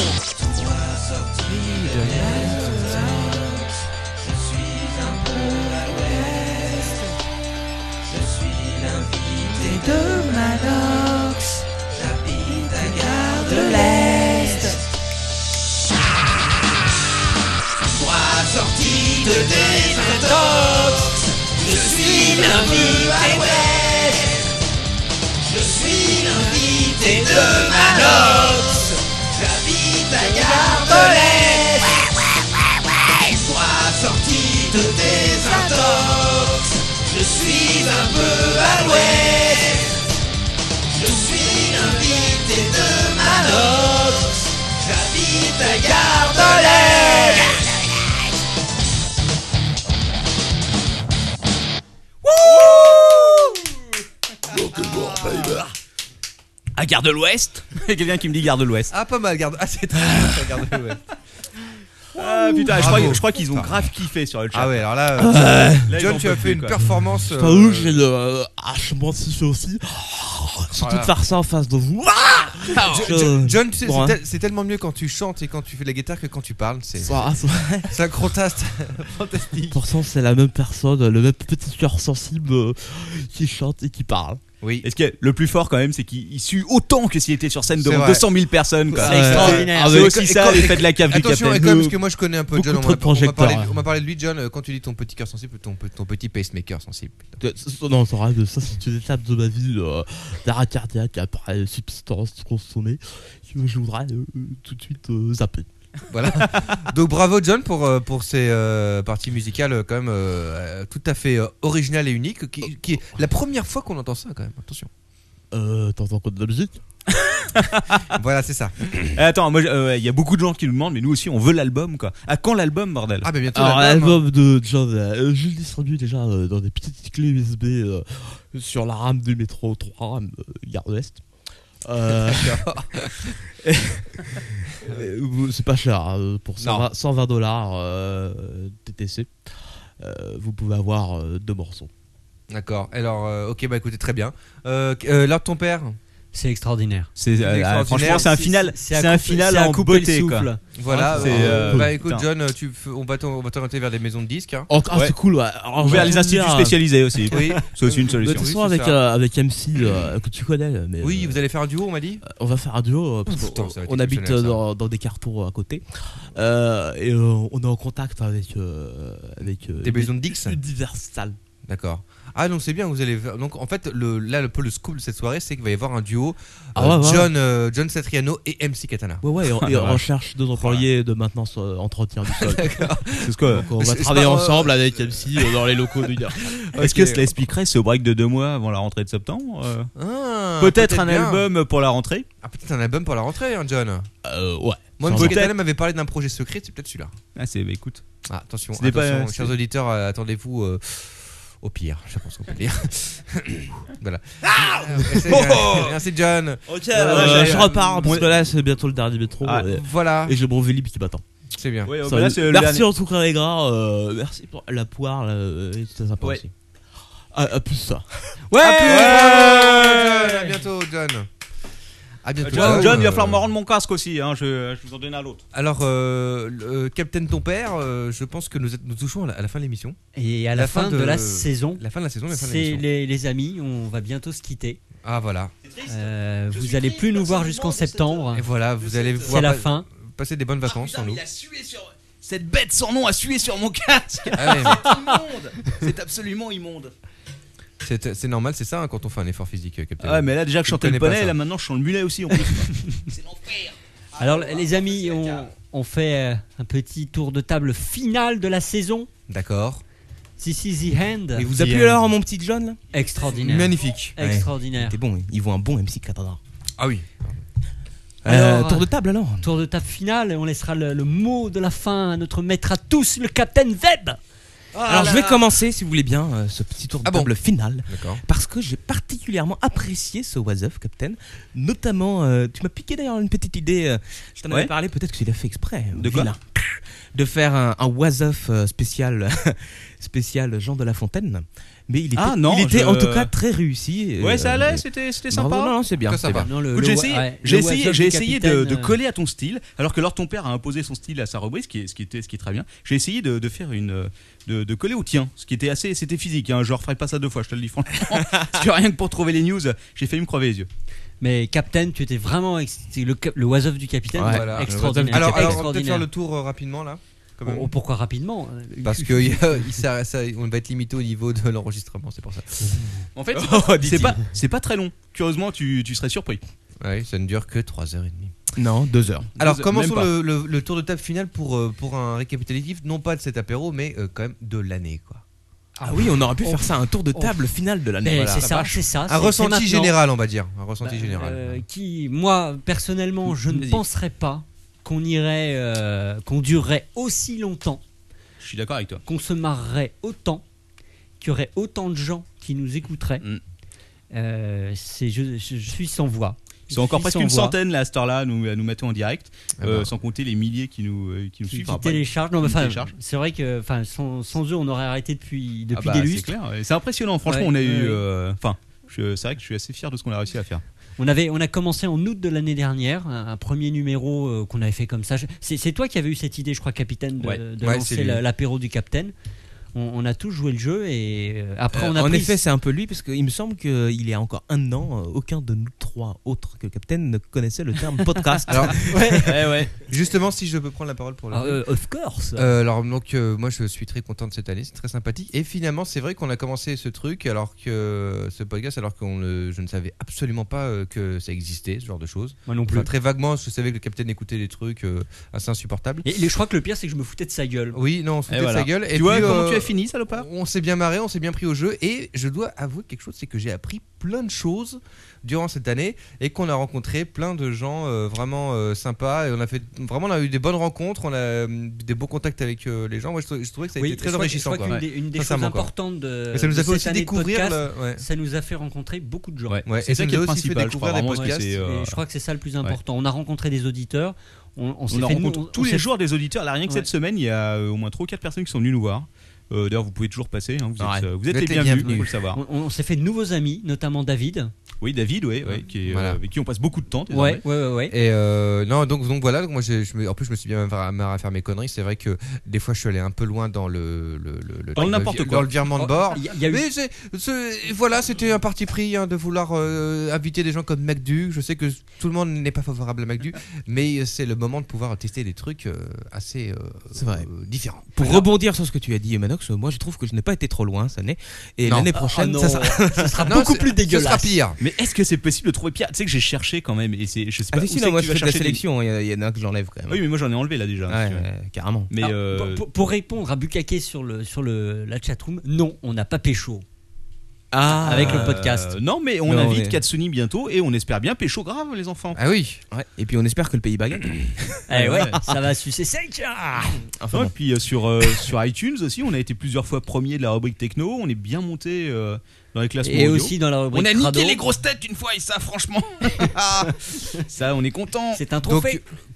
Speaker 19: de Malox, j'habite à Gare de l'Est. Moi sorti de désintox, je suis l'invité ouest. Je suis l'invité de Malox, j'habite à Gare de l'Est. Moi sorti de désintox, je suis un peu à l'ouest. Je suis l'invité de Malox. J'habite à Gare de l'Est.
Speaker 18: À Gare de l'Ouest Il y a quelqu'un qui me dit Gare de l'Ouest.
Speaker 3: Ah, pas mal, Garde. Ah, c'est très bien, ça, Garde l'Ouest.
Speaker 18: Ah putain, je
Speaker 3: Bravo.
Speaker 18: crois, je crois qu'ils ont grave kiffé sur le chat.
Speaker 3: Ah ouais, alors là,
Speaker 18: Là,
Speaker 3: euh,
Speaker 18: ils en
Speaker 3: John, tu as
Speaker 18: peuvent
Speaker 3: fait
Speaker 18: plus,
Speaker 3: une
Speaker 18: quoi.
Speaker 3: performance.
Speaker 6: C'est
Speaker 3: euh,
Speaker 6: pas ouf, j'ai le euh, hachement de souffle aussi. Oh, Surtout
Speaker 3: Voilà.
Speaker 6: de faire ça en face de vous. Ah
Speaker 3: Jo-
Speaker 6: Je-
Speaker 3: Jo- John, tu sais,
Speaker 6: bon,
Speaker 3: c'est
Speaker 6: hein.
Speaker 3: tel- c'est tellement mieux quand tu chantes et quand tu fais de la guitare que quand tu parles. C'est
Speaker 6: Ah, c'est vrai.
Speaker 3: c'est un crotast fantastique.
Speaker 6: Pourtant, c'est la même personne, le même petit cœur sensible euh, qui chante et qui parle.
Speaker 3: Oui.
Speaker 18: Est-ce que le plus fort quand même, c'est qu'il il sue autant que s'il était sur scène
Speaker 6: C'est
Speaker 18: devant
Speaker 6: vrai.
Speaker 18: 200 000 personnes. quoi.
Speaker 6: C'est extraordinaire.
Speaker 18: C'est
Speaker 6: Ah, mais
Speaker 18: aussi
Speaker 6: et
Speaker 18: ça,
Speaker 6: quand-
Speaker 18: l'effet de la cave du
Speaker 3: Attention,
Speaker 18: capitaine.
Speaker 3: et quand même, parce que moi je connais un peu
Speaker 6: Beaucoup
Speaker 3: John. On
Speaker 6: trop
Speaker 3: va,
Speaker 6: de
Speaker 3: on va parler,
Speaker 6: projecteurs.
Speaker 3: on va parler de lui, John. euh, Quand tu dis ton petit cœur sensible, ton, pe- ton petit pacemaker sensible.
Speaker 6: Euh, ça- Non, c'est vrai, ça c'est une étape de ma vie, euh, d'arrêt cardiaque après euh, substance consommée, que je voudrais euh, euh, tout de suite euh, zapper.
Speaker 3: Voilà. Donc bravo John pour, euh, pour ces euh, parties musicales euh, quand même euh, euh, tout à fait euh, originales et uniques, qui, qui est la première fois qu'on entend ça quand même. Attention.
Speaker 6: Euh, t'entends quoi de la musique
Speaker 3: voilà, c'est ça.
Speaker 18: Eh, Attends, moi, je- euh, ouais, il y a beaucoup de gens qui nous demandent, mais nous aussi, on veut l'album, quoi. À quand l'album, bordel
Speaker 3: Ah, mais bientôt
Speaker 6: Alors, l'album de John, euh, je le distribue déjà euh, dans des petites clés USB euh, sur la rame du métro 3, euh, Gare de l'Est. Euh,
Speaker 3: D'accord.
Speaker 6: euh, vous- c'est pas cher, hein, pour 120, 120 dollars euh, TTC. euh, vous pouvez avoir euh, deux morceaux.
Speaker 3: D'accord. Alors, euh, ok, bah écoutez, très bien. Euh, euh, L'heure de ton père
Speaker 4: C'est extraordinaire.
Speaker 18: C'est, euh, franchement, c'est un final- c'est un final en beauté, quoi.
Speaker 3: Voilà.
Speaker 18: C'est,
Speaker 3: euh,
Speaker 18: euh,
Speaker 3: bah écoute,
Speaker 18: putain.
Speaker 3: John, tu, f- on va t'en- on va t'orienter vers des maisons de disques. hein.
Speaker 6: Oh, ah, c'est cool, ouais. Alors,
Speaker 18: Ou vers les
Speaker 6: j'aimerais
Speaker 18: instituts
Speaker 6: bien, euh,
Speaker 18: spécialisés aussi. C'est aussi une solution.
Speaker 6: De toute
Speaker 18: Oui,
Speaker 6: façon,
Speaker 18: c'est
Speaker 6: avec,
Speaker 18: ça.
Speaker 6: euh, avec MC, euh, que tu connais. Mais,
Speaker 3: Oui,
Speaker 6: euh,
Speaker 3: vous allez faire un duo, on m'a dit.
Speaker 6: on va faire un duo euh, parce
Speaker 3: Ouf,
Speaker 6: qu'on-
Speaker 3: putain, ça va être
Speaker 6: on habite
Speaker 3: exceptionnel,
Speaker 6: euh,
Speaker 3: ça.
Speaker 6: dans, dans des cartons à côté Euh, et euh, on est en contact avec euh, avec euh,
Speaker 3: Des maisons
Speaker 6: une-
Speaker 3: de Dix
Speaker 6: une diverse salle.
Speaker 3: D'accord. Ah non, c'est bien, vous allez faire- Donc en fait, le, là, le peu le scoop de cette soirée, c'est qu'il va y avoir un duo
Speaker 6: Ah
Speaker 3: euh,
Speaker 6: ouais, ouais.
Speaker 3: John, euh, John Satriano et Ah, MC Katana.
Speaker 6: Ouais, ouais, et on, et on
Speaker 3: Voilà.
Speaker 6: recherche deux employés de maintenance euh, entretien du sol.
Speaker 3: D'accord.
Speaker 18: C'est ce que- euh,
Speaker 6: Donc, on va
Speaker 18: C'est- c'est
Speaker 6: travailler
Speaker 18: pas-
Speaker 6: ensemble avec MC euh, dans les locaux du Gare.
Speaker 18: Est-ce que cela expliquerait ce break de deux mois avant la rentrée de septembre euh
Speaker 3: Ah,
Speaker 18: Peut-être
Speaker 3: peut-être
Speaker 18: un
Speaker 3: bien.
Speaker 18: album pour la rentrée
Speaker 3: Ah, peut-être un album pour la rentrée, hein, John
Speaker 6: Ouais.
Speaker 3: Moi,
Speaker 18: Sans
Speaker 3: MC
Speaker 18: doute.
Speaker 3: Katana m'avait parlé d'un projet secret, c'est peut-être celui-là.
Speaker 18: Ah, c'est, bah, écoute.
Speaker 3: Ah, attention,
Speaker 18: Ce n'est pas-
Speaker 3: attention,
Speaker 18: c'est-
Speaker 3: chers auditeurs, euh, attendez-vous euh, au pire, je pense qu'on peut le dire. voilà. Euh,
Speaker 6: Ah
Speaker 3: merci,
Speaker 6: Oh
Speaker 3: John. Merci, John.
Speaker 6: Ok,
Speaker 3: Euh,
Speaker 6: euh,
Speaker 3: j'allais-
Speaker 6: je repars parce
Speaker 3: Mon-
Speaker 6: que là c'est bientôt le dernier métro.
Speaker 3: Ah,
Speaker 6: et-
Speaker 3: voilà.
Speaker 6: Et j'ai mon Vélib qui m'attend.
Speaker 3: C'est bien.
Speaker 18: Ouais,
Speaker 6: Ça
Speaker 18: bah là, c'est le
Speaker 6: merci
Speaker 18: dernier.
Speaker 6: en tout cas les gars. euh, merci pour la poire. là, euh, C'était sympa
Speaker 18: Ouais.
Speaker 6: aussi. Ah, à plus ça.
Speaker 3: À plus, bravo, John. À bientôt, John. À À bientôt.
Speaker 18: John,
Speaker 3: Ciao.
Speaker 18: John, il va falloir me rendre mon casque aussi. hein, Je, je vous en donne un à l'autre.
Speaker 3: Alors, euh, le- Captain Ton Père, euh, je pense que nous, êtes- nous touchons à la, à la fin de l'émission.
Speaker 4: Et à la, fin, de, la saison.
Speaker 3: La fin de la saison, la fin de
Speaker 4: C'est
Speaker 3: l'émission.
Speaker 4: les, les amis, on va bientôt se quitter.
Speaker 3: Ah voilà.
Speaker 4: Euh, vous allez plus nous voir jusqu'en septembre.
Speaker 3: Et voilà, vous allez
Speaker 4: C'est
Speaker 3: pouvoir
Speaker 4: la
Speaker 3: pas-
Speaker 4: fin. Ah,
Speaker 3: passer des bonnes vacances sans nous.
Speaker 18: sué sur. Cette bête sans nom a sué sur mon casque.
Speaker 3: Ah ouais,
Speaker 18: immonde. C'est absolument immonde.
Speaker 3: C'est c'est normal, c'est ça hein, quand on fait un effort physique, euh, Captain.
Speaker 18: Ah ouais, mais là, déjà que je
Speaker 3: Tu
Speaker 18: chantais
Speaker 3: connais
Speaker 18: le
Speaker 3: pas
Speaker 18: poney,
Speaker 3: ça.
Speaker 18: là, maintenant, je chante le mulet aussi. En plus. C'est l'enfer.
Speaker 4: Alors les amis, on, on fait euh, un petit tour de table final de la saison.
Speaker 3: D'accord.
Speaker 4: This is the end.
Speaker 6: Et vous appuyez alors mon petit John là
Speaker 4: Extraordinaire.
Speaker 6: Ouais.
Speaker 4: Extraordinaire.
Speaker 6: T'es bon, il vaut un bon MC Katana.
Speaker 4: Oh
Speaker 3: Ah oui.
Speaker 4: Alors,
Speaker 6: Euh,
Speaker 4: euh,
Speaker 6: tour de table alors.
Speaker 4: Tour de table finale, on laissera le, le mot de la fin à notre maître à tous, le Capitaine Webb.
Speaker 6: Alors je vais commencer, si vous voulez bien, euh, ce petit tour de
Speaker 4: Ah bon.
Speaker 6: table final.
Speaker 3: D'accord.
Speaker 6: Parce que j'ai particulièrement apprécié ce Was Up, Captain. Notamment, euh, tu m'as piqué d'ailleurs une petite idée. euh, je t'en
Speaker 18: Ouais.
Speaker 6: avais parlé, peut-être que tu l'as fait exprès. euh,
Speaker 18: De quoi
Speaker 6: vilain. De faire un, un Was Up, euh, spécial, spécial Jean de la Fontaine. Mais il était,
Speaker 18: Ah non,
Speaker 6: il était
Speaker 18: je-
Speaker 6: en tout cas très réussi.
Speaker 18: Ouais,
Speaker 6: euh,
Speaker 18: ça allait,
Speaker 6: et-
Speaker 18: c'était c'était
Speaker 6: Bravo,
Speaker 18: sympa.
Speaker 6: Non, non, c'est bien.
Speaker 18: Écoute,
Speaker 6: c'est
Speaker 3: Bah,
Speaker 6: bien.
Speaker 4: Euh,
Speaker 18: j'ai essayé, j'ai essayé, j'ai essayé de, de coller à ton style, alors que alors ton père a imposé son style à sa rubrique, ce qui est, ce qui était, ce qui est très bien. J'ai essayé de, de faire une, euh, de, de coller au tien, ce qui était assez, c'était physique. Hein, je referai pas ça deux fois, je te le dis franchement. Parce que rien que pour trouver les news, j'ai failli me crever les yeux.
Speaker 4: Mais Captain, tu étais vraiment ex- c'est le, cap- le was of du Capitaine.
Speaker 3: Ouais.
Speaker 4: Voilà.
Speaker 3: Voilà.
Speaker 4: Extraordinaire.
Speaker 3: Alors, alors, on va peut-être
Speaker 4: Extraordinaire.
Speaker 3: faire le tour euh, rapidement là. quand même.
Speaker 4: Oh, pourquoi rapidement
Speaker 3: Parce que il y a- il s'arrête- ça- on va être limité au niveau de l'enregistrement, c'est pour ça.
Speaker 18: En fait,
Speaker 3: Oh,
Speaker 18: c'est
Speaker 3: dit-il.
Speaker 18: pas, c'est pas très long. Curieusement, tu, tu serais surpris.
Speaker 3: Ouais, ça ne dure que 3h30.
Speaker 6: Non, deux heures.
Speaker 3: Alors
Speaker 18: Deux heures,
Speaker 3: commençons
Speaker 18: même pas.
Speaker 3: le, le- le tour de table final pour, euh, pour un récapitulatif, non pas de cet apéro, mais euh, quand même de l'année. quoi.
Speaker 6: Ah oui, on aurait pu
Speaker 3: Oh.
Speaker 6: faire ça, un tour de table final de l'année.
Speaker 4: Mais
Speaker 6: Voilà.
Speaker 4: Eh, c'est
Speaker 6: La
Speaker 4: ça,
Speaker 6: vache.
Speaker 4: c'est ça. Ah, c'est-
Speaker 3: Un ressenti
Speaker 4: c'est maintenant.
Speaker 3: général, on va dire. Un ressenti
Speaker 4: Bah,
Speaker 3: général.
Speaker 4: euh, qui, moi, personnellement, je ne penserais pas qu'on irait, euh, qu'on durerait aussi longtemps,
Speaker 18: Je suis d'accord avec toi.
Speaker 4: qu'on se marrerait autant, qu'il y aurait autant de gens qui nous écouteraient.
Speaker 18: Mm.
Speaker 4: Euh, c'est, je, je- je suis sans voix.
Speaker 18: Ils sont encore
Speaker 4: Je suis
Speaker 18: presque
Speaker 4: sans
Speaker 18: une
Speaker 4: voix.
Speaker 18: centaine là, à cette heure-là, à nous, à nous mettre en direct,
Speaker 4: Ah
Speaker 18: euh,
Speaker 4: bah.
Speaker 18: sans compter les milliers qui nous, euh, qui nous
Speaker 4: Qui
Speaker 18: suivent. Enfin, pas-
Speaker 4: téléchargent. Non, mais
Speaker 18: qui
Speaker 4: enfin,
Speaker 18: téléchargent.
Speaker 4: c'est vrai que enfin, sans, sans eux, on aurait arrêté depuis, depuis
Speaker 18: Ah bah,
Speaker 4: des
Speaker 18: C'est
Speaker 4: lustres.
Speaker 18: clair. ouais. C'est impressionnant. Franchement,
Speaker 4: Ouais,
Speaker 18: on a
Speaker 4: ouais,
Speaker 18: eu.
Speaker 4: ouais.
Speaker 18: euh, Enfin, je- c'est vrai que je suis assez fier de ce qu'on a réussi à faire.
Speaker 4: On, avait, on a commencé en août de l'année dernière, un, un premier numéro euh, qu'on avait fait comme ça. Je- C'est c'est toi qui avais eu cette idée, je crois, capitaine, de,
Speaker 18: Ouais.
Speaker 4: de
Speaker 18: Ouais, c'est
Speaker 4: lancer
Speaker 18: lui.
Speaker 4: la- l'apéro du capitaine. On, on a tous joué le jeu et euh, après
Speaker 6: Euh,
Speaker 4: on a
Speaker 6: en
Speaker 4: pris-
Speaker 6: effet, c'est un peu lui, parce qu'il me semble qu'il y a encore un an, euh, aucun de nous trois autres que Captain ne connaissait le terme podcast.
Speaker 3: Alors,
Speaker 4: euh,
Speaker 3: Justement, si je peux prendre la parole pour le.
Speaker 6: Ah, euh, of course.
Speaker 4: bah.
Speaker 3: Euh, alors donc euh, moi je suis très content de cette année, c'est très sympathique. Et finalement, c'est vrai qu'on a commencé ce truc alors que euh, ce podcast, alors que je ne savais absolument pas euh, que ça existait, ce genre de choses.
Speaker 4: Moi non plus.
Speaker 3: Enfin, très vaguement, je savais que le capitaine écoutait des trucs euh, assez insupportables.
Speaker 4: Et, le- je crois que le pire, c'est que je me foutais de sa gueule.
Speaker 3: Oui, non, on se foutait
Speaker 4: Et Eh
Speaker 3: de
Speaker 4: voilà.
Speaker 3: sa gueule.
Speaker 4: Tu vois comment
Speaker 3: euh,
Speaker 4: tu as
Speaker 18: fini, salopard
Speaker 3: On s'est bien marré, on s'est bien pris au jeu. Et je dois avouer quelque chose, c'est que j'ai appris plein de choses durant cette année et qu'on a rencontré plein de gens euh, vraiment euh, sympas. Et on a fait vraiment, on a eu des bonnes rencontres, on a euh, des beaux contacts avec euh, les gens. Moi, je, trou- je trouvais que ça a
Speaker 4: Oui,
Speaker 3: été
Speaker 4: je
Speaker 3: très
Speaker 4: crois-
Speaker 3: enrichissant.
Speaker 4: je crois
Speaker 3: quoi.
Speaker 4: qu'une des- une des
Speaker 3: Sincèrement,
Speaker 4: choses
Speaker 3: quoi.
Speaker 4: importantes de-
Speaker 3: Et ça nous a
Speaker 4: de
Speaker 3: fait
Speaker 4: cette
Speaker 3: aussi
Speaker 4: année de
Speaker 3: découvrir.
Speaker 4: podcast,
Speaker 3: le- ouais.
Speaker 4: Ça nous a fait rencontrer beaucoup de gens.
Speaker 3: Ouais. Ouais, C'est et ça ça nous qui est a le aussi fait principal, je découvrir crois des vraiment, podcasts. c'est, euh,
Speaker 4: Et je crois que c'est ça le plus
Speaker 18: ouais.
Speaker 4: important. On a rencontré des auditeurs. On, on, s'est
Speaker 18: On a
Speaker 4: fait
Speaker 18: rencontré
Speaker 4: nous- on-
Speaker 18: tous
Speaker 4: on
Speaker 18: les
Speaker 4: s'est-
Speaker 18: jours des auditeurs. Là, rien que
Speaker 4: Ouais.
Speaker 18: cette semaine, il y a euh, au moins 3 ou 4 personnes qui sont venues nous voir. Euh, D'ailleurs, vous pouvez toujours passer. hein, vous, êtes, euh, vous êtes les bienvenus, faut le savoir.
Speaker 4: On, on s'est fait de nouveaux amis, notamment David.
Speaker 18: Oui, David, oui, oui, qui est, euh,
Speaker 3: Voilà.
Speaker 18: avec qui on passe beaucoup de temps.
Speaker 4: Ouais,
Speaker 18: désormais.
Speaker 4: ouais, ouais, ouais.
Speaker 3: Et euh, non, donc, donc voilà, donc moi j'ai- je me- en plus je me suis bien marré marré à faire mes conneries. C'est vrai que des fois je suis allé un peu loin dans le, le, le- le-
Speaker 18: Dans le n'importe
Speaker 3: vi-
Speaker 18: quoi.
Speaker 3: dans le virement
Speaker 4: Oh,
Speaker 3: de bord.
Speaker 18: Il y a- il y a eu-
Speaker 3: Mais Eh c'est- c'est- voilà, c'était un parti pris hein, de vouloir euh, inviter des gens comme MacDu. Je sais que tout le monde n'est pas favorable à MacDu, mais c'est le moment de pouvoir tester des trucs euh, assez euh,
Speaker 6: C'est vrai.
Speaker 3: euh, différents.
Speaker 6: Pour rebondir sur ce que tu as dit, Manox, moi je trouve que je n'ai pas été trop loin cette année. Et
Speaker 3: Non.
Speaker 6: l'année
Speaker 3: Ah,
Speaker 6: prochaine,
Speaker 3: non.
Speaker 6: ça sera,
Speaker 3: Ça sera Non, beaucoup c'est- plus ce sera dégueulasse. pire.
Speaker 18: Mais est-ce que c'est possible de trouver pire Tu sais que j'ai cherché quand même. Et c'est- je sais
Speaker 6: Ah,
Speaker 18: pas
Speaker 6: si,
Speaker 18: où
Speaker 6: si, non,
Speaker 18: c'est que
Speaker 6: moi
Speaker 18: tu
Speaker 6: je
Speaker 18: vas
Speaker 6: fais de la
Speaker 18: chercher des- Ah
Speaker 6: sélection, il y a- il y, en a que j'enlève quand même.
Speaker 18: Oui, mais moi j'en ai enlevé là déjà.
Speaker 6: Ouais,
Speaker 18: si tu veux.
Speaker 6: euh, carrément.
Speaker 18: Mais
Speaker 6: Alors,
Speaker 18: euh,
Speaker 4: Ah, Pour, pour répondre à Bukaké sur, le, sur le, la chatroom, non, on n'a pas pécho. Avec le
Speaker 18: euh,
Speaker 4: podcast.
Speaker 18: non, mais on
Speaker 6: Non,
Speaker 18: invite
Speaker 6: mais-
Speaker 18: Katsuni bientôt et on espère bien pécho grave, les enfants.
Speaker 3: Ah oui.
Speaker 6: Ouais. Et puis on espère que le pays gagne.
Speaker 4: Eh ouais, ça va sucer sec. Ah
Speaker 18: Enfin,
Speaker 6: bon.
Speaker 18: Et puis euh, sur, euh, sur iTunes aussi, on a été plusieurs fois premier de la rubrique techno. On est bien monté euh, dans les classements.
Speaker 4: Et
Speaker 18: audio.
Speaker 4: aussi dans la rubrique
Speaker 18: On a niqué
Speaker 4: crado.
Speaker 18: les grosses têtes une fois, et ça, franchement. ça, on est content.
Speaker 4: C'est un
Speaker 3: Donc,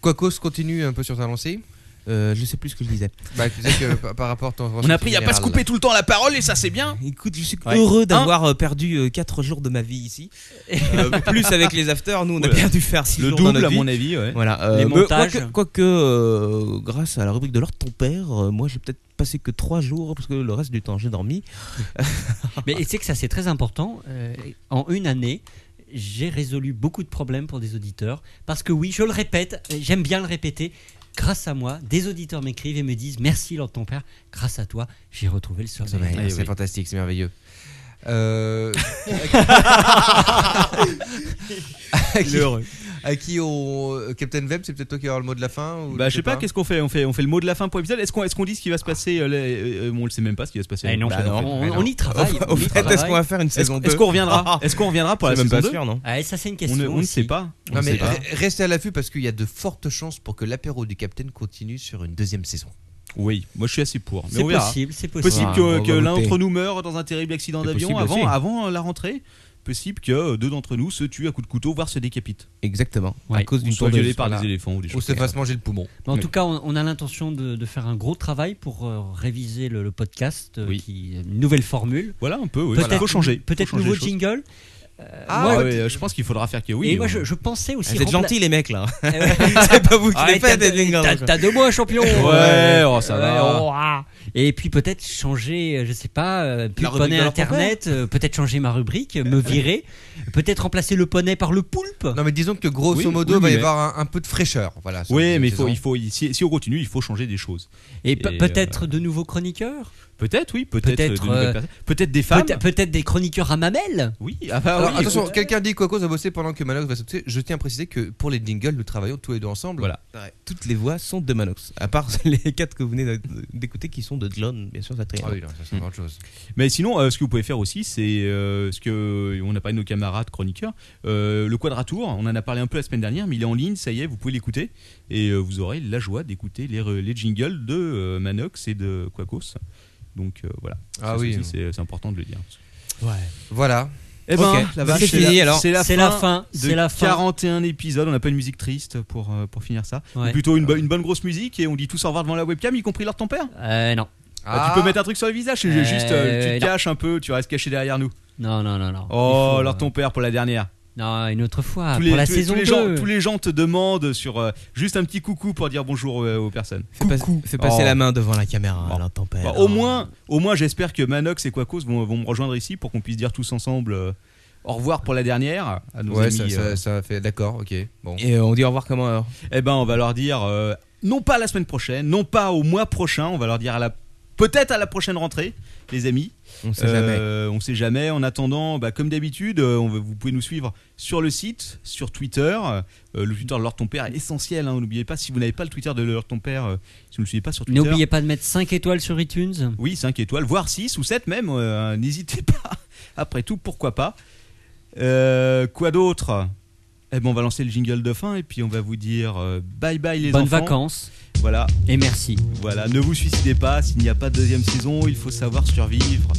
Speaker 3: Quacos continue un peu sur sa lancée.
Speaker 6: Euh, je sais plus ce que je disais.
Speaker 3: Bah, tu disais que par par rapport à ton.
Speaker 18: On a appris à pas se couper tout le temps la parole et ça c'est bien.
Speaker 6: Écoute, je suis
Speaker 18: Ouais.
Speaker 6: heureux
Speaker 18: Hein
Speaker 6: d'avoir euh, perdu 4 jours de ma vie ici. Euh, plus avec les afters, nous on a perdu faire 6
Speaker 18: Le
Speaker 6: jours
Speaker 18: double,
Speaker 6: dans notre
Speaker 18: à
Speaker 6: vie.
Speaker 18: mon avis, ouais.
Speaker 6: Voilà,
Speaker 18: Les
Speaker 6: mais
Speaker 18: montages.
Speaker 6: Quoique, quoique, euh, grâce à la rubrique de l'ordre de ton père, euh, moi j'ai peut-être passé que 3 jours parce que le reste du temps j'ai dormi.
Speaker 4: Mais tu sais que ça, c'est très important. Euh, en une année, j'ai résolu beaucoup de problèmes pour des auditeurs. Parce que oui, je le répète, euh, j'aime bien le répéter. Grâce à moi, des auditeurs m'écrivent et me disent merci Lord ton père. Grâce à toi, j'ai retrouvé le sommeil.
Speaker 18: Ah,
Speaker 3: Sommeil,
Speaker 18: Eh
Speaker 3: c'est fantastique, c'est merveilleux. Euh, à, qui,
Speaker 18: Il est heureux.
Speaker 3: à qui on euh, Captain Web, c'est peut-être toi qui aura le mot de la fin ou
Speaker 18: Bah, je sais pas, qu'est-ce qu'on fait on, fait on fait le mot de la fin pour l'épisode. Est-ce qu'on est qu'on dit ce qui va se passer euh, là, euh, euh, On le sait même pas ce qui va se passer.
Speaker 4: Ah,
Speaker 3: Eh non,
Speaker 18: Bah
Speaker 3: bah non,
Speaker 18: en fait.
Speaker 3: on-
Speaker 18: Bah
Speaker 3: on
Speaker 18: non.
Speaker 3: y travaille,
Speaker 18: Au-
Speaker 3: on
Speaker 18: au
Speaker 3: y
Speaker 18: fait,
Speaker 3: travaille.
Speaker 18: Est-ce qu'on va faire une
Speaker 3: Ah bah Est-ce-
Speaker 18: saison
Speaker 3: est-ce
Speaker 18: 2
Speaker 3: qu'on reviendra
Speaker 18: Est-ce qu'on reviendra pour la
Speaker 3: Ah, C'est même
Speaker 18: saison
Speaker 3: pas
Speaker 18: 2
Speaker 3: sûr, non
Speaker 4: Ah, ça, c'est une
Speaker 18: On ne,
Speaker 4: question
Speaker 18: on ne
Speaker 4: aussi.
Speaker 18: sait pas. On
Speaker 3: Non,
Speaker 18: ne
Speaker 3: mais
Speaker 18: sait pas.
Speaker 3: re- restez à l'affût parce qu'il y a de fortes chances pour que l'apéro du Captain continue sur une deuxième saison.
Speaker 18: Oui, moi je suis assez pour.
Speaker 3: mais on verra.
Speaker 18: que, que
Speaker 3: Ah, on va
Speaker 18: l'un
Speaker 3: goûter.
Speaker 18: d'entre nous meure dans un terrible accident
Speaker 3: C'est
Speaker 18: d'avion
Speaker 3: possible
Speaker 18: avant,
Speaker 3: aussi.
Speaker 18: avant euh, la rentrée. Possible que euh, deux d'entre nous se tuent à coups de couteau, voire se décapitent.
Speaker 6: Exactement.
Speaker 18: À cause d'une
Speaker 3: tondeuse,
Speaker 18: violée par
Speaker 3: voilà.
Speaker 18: des éléphants ou des
Speaker 3: Ou
Speaker 18: choses
Speaker 3: se
Speaker 18: comme
Speaker 3: fasse
Speaker 18: ça.
Speaker 3: manger le poumon.
Speaker 4: Mais en tout cas, on, on a l'intention de, de faire un gros travail pour euh, réviser le, le podcast, euh, qui, une nouvelle formule.
Speaker 18: Voilà, un peu, oui.
Speaker 4: Peut-être,
Speaker 18: Voilà. Faut changer. Faut
Speaker 4: Peut-être
Speaker 18: changer
Speaker 4: nouveau
Speaker 18: les choses.
Speaker 4: jingle. Euh,
Speaker 18: Ah,
Speaker 4: moi,
Speaker 18: ouais, euh, je pense qu'il faudra faire que oui.
Speaker 4: et moi,
Speaker 18: on-
Speaker 4: je, je pensais aussi.
Speaker 6: Vous êtes
Speaker 4: rempla-
Speaker 6: gentils, les mecs, là.
Speaker 4: Eh ouais.
Speaker 6: C'est pas vous qui
Speaker 4: Ouais,
Speaker 6: les faites,
Speaker 4: t'as-
Speaker 6: les jingles.
Speaker 4: t'as- T'as deux mois, champion.
Speaker 6: Ouais, oh, ça va.
Speaker 4: oh, ah. Et puis peut-être changer, euh, je sais pas, euh, plus
Speaker 6: La
Speaker 4: le
Speaker 6: rubrique
Speaker 4: poney
Speaker 6: de leur
Speaker 4: internet, euh, peut-être changer ma rubrique, euh, me virer, peut-être remplacer le poney par le poulpe.
Speaker 3: Non, mais disons que grosso
Speaker 18: Oui,
Speaker 3: modo,
Speaker 18: oui,
Speaker 3: il va y
Speaker 18: mais-
Speaker 3: avoir un, un peu de fraîcheur. Voilà, sur
Speaker 18: Oui,
Speaker 3: cette
Speaker 18: mais il faut,
Speaker 3: saison.
Speaker 18: il faut, il- si, si on continue, il faut changer des choses.
Speaker 4: Et pe-
Speaker 18: euh,
Speaker 4: peut-être de nouveaux chroniqueurs.
Speaker 18: Peut-être, oui, peut-être.
Speaker 4: Peut-être,
Speaker 18: de nouvelles
Speaker 4: euh,
Speaker 18: personnes. Peut-être des femmes.
Speaker 4: Peut- Peut-être des chroniqueurs à mamelles.
Speaker 18: Oui,
Speaker 3: Alors, Ah, attention, quelqu'un dit Quacos a bossé pendant que Manox va sauter. Je tiens à préciser que pour les jingles, nous travaillons tous les deux ensemble.
Speaker 18: Voilà.
Speaker 6: Toutes les voix sont de Manox, à part les quatre que vous venez euh, d'écouter qui sont de John, bien sûr, ça traîne.
Speaker 3: Ah oui, non, ça, c'est autre chose.
Speaker 18: Mais sinon, euh, ce que vous pouvez faire aussi, c'est euh, ce que on a parlé de nos camarades chroniqueurs, euh, le Quadratour. On en a parlé un peu la semaine dernière, mais il est en ligne. Ça y est, vous pouvez l'écouter et euh, vous aurez la joie d'écouter les, re- les jingles de euh, Manox et de Quacos. Donc euh, voilà.
Speaker 3: Ah
Speaker 18: Ça
Speaker 3: oui.
Speaker 18: aussi, c'est c'est important de le dire.
Speaker 3: Voilà.
Speaker 18: Eh ben,
Speaker 3: Ok.
Speaker 18: la vache,
Speaker 3: C'est fini,
Speaker 18: la-
Speaker 3: alors.
Speaker 18: C'est la,
Speaker 4: C'est
Speaker 18: fin.
Speaker 4: la fin,
Speaker 18: de
Speaker 4: c'est la fin.
Speaker 18: 41 épisodes. On n'a pas une musique triste pour, euh, pour finir ça.
Speaker 4: Ouais.
Speaker 18: Ou plutôt une, bo- une bonne grosse musique et on dit tous au revoir devant la webcam, y compris leur ton père.
Speaker 4: Euh, non.
Speaker 3: Ah,
Speaker 18: Bah, tu peux mettre un truc sur le visage, c'est
Speaker 4: Euh,
Speaker 18: juste euh, tu te
Speaker 4: non.
Speaker 18: caches un peu, tu restes caché derrière nous.
Speaker 4: Non, non, non, non. Il
Speaker 18: Oh,
Speaker 4: faut,
Speaker 18: alors
Speaker 4: euh,
Speaker 18: ton père pour la dernière.
Speaker 4: Non, une autre fois,
Speaker 18: Tous
Speaker 4: pour la
Speaker 18: tous
Speaker 4: saison
Speaker 18: tous les
Speaker 4: 2.
Speaker 18: gens, tous les gens te demandent sur euh, juste un petit coucou pour dire bonjour euh, aux personnes.
Speaker 6: Fais, pas- fais passer la main devant la caméra, alors ton père.
Speaker 4: Eh
Speaker 18: Bah, Oh. au
Speaker 4: ben.
Speaker 18: moins, au moins j'espère que Manox et Quacos vont, vont me rejoindre ici pour qu'on puisse dire tous ensemble euh, au revoir pour la dernière. à nos
Speaker 3: Ouais,
Speaker 18: amis,
Speaker 3: ça, ça,
Speaker 18: euh,
Speaker 3: ça fait. D'accord, ok. Bon.
Speaker 6: Et euh, on dit au revoir comment alors
Speaker 18: Eh ben, on va leur dire euh, non pas la semaine prochaine, non pas au mois prochain, on va leur dire à la peut-être à la prochaine rentrée, les amis.
Speaker 6: On sait
Speaker 3: Euh,
Speaker 18: jamais. Euh, On sait jamais. En attendant, bah, comme d'habitude, euh, on va- vous pouvez nous suivre sur le site, sur Twitter. Euh, le Twitter de Lord Ton Père est essentiel. hein, N'oubliez pas, si vous n'avez pas le Twitter de Lord Ton Père, euh, si vous ne le suivez pas sur Twitter.
Speaker 4: N'oubliez pas de mettre 5 étoiles sur iTunes.
Speaker 18: Oui, 5 étoiles, voire 6 ou 7 même. euh, N'hésitez pas. Après tout, pourquoi pas. Euh, quoi d'autre Eh ben, on va lancer le jingle de fin et puis on va vous dire euh, bye bye les
Speaker 4: Bonnes
Speaker 18: enfants.
Speaker 4: vacances.
Speaker 18: Voilà.
Speaker 4: Et merci.
Speaker 18: Voilà, ne vous suicidez pas. S'il n'y a pas de deuxième saison, il faut savoir survivre.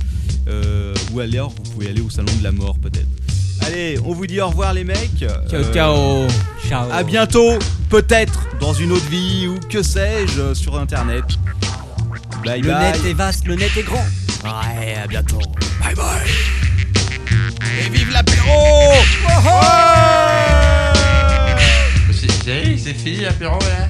Speaker 18: Euh, ou alors, vous pouvez aller au salon de la mort peut-être. Allez, on vous dit au revoir les mecs. Euh,
Speaker 6: Ciao,
Speaker 18: Oh.
Speaker 6: ciao.
Speaker 4: Ciao.
Speaker 18: À bientôt, peut-être dans une autre vie ou que sais-je euh, sur internet. Bye
Speaker 4: le
Speaker 18: bye.
Speaker 4: net est vaste, le net est grand.
Speaker 6: Ouais, à bientôt.
Speaker 18: Bye bye. Et vive l'apéro
Speaker 17: C'est c'est fini l'apéro là